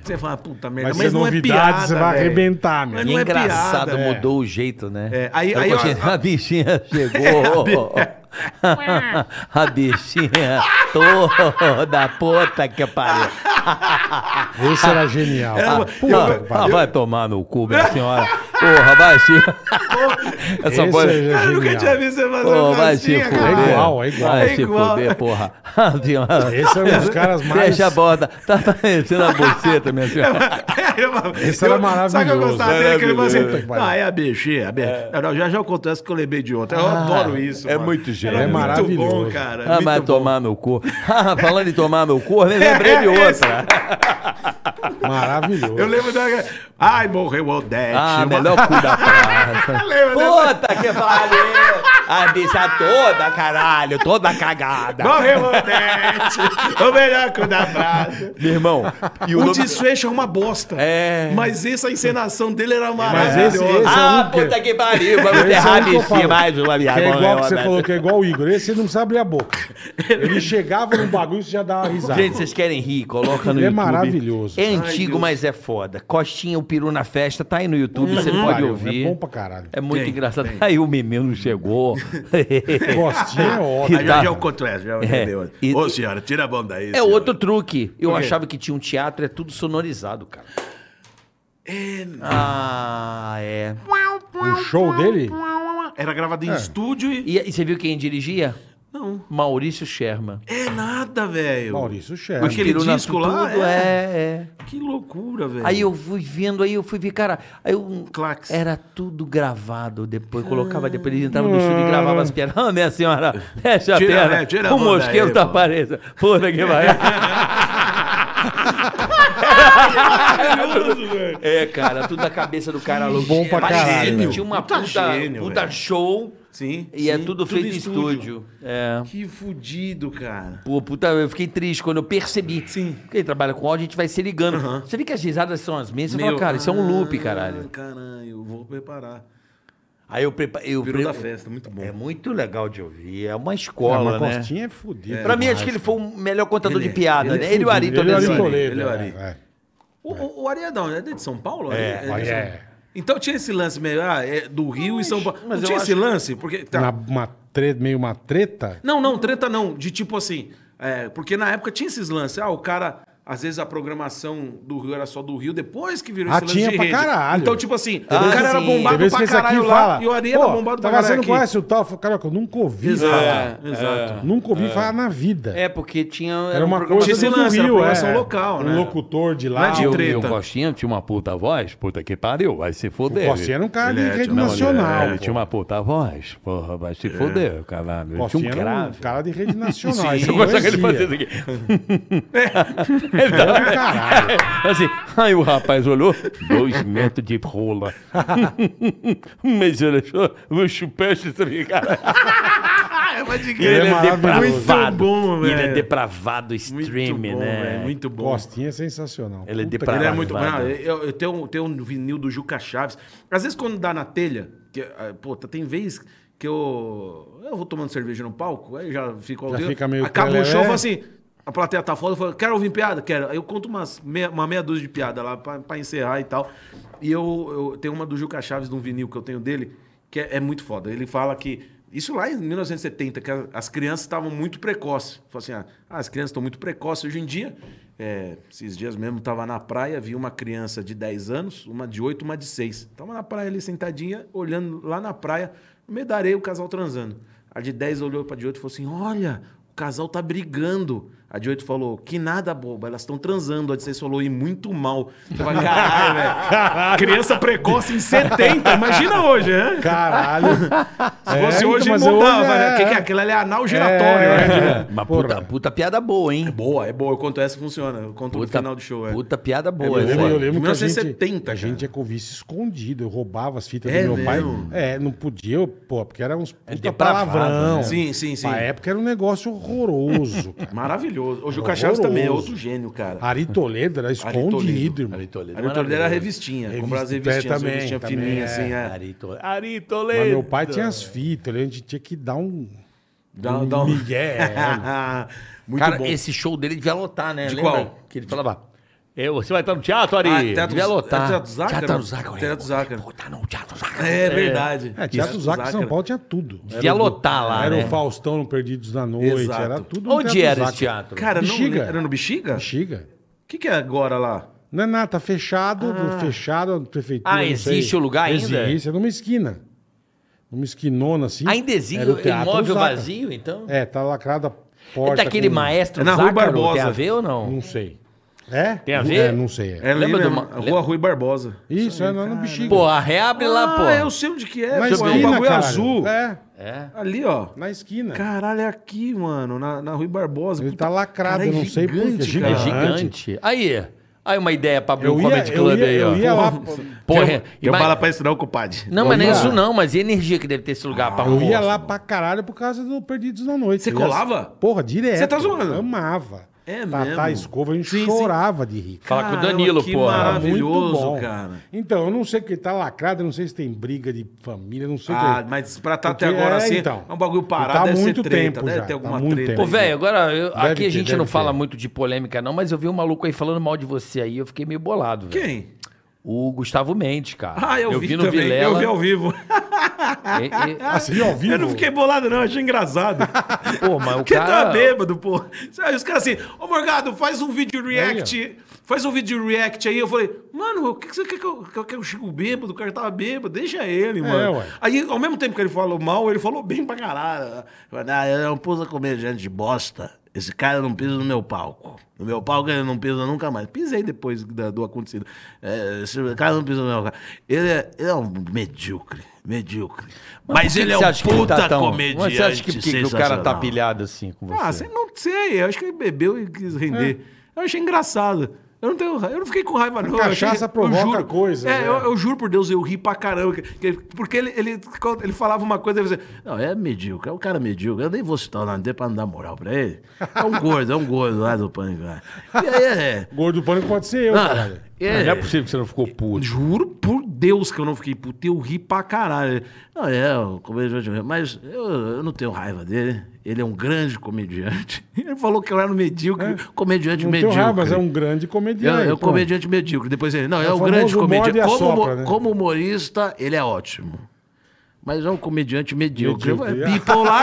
S4: Você fala, puta merda,
S2: Mas
S4: mas,
S2: se é
S4: não é
S2: novidade,
S4: piada.
S2: você vai
S4: velho.
S2: arrebentar, meu.
S4: Mas
S3: E
S4: não é
S3: engraçado,
S4: piada.
S3: mudou o jeito, né?
S4: É, aí-
S3: Então,
S4: aí, ó, É,
S3: a,
S4: <laughs>
S3: bichinha chegou. <laughs> a bichinha toda puta que
S4: <laughs>
S3: pariu.
S2: Esse era genial.
S3: Ah,
S2: Ah,
S4: É,
S3: ah, vai tomar no cu, minha senhora. Porra, vai
S4: <laughs>
S3: se... Essa
S2: Esse
S3: voz...
S2: é
S4: Ah, Eu nunca
S2: genial.
S4: tinha visto você fazer
S3: Pô,
S4: uma
S3: vai se
S4: dancinha, cara.
S3: fuder.
S4: <laughs>
S2: igual, é igual.
S3: Vai
S4: É
S3: se
S4: igual.
S3: fuder,
S4: <laughs>
S3: porra.
S2: Esse é um dos caras mais-
S3: Fecha a borda. Tá aparecendo a buceta, minha senhora.
S2: Esse era maravilhoso.
S4: Sabe o que É, eu gostava dele? Que ele falou
S2: Puta
S4: assim,
S2: que pariu.
S4: ah, é a BG, a BG. Não, não, já já eu conto essa que eu lembrei de outra. Eu adoro isso,
S3: é
S4: mano.
S3: muito gênio.
S4: Era
S2: É
S4: muito
S2: maravilhoso.
S4: bom, cara.
S3: Ah,
S4: É muito
S3: vai
S4: bom.
S3: tomar meu cu. Ah, Falando em tomar meu cu, eu lembrei de
S4: <laughs> É, esse.
S3: outra.
S2: Maravilhoso.
S4: Eu lembro da... Ai, morreu Odete.
S3: Ah,
S4: Uma-
S3: melhor cu da
S4: <laughs>
S3: praça.
S4: Lembra né? dessa?
S3: Puta que pariu! A bicha toda, caralho, toda cagada.
S4: Morreu Odete. <laughs> o melhor que o da praça.
S3: Meu irmão, e o
S4: O
S3: nome-
S4: desfecho é uma bosta.
S3: É.
S4: Mas essa encenação dele era
S2: Mas esse,
S4: maravilhosa.
S2: esse é
S3: Ah,
S2: um que,
S3: puta que pariu, vamos
S2: Esse é o
S3: enterrar
S2: que eu
S3: em
S2: falo.
S3: cima mais uma
S2: que
S3: viagem.
S2: é igual que
S3: Vamos,
S2: você
S3: vamos.
S2: falou, que é igual o Igor. Esse não precisa abrir a boca. Ele chegava num bagulho e você já dava risada.
S3: Gente, vocês querem rir? Coloca no
S2: Ele é
S3: YouTube.
S2: maravilhoso.
S3: É
S2: Ai,
S3: antigo, mas é foda. Costinha, o peru na festa, tá aí no YouTube, você
S2: Uhum. Pariu,
S3: pode ouvir.
S2: É bom pra caralho.
S3: É muito engraçado. Aí o menino chegou.
S2: <laughs> Costinha é
S3: Que
S2: ótimo.
S4: Aí já,
S3: tá.
S4: já eu conto essa, já
S3: É.
S4: entendeu.
S3: E-
S4: Ô, senhora, tira a mão daí.
S3: é
S4: senhora.
S3: outro truque. Eu achava que tinha um teatro, é tudo sonorizado, cara. Ah, é.
S2: O show dele?
S4: Era gravado em estúdio e...
S3: E, e você viu quem dirigia?
S4: Não.
S3: Maurício Sherman.
S4: É nada, velho.
S2: Maurício Sherman.
S4: Aquele
S3: Pirou na-
S4: disco lá,
S3: tudo,
S4: é.
S3: é, é.
S4: Que loucura, velho.
S3: Aí eu fui vendo, aí eu fui ver, cara. Aí eu,
S4: Clax.
S3: Era tudo gravado depois. Colocava depois, eles entravam no estúdio e gravavam as piadas. Ah, minha
S4: <laughs>
S3: senhora, fecha a
S4: Tira,
S3: perna.
S4: né? Tira a
S3: o
S4: mão daí,
S3: mosqueiro tá
S4: pô.
S3: aparecendo. Puta que
S4: <laughs>
S3: vai. é, cara, tudo na cabeça do cara louco.
S2: Bom pra
S3: Mas
S2: caralho,
S3: gênio,
S2: velho.
S3: Tinha uma
S4: Puta
S3: puta,
S4: gênio,
S3: puta
S4: velho.
S3: show
S4: Sim.
S3: e é
S4: sim,
S3: tudo feito em estúdio. É.
S4: Que fudido, cara.
S3: Pô, puta, eu fiquei triste quando eu percebi.
S4: Sim.
S3: Porque ele trabalha com áudio, a gente vai se ligando. Você vê que as risadas são as mesmas. Você fala, cara, isso é um loop,
S4: ah,
S3: caralho.
S4: Caralho, vou preparar.
S3: Aí eu preparei. Eu
S4: Peru da
S3: prepa-
S4: festa, muito bom.
S3: É muito legal de ouvir. É uma
S2: Ah,
S3: escola,
S2: mas
S3: né?
S2: Costinha é fodido.
S3: Pra mim, acho que ele foi o melhor contador de piada,
S4: ele
S3: né?
S4: é
S3: ele e o Ari
S2: Ele é o Ari
S3: Toledo.
S2: Toledo,
S4: ele é o Ari.
S2: é.
S4: O, o, o Ari é da onde? É de São Paulo?
S2: É,
S4: Ari- de
S2: é.
S4: São- Então tinha esse lance meio, ah, é do Rio e São Paulo.
S3: mas
S4: Não
S3: eu
S4: tinha esse
S3: acho-
S4: lance? Porque, tá.
S2: Na- uma tre- meio uma treta.
S4: Não, não, treta não. De tipo assim. é, porque na época tinha esses lances. Ah, o cara. Às vezes a programação do Rio era só do Rio, depois que virou
S2: Ah,
S4: esse lance
S2: tinha
S4: de
S2: pra
S4: rede.
S2: caralho.
S4: Então, tipo assim,
S3: Ah,
S4: o cara era
S3: sim.
S2: Tem
S4: bombado
S2: vezes que
S4: pra
S2: esse aqui
S4: caralho lá
S2: fala.
S4: e o Ari era
S2: "Pô,
S4: bombado pra
S2: tá, mas Você
S4: caralho
S2: não
S4: aqui.
S2: conhece o tal? Eu falo, Caraca, eu nunca ouvi falar.
S4: É, exato.
S2: Nunca ouvi falar na vida.
S3: É, porque tinha.
S2: Era
S4: um
S2: uma
S3: programa-
S2: coisa
S4: Tinha esse
S2: do
S4: lance, era
S2: Rio,
S4: programação
S2: é.
S4: local, né?
S2: Um locutor de
S4: Não
S2: lá.
S4: é de
S3: E
S2: o-
S3: o- e o
S4: treta.
S3: Costinha tinha uma puta voz, puta que pariu, vai se
S2: o
S3: foder.
S2: Costinha era um cara de
S4: Ele é,
S2: rede
S4: tinha uma-
S2: nacional.
S3: Ele
S2: pô.
S3: tinha uma puta voz, porra, vai se foder, caralho. Ele
S2: Costinha
S3: tinha um
S2: era um
S3: grave.
S2: cara de rede
S4: <laughs>
S2: nacional.
S4: Sim.
S2: isso
S3: Eu
S2: não
S3: gostava que ele fazia
S2: existia.
S3: isso aqui.
S9: assim,
S3: ele tava...
S2: Era um caralho.
S3: Assim, aí o rapaz olhou, dois metros de rola. Mas olha só,
S9: um
S3: vou chupar esse
S9: tá
S3: trem, cara.
S2: Ele é maravilhoso.
S3: depravado.
S4: bom,
S3: ele é
S4: velho.
S3: depravado, stream,
S4: bom,
S3: né?
S4: velho, muito bom.
S2: Costinha é sensacional.
S3: Ele é
S2: Puta que
S3: depravado.
S4: Ele é
S2: pariu.
S4: muito bom.
S3: Vai, vai.
S4: Eu, eu tenho, tenho um vinil do Juca Chaves. Às vezes, quando dá na telha, que, ah, puta, tem vez que eu. Eu vou tomando cerveja no palco, aí já fico ao
S2: Já
S4: dedo.
S2: fica meio é.
S4: Acaba o
S2: trelelé.
S4: show, eu falo assim. A plateia tá foda, eu falo, quero ouvir piada? Quero. Aí eu conto umas meia, uma meia dúzia de piada lá pra, pra encerrar e tal. E eu, eu tenho uma do Juca Chaves, de um vinil que eu tenho dele, que é, é muito foda. Ele fala que. Isso lá em 1970, que a- as crianças estavam muito precoces. Falou assim: ah, as crianças estão muito precoces hoje em dia. É, esses dias mesmo estava na praia, vi uma criança de 10 anos, uma de 8, uma de 6. Estava na praia ali sentadinha, olhando lá na praia, no meio da areia, o casal transando. A de 10 olhou para de 8 e falou assim: Olha, o casal tá brigando. A de 8 falou: Que nada, boba, elas estão transando. A de 6 falou: E muito mal. Eu falei, Caralho, velho. <laughs> Criança precoce em 70, imagina hoje, né?
S2: Caralho.
S4: <laughs> Se fosse
S2: então,
S4: hoje,
S2: mas
S4: não
S2: hoje
S4: dava,
S2: é-
S4: né? Que, que aquilo ali é anal giratório,
S2: É,
S4: né?
S3: Uma
S2: porra.
S3: puta, puta piada boa, hein?
S4: Boa, é boa. Eu conto essa, funciona. Eu conto
S3: Puta,
S4: no final do show, é.
S3: puta piada boa.
S2: Eu
S3: essa
S2: lembro,
S3: aí.
S2: eu lembro que a gente,
S4: 1970,
S2: a
S4: cara.
S2: gente ia com o vício escondido. Eu roubava as fitas
S4: É
S2: do meu pai.
S4: mesmo? É
S2: É, não podia, eu- pô, porque era uns puta
S3: depravado,
S2: palavrão.
S3: né?
S4: Sim, sim, sim.
S2: Na época era um negócio horroroso, cara.
S4: Maravilhoso. O Juca Chaves também é
S2: Horroroso.
S4: outro gênio, cara.
S3: Ah,
S2: Ari Toledo era escondido,
S4: Toledo.
S2: irmão.
S3: Ari Toledo,
S4: A doutora era a revistinha.
S2: Revista-
S4: Comprava as
S2: é,
S4: revistinhas,
S2: também,
S4: as revistinhas
S2: também, é.
S4: fininhas, assim, é.
S3: Ari Toledo. Ari
S2: Mas
S3: Toledo.
S2: meu pai tinha as fitas, a gente tinha que dar um
S4: Dá, dá um...
S2: migué. né?
S4: <laughs> Muito
S3: Cara,
S4: bom.
S3: esse show dele devia lotar, né?
S4: De
S3: Lembra
S4: qual?
S3: Que ele falava. Eu, você vai estar no teatro, Ari?
S4: Ah, teatro-
S3: devia lotar.
S4: é Teatro Zácaro?
S3: Teatro Zácaro, né?
S4: Teatro Zácaro.
S3: Puta, não, Teatro Zácaro.
S4: É verdade.
S2: É, Teatro Zac em São Paulo tinha tudo.
S3: Devia
S4: um
S2: o-
S3: lotar lá,
S2: Era
S3: né?
S2: o Faustão no Perdidos da Noite,
S4: Exato.
S2: era tudo. um
S3: Onde
S2: Teatro
S3: era
S2: Zac.
S3: esse teatro?
S4: Cara, não,
S2: Bexiga.
S4: era no Bexiga?
S2: Bexiga.
S4: O que, que é agora lá?
S2: Não é nada, tá fechado, fechado, a prefeitura.
S3: Ah,
S2: não sei.
S3: existe o lugar ainda?
S2: Existe, é numa esquina. Numa esquinona assim.
S3: Ainda existe
S2: Era o Teatro
S3: imóvel
S2: Osaka.
S3: vazio, então?
S2: É, tá lacrada a
S3: É
S2: porta.
S3: daquele
S2: com-
S3: maestro
S4: É na Rua Barbosa.
S3: Tem a ver ou não?
S2: Não sei. É?
S3: Tem a
S2: Não-
S3: ver?
S2: É, não sei. é.
S4: É ali,
S3: Lembra
S4: né?
S3: de uma-
S4: Rua Rui Barbosa.
S2: Isso, é lá no bexiga.
S3: Porra, reabre lá,
S4: Ah,
S3: pô.
S4: eu sei onde que é.
S2: na
S4: pô, é um
S2: esquina,
S4: bagulho
S2: cara.
S4: azul.
S2: É,
S3: É.
S4: Ali, ó.
S2: na esquina.
S4: Caralho, é aqui, mano. Na, na Rui Barbosa.
S2: Ele
S4: Puta,
S2: tá lacrado,
S4: cara, é
S2: eu não sei por quê.
S4: gigante, cara.
S3: É
S4: Ah,
S3: gigante. Aí, aí uma ideia pra abrir
S2: Eu
S3: um
S2: ia,
S3: comedy
S2: eu
S3: club
S2: ia,
S3: aí, ó.
S2: eu ia lá,
S3: Porra,
S4: tem, um- tem
S3: ima-
S4: bala pra isso não, compadre.
S3: Não, mas não é
S2: Olha.
S3: isso não, mas e a energia que deve ter esse lugar pra
S2: eu ia
S3: porra?
S2: lá pra caralho por causa do Perdidos na Noite.
S4: Você
S2: Eu ia-
S4: colava?
S2: Porra, direto.
S4: Você tá zoando?
S2: Amava.
S4: É mesmo?
S2: Tatá Escova, a gente
S4: Sim, sim.
S2: chorava de rir.
S3: Falar com o
S4: Caramba,
S3: Danilo,
S4: que
S3: porra.
S4: Maravilhoso,
S2: Muito bom.
S4: cara.
S2: Então, eu não sei porque tá lacrado, eu não sei se tem briga de família, eu não sei o
S4: Ah,
S2: que.
S4: mas pra tá até
S2: Porque-
S4: agora
S2: é,
S4: assim,
S2: então.
S4: é um bagulho
S2: Tá há
S4: parado, deve
S2: muito
S4: ser treta,
S2: tempo
S4: deve
S2: já,
S4: ter
S2: tá
S4: alguma
S2: há muito
S4: treta.
S2: tempo.
S3: Pô, velho, agora eu-
S2: Deve
S3: aqui a
S2: ter,
S3: gente
S2: deve
S3: não
S2: ter.
S3: fala muito de polêmica não, mas eu vi um maluco aí falando mal de você aí, eu fiquei meio bolado, velho.
S4: Quem?
S3: O Gustavo Mendes, cara.
S4: Ah, eu, vi, também.
S3: Vilela.
S4: Eu vi um- ao vivo.
S3: E- ah, e-
S2: Assim, ao vivo.
S4: Eu não fiquei bolado, não, achei engraçado.
S2: <laughs>
S3: Pô,
S4: <laughs>
S3: mas o
S4: Porque
S3: cara...
S4: tá bêbado, pô. Sabe, os caras assim, ô Morgado, faz um vídeo react. faz um vídeo react aí. Eu falei, mano, o que que você quer que eu, que eu, que eu chego bêbado? O cara tava bêbado, deixa
S3: É,
S4: ele, mano.
S2: ué.
S4: aí, ao mesmo tempo que ele falou mal, ele falou bem pra caralho.
S6: Ah, é um puta comediante de bosta. Esse cara não pisa no meu palco. No meu palco ele não pisa nunca mais. Pisei depois da- do acontecido. É, esse cara não pisa no meu palco. Ele é, ele é um medíocre. Medíocre.
S3: Por
S6: Mas,
S3: que
S6: ele
S3: que
S6: é
S3: você
S6: um
S3: acha que ele
S6: puta
S3: tá tão-
S6: comediante.
S3: Mas Você acha que, por que que o cara tá
S6: sensacional.
S3: pilhado assim com você?
S4: Ah, você não sei, eu acho que ele bebeu e quis render. Eu achei engraçado. Eu não, tenho, ra- eu não fiquei com raiva, não. eu
S2: cachaça
S4: achei- eu
S2: provoca
S4: juro.
S2: coisas,
S4: É,
S2: né?
S4: eu, eu juro por Deus, eu ri pra caramba. que- que- Porque ele, ele, ele falava uma coisa e você.
S6: Não, é medíocre, é um cara medíocre. Eu nem vou citar o nome dele pra não dar moral pra ele. É um gordo, é um gordo lá do pânico.
S4: né?
S6: lá. E aí, é.
S2: Gordo do pânico pode ser eu,
S6: Ah,
S2: caralho.
S6: e
S9: Não é
S6: aí,
S9: possível que você não ficou puto.
S4: Juro por Deus que eu não fiquei puto, eu ri pra caralho.
S6: não, é, o comediante. Mas eu, eu não tenho raiva dele. Ele é um grande comediante. <laughs> Ele falou que eu era um medíocre, comediante
S2: É. Não tenho
S6: medíocre.
S2: raiva, mas é um grande
S6: Eu,
S2: comediante.
S6: eu
S2: pô.
S6: comediante medíocre. Depois ele, não, é, um
S2: famoso
S6: grande comediante.
S2: morde e
S6: Como, humo-
S2: assopra, né?
S6: como humorista, ele é ótimo. Mas é um comediante medíocre. É
S2: Medíocre.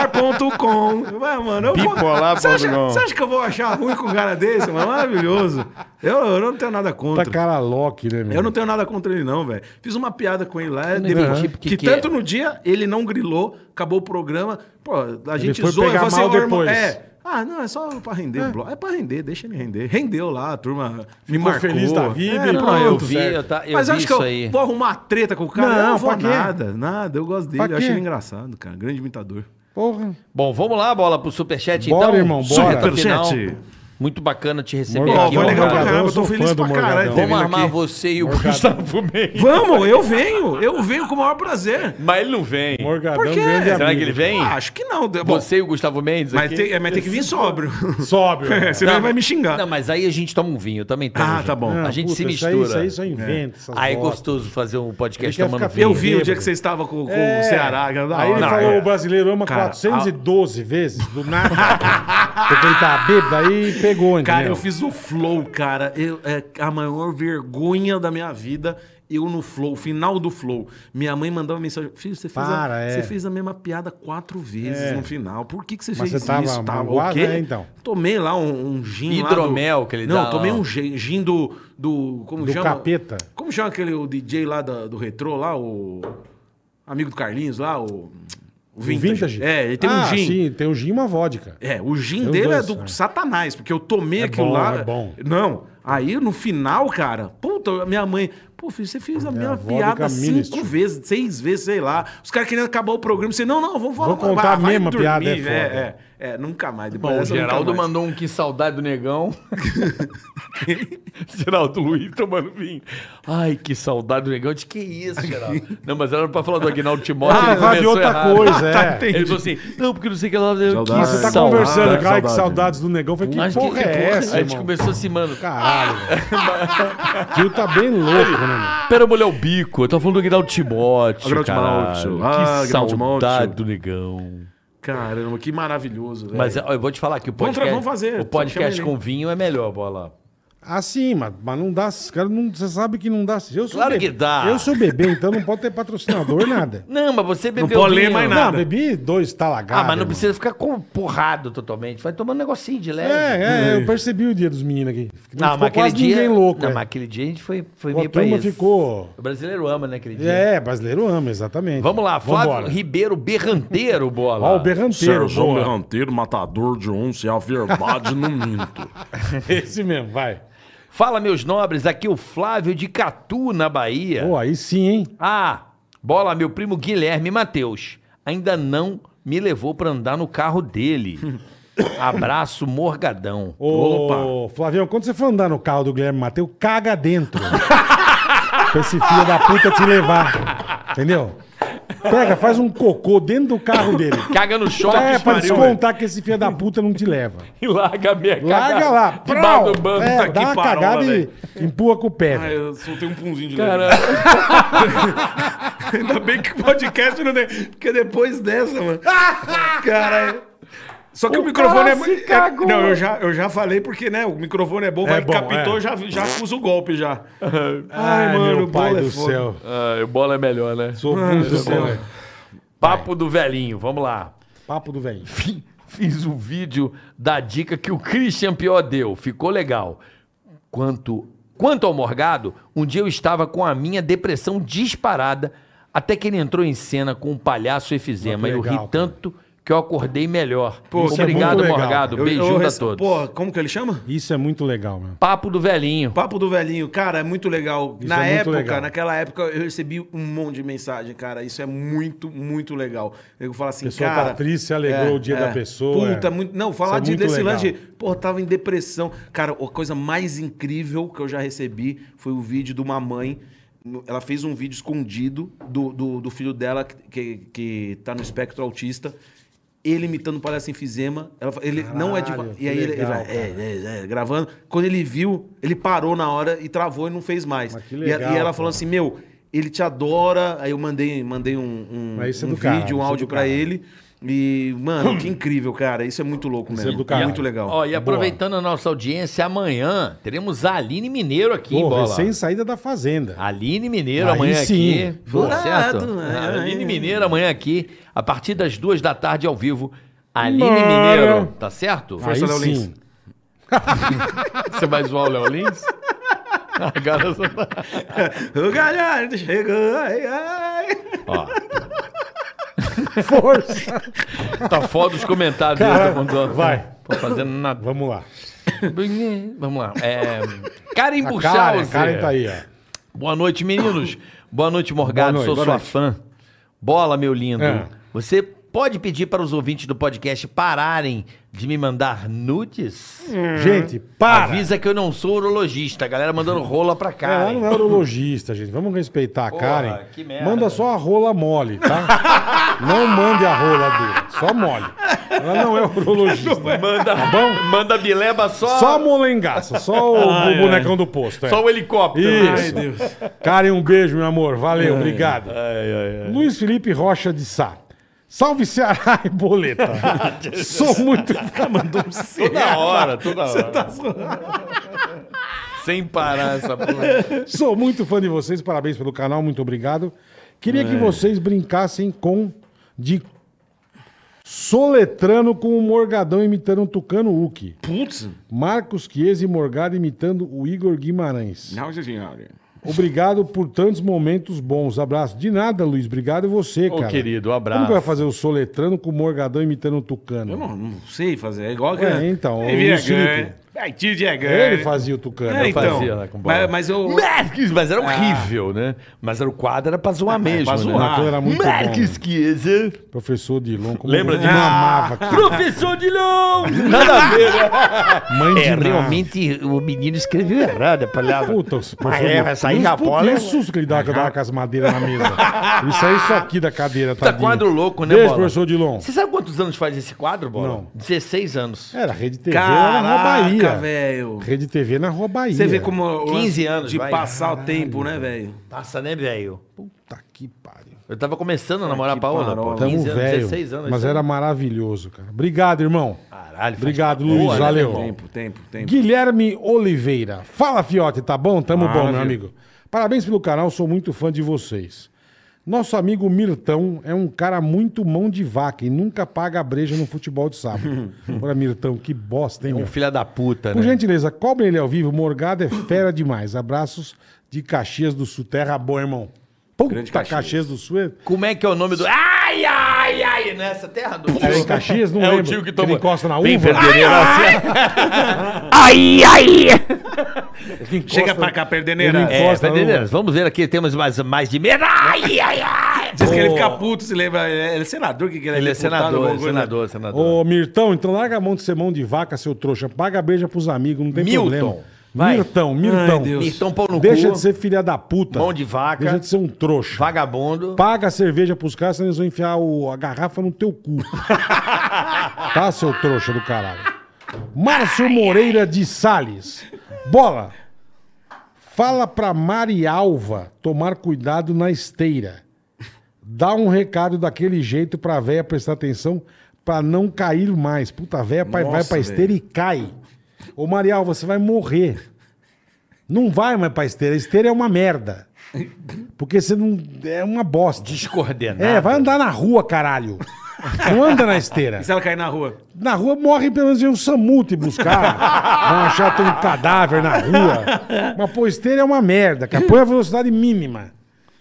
S4: Bipolar.com. Vai, mano. eu vou-
S3: Bipolar
S4: Você acha,
S3: ponto com.
S4: você acha que eu vou achar ruim com um cara desse? Mano? Maravilhoso. Eu, eu não tenho nada
S2: Puta
S4: contra.
S2: Tá cara Loki, né, meu?
S4: Eu não tenho nada contra ele, não, velho. Fiz uma piada com ele lá. depois-
S3: entendi porque
S4: que,
S3: que
S4: tanto
S3: é.
S4: no dia ele não grilou, acabou o programa. Pô, a gente
S2: foi
S4: zoa. eu
S2: pegar
S4: falo
S2: mal
S4: "Ó, irmão,
S2: depois."
S4: É. Ah, não, é só pra render o bloco. É pra render, deixa ele render. Rendeu lá, a turma me
S2: Ficou
S4: marcou.
S2: feliz da vida
S4: É,
S2: e
S4: não,
S3: Não, eu
S2: pronto,
S3: vi,
S2: certo.
S3: eu, tá, eu
S4: Mas
S3: vi
S4: acho que
S3: isso
S4: eu
S3: aí.
S4: vou arrumar treta com o cara.
S2: Não,
S4: eu não vou
S2: pra quê?
S4: nada, nada. Eu gosto dele,
S2: Pra
S4: eu acho
S2: quê?
S4: ele engraçado, cara. Grande imitador.
S2: Porra.
S3: Bom, vamos lá, bola, pro Superchat,
S2: Bora,
S3: então.
S2: irmão, bora.
S3: Superchat.
S4: Superchat.
S3: Muito bacana te receber
S2: Morgadão,
S3: aqui.
S4: foi
S3: ó,
S4: legal pra
S3: cara.
S4: caramba, eu
S2: sou
S4: tô feliz
S2: fã do
S4: pra caralho.
S2: Morgadão.
S4: Teve
S3: Vamos
S4: vindo
S3: armar
S4: aqui.
S3: você e o Gustavo Mendes.
S4: Vamos, eu venho. Eu venho com o maior
S3: <laughs>
S4: prazer.
S3: Mas ele não vem.
S2: Morgadão,
S4: Por quê?
S2: grande
S4: Será
S3: Será
S2: amigo.
S3: que ele vem?
S4: Ah, acho que não. Bom,
S3: você e o Gustavo Mendes
S4: mas,
S3: aqui?
S4: tem, é, mas tem que vir sóbrio.
S2: Sóbrio.
S4: É, <laughs> senão ele vai me xingar.
S3: Não, mas aí a gente toma um vinho, eu também tomo.
S4: Ah,
S3: gente.
S4: tá bom.
S2: Não,
S3: a gente
S2: puta,
S3: se
S2: isso
S3: mistura.
S2: aí- Isso aí, só inventa. essas
S3: Ah, é
S2: bosta.
S3: gostoso fazer um
S2: Ele
S3: podcast
S2: quer
S3: tomando
S2: ficar
S3: vinho.
S4: eu vi o dia
S2: bêbado.
S4: que você estava com, com
S2: É.
S4: o Ceará. que era da
S2: Aí ele
S4: hora.
S2: falou
S4: É.
S2: o brasileiro ama
S4: Cara,
S2: 412 vezes, do nada. Porque ele tá bêbado, aí pegou, entendeu?
S4: Cara, eu fiz o flow, cara. Eu, é a maior vergonha da minha vida. Eu no flow, final do flow. Minha mãe mandava mensagem: Filho, você fez,
S2: Para,
S4: a,
S2: é.
S4: você fez a mesma piada quatro vezes no final. Por que, que você
S2: Mas
S4: fez
S2: você tava
S4: isso?
S2: magoado,
S4: o quê?
S2: né, então?
S4: Tomei lá um, um gin. lá
S3: Hidromel que ele
S4: Não,
S3: dá,
S4: tomei
S3: ó.
S4: um gin, gin do. do como
S2: Do
S4: chama?
S2: capeta.
S4: Como chama aquele o DJ lá da- do retrô, lá, o. Amigo do Carlinhos lá, o. O vintage.
S2: vintage?
S4: É, ele tem
S2: ah,
S4: um gin.
S2: sim, tem um gin e uma vodka.
S4: É, o gin
S2: Tem os
S4: dele
S2: dois,
S4: é do
S2: é.
S4: satanás, porque eu tomei
S2: É
S4: aquilo
S2: bom,
S4: lá.
S2: é bom.
S4: Não, aí no final, cara, puta, minha mãe, pô, filho, você fez a mesma
S2: vodka
S4: piada
S2: ministro.
S4: cinco vezes, seis vezes, sei lá. Os caras querendo acabar o programa, você, não, não, vamos falar
S2: Vou contar a mesma piada, é
S4: é,
S2: foda.
S4: é, é, nunca mais. Depois
S3: Bom, o
S4: dessa, nunca
S3: Geraldo
S4: mais.
S3: mandou um que saudade do negão.
S9: Geraldo Luiz tomando vinho.
S3: Ai, que saudade do negão. De que é isso, Geraldo? não, mas era pra falar do Aguinaldo tipo,
S2: <laughs>
S3: Timóteo.
S2: Ah,
S3: ele
S2: vai de
S3: começou
S2: outra
S3: errado. <laughs>
S2: coisa, é.
S3: Ele falou assim, não, porque não sei o que ela...
S2: Ah, você tá
S4: Saudade,
S2: conversando, cara, que
S4: saudade.
S2: saudades do negão. Eu Falei, que porra é essa,
S3: A gente
S2: irmão?
S3: começou assim, mano...
S2: Caralho, velho. O tio tá bem louco, né, meu?
S3: Pera, mulher, o bico. Eu tava falando do Aguinaldo Timóteo,
S4: Aguinaldo
S3: caralho.
S4: Timóteo.
S3: Que
S4: Ah, Aguinaldo
S3: saudade
S4: Timóteo.
S3: do negão.
S4: Caramba, que maravilhoso. velho.
S3: é- Mas ó, eu vou te falar que o podcast,
S4: vamos fazer.
S3: o podcast
S4: Chama ele.
S3: com vinho é melhor, Bola.
S2: Assim, mas, mas não dá. Os caras não. Você sabe que não dá. Eu sou
S3: Claro
S2: bebê.
S3: que dá.
S2: Eu sou bebê, então não pode ter patrocinador, nada.
S3: Não, mas você bebeu
S4: pode ler
S3: vinho.
S4: mais
S2: Não,
S4: nada.
S2: bebi dois talagados.
S3: Ah, mas não precisa ficar com porrado totalmente. Vai tomando um negocinho de leve.
S2: É, é, eu percebi o dia dos meninos aqui.
S3: Não,
S2: ficou
S3: mas aquele
S2: quase
S3: dia.
S2: ninguém louco.
S3: não,
S2: é.
S3: mas aquele dia a gente foi, foi
S2: Pô, a
S3: meio pra
S2: turma
S3: isso.
S2: ficou-
S3: O brasileiro ama, né, aquele dia.
S2: É, brasileiro ama, exatamente.
S3: Vamos lá, Flávio
S2: Vambora.
S3: Ribeiro Berranteiro, bola.
S2: Ó, o berranteiro.
S8: Sérgio
S2: boa.
S8: Berranteiro, matador de onça, e a verdade não minto.
S2: <laughs> Esse mesmo, vai.
S3: Fala, meus nobres, aqui o Flávio de Catu, na Bahia.
S2: Pô, aí sim, hein?
S3: Ah, bola, meu primo Guilherme Matheus. Ainda não me levou pra andar no carro
S2: <laughs>
S3: dele. Abraço, Morgadão.
S2: Ô, Flavião, quando você for andar no carro do Guilherme Mateus, caga dentro. <laughs> pra esse filho da puta te levar. Entendeu? Pega, faz um cocô dentro do carro dele.
S3: Caga no choque,
S2: É, pra
S3: pariu,
S2: descontar que esse filho da puta não te leva.
S3: E larga a minha
S2: Larga
S3: cagada
S2: É, lá.
S3: Debaixo do
S2: prau.
S3: banco.
S2: É,
S8: Puta
S2: dá
S8: que
S2: uma
S8: parola,
S2: cagada e
S8: velho.
S2: empurra com o pé. velho.
S8: Eu soltei um punzinho de leve.
S3: Cara,
S4: Ainda bem que o podcast não tem. Porque depois dessa, mano. Caralho. Só que o, microfone é,
S5: cara se
S4: é-
S5: cagou.
S4: Não, eu já, eu já falei, porque, né? O microfone é bom, vai
S2: bom,
S4: captou,
S2: é.
S4: já, já acusa o golpe já.
S2: Ai, meu
S4: o
S2: pai
S4: bolo é
S2: do
S4: foda.
S2: céu.
S3: Ah, o bola é melhor, né?
S2: Sou burro do céu. velho.
S3: Papo do velhinho, vamos lá.
S2: Papo do velho.
S3: Fi- Fiz o vídeo da dica que o Christian Pior deu. Ficou legal. Quanto, quanto ao Morgado, um dia eu estava com a minha depressão disparada até que ele entrou em cena com o palhaço efizema.
S2: Ah, que
S3: Eu ri
S2: legal, cara.
S3: tanto que eu acordei melhor.
S2: isso
S3: Obrigado,
S2: é muito legal.
S3: Morgado.
S4: Eu- eu
S3: Beijão a
S4: res-
S3: todos.
S4: Porra, como que ele chama?
S2: Isso é muito legal, mano.
S3: Papo do velhinho.
S4: Papo do velhinho, cara, é muito legal.
S2: Isso
S4: Na
S2: é muito
S4: época,
S2: legal.
S4: naquela época, eu recebi um monte de mensagem, cara. Isso é muito, muito legal. Eu falo assim,
S2: Pessoa
S4: cara.
S2: Patrícia alegrou o dia da pessoa,
S4: Puta,
S2: é.
S4: muito. Não,
S2: Isso
S4: falar
S2: é
S4: de,
S2: muito
S4: desse
S2: legal.
S4: lance de, pô, tava em depressão. Cara, a coisa mais incrível que eu já recebi foi o vídeo de uma mãe. Ela fez um vídeo escondido do, do, do filho dela, que, que, que tá no espectro autista. Ele imitando o palhaço enfisema. Ela, fa- ele não é de.
S2: Caralho,
S4: E aí
S2: que
S4: ele, ele
S2: legal,
S4: vai, é, é, é, gravando. Quando ele viu, ele parou na hora e travou e não fez mais.
S2: Mas que
S4: E a-
S2: legal,
S4: e, ela
S2: cara.
S4: falou assim: Meu, ele te adora. Aí eu mandei, mandei um, um,
S2: Mas isso é
S4: um
S2: do
S4: vídeo,
S2: caralho,
S4: um
S2: isso é
S4: áudio
S2: do
S4: pra
S2: caralho.
S4: ele. E, mano, que incrível, cara. Isso é muito louco mesmo.
S2: é do caralho.
S4: Muito legal.
S3: Ó, e aproveitando a nossa audiência, amanhã teremos a Aline Mineiro aqui,
S2: Pô,
S3: bola. Ah,
S2: recém saída da fazenda.
S3: Aline Mineiro
S2: Aí
S3: amanhã
S2: sim.
S3: aqui. Pô,
S4: Furado,
S3: certo?
S4: né?
S3: Ah, Aline Mineiro amanhã aqui, a partir das duas da tarde ao vivo. Aline
S2: Mano.
S3: Mineiro, tá certo?
S2: Aí
S4: Léo Lins.
S2: sim. <laughs>
S3: Você vai zoar o Léo Lins? Agora só tá...
S4: O galhardo chegou. tá Ai, ai.
S3: Ó,
S2: Força.
S3: tá foda os comentários. dele,
S2: Cara,
S3: tá contando.
S2: vai.
S3: Tô fazendo nada.
S2: Vamos lá.
S3: Vamos lá. É, Karen
S2: A Karen, a
S3: Burchauser.
S2: Karen tá aí, ó.
S3: Boa noite, meninos. Boa noite, Morgado.
S2: Boa noite,
S3: Sou
S2: boa
S3: sua
S2: noite.
S3: fã. Bola, meu lindo.
S2: É.
S3: Você pode pedir para os ouvintes do podcast pararem de me mandar nudes?
S2: Gente, para.
S3: Avisa que eu não sou urologista. A galera mandando rola pra
S2: É, Ela
S3: cá.
S2: não é urologista, gente. Vamos respeitar a Karen.
S3: tá que merda.
S2: Manda só a rola mole, tá? não mande a rola dele, só mole. Ela não é urologista.
S3: Manda, manda bileba só,
S2: Só a molengaça,
S3: <laughs>
S2: só o, o bonecão do posto. é.
S3: só o helicóptero.
S2: Isso. Karen, um beijo, meu amor. Valeu, obrigado. Luiz Felipe Rocha de Sá. Salve Ceará
S3: <laughs>
S2: e boleta. Sou muito.
S3: um Toda hora, toda hora. Sem parar essa porra.
S2: <laughs> Sou muito fã de vocês, parabéns pelo canal, muito obrigado. Queria
S3: É.
S2: que vocês brincassem com de soletrano com o Morgadão imitando um Tucano Uki.
S4: Putz.
S2: Marcos Chiesa e Morgado imitando o Igor Guimarães.
S4: Não, senhora.
S2: Obrigado por tantos momentos bons. Abraço. De nada, Luiz. Obrigado você,
S3: Ô,
S2: cara.
S3: querido, um abraço.
S2: Como que vai fazer o soletrano com o Morgadão imitando um Tucano?
S4: Eu não, não sei fazer. É igual que.
S2: É, então, o
S4: Ele é
S2: Luiz Felipe.
S4: ganho. Ai, tio de é ganho.
S2: Ele fazia o Tucano.
S4: É, então.
S3: fazia lá com bola.
S4: mas, mas eu.
S3: Marques, mas era horrível, né? Mas era o quadro era pra zoar mesmo.
S4: pra
S3: né?
S4: zoar.
S2: Aquilo era muito bom.
S3: Marques Chiesa.
S2: Professor Dilon. Como
S3: Lembra
S2: eu
S3: disso?
S2: Mamava.
S3: Professor Dilon! Nada a ver, né?
S2: Mãe de
S10: É,
S2: nada.
S10: realmente o menino escreveu errado
S3: é
S10: a palavra.
S2: Puta, os
S10: Mas é, vai sair na bola.
S2: o susto que ele dava, que eu dava com as madeiras na mesa. Isso aí, isso aqui da cadeira,
S3: Tá
S2: tadinho.
S3: quadro louco, né,
S2: Beijo,
S3: Bola?
S2: professor Dilon.
S3: Você sabe quantos anos faz esse quadro, Bola?
S2: Não. É.
S3: 16 anos.
S2: Era Rede TV, era na Rua
S4: Caraca,
S2: Bahia.
S4: velho.
S2: Rede TV na Rua Bahia.
S4: Você vê como. o lance
S3: 15 anos,
S4: De
S3: vai.
S4: passar o tempo, né, velho?
S3: Passa, né, velho?
S2: Puta que pariu.
S3: Eu tava começando a namorar a
S4: que
S3: Paola,
S4: parola.
S3: pô.
S2: Tamo
S3: 15 anos,
S2: velho.
S3: 16 anos. Ah,
S2: mas
S3: isso aí.
S2: era maravilhoso, cara. Obrigado, irmão.
S3: Caralho, faz
S2: Obrigado,
S3: tempo,
S2: Luiz.
S3: né?
S2: Valeu.
S4: Tempo, tempo, tempo.
S2: Guilherme Oliveira. Fala, Fiote, tá bom? Tamo bom, meu amigo. Parabéns pelo canal, sou muito fã de vocês. Nosso amigo Mirtão é um cara muito mão de vaca e nunca paga a breja no futebol de
S3: <laughs>
S2: sábado. Ora, Mirtão, que bosta, hein,
S3: Um
S2: meu?
S3: filho da puta,
S2: Por
S3: né?
S2: gentileza, cobrem ele ao vivo. Morgado é fera demais. Abraços de Caxias do Sul. Terra boa, irmão. Puta, Caxias. do Sul. é-
S3: Como é que é o nome do... Ai, ai, ai, nessa terra do...
S2: É em Caxias? Não
S3: É
S2: lembro.
S3: o tio que
S2: ele
S3: toma...
S2: encosta na uva. Ah,
S3: Bem verdadeiro, assim.
S10: Ai, ai!
S2: Ele encosta-
S4: Chega pra cá,
S2: Ele
S4: perdeneira.
S3: É,
S2: encosta na uva.
S3: verdadeiro. Vamos ver aqui, temos mais, mais de... merda. Ai, ai, ai!
S4: Vocês querem
S3: Ô,
S4: ficar puto, se lembra? Ele é senador que quer
S3: Ele é senador, ele é
S4: alguma coisa.
S3: senador, senador.
S2: Ô, Mirtão, então larga a mão de ser mão de vaca, seu trouxa. Paga a beija pros amigos, não tem
S3: Milton,
S2: problema.
S3: vai.
S2: Mirtão, Mirtão.
S3: Mirtão, pau no
S2: Deixa
S3: cu.
S2: de ser filha da puta.
S3: Mão de vaca.
S2: Deixa de ser um trouxa.
S3: Vagabundo.
S2: Paga a cerveja pros caras, senão eles vão enfiar o- a garrafa no teu cu. tá, seu trouxa do caralho. Márcio Moreira de Sales. Bola. Fala pra Mari Alva tomar cuidado na esteira. Dá um recado daquele jeito pra véia prestar atenção pra não cair mais. Puta, a véia vai- vai
S4: Nossa,
S2: pra esteira e cai. Ô, Mari Alva, você vai morrer. Não vai mais pra esteira. A esteira é uma merda. Porque você não. É uma bosta.
S3: Descoordenado.
S2: É, vai andar na rua, caralho. Não anda na esteira.
S4: E se ela cair na rua?
S2: Na rua morre, pelo menos vem um SAMU
S3: <laughs>
S2: te buscar. Vão achar tem um cadáver na rua. Mas pô, esteira é uma merda, cara. Põe a velocidade mínima.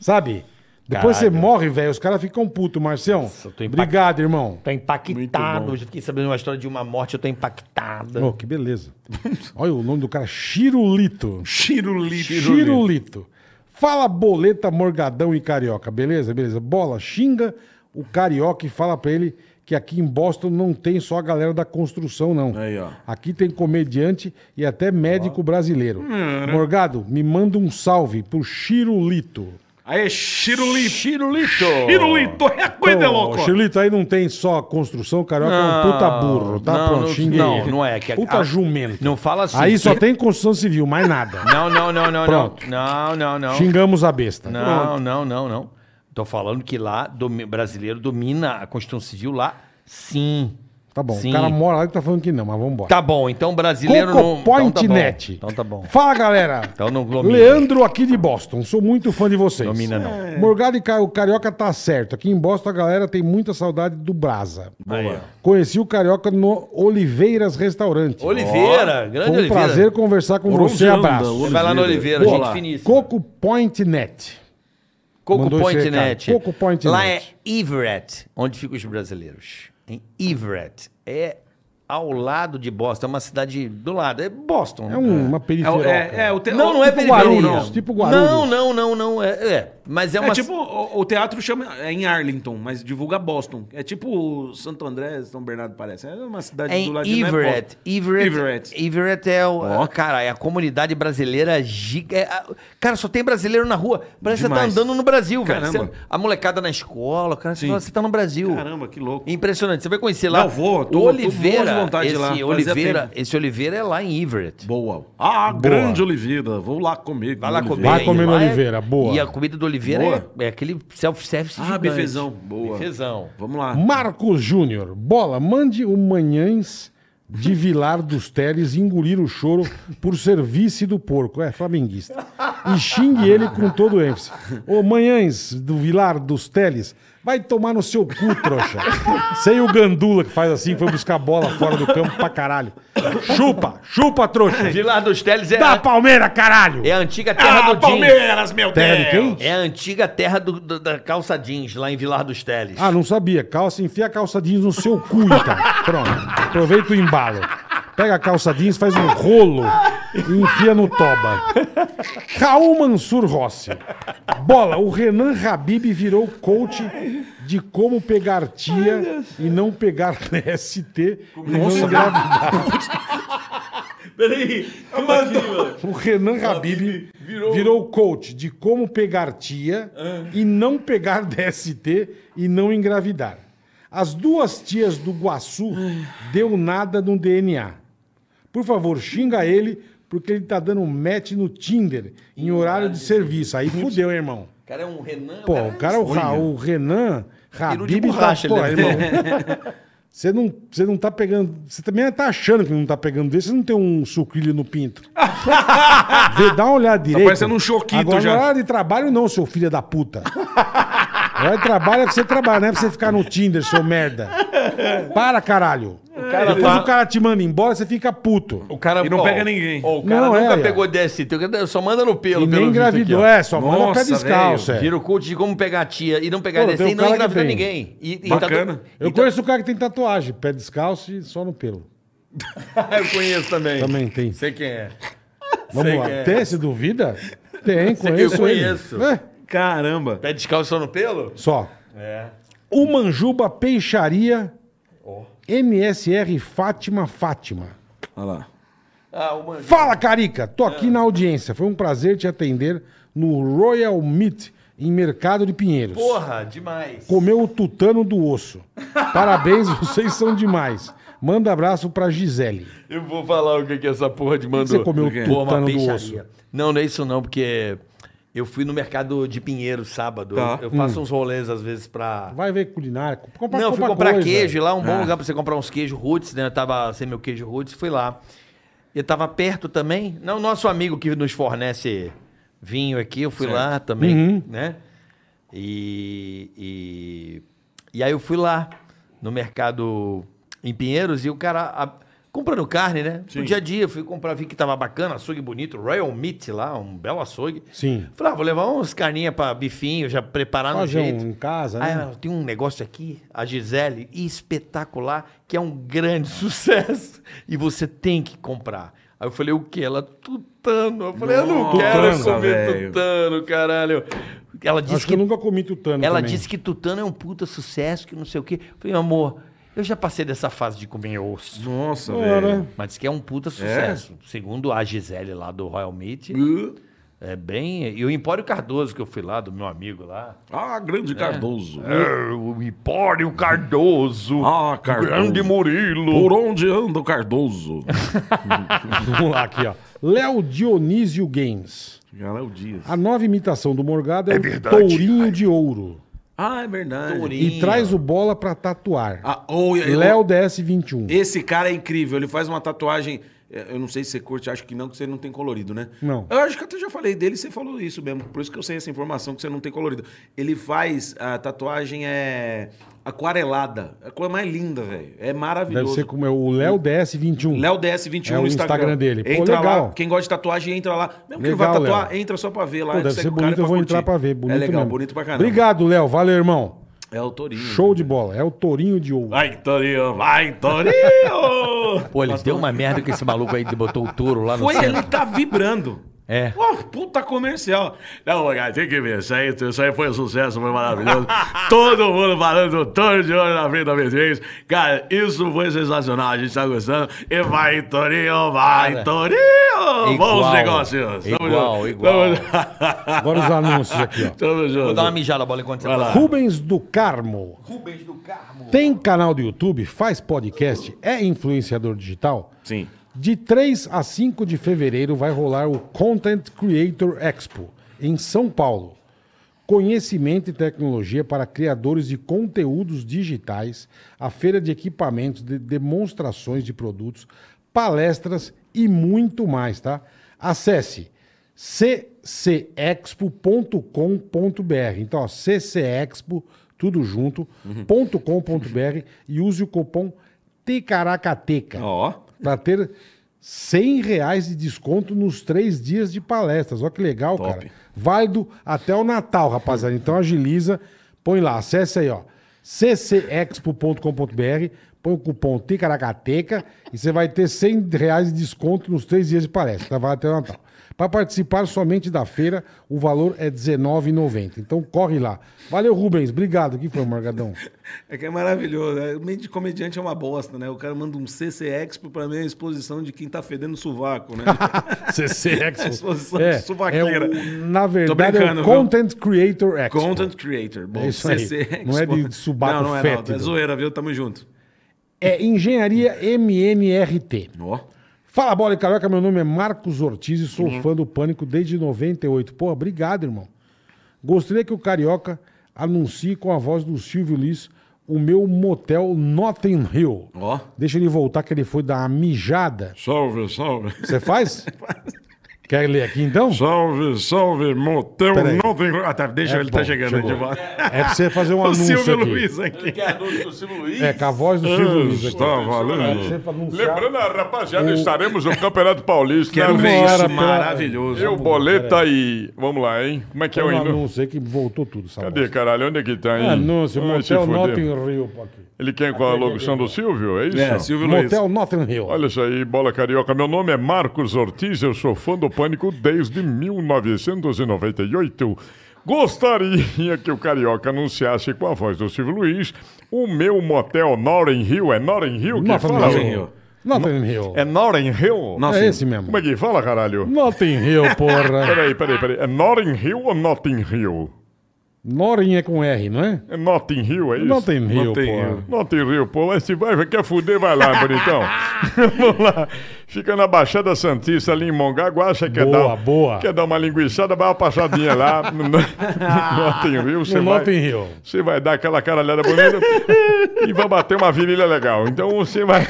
S2: Sabe? Depois você morre, velho. Os caras ficam putos, Marcião.
S3: tô impactado.
S2: Obrigado, irmão.
S3: Tô impactado. Hoje eu fiquei sabendo uma história de uma morte, eu tô impactada.
S2: Oh, que beleza.
S3: <laughs>
S2: Olha o nome do cara, Chirulito.
S4: Chirulito.
S2: Chirulito. Fala boleta, morgadão e carioca, beleza? Beleza. Bola, xinga o carioca e fala pra ele que aqui em Boston não tem só a galera da construção, não.
S4: Aí, ó.
S2: Aqui tem comediante e até médico brasileiro. Morgado, me manda um salve pro Chirulito.
S4: Aí, é Chirulito.
S3: Chirulito.
S4: Chirulito, é coisa
S2: Ô,
S4: louca.
S2: Chirulito, aí não tem só construção, carioca é um puta burro, tá?
S3: não,
S2: Pronto,
S3: não,
S2: xinguei.
S3: não, não é, que-
S2: puta
S3: ah,
S2: jumento.
S3: não fala assim.
S2: Aí só tem construção civil, mais nada.
S3: Não, não, não, não, não.
S2: Pronto.
S3: Não, não, não.
S2: Xingamos a besta.
S3: Não, não, não, não. Tô falando que lá, domi- brasileiro domina a Constituição Civil lá, sim.
S2: Tá bom,
S3: Sim.
S2: o cara mora lá e tá falando que não, mas vamos embora.
S3: Tá bom, então brasileiro
S2: Coco
S3: não...
S2: Point
S3: então tá bom.
S2: Net.
S3: Então tá bom.
S2: Fala, galera.
S3: <laughs> Então não domina.
S2: Leandro aqui de Boston. Sou muito fã de vocês.
S3: Domina não.
S2: Morgado e Ca- o Carioca tá certo. Aqui em Boston a galera tem muita saudade do Brasa.
S3: Aí, ó.
S2: Conheci o Carioca no Oliveiras Restaurante.
S3: Oliveira, grande
S2: Foi um
S3: Oliveira.
S2: prazer conversar com você. Abraço.
S3: Você vai lá no Oliveira, gente finíssima.
S2: Coco Point Net.
S3: Coco
S2: Mandou esse
S3: Point
S2: recado.
S3: Net.
S2: Coco Point
S3: Lá
S2: Net.
S3: é Everett, onde ficam os brasileiros. Em Everett. É ao lado de Boston, é uma cidade do lado. É Boston.
S2: É um- uma
S4: É, o-
S2: periferia.
S4: é, é, o te...
S3: Não,
S4: o-
S3: não é
S2: tipo
S3: periferia.
S2: Guarulhos,
S3: não.
S2: tipo Guarulhos.
S3: Não, não, não, não. É, é, mas é
S4: É
S3: uma...
S4: tipo, o, o teatro chama é em Arlington, mas divulga Boston. É tipo Santo André, São Bernardo, parece. É uma cidade
S3: É em
S4: do lado de
S3: Everett. Everett.
S4: Everett.
S3: Everett é o. Cara, é a comunidade brasileira giga. é a- Cara, só tem brasileiro na rua. Parece que
S4: Demais.
S3: você tá andando no Brasil, velho.
S4: Caramba.
S3: Você- A molecada na escola, cara, você, fala, você tá no Brasil.
S4: Caramba, que louco.
S3: Impressionante. Você vai conhecer lá.
S4: Não, vou, tô-
S3: o
S4: tô
S3: Oliveira.
S4: morro de vontade
S3: esse
S4: lá. Fazia
S3: Oliveira,
S4: tempo.
S3: esse Oliveira é lá em Everett.
S4: Boa. Ah, grande Oliveira. Vou lá comer.
S3: Vai lá comer.
S2: Vai
S3: e
S2: comer no
S3: lá é-
S2: Oliveira, boa.
S3: E a comida do Oliveira
S4: Boa.
S3: é, é aquele self-service
S4: Ah,
S3: gigante.
S4: bifezão. Boa.
S3: Bifezão.
S4: Vamos lá.
S2: Marcos Júnior, bola, mande o Manhães de Vilar dos Teles engolir o choro por serviço do porco. É, flamenguista. E xingue ele com todo ênfase. Ô Manhães do Vilar dos Teles, vai tomar no seu cu, trouxa. Sei o gandula que faz assim, foi buscar bola fora do campo pra caralho. Chupa, chupa, trouxa.
S3: Vilar dos Teles é,
S2: Da Palmeira, caralho!
S3: é a antiga terra do Palmeiras.
S4: meu
S2: Tele, quem?
S3: É a antiga terra do- do- da calça jeans, lá em Vilar dos Teles.
S2: Ah, não sabia. Calça, enfia a calça jeans no seu cu, então. Pronto. Aproveita o embalo. Pega a calça jeans, faz um rolo e enfia no toba. Raul Mansur Rossi. Bola, o Renan Habib virou coach de como pegar tia e não pegar <laughs> ST e não engravidar. O Renan Habib virou... coach de como pegar tia
S3: É.
S2: e não pegar <laughs> DST e não engravidar. As duas tias do Guaçu deu nada no DNA. Por favor, xinga ele, porque ele tá dando um match no Tinder em horário de serviço. Aí fudeu, hein, irmão.
S3: O cara é um Renan.
S2: Pô, o cara, o, é Ra, o Renan
S3: Peru de
S2: Habib tá...
S3: borracha,
S2: Pô,
S3: ele é. <laughs>
S2: irmão. Você não, você não tá pegando. Você também tá achando que não tá pegando desse, você não tem um sucrilho no pinto. Vê, dá uma olhada
S3: Tá
S2: direito.
S4: parecendo um choquito
S2: Agora,
S4: já.
S2: Não é hora de trabalho, não, seu filho da puta. Hora de trabalho é pra você trabalhar, não é pra você ficar no Tinder, seu merda. Para, caralho. Depois
S3: tá-
S2: o cara te manda embora, você fica puto.
S3: O cara,
S4: E não
S3: ó,
S4: pega ninguém.
S3: ó, o cara
S2: Não, é,
S3: nunca
S2: ó.
S3: pegou DST. o cara Só manda no pelo,
S2: E nem
S3: visto aqui,
S2: engravidou.
S3: ó.
S2: É, só manda pé
S4: Nossa,
S2: descalço. é.
S3: Vira o coach de como pegar a tia e não pegar
S2: Pô,
S3: DST
S2: tem
S3: e
S2: um
S3: não
S2: cara que
S3: engravidar
S2: tem.
S3: ninguém. E, e
S4: Bacana.
S3: Tá,
S2: Eu conheço o cara que tem tatuagem, pé descalço e só no pelo.
S3: eu conheço também.
S2: Também tem.
S3: Sei quem é.
S2: Vamos
S3: sei
S2: lá.
S3: que é.
S2: Tem, se duvida?
S3: Sei
S2: Tem,
S3: que
S2: conheço.
S3: eu conheço.
S2: ele. É,
S4: Caramba.
S3: Pé descalço só no pelo?
S2: só.
S3: É.
S2: O Manjuba Peixaria MSR Fátima Fátima.
S4: Olha lá.
S3: Ah, o Manjuba.
S2: Fala, Carica! Tô
S3: É.
S2: aqui na audiência. Foi um prazer te atender no Royal Meat em Mercado de Pinheiros.
S3: Porra, demais.
S2: Comeu o tutano do osso. Parabéns, <laughs> vocês são demais. Manda abraço pra Gisele.
S3: Eu vou falar o que que essa porra de mandou.
S2: Você comeu o
S3: Porra,
S2: tutano
S3: uma
S2: do
S3: peixaria.
S2: osso.
S3: Não, não é isso não, porque eu fui no mercado de Pinheiro sábado.
S4: Tá.
S3: Eu, eu
S2: Hum.
S3: faço uns rolês às vezes pra...
S2: Vai ver culinária. Compra,
S3: não, eu fui
S2: compra
S3: comprar
S2: coisa.
S3: queijo e lá, é um bom lugar pra você comprar uns queijos roots, né? Eu tava sem meu queijo roots, fui lá. Eu tava perto também. Não, nosso amigo que nos fornece vinho aqui, eu fui lá também, né? E, e, e aí eu fui lá no mercado em Pinheiros e o cara a- comprando carne, né? No dia a dia, eu fui comprar, vi que tava bacana, açougue bonito, Royal Meat lá, um belo açougue.
S2: Sim.
S3: Falei, ah, vou levar uns carninha pra bifinho, já preparar no
S2: Fazer um
S3: jeito.
S2: em casa,
S3: Aí
S2: né?
S3: ela, tem um negócio aqui, a Gisele, espetacular, que é um grande <laughs> sucesso e você tem que comprar. Aí eu falei, o quê? Ela, tutano. Eu falei, eu não
S4: Nossa,
S3: quero comer
S4: velho.
S3: tutano, caralho. Ela disse
S2: Acho que eu nunca comi tutano
S3: ela
S2: também.
S3: disse que Tutano é um puta sucesso, que não sei o quê. Eu Falei, amor, eu já passei dessa fase de comer osso.
S4: Nossa,
S2: É,
S4: velho.
S3: <laughs>
S2: né?
S3: Mas disse que é um puta sucesso. Segundo a Gisele lá do Royal Meat. É bem. E o Empório Cardoso, que eu fui lá, do meu amigo lá.
S4: Ah, grande Cardoso.
S3: É, o Empório Cardoso.
S4: Ah, Cardoso.
S3: Grande Murilo.
S4: Por onde anda o Cardoso?
S2: Vamos lá aqui, ó. Léo Dionísio Games.
S4: Galéo Dias.
S2: A nova imitação do Morgado é, o tourinho de ouro.
S4: Ah, é verdade.
S2: E traz o bola pra tatuar.
S4: Ah, ou-
S2: Léo DS21.
S4: Esse cara é incrível, ele faz uma tatuagem. eh, Eu não sei se você curte, acho que não, que você não tem colorido, né?
S2: Não.
S4: Eu acho que até já falei dele, você falou isso mesmo. Por isso que eu sei essa informação, que você não tem colorido. Ele faz a tatuagem é aquarelada. É a coisa mais linda, velho. É
S2: Deve
S4: maravilhoso.
S2: ser como é o Léo DS21.
S4: Léo DS21
S2: É o
S4: no
S2: Instagram
S4: Instagram.
S2: dele. Pô,
S4: entra
S2: legal.
S4: lá. Quem gosta de tatuagem, entra lá. Mesmo que não vai
S2: Legal,
S4: tatuar,
S2: Léo.
S4: entra só pra ver lá.
S2: Pô, deve
S4: segue
S2: ser
S4: o é cara
S2: bonito, eu
S4: pra
S2: vou
S4: curtir.
S2: entrar pra ver. Bonito
S4: é legal,
S2: mesmo.
S4: bonito pra caramba.
S2: Obrigado, Léo. Valeu, irmão.
S4: É o Torinho.
S2: Show de bola. É o tourinho de
S4: <laughs>
S2: ouro.
S4: Vai, Torinho! Vai,
S2: <laughs>
S4: Torinho!
S3: Pô, ele
S6: um-
S3: deu uma merda com esse maluco aí que botou o touro lá no
S4: Foi,
S3: centro.
S4: ele tá vibrando.
S3: É.
S4: Pô, puta comercial.
S6: Não, cara, tem que ver. Isso aí, isso aí foi um sucesso, foi
S3: <laughs>
S6: maravilhoso. Todo mundo falando do Toro de Ouro na frente da B3. Cara, isso foi sensacional. A gente tá gostando. E vai, Torinho, vai, Torinho! Bons
S3: igual.
S6: negócios. Tamo
S3: Igual,
S6: junto.
S3: igual.
S2: Agora os anúncios aqui, ó.
S6: Tamo junto.
S3: Vou dar uma mijada bola enquanto você
S6: Vai lá.
S3: fala.
S2: Rubens do Carmo. Rubens do Carmo. Tem canal do YouTube, faz podcast, é influenciador digital?
S4: Sim.
S2: De 3 a 5 de fevereiro vai rolar o Content Creator Expo, em São Paulo. Conhecimento e tecnologia para criadores de conteúdos digitais, a feira de equipamentos, de demonstrações de produtos, palestras e muito mais, tá? Acesse ccexpo.com.br. Então, ó, ccexpo, tudo junto, ponto .com.br e use o cupom
S3: Tá.
S2: TECARACATECA
S4: Ó.
S2: para ter R$ 100 reais de desconto nos três dias de palestras. Olha que legal, cara. Válido até o Natal, rapaziada. Então agiliza, põe lá, acessa aí, ó. ccexpo.com.br, põe o cupom TICARACATECA e você vai ter R$ 100 reais de desconto nos três dias de palestra. Tá? Vai até o Natal. Para participar somente da feira, o valor é R$19,90. Então corre lá. Valeu, Rubens. Obrigado. O que foi, Margadão?
S4: É que é maravilhoso. né? O meio de comediante é uma bosta, né? O cara manda um CC Expo pra
S6: é
S4: mim, a exposição de quem tá fedendo sovaco,
S3: <laughs>
S4: né?
S2: <laughs>
S4: Exposição
S2: É,
S4: suvaqueira.
S2: é o- na verdade, é
S4: brincando,
S2: o
S4: viu?
S2: Content Creator Expo.
S4: Content Creator. Bom,
S2: É isso aí. Não é de subaco
S4: Não, não é, não.
S2: fétido.
S4: É zoeira, viu? Tamo junto.
S2: É Engenharia MNRT.
S4: Ó.
S2: Fala, bola e carioca. Meu nome é Marcos Ortiz e
S4: Uhum.
S2: sou fã do Pânico desde 98. Pô, obrigado, irmão. Gostaria que o Carioca anuncie com a voz do Silvio Liz o meu motel Notting Hill.
S4: Ó.
S2: Deixa ele voltar que ele foi dar uma mijada.
S9: Salve, salve.
S2: Você
S4: <laughs>
S2: faz? Quer ler aqui então?
S9: Salve, salve, motel
S2: Peraí.
S9: não
S4: tem- Ah, tá, deixa
S2: É
S4: ele, tá
S2: bom,
S4: chegando.
S2: chegou.
S4: de volta. <laughs>
S2: É pra você fazer um
S4: o
S2: anúncio
S4: Silvio
S2: aqui.
S4: Luiz aqui.
S9: Quer a dúvida do Silvio Luiz?
S2: É, com a voz do
S9: Ah,
S2: Silvio Luiz aqui.
S9: Está
S2: Você assim, ah, pra
S9: Tá valendo.
S2: anunciar.
S9: Lembrando, a rapaziada, estaremos no Campeonato Paulista.
S4: Quero
S9: né?
S4: ver
S2: Bora,
S4: isso,
S2: pera-
S4: maravilhoso.
S9: Eu, boleta e... Vamos lá, hein? Como é que é
S2: Tem
S9: o
S2: um
S9: hino?
S2: anúncio aí que voltou tudo, sabe?
S9: Cadê, caralho? Onde é que tá, hein?
S2: Anúncio,
S9: Vai se
S2: motel
S9: fuder.
S2: Notting Hill. pô, aqui.
S9: Ele quem com a locução do Silvio, é isso?
S4: É, Silvio Luiz.
S2: Motel Notting Hill.
S9: Olha isso aí, bola carioca. Meu nome é Marcos Ortiz, eu sou fã do Pânico desde 1998. Gostaria que o carioca anunciasse com a voz do Silvio Luiz o meu motel Noren Hill. É Noren Hill que
S2: Notting
S9: fala?
S2: Hill. Notting Hill.
S9: É Noren Hill?
S4: Nossa,
S2: É esse mesmo.
S9: Como é que fala, caralho?
S2: Notting
S9: <laughs>
S2: Hill, porra.
S9: Peraí, peraí, peraí. É Noren Hill ou Notting Hill?
S2: Norin é com R, não é?
S9: É Notting Hill, é isso?
S2: Notting Hill,
S4: Notting
S2: porra.
S4: Hill.
S9: Não tem rio, pô. Mas se vai, quer fuder, vai lá, bonitão. Vamos lá. Fica na Baixada Santista, ali em Mongaguá. Você quer
S2: Boa,
S9: dar, um-
S2: boa.
S9: Quer dar uma linguiçada, vai uma passadinha lá. No, no, no tem rio, você
S2: No
S9: vai...
S2: Notting Hill.
S9: Você vai dar aquela caralhada bonita e vai bater uma virilha legal. Então você vai...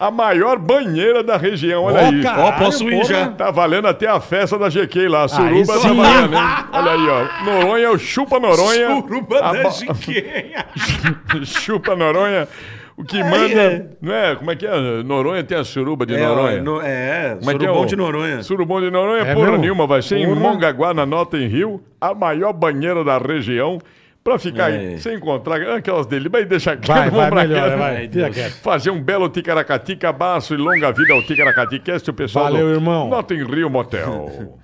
S9: A maior banheira da região, olha
S2: Ó,
S9: aí.
S2: caralho,
S4: Ó, posso ir
S2: porra.
S4: já.
S9: Tá valendo até a festa da GQ lá. A
S2: Aí
S9: Suruba tá
S2: sim.
S9: valendo, hein? Olha aí, ó. Noronha, é o Chupa Noronha.
S4: Suruba
S2: Ah,
S9: A
S4: da
S9: ba-
S4: Jiquinha.
S9: <laughs> Chupa Noronha. O que manda. Não é? Como é que é? Noronha tem a suruba de
S4: <laughs> É,
S9: Noronha.
S4: no- é,
S9: Como é que é
S4: surubão
S9: o-
S4: de Noronha.
S9: Surubom de Noronha,
S2: É
S9: porra
S2: mesmo?
S9: nenhuma. Vai ser em
S2: Porra.
S9: Mongaguá, na Nota em Rio, a maior banheira da região. Pra ficar
S4: É.
S9: aí, sem encontrar aquelas dele. Mas deixa quieto,
S2: Vai,
S9: vamos
S2: vai,
S9: pra
S2: melhora,
S9: quieto.
S2: vai. Fica quieto.
S9: Fazer um belo ticaracatica, baço e longa vida ao ticaracatiquest, o pessoal
S2: Valeu,
S9: do
S2: irmão.
S9: Nota em Rio Motel.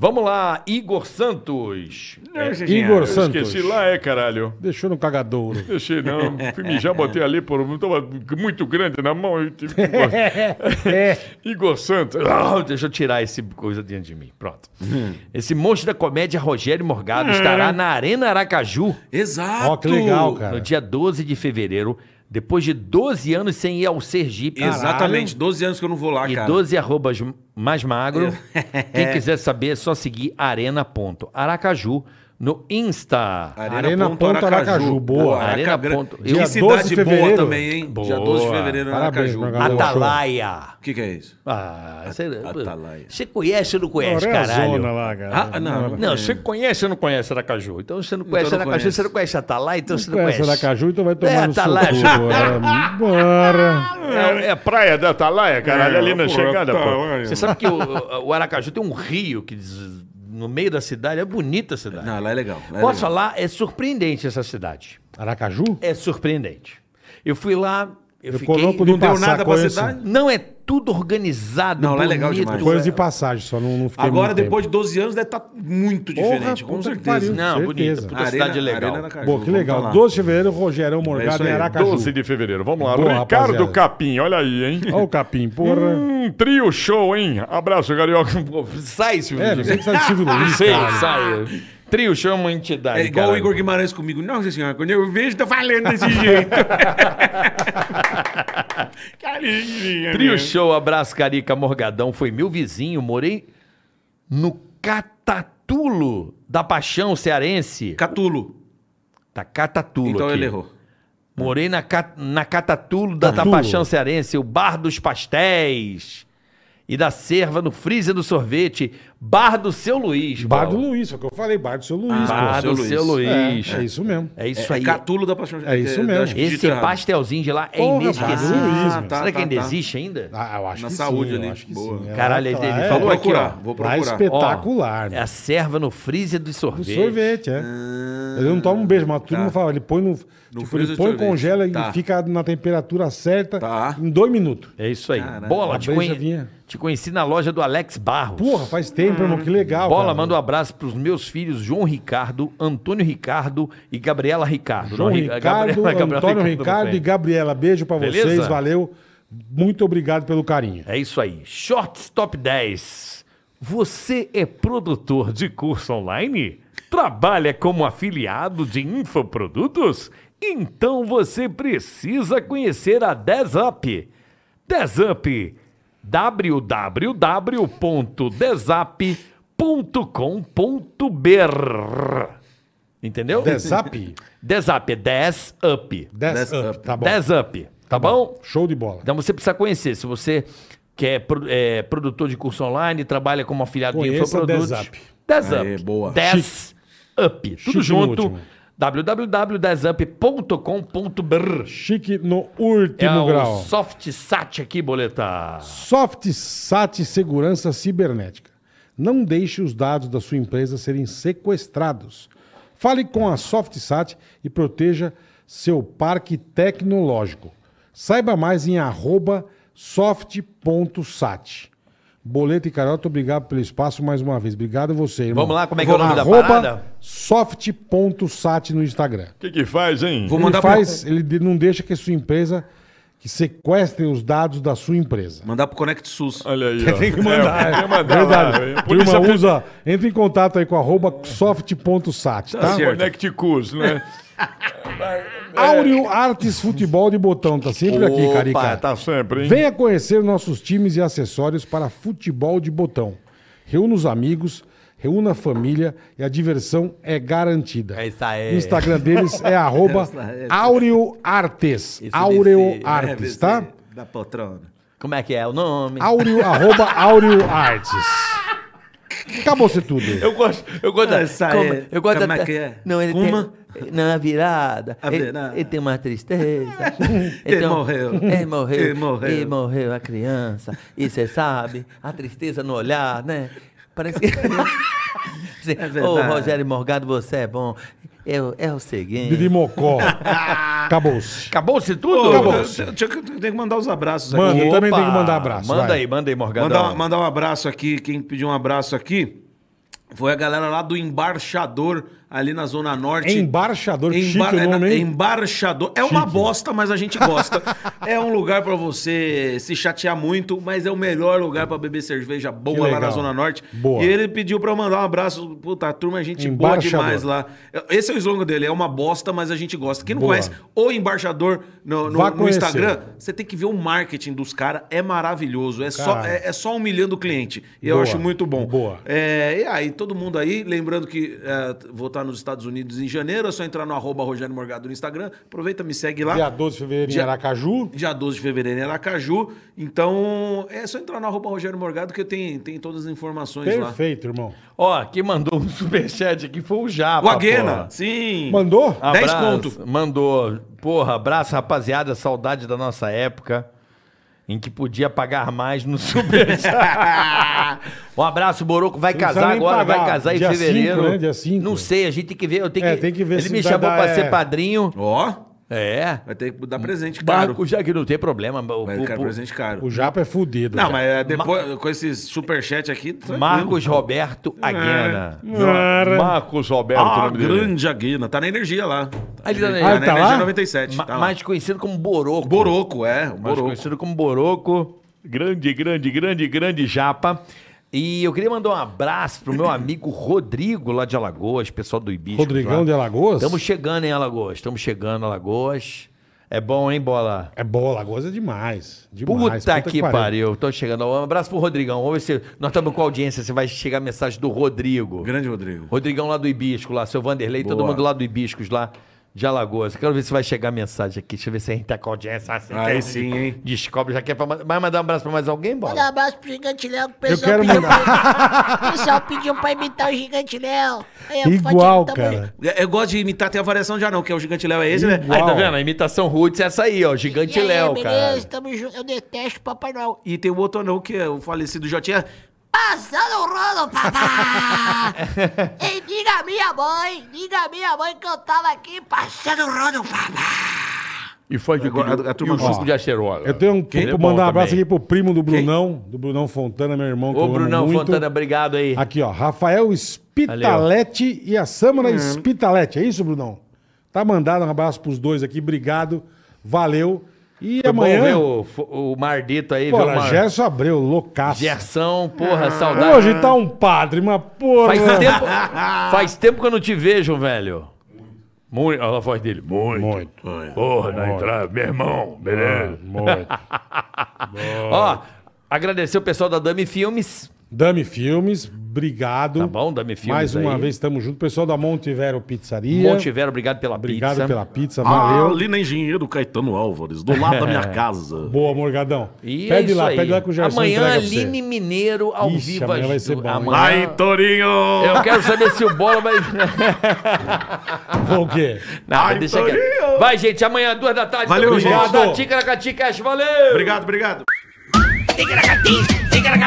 S3: Vamos lá, Igor Santos.
S2: Igor
S9: Eu
S2: <laughs> Santos.
S9: esqueci lá, é, caralho.
S2: Deixou
S9: <laughs>
S2: no cagadouro.
S9: Deixei não, fui mijar, botei ali, por tava muito grande na mão e tive que É.
S2: É.
S9: Igor Santos.
S3: Ah, Deixa eu tirar esse coisa diante de mim. Pronto.
S6: Hum.
S3: Esse monstro da comédia Rogério Morgado estará na Arena Aracaju
S4: Exato.
S2: Ó, que legal, cara.
S3: no dia 12 de fevereiro, depois de 12 anos sem ir ao Sergipe.
S4: Exatamente, 12 anos que eu não vou lá,
S3: E
S4: cara.
S3: 12 arrobas mais
S6: <laughs>
S3: magro. Quem quiser saber é só seguir arena.aracaju no Insta.
S2: Arena Ponto Aracaju, boa.
S3: Arena
S4: Arena
S3: Ponto-
S4: Ponto.
S3: Dia
S2: 12 de
S4: Que cidade boa
S2: fevereiro.
S4: também, hein? Dia 12 de
S3: Boa.
S4: fevereiro,
S2: Parabéns,
S4: Aracaju.
S2: Morgado.
S3: Atalaia.
S4: O que, que é isso?
S3: Ah, você,
S4: Atalaia.
S3: você conhece ou não conhece,
S2: Olha é a
S3: caralho?
S2: zona né? lá, cara.
S4: Ah, não.
S3: Não, você conhece ou não conhece Aracaju? Então você não conhece
S4: não
S3: Aracaju,
S4: conheço.
S3: você não conhece Atalaia, então você não
S2: Conhece
S3: conhece.
S2: Aracaju, então vai tomar
S3: É,
S2: no
S3: tá
S2: seu
S3: lá,
S2: cu,
S3: já. <laughs>
S2: porra. Bora.
S9: É, é praia da Atalaia, caralho, ali na chegada,
S4: tá,
S9: pô.
S3: Você sabe que o, o Aracaju tem um rio que des- no meio da cidade, é bonita a cidade.
S4: Não, lá é legal. lá é
S3: Posso
S4: legal.
S3: falar, é surpreendente essa cidade.
S2: Aracaju?
S3: É surpreendente. Eu fui lá, eu,
S2: Eu
S3: fiquei...
S2: coloco de
S4: Não deu
S2: passar,
S4: nada pra
S2: conheço-
S4: cidade?
S3: Não, é tudo organizado,
S4: Não, lá é
S3: bonito.
S4: legal demais.
S2: Coisa de passagem, só não, não fiquei
S4: Agora,
S2: muito
S4: depois
S2: tempo.
S4: de 12 anos, deve estar muito
S2: Porra,
S4: diferente, com
S2: puta que
S4: certeza.
S2: pariu.
S3: Não, bonita,
S2: Certeza.
S3: puta cidade legal.
S4: Aracaju,
S2: Pô, que
S4: vamos
S2: legal.
S4: pra lá.
S2: 12 de fevereiro, Rogerão
S4: É
S2: Morgado
S4: isso
S2: em
S4: aí,
S2: Aracaju.
S9: 12 de fevereiro, vamos lá.
S2: Boa,
S9: Ricardo
S2: rapaziada.
S9: Capim, olha aí, hein?
S2: Ó o capim,
S4: Hum.
S2: porra.
S9: Um trio show, hein? Abraço, carioca.
S3: Sai, Silvio.
S2: É, não sei que sai de Silvio Luiz,
S3: Sei,
S2: cara.
S3: sai. Trio, chama uma entidade.
S4: É igual
S3: caralho.
S4: o Igor Guimarães comigo. Nossa senhora, quando eu vejo, tô falando
S2: <laughs>
S4: desse jeito. Carinha.
S3: Trio Show, abraço, Carica Morgadão. Foi meu vizinho, morei no Catatulo da Paixão Cearense.
S4: Catulo.
S3: Tá, Catatulo.
S4: Então
S3: aqui.
S4: ele errou.
S3: Morei na, Ca- na Catatulo da, da
S2: Catulo.
S3: Paixão Cearense, o Bar dos Pastéis. E da serva no freezer do sorvete, Bar do Seu Luiz.
S2: Bar do
S3: Paulo.
S2: Luiz, é o que eu falei, Bar do seu Luiz,
S3: Bar
S2: pô.
S3: do
S4: Seu
S3: Seu Luiz.
S2: É, é isso mesmo.
S3: É isso
S4: É
S3: aí.
S4: Catulo da Paixão.
S2: É isso
S4: da-
S2: mesmo.
S4: acho que dito
S3: Esse
S4: errado.
S3: pastelzinho de lá é
S2: Porra,
S3: inesquecível.
S2: Bar do Luiz,
S3: Será
S2: meu.
S4: Tá,
S3: que
S4: tá,
S3: ainda
S4: tá.
S3: existe ainda?
S2: Ah, eu acho
S4: Na
S2: que
S4: saúde
S2: sim, eu
S4: ali.
S2: acho que
S4: Boa.
S2: sim.
S3: Caralho, ele-
S2: Lá-
S3: ele
S2: lá é-
S4: Vou
S3: falou aqui,
S4: procurar,
S3: ó.
S4: vou
S2: Lá é
S4: procurar.
S3: Ó,
S2: espetacular.
S3: É a serva no freezer do
S2: O
S3: sorvete.
S2: sorvete, é. Ele não toma um beijo, mas todo mundo fala. Ele põe no. tipo,
S4: Tá. freezer
S2: ele
S4: de
S2: põe,
S4: sorvete.
S2: congela
S4: Tá.
S2: e fica na temperatura certa
S4: Tá.
S2: em dois minutos.
S3: É isso aí. Bola, te,
S2: A
S3: conhe-
S2: beijavinha.
S3: te conheci na loja do Alex Barros.
S2: Porra, faz tempo, irmão. Que legal.
S3: Bola,
S2: cara.
S3: manda um abraço pros meus filhos João Ricardo, Antônio Ricardo e Gabriela Ricardo.
S2: João
S3: Não, Ri-
S2: Ricardo,
S3: Gabriela- <laughs> Gabriela
S2: Antônio
S3: Ricardo,
S2: Ricardo e
S3: não
S2: Gabriela. Beijo pra
S3: Beleza?
S2: vocês. Valeu. Muito obrigado pelo
S4: <laughs>
S2: carinho.
S3: tem. É isso aí. Shorts Top 10. Você é produtor de curso online? Trabalha como afiliado de infoprodutos? Então você precisa conhecer a 10up. 10up www.desap.com.br Entendeu?
S2: Desap?
S3: Desap, é 10 up.
S2: Desap, tá bom.
S3: 10 up, tá bom?
S2: Show de bola.
S3: Então você precisa conhecer. Se você quer pro- é, produtor de curso online, trabalha como afiliado de
S2: Conheça
S3: infoprodutos.
S2: 10 Up.
S3: 10 up.
S4: Aê, boa.
S3: 10 up. Tudo
S2: Chique no
S3: junto.
S2: último.
S3: www.desup.com.br
S2: Chique no
S3: É
S2: último
S3: o
S2: grau.
S3: soft sat aqui, boleta.
S2: SoftSat Segurança Cibernética. Não deixe os dados da sua empresa serem sequestrados. Fale com a SoftSat e proteja seu parque tecnológico. Saiba mais em arroba soft.sat. Boleto e Carota, obrigado pelo espaço mais uma vez. Obrigado a você, irmão.
S3: Vamos lá, como é que é o nome da
S2: Arroba
S3: parada?
S2: soft.sat no Instagram.
S9: O que que faz, hein?
S4: Vou
S2: Ele
S4: mandar,
S2: faz, ele de- não deixa que a sua empresa que sequestrem os dados da sua empresa.
S4: pro, mandar pro Connect SUS.
S9: Olha aí, ó.
S2: Tem que
S9: É,
S2: mandar.
S9: tem que mandar
S2: Verdade.
S3: Ah,
S9: lá.
S2: Turma,
S9: Polícia Federal
S2: usa, entra em contato aí com arroba soft.sat, tá?
S3: Assim,
S9: Connect Cus, né?
S3: é.
S2: Áureo Artes Futebol de Botão, tá sempre aqui, Carica.
S9: tá sempre, hein?
S2: Venha conhecer nossos times e acessórios para futebol de botão. Reúna os amigos, reúna a família e a diversão é garantida.
S3: É isso aí.
S2: O Instagram deles
S3: <laughs>
S2: é arroba Áureo Artes.
S3: É
S2: Áureo Artes,
S4: É,
S2: tá?
S4: Da poltrona.
S3: Como é que é o nome?
S2: Áureo, arroba Áureo Artes. Acabou-se tudo.
S3: Eu gosto, eu gosto da.
S4: Essa
S3: como-
S4: é-
S3: eu gosto
S4: como
S3: da-
S4: é que é?
S3: Não, ele
S4: Uma?
S3: tem. Não, a virada.
S4: A
S3: ele,
S4: virada.
S3: ele tem uma tristeza.
S4: <laughs> Ele
S3: tem um-
S4: morreu.
S3: Ele morreu.
S4: Ele morreu.
S3: Ele morreu a criança. E você sabe, a tristeza no olhar, né? Parece que.
S4: <laughs>
S3: Assim,
S4: É verdade.
S3: Ô, Rogério Morgado, você é bom. É, o- é o seguinte. <laughs>
S2: Didi Mocó. Acabou-se.
S3: Acabou-se
S4: Pô,
S3: tudo?
S4: eu- eu- eu tenho que mandar os abraços aqui.
S2: Mano, eu também
S3: Opa!
S2: tenho que mandar abraço.
S3: Manda
S2: vai.
S3: aí, manda aí, Morgadão.
S4: Mandar, mandar um abraço aqui, quem pediu um abraço aqui foi a galera lá do Embarchador, ali na Zona Norte.
S2: Embarchador, que
S4: Embar-
S2: chique o
S4: é na-
S2: nome, hein?
S4: Embarchador. É uma bosta, mas a
S2: <laughs>
S4: gente gosta. é um lugar pra você se chatear muito, mas é o melhor lugar pra beber cerveja
S2: Que
S4: boa lá na
S2: legal.
S4: Zona Norte.
S2: Boa.
S4: E ele pediu pra eu mandar um abraço. Puta, a turma é gente boa
S2: Embarchador.
S4: demais lá. Esse é o slogan dele, é uma bosta, mas a gente gosta. Quem não
S2: Boa.
S4: conhece o Embarchador no, no-
S2: Vá
S4: no
S2: conhecer.
S4: Instagram, você tem que ver o marketing dos caras, é maravilhoso. É só,
S2: Caralho.
S4: é, é só humilhando o cliente. E eu
S2: Boa,
S4: acho muito bom.
S2: boa.
S4: É, e aí, todo mundo aí, lembrando que é, vou estar nos Estados Unidos em janeiro, é só entrar no arroba Rogério Morgado no Instagram. Aproveita, me segue lá.
S2: Dia 12 de fevereiro em
S4: Dia-
S2: Aracaju.
S4: Dia 12 de fevereiro em Aracaju. Então, é só entrar no arroba Rogério Morgado que tem, tem todas as informações lá.
S2: Perfeito, irmão.
S3: Ó, quem mandou um <laughs> superchat aqui foi o Japa.
S4: O Aguena,
S3: pô.
S4: sim.
S2: Mandou?
S3: Ah.
S4: Dez
S3: Abraço,
S4: conto.
S3: Mandou. Porra, abraço, rapaziada. Saudade da nossa época em que podia pagar mais no <laughs> Superchat. um abraço, Boroco. Vai
S2: Não
S3: casar
S2: precisa nem
S3: agora, vai
S2: pagar.
S3: casar em
S2: Dia
S3: fevereiro.
S2: cinco, né? Dia cinco.
S3: Não sei, a gente tem que ver. Eu tenho
S2: É,
S3: que...
S2: tem que ver
S3: Ele
S2: se
S3: me
S2: vai
S3: chamou
S2: dar,
S3: pra
S2: é.
S3: ser padrinho.
S4: Ó,
S3: É.
S4: vai ter que dar presente caro.
S3: Barco, já que não tem problema. o-
S4: Vai
S3: o-
S4: ficar
S3: o-
S4: presente caro.
S2: O Japa é fudido.
S4: Não, mas é, depois, com esse superchat aqui, tá tranquilo.
S3: Marcos Roberto
S2: É.
S3: Aguena.
S9: Marcos Roberto, o
S4: Ah,
S9: nome dele.
S4: grande Aguina. Tá na energia lá.
S3: Ele tá na-
S2: Ah,
S4: Tá
S2: ele
S4: na
S2: tá
S4: energia
S2: lá?
S4: 97.
S3: Ma-
S4: tá lá.
S3: mais conhecido como Boroco.
S4: Boroco, é. o
S3: mais
S4: Boroco.
S3: conhecido como Boroco.
S9: Grande, grande, grande, grande japa.
S3: E eu queria mandar um abraço pro meu amigo Rodrigo, lá de Alagoas, pessoal do Ibisco.
S2: Rodrigão de Alagoas?
S3: Estamos chegando em Alagoas, estamos chegando em Alagoas. É bom, hein, Bola?
S2: É boa, Alagoas é demais.
S3: Puta,
S2: demais.
S3: que, pariu. Tô chegando. Um abraço pro Rodrigão. Vamos ver se nós estamos com audiência, se vai chegar a mensagem do Rodrigo.
S4: Grande Rodrigo.
S3: Rodrigão lá do Ibisco, lá, seu Vanderlei, todo mundo lá do Ibiscos, lá de Alagoas. Eu Quero ver se vai chegar a mensagem aqui. Deixa eu ver se a gente tá com audiência. Assim,
S4: Aí sim, hein?
S3: Descobre, já quer pra... mandar- Vai mandar um abraço pra mais alguém, Bola?
S11: Mandar abraço pro Gigante Léo, que o
S2: Eu
S11: pessoal
S2: quero
S11: pediu
S2: mandar.
S11: pra... O pessoal pediu pra imitar o Gigante Léo. Aí eu
S2: Igual,
S11: falei, "Tamo-
S2: cara.
S4: É, Eu, eu gosto de imitar, tem a variação de anão, que é o gigante Léo, é esse, né?
S3: Aí,
S2: Uau.
S3: tá vendo? A imitação Roots é essa aí, ó.
S11: E
S3: Gigante
S11: aí,
S3: Léo, cara.
S11: beleza, tamo junto. Eu detesto o Papai Noel.
S4: E tem o outro anão, que é o falecido Jotinha.
S11: Passando o rolo,
S3: <laughs>
S11: papá! e diga a minha mãe, diga a minha mãe que eu tava aqui passando o rolo, papá!
S9: E faz o
S4: Agora,
S9: que-
S4: a- a turma
S9: e o
S4: gosta.
S9: suco de acerola.
S2: Eu tenho um
S9: Ele é
S2: tempo
S9: bom
S2: mandar um abraço
S9: também.
S2: aqui pro primo do Brunão, do Brunão Fontana, meu irmão. que eu
S3: Ô,
S2: amo
S3: Brunão
S2: muito.
S3: Fontana, é obrigado aí.
S2: Aqui, ó. Rafael Spitaletti e a Samara
S3: Hum.
S2: Spitaletti. É isso, Brunão? Tá mandado um abraço pros dois aqui. Obrigado. Valeu. E
S3: Foi
S2: amanhã.
S3: bom ver o, fo- o Mardito aí, ver o
S2: Porra,
S3: Mar-
S2: Gerson Abreu, loucaço.
S3: Gerson, porra, saudade.
S2: Hoje tá um padre, mas porra.
S3: Faz tempo, faz tempo que eu não te vejo, velho. Muito. Olha a voz dele. Muito.
S2: Muito.
S9: Porra, na entrada, meu irmão, beleza.
S2: Muito.
S3: Ó, agradecer o pessoal da Dami Filmes.
S2: Dami Filmes, obrigado.
S3: Tá bom, dá-me filmes
S2: Mais uma
S3: aí.
S2: vez, estamos juntos. Pessoal da Montivero Pizzaria.
S3: Monte Vero, obrigado pela
S2: é. Obrigado
S3: pizza.
S2: pela pizza,
S4: Ah,
S2: valeu.
S4: ali na Engenheiro Caetano Álvares, do lado da <laughs> minha casa.
S2: Boa, Morgadão.
S3: E é
S2: pede
S3: isso
S2: lá,
S3: aí.
S2: pede lá que o Gerson
S3: Amanhã, é
S2: entrega pra você.
S3: Aline Mineiro ao
S2: Ixi,
S3: vivo.
S2: amanhã
S3: às
S2: vai ser
S3: du-
S2: bom, hein?
S4: Vai, Torinho!
S3: Eu quero saber se o Bola
S2: <laughs>
S3: vai...
S2: Vou <laughs> o quê?
S3: Não,
S4: Ai,
S3: deixa quieto.
S4: Torinho!
S3: Vai, gente, amanhã, duas da tarde.
S4: Valeu,
S3: Obrigado,
S2: gente.
S3: Ticaracaticas, valeu!
S4: Obrigado, obrigado.
S10: Ticaracatim, ticaracatim.